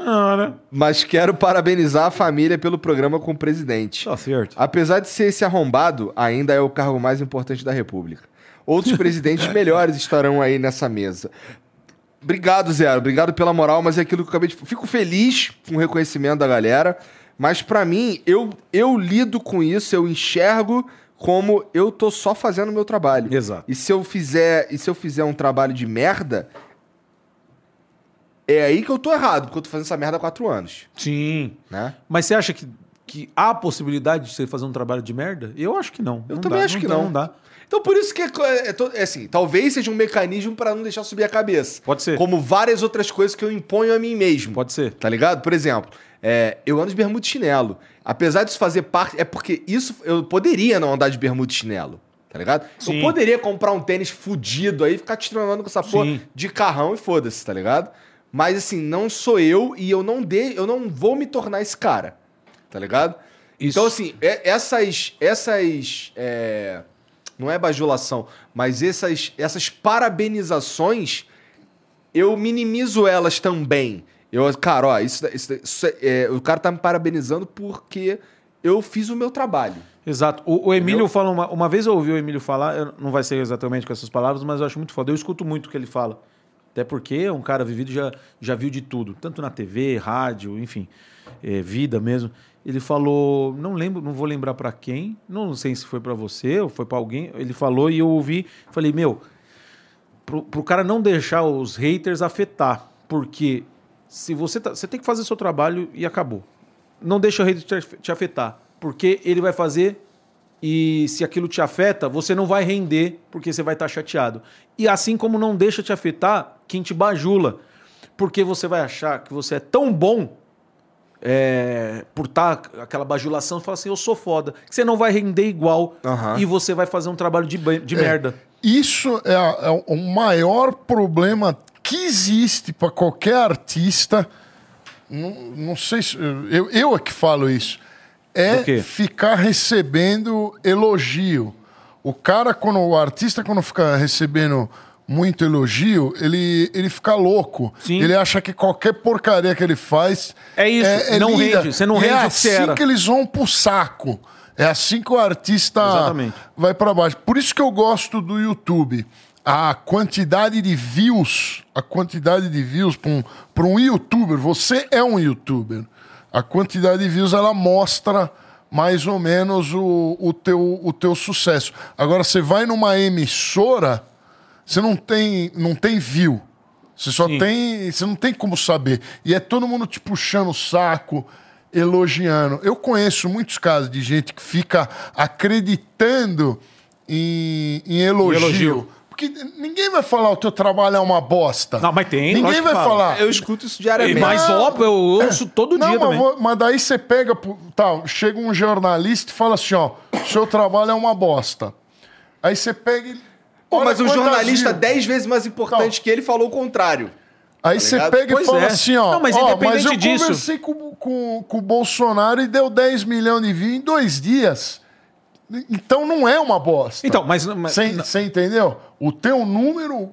C: Ah, né?
A: Mas quero parabenizar a família pelo programa com o presidente.
C: Tá certo.
A: Apesar de ser esse arrombado, ainda é o cargo mais importante da República. Outros presidentes melhores estarão aí nessa mesa. Obrigado, Zero. Obrigado pela moral, mas é aquilo que eu acabei de. Fico feliz com o reconhecimento da galera, mas pra mim, eu, eu lido com isso, eu enxergo como eu tô só fazendo o meu trabalho.
C: Exato.
A: E se eu fizer, e se eu fizer um trabalho de merda, é aí que eu tô errado, porque eu tô fazendo essa merda há quatro anos,
C: Sim.
A: né?
C: Mas você acha que, que há possibilidade de você fazer um trabalho de merda? Eu acho que não.
A: Eu
C: Não
A: também
C: dá,
A: acho que
C: dá,
A: não.
C: Não dá.
A: Então por isso que é, co- é to- é assim, talvez seja um mecanismo pra não deixar subir a cabeça.
C: Pode ser.
A: Como várias outras coisas que eu imponho a mim mesmo.
C: Pode ser.
A: Tá ligado? Por exemplo, é, eu ando de bermuda e chinelo. Apesar disso fazer parte. É porque isso. Eu poderia não andar de bermuda e chinelo. Tá ligado?
C: Sim.
A: Eu poderia comprar um tênis fudido aí, ficar tirando com essa porra
C: Sim.
A: de carrão e foda-se, tá ligado? Mas assim, não sou eu e eu não de, eu não vou me tornar esse cara. Tá ligado?
C: Isso.
A: Então, assim, é- essas. essas é, não é bajulação, mas essas, essas parabenizações eu minimizo elas também. Eu, cara, ó, isso, isso- isso é- é, o cara tá me parabenizando porque eu fiz o meu trabalho.
C: Exato. O, o Emílio fala uma, uma vez eu ouvi o Emílio falar, eu- não vai ser exatamente com essas palavras, mas eu acho muito foda. Eu escuto muito o que ele fala. Até porque é um cara vivido já, já viu de tudo, tanto na TV, rádio, enfim, é, vida mesmo. Ele falou, não lembro, não vou lembrar pra quem, não sei se foi pra você ou foi pra alguém. Ele falou e eu ouvi, falei, meu, pro, pro cara não deixar os haters afetar. Porque se você tá- você tem que fazer seu trabalho e acabou. Não deixa o hater te af- te afetar. Porque ele vai fazer e se aquilo te afeta, você não vai render porque você vai estar chateado. E assim como não deixa te afetar quem te bajula. Porque você vai achar que você é tão bom é, por estar aquela bajulação, você fala assim, eu sou foda. Que você não vai render igual
A: Aham.
C: e você vai fazer um trabalho de, ban- de merda.
B: Isso é, a- é o- o maior problema que existe para qualquer artista. Não, não sei se. Eu, eu é que falo isso.
C: Do quê?
B: É ficar recebendo elogio. O cara, quando, o artista, quando fica recebendo muito elogio, ele, ele fica louco.
C: Sim.
B: Ele acha que qualquer porcaria que ele faz.
C: É isso, não rende, você não
B: E
C: rende o
B: é
C: que você
B: assim
C: era.
B: que eles vão pro saco. É assim que o artista vai pra baixo. Por isso que eu gosto do YouTube. A quantidade de views, a quantidade de views para um, pra um youtuber, você é um youtuber. A quantidade de views ela mostra mais ou menos o, o, teu, o teu sucesso. Agora, você vai numa emissora, você não tem, não tem view. Você só tem. Você não tem como saber. E é todo mundo te puxando o saco, elogiando. Eu conheço muitos casos de gente que fica acreditando em, em elogio.
C: elogio.
B: Porque ninguém vai falar o teu trabalho é uma bosta.
C: Não, mas tem.
B: Ninguém
C: lógico que
B: vai
C: fala.
B: falar.
I: Eu escuto isso diariamente.
C: Mas óbvio, eu ouço todo
B: Não,
C: dia
B: mas,
C: também.
B: vo- mas daí você pega. pro- Tá, chega um jornalista e fala assim: ó, seu trabalho é uma bosta. Aí você pega e.
I: Pô,
B: olha
I: mas o
B: quantas
I: jornalista
B: views.
I: 10 vezes mais importante que ele falou o contrário.
B: Aí
I: Tá
B: você
I: ligado?
B: pega
I: Pois
B: e fala
I: é.
B: assim, ó.
I: Não, mas
B: ó,
I: independente
B: eu
I: disso-
B: conversei com, com, com o Bolsonaro e deu 10 milhões de views em dois dias. Então não é uma bosta.
C: Então, mas- mas-
B: Você entendeu? O teu número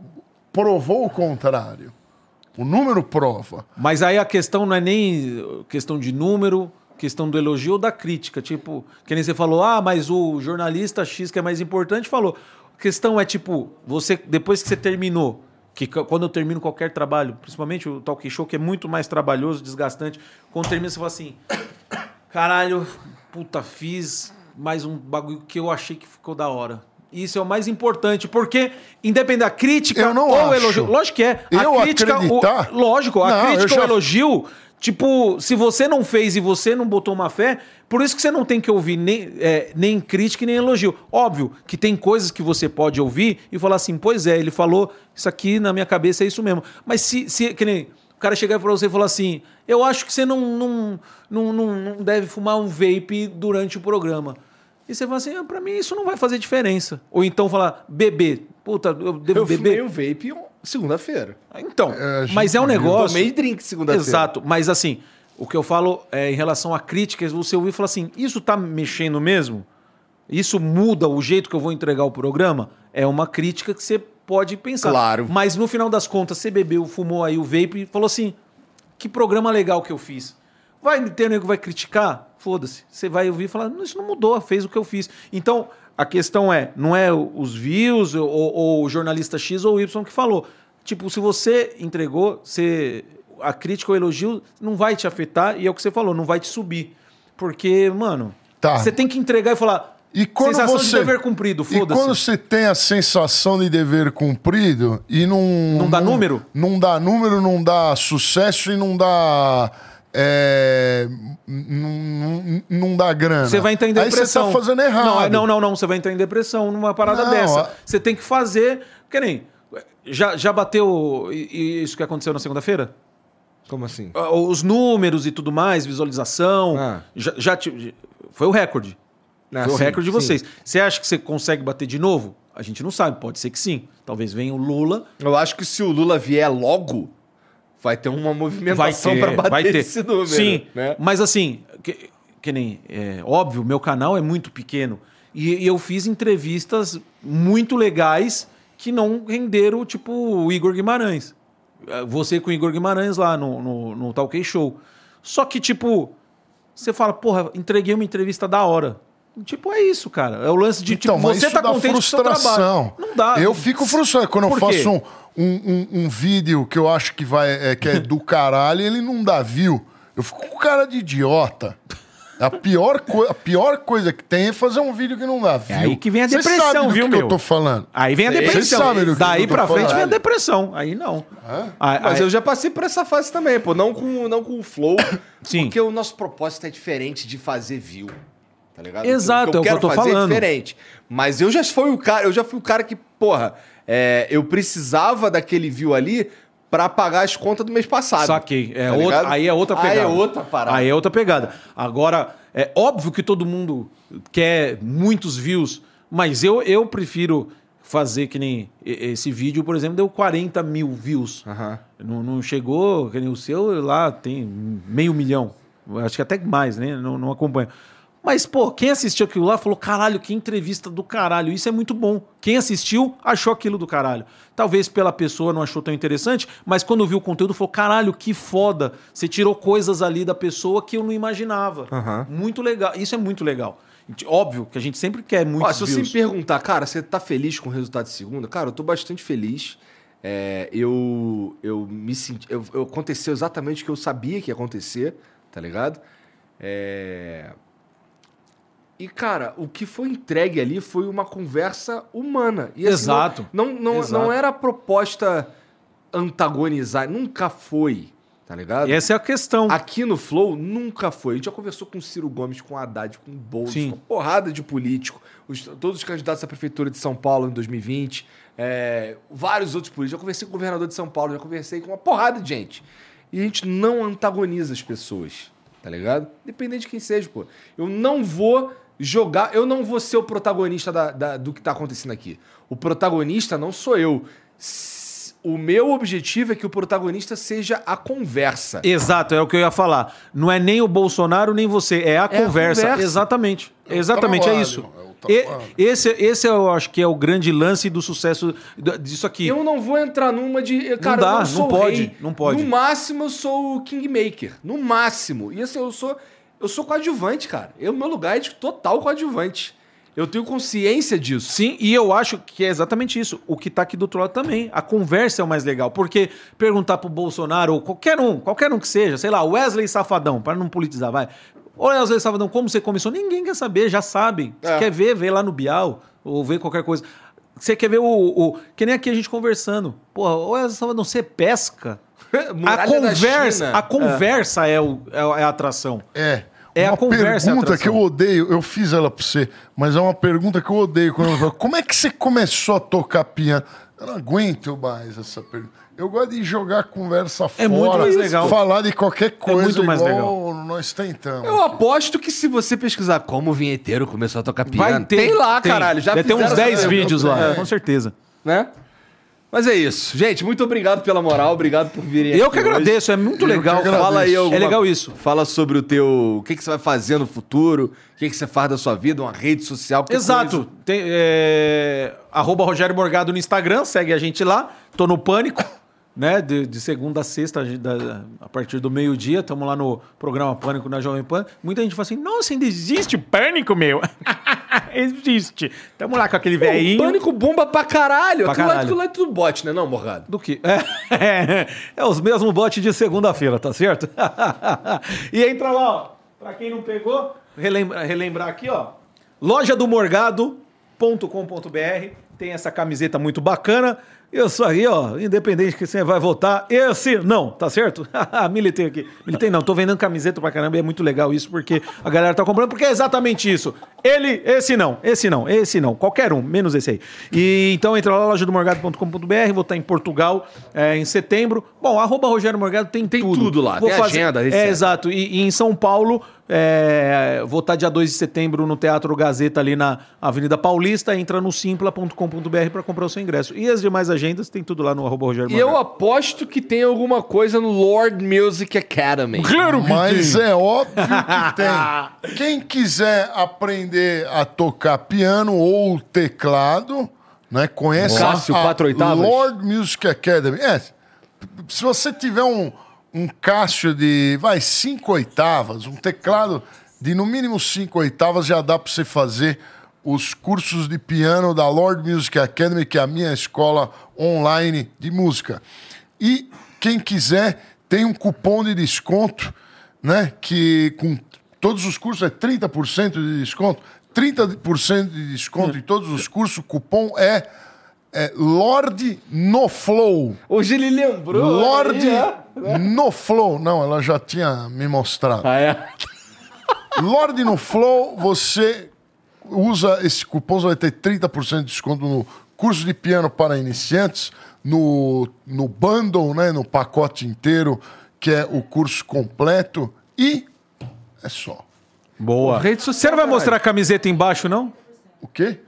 B: provou o contrário. O número prova.
C: Mas aí a questão não é nem questão de número, questão do elogio ou da crítica. Tipo, que nem você falou, ah, mas o jornalista X que é mais importante falou. A questão é, tipo, você, depois que você terminou, que c- quando eu termino qualquer trabalho, principalmente o talk show, que é muito mais trabalhoso, desgastante, quando termina, você fala assim, caralho, puta, fiz mais um bagulho que eu achei que ficou da hora. Isso é o mais importante, porque independente da crítica
B: Eu não
C: ou
B: acho.
C: elogio, lógico que é.
B: Eu
C: a crítica,
B: acreditar?
C: o, lógico, a
B: Não, eu
C: crítica
B: já-
C: ou elogio, tipo, se você não fez e você não botou uma fé, por isso que você não tem que ouvir nem, é, nem crítica e nem elogio. Óbvio que tem coisas que você pode ouvir e falar assim, pois é, ele falou, isso aqui na minha cabeça é isso mesmo. Mas se, se que nem o cara chegar pra você e falar assim, eu acho que você não, não, não, não, não deve fumar um vape durante o programa. E você fala assim, ah, pra mim isso não vai fazer diferença. Ou então falar, beber. Puta, eu devo
I: Eu
C: beber.
I: fumei um vape on- segunda-feira.
C: Então, mas é um negócio.
I: Tomei drink segunda-feira.
C: Exato, mas assim, o que eu falo é em relação a críticas, você ouvir e falar assim: isso tá mexendo mesmo? Isso muda o jeito que eu vou entregar o programa? É uma crítica que você pode pensar.
I: Claro.
C: Mas no final das contas, você bebeu, fumou aí o vape e falou assim: que programa legal que eu fiz. Vai ter nego que vai criticar? Foda-se. Você vai ouvir e falar, "Não, isso não mudou, fez o que eu fiz. Então, a questão é, não é o- os views ou, ou o jornalista X ou Y que falou. Tipo, se você entregou, você, a crítica ou o elogio não vai te afetar e é o que você falou, não vai te subir. Porque, mano,
B: Tá.
C: você tem que entregar e falar,
B: E quando
C: sensação
B: você...
C: de dever cumprido,
B: E
C: foda-se.
B: quando você tem a sensação de dever cumprido e não. Não
C: dá número?
B: Não dá número, não dá sucesso e não dá. é, não, não- não dá grana.
C: Você vai entrar em depressão.
B: Aí você tá fazendo errado.
C: Não, é- Não, não, não. Você vai entrar em depressão numa parada
B: Não,
C: dessa.
B: a-
C: Você tem que fazer. Que nem. Já, já bateu i- i- isso que aconteceu na segunda-feira?
I: Como assim?
C: Ah, Os números e tudo mais, visualização.
I: Ah.
C: Já, já te- foi o recorde.
I: Ah,
C: foi o
I: sim,
C: recorde de
I: sim.
C: vocês. Você acha que você consegue bater de novo? A gente não sabe, pode ser que sim. Talvez venha o Lula.
I: Eu acho que se o Lula vier logo, vai ter uma
C: Vai
I: movimentação
C: ter,
I: pra bater
C: vai ter.
I: esse número.
C: Sim,
I: né?
C: mas assim, que, que nem, é, óbvio, meu canal é muito pequeno e, e eu fiz entrevistas muito legais que não renderam, tipo, o Igor Guimarães. Eh, Você com o Igor Guimarães lá no, no, no Talk Show. Só que, tipo, você fala, porra, entreguei uma entrevista da hora. Tipo, é isso, cara. É o lance de,
B: Então,
C: tipo,
B: mas
C: você
B: isso
C: tá
B: dá
C: contente com o seu trabalho.
B: frustração.
C: Não dá.
B: Eu fico frustrado. Quando eu
C: Por quê?
B: faço um, um, um- um vídeo que eu acho que, vai, é, que é do caralho e ele não dá view, eu fico com cara de idiota. A pior, coi- a pior coisa que tem é fazer um vídeo que não dá view.
C: É aí que vem a
B: Cê sabe
C: depressão,
B: do
C: viu,
B: que
C: meu?
B: eu tô falando.
C: Aí vem a
B: Vocês
C: depressão.
B: sabem do que
C: Daí
B: eu tô
C: pra frente
B: falando.
C: vem a depressão. Aí não. Aí-
I: Mas
C: aí-
I: eu já passei por essa fase também, pô. Não com, não com o flow,
C: Sim.
I: porque o nosso propósito é diferente de fazer view. Tá ligado?
C: Exato, é o que eu tô falando.
I: diferente. Mas eu já fui o cara, eu já fui o cara que, porra, é, eu precisava daquele view ali pra pagar as contas do mês passado.
C: Saquei. É
I: Tá
C: outra-
I: ligado?
C: aí é outra pegada.
I: Aí é outra parada.
C: Aí é outra pegada. Agora, é óbvio que todo mundo quer muitos views, mas eu, eu prefiro fazer que nem e- esse vídeo, por exemplo, deu 40 mil views. Não, não chegou, que nem o seu, lá tem meio milhão. Acho que até mais, né? Não, não acompanho. Mas, pô, quem assistiu aquilo lá falou: caralho, que entrevista do caralho, isso é muito bom. Quem assistiu achou aquilo do caralho. Talvez pela pessoa não achou tão interessante, mas quando viu o conteúdo falou: caralho, que foda. Você tirou coisas ali da pessoa que eu não imaginava. Muito legal. Isso é muito legal. Óbvio que a gente sempre quer muito.
A: Ó, se você me perguntar, cara, você tá feliz com o resultado de segunda? Cara, eu tô bastante feliz. É, eu, eu me senti. Eu, eu- aconteceu exatamente o que eu sabia que ia acontecer, tá ligado? É, E, cara, o que foi entregue ali foi uma conversa humana. E, assim, não-
C: Exato.
A: Não, não,
C: Exato.
A: não era a proposta antagonizar, nunca foi. Tá ligado?
C: Essa é a questão.
A: Aqui no Flow nunca foi. A gente já conversou com o Ciro Gomes, com o Haddad, com o Boulos,
C: Sim.
A: com uma porrada de político. Os- todos os candidatos à Prefeitura de São Paulo em 2020. é, vários outros políticos. Já conversei com o governador de São Paulo, já conversei com uma porrada de gente. E a gente não antagoniza as pessoas, tá ligado? Independente de quem seja, pô. Eu não vou jogar, eu não vou ser o protagonista da- da- do que tá acontecendo aqui. O protagonista não sou eu. S- O meu objetivo é que o protagonista seja a conversa.
C: Exato, é o que eu ia falar. Não é nem o Bolsonaro nem você, é a, conversa.
A: conversa. Então tá
C: Exatamente. Exatamente, é
A: trabalho,
C: isso.
A: Tá
C: E- esse, esse eu acho que é o grande lance do sucesso d- disso aqui.
A: Eu não vou entrar numa de. Cara,
C: dá,
A: eu
C: não
A: não, sou o
C: pode,
A: rei.
C: não pode.
A: No máximo, eu sou o Kingmaker. No máximo. E assim, eu sou. Eu sou coadjuvante, cara. Eu, meu lugar é de total coadjuvante. Eu tenho consciência disso.
C: Sim, e eu acho que é exatamente isso. O que tá aqui do outro lado também. A conversa é o mais legal. Porque perguntar pro Bolsonaro, ou qualquer um, qualquer um que seja, sei lá, Wesley Safadão, para não politizar, vai. Ô, Wesley Safadão, como você começou? Ninguém quer saber, já sabem. Você
A: É.
C: quer ver, vê lá no Bial, ou vê qualquer coisa. Você quer ver o, o- Que nem aqui a gente conversando. Porra, ô Wesley Safadão, você pesca? a
A: Muralha da
C: conversa,
A: China.
C: a conversa é. o, é a- é a atração.
B: É.
C: É
B: uma
C: a conversa. é a
B: pergunta
C: atração.
B: que eu odeio, eu fiz ela pra você, mas é uma pergunta que eu odeio quando eu falo, como é que você começou a tocar piano? Eu não aguento mais essa pergunta. Eu gosto de jogar a conversa fora,
C: É muito mais legal. É
B: falar de qualquer coisa
C: muito mais
B: igual nós tentamos.
A: Eu aposto que se você pesquisar como o vinheteiro começou a tocar piano,
C: Vai ter,
A: tem lá,
C: tem.
A: caralho. Já
C: Deve ter
A: fizeram
C: uns
A: essa
C: 10
A: pergunta,
C: vídeos lá,
A: né?
C: com certeza.
A: Né? Mas é isso. Gente, muito obrigado pela moral, obrigado por virem
C: Eu
A: aqui
C: que
A: hoje.
C: agradeço, é muito legal.
A: Fala aí alguma-
C: É legal isso.
A: Fala sobre o teu. O que, que você vai fazer no futuro, o que, que você faz da sua vida, uma rede social. que
C: Exato. Tem, é, Arroba Rogério Morgado no Instagram, segue a gente lá. Tô no pânico, né? De, de segunda a sexta, a, gente dá- a partir do meio-dia, estamos lá no programa Pânico na Jovem Pan. Muita gente fala assim: nossa, ainda existe pânico, meu? existe. Tamo lá com aquele
A: coisa-
C: velhinho.
A: O pânico bomba pra caralho.
C: É Pra
A: aquilo,
C: caralho.
A: Lá, aquilo lá é tudo bot, né, não, Morgado?
C: Do que? É, é os mesmos botes de segunda-feira, tá certo? e entra lá, ó. Pra quem não pegou, relembra- relembrar aqui, ó. Loja do Morgado.com.br tem essa camiseta muito bacana. Isso aí, ó, independente que você vai votar, esse não, tá certo? Militei aqui. Militei não, tô vendendo camiseta pra caramba e é muito legal isso porque a galera tá comprando, porque é exatamente isso. Ele, esse não, esse não, esse não, qualquer um, menos esse aí. E então entra lá, loja do morgado.com.br, vou estar em Portugal é, em setembro. Bom, arroba Rogério Morgado tem, tem tudo.
A: tudo lá,
C: vou
A: tem
C: fazer,
A: agenda,
C: É,
A: etc.
C: exato. E, e em São Paulo, é, vou estar dia 2 de setembro no Teatro Gazeta ali na Avenida Paulista, entra no simpla.com.br pra comprar o seu ingresso. E as demais agendas tem tudo lá no arroba Rogério
A: E eu aposto que tem alguma coisa no Lord Music Academy.
B: Mas é óbvio que tem. Quem quiser aprender a tocar piano ou teclado, né, conhece
A: Cássio,
B: a
A: quatro oitavas?
B: Lord Music Academy. É, se você tiver um, um Cássio de, vai, cinco oitavas, um teclado de no mínimo cinco oitavas, já dá para você fazer os cursos de piano da Lord Music Academy, que é a minha escola online de música. E quem quiser, tem um cupom de desconto, né? Que com todos os cursos é 30% de desconto. 30% de desconto em todos os cursos, o cupom é, é Lorde no Flow.
A: Hoje ele lembrou.
B: Lorde
A: aí, ó.
B: no Flow. Não, ela já tinha me mostrado.
A: Ah, é?
B: Lorde no Flow, você usa esse cupom, você vai ter 30% de desconto no curso de piano para iniciantes, no, no bundle, né, no pacote inteiro, que é o curso completo. E é só.
C: Boa.
A: Rede social,
C: Você não vai
A: caralho.
C: mostrar a camiseta embaixo, não?
B: O quê?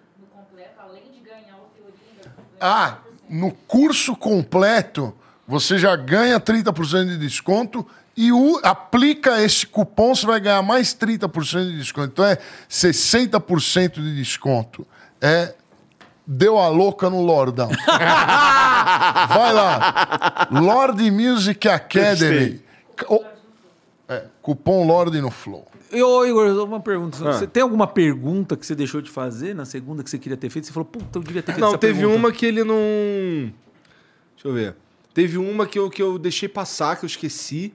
B: Ah, no curso completo Você já ganha 30% de desconto e o- aplica esse cupom, você vai ganhar mais 30% de desconto. Então é 60% de desconto. É. Deu a louca no Lordão. Vai lá. Lord Music Academy. O- é, cupom Lorde no Flow.
O: E, Ô, Igor, uma pergunta.
B: Ah.
O: Você tem alguma pergunta que você deixou de fazer na segunda que você queria ter feito? Você falou, puta, eu devia ter feito
A: Não,
O: essa
A: teve
O: pergunta.
A: uma que ele não. Deixa eu ver. Teve uma que eu, que eu deixei passar, que eu esqueci,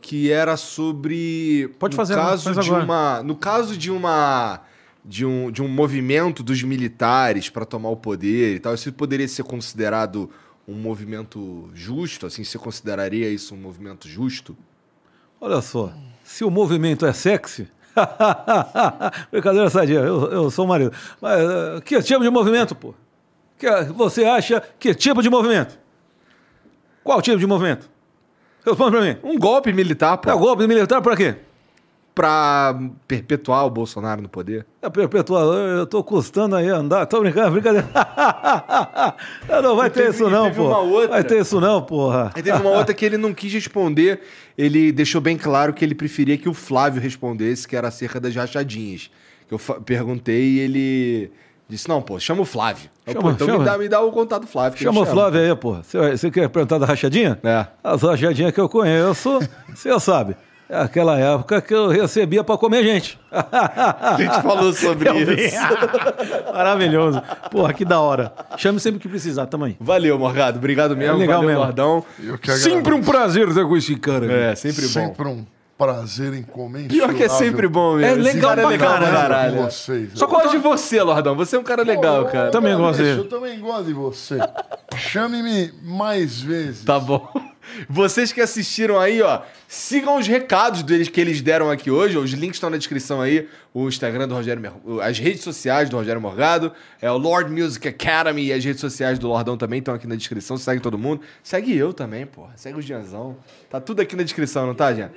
A: que era sobre.
O: Pode
A: no
O: fazer,
A: caso
O: faz
A: de
O: agora.
A: uma No caso de uma. De um, de um movimento dos militares para tomar o poder e tal, isso poderia ser considerado um movimento justo? Assim, você consideraria isso um movimento justo?
C: Olha só, se o movimento é sexy. Brincadeira sadia, eu, eu sou o marido. Mas eh, que tipo de movimento, pô? Que, eh, você acha que tipo de movimento? Qual tipo de movimento? Responde pra mim.
A: Um golpe militar, pô.
C: É golpe militar pra quê?
A: Pra perpetuar o Bolsonaro no poder?
C: É perpetuador, eu tô custando aí andar. Tô brincando, brincadeira. não vai
A: E
C: ter
A: teve-
C: isso
A: e
C: não,
A: teve
C: pô.
A: uma outra.
C: Vai ter isso não, porra.
A: Aí teve uma outra que ele não quis responder. Ele deixou bem claro que ele preferia que o Flávio respondesse, que era acerca das rachadinhas. Que eu fa- perguntei e ele disse: Não, pô, chama o Flávio. Eu,
C: Chama,
A: pô, então
C: chama.
A: Me, dá, me dá o contato do Flávio. que eu
C: Chama o
A: chamo.
C: Flávio
O: é
C: aí, pô. Você você quer perguntar da rachadinha?
A: É.
C: As rachadinhas que eu conheço, você sabe. É aquela época que eu recebia pra comer gente. A
O: gente falou sobre isso. Maravilhoso. Porra, que da hora. Chame sempre que precisar, tamo aí.
A: Valeu, Morgado. Obrigado mesmo.
O: É legal
A: Valeu,
O: mesmo.
A: Gordão.
O: Sempre um prazer estar com esse cara. aqui.
A: É, sempre bom.
B: Sempre um prazer incomensurável.
A: Pior que é sempre bom mesmo.
B: Esse
A: Esse cara é
B: pra
A: legal pra caralho.
B: Com vocês,
A: Só gosto de você, Lordão. Você é um cara legal, cara.
B: Ô, bicho, Eu também gosto de você. Chame-me mais vezes.
A: Tá bom. Vocês que assistiram aí, ó, sigam os recados deles que eles deram aqui hoje. Os links estão na descrição aí. O Instagram do Rogério Mer- as redes sociais do Rogério Morgado, é o Lord Music Academy e as redes sociais do Lordão também estão aqui na descrição. Segue todo mundo. Segue eu também, porra. Segue o Gianzão. Tá tudo aqui na descrição, não tá, Jean?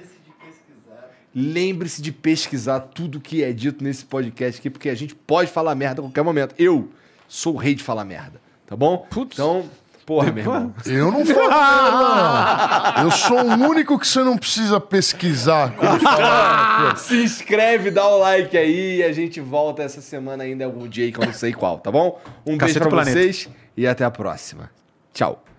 A: Lembre-se de pesquisar tudo que é dito nesse podcast aqui, porque a gente pode falar merda a qualquer momento. Eu sou o rei de falar merda, tá bom? Então, porra, meu irmão.
B: Eu não falo merda, não. Eu sou o único que você não precisa pesquisar. quando fala.
A: Se inscreve, dá o like aí e a gente volta essa semana ainda algum dia aí que eu não sei qual, tá bom? Um beijo
O: Caceta
A: pra
O: Planeta.
A: vocês e até a próxima. Tchau.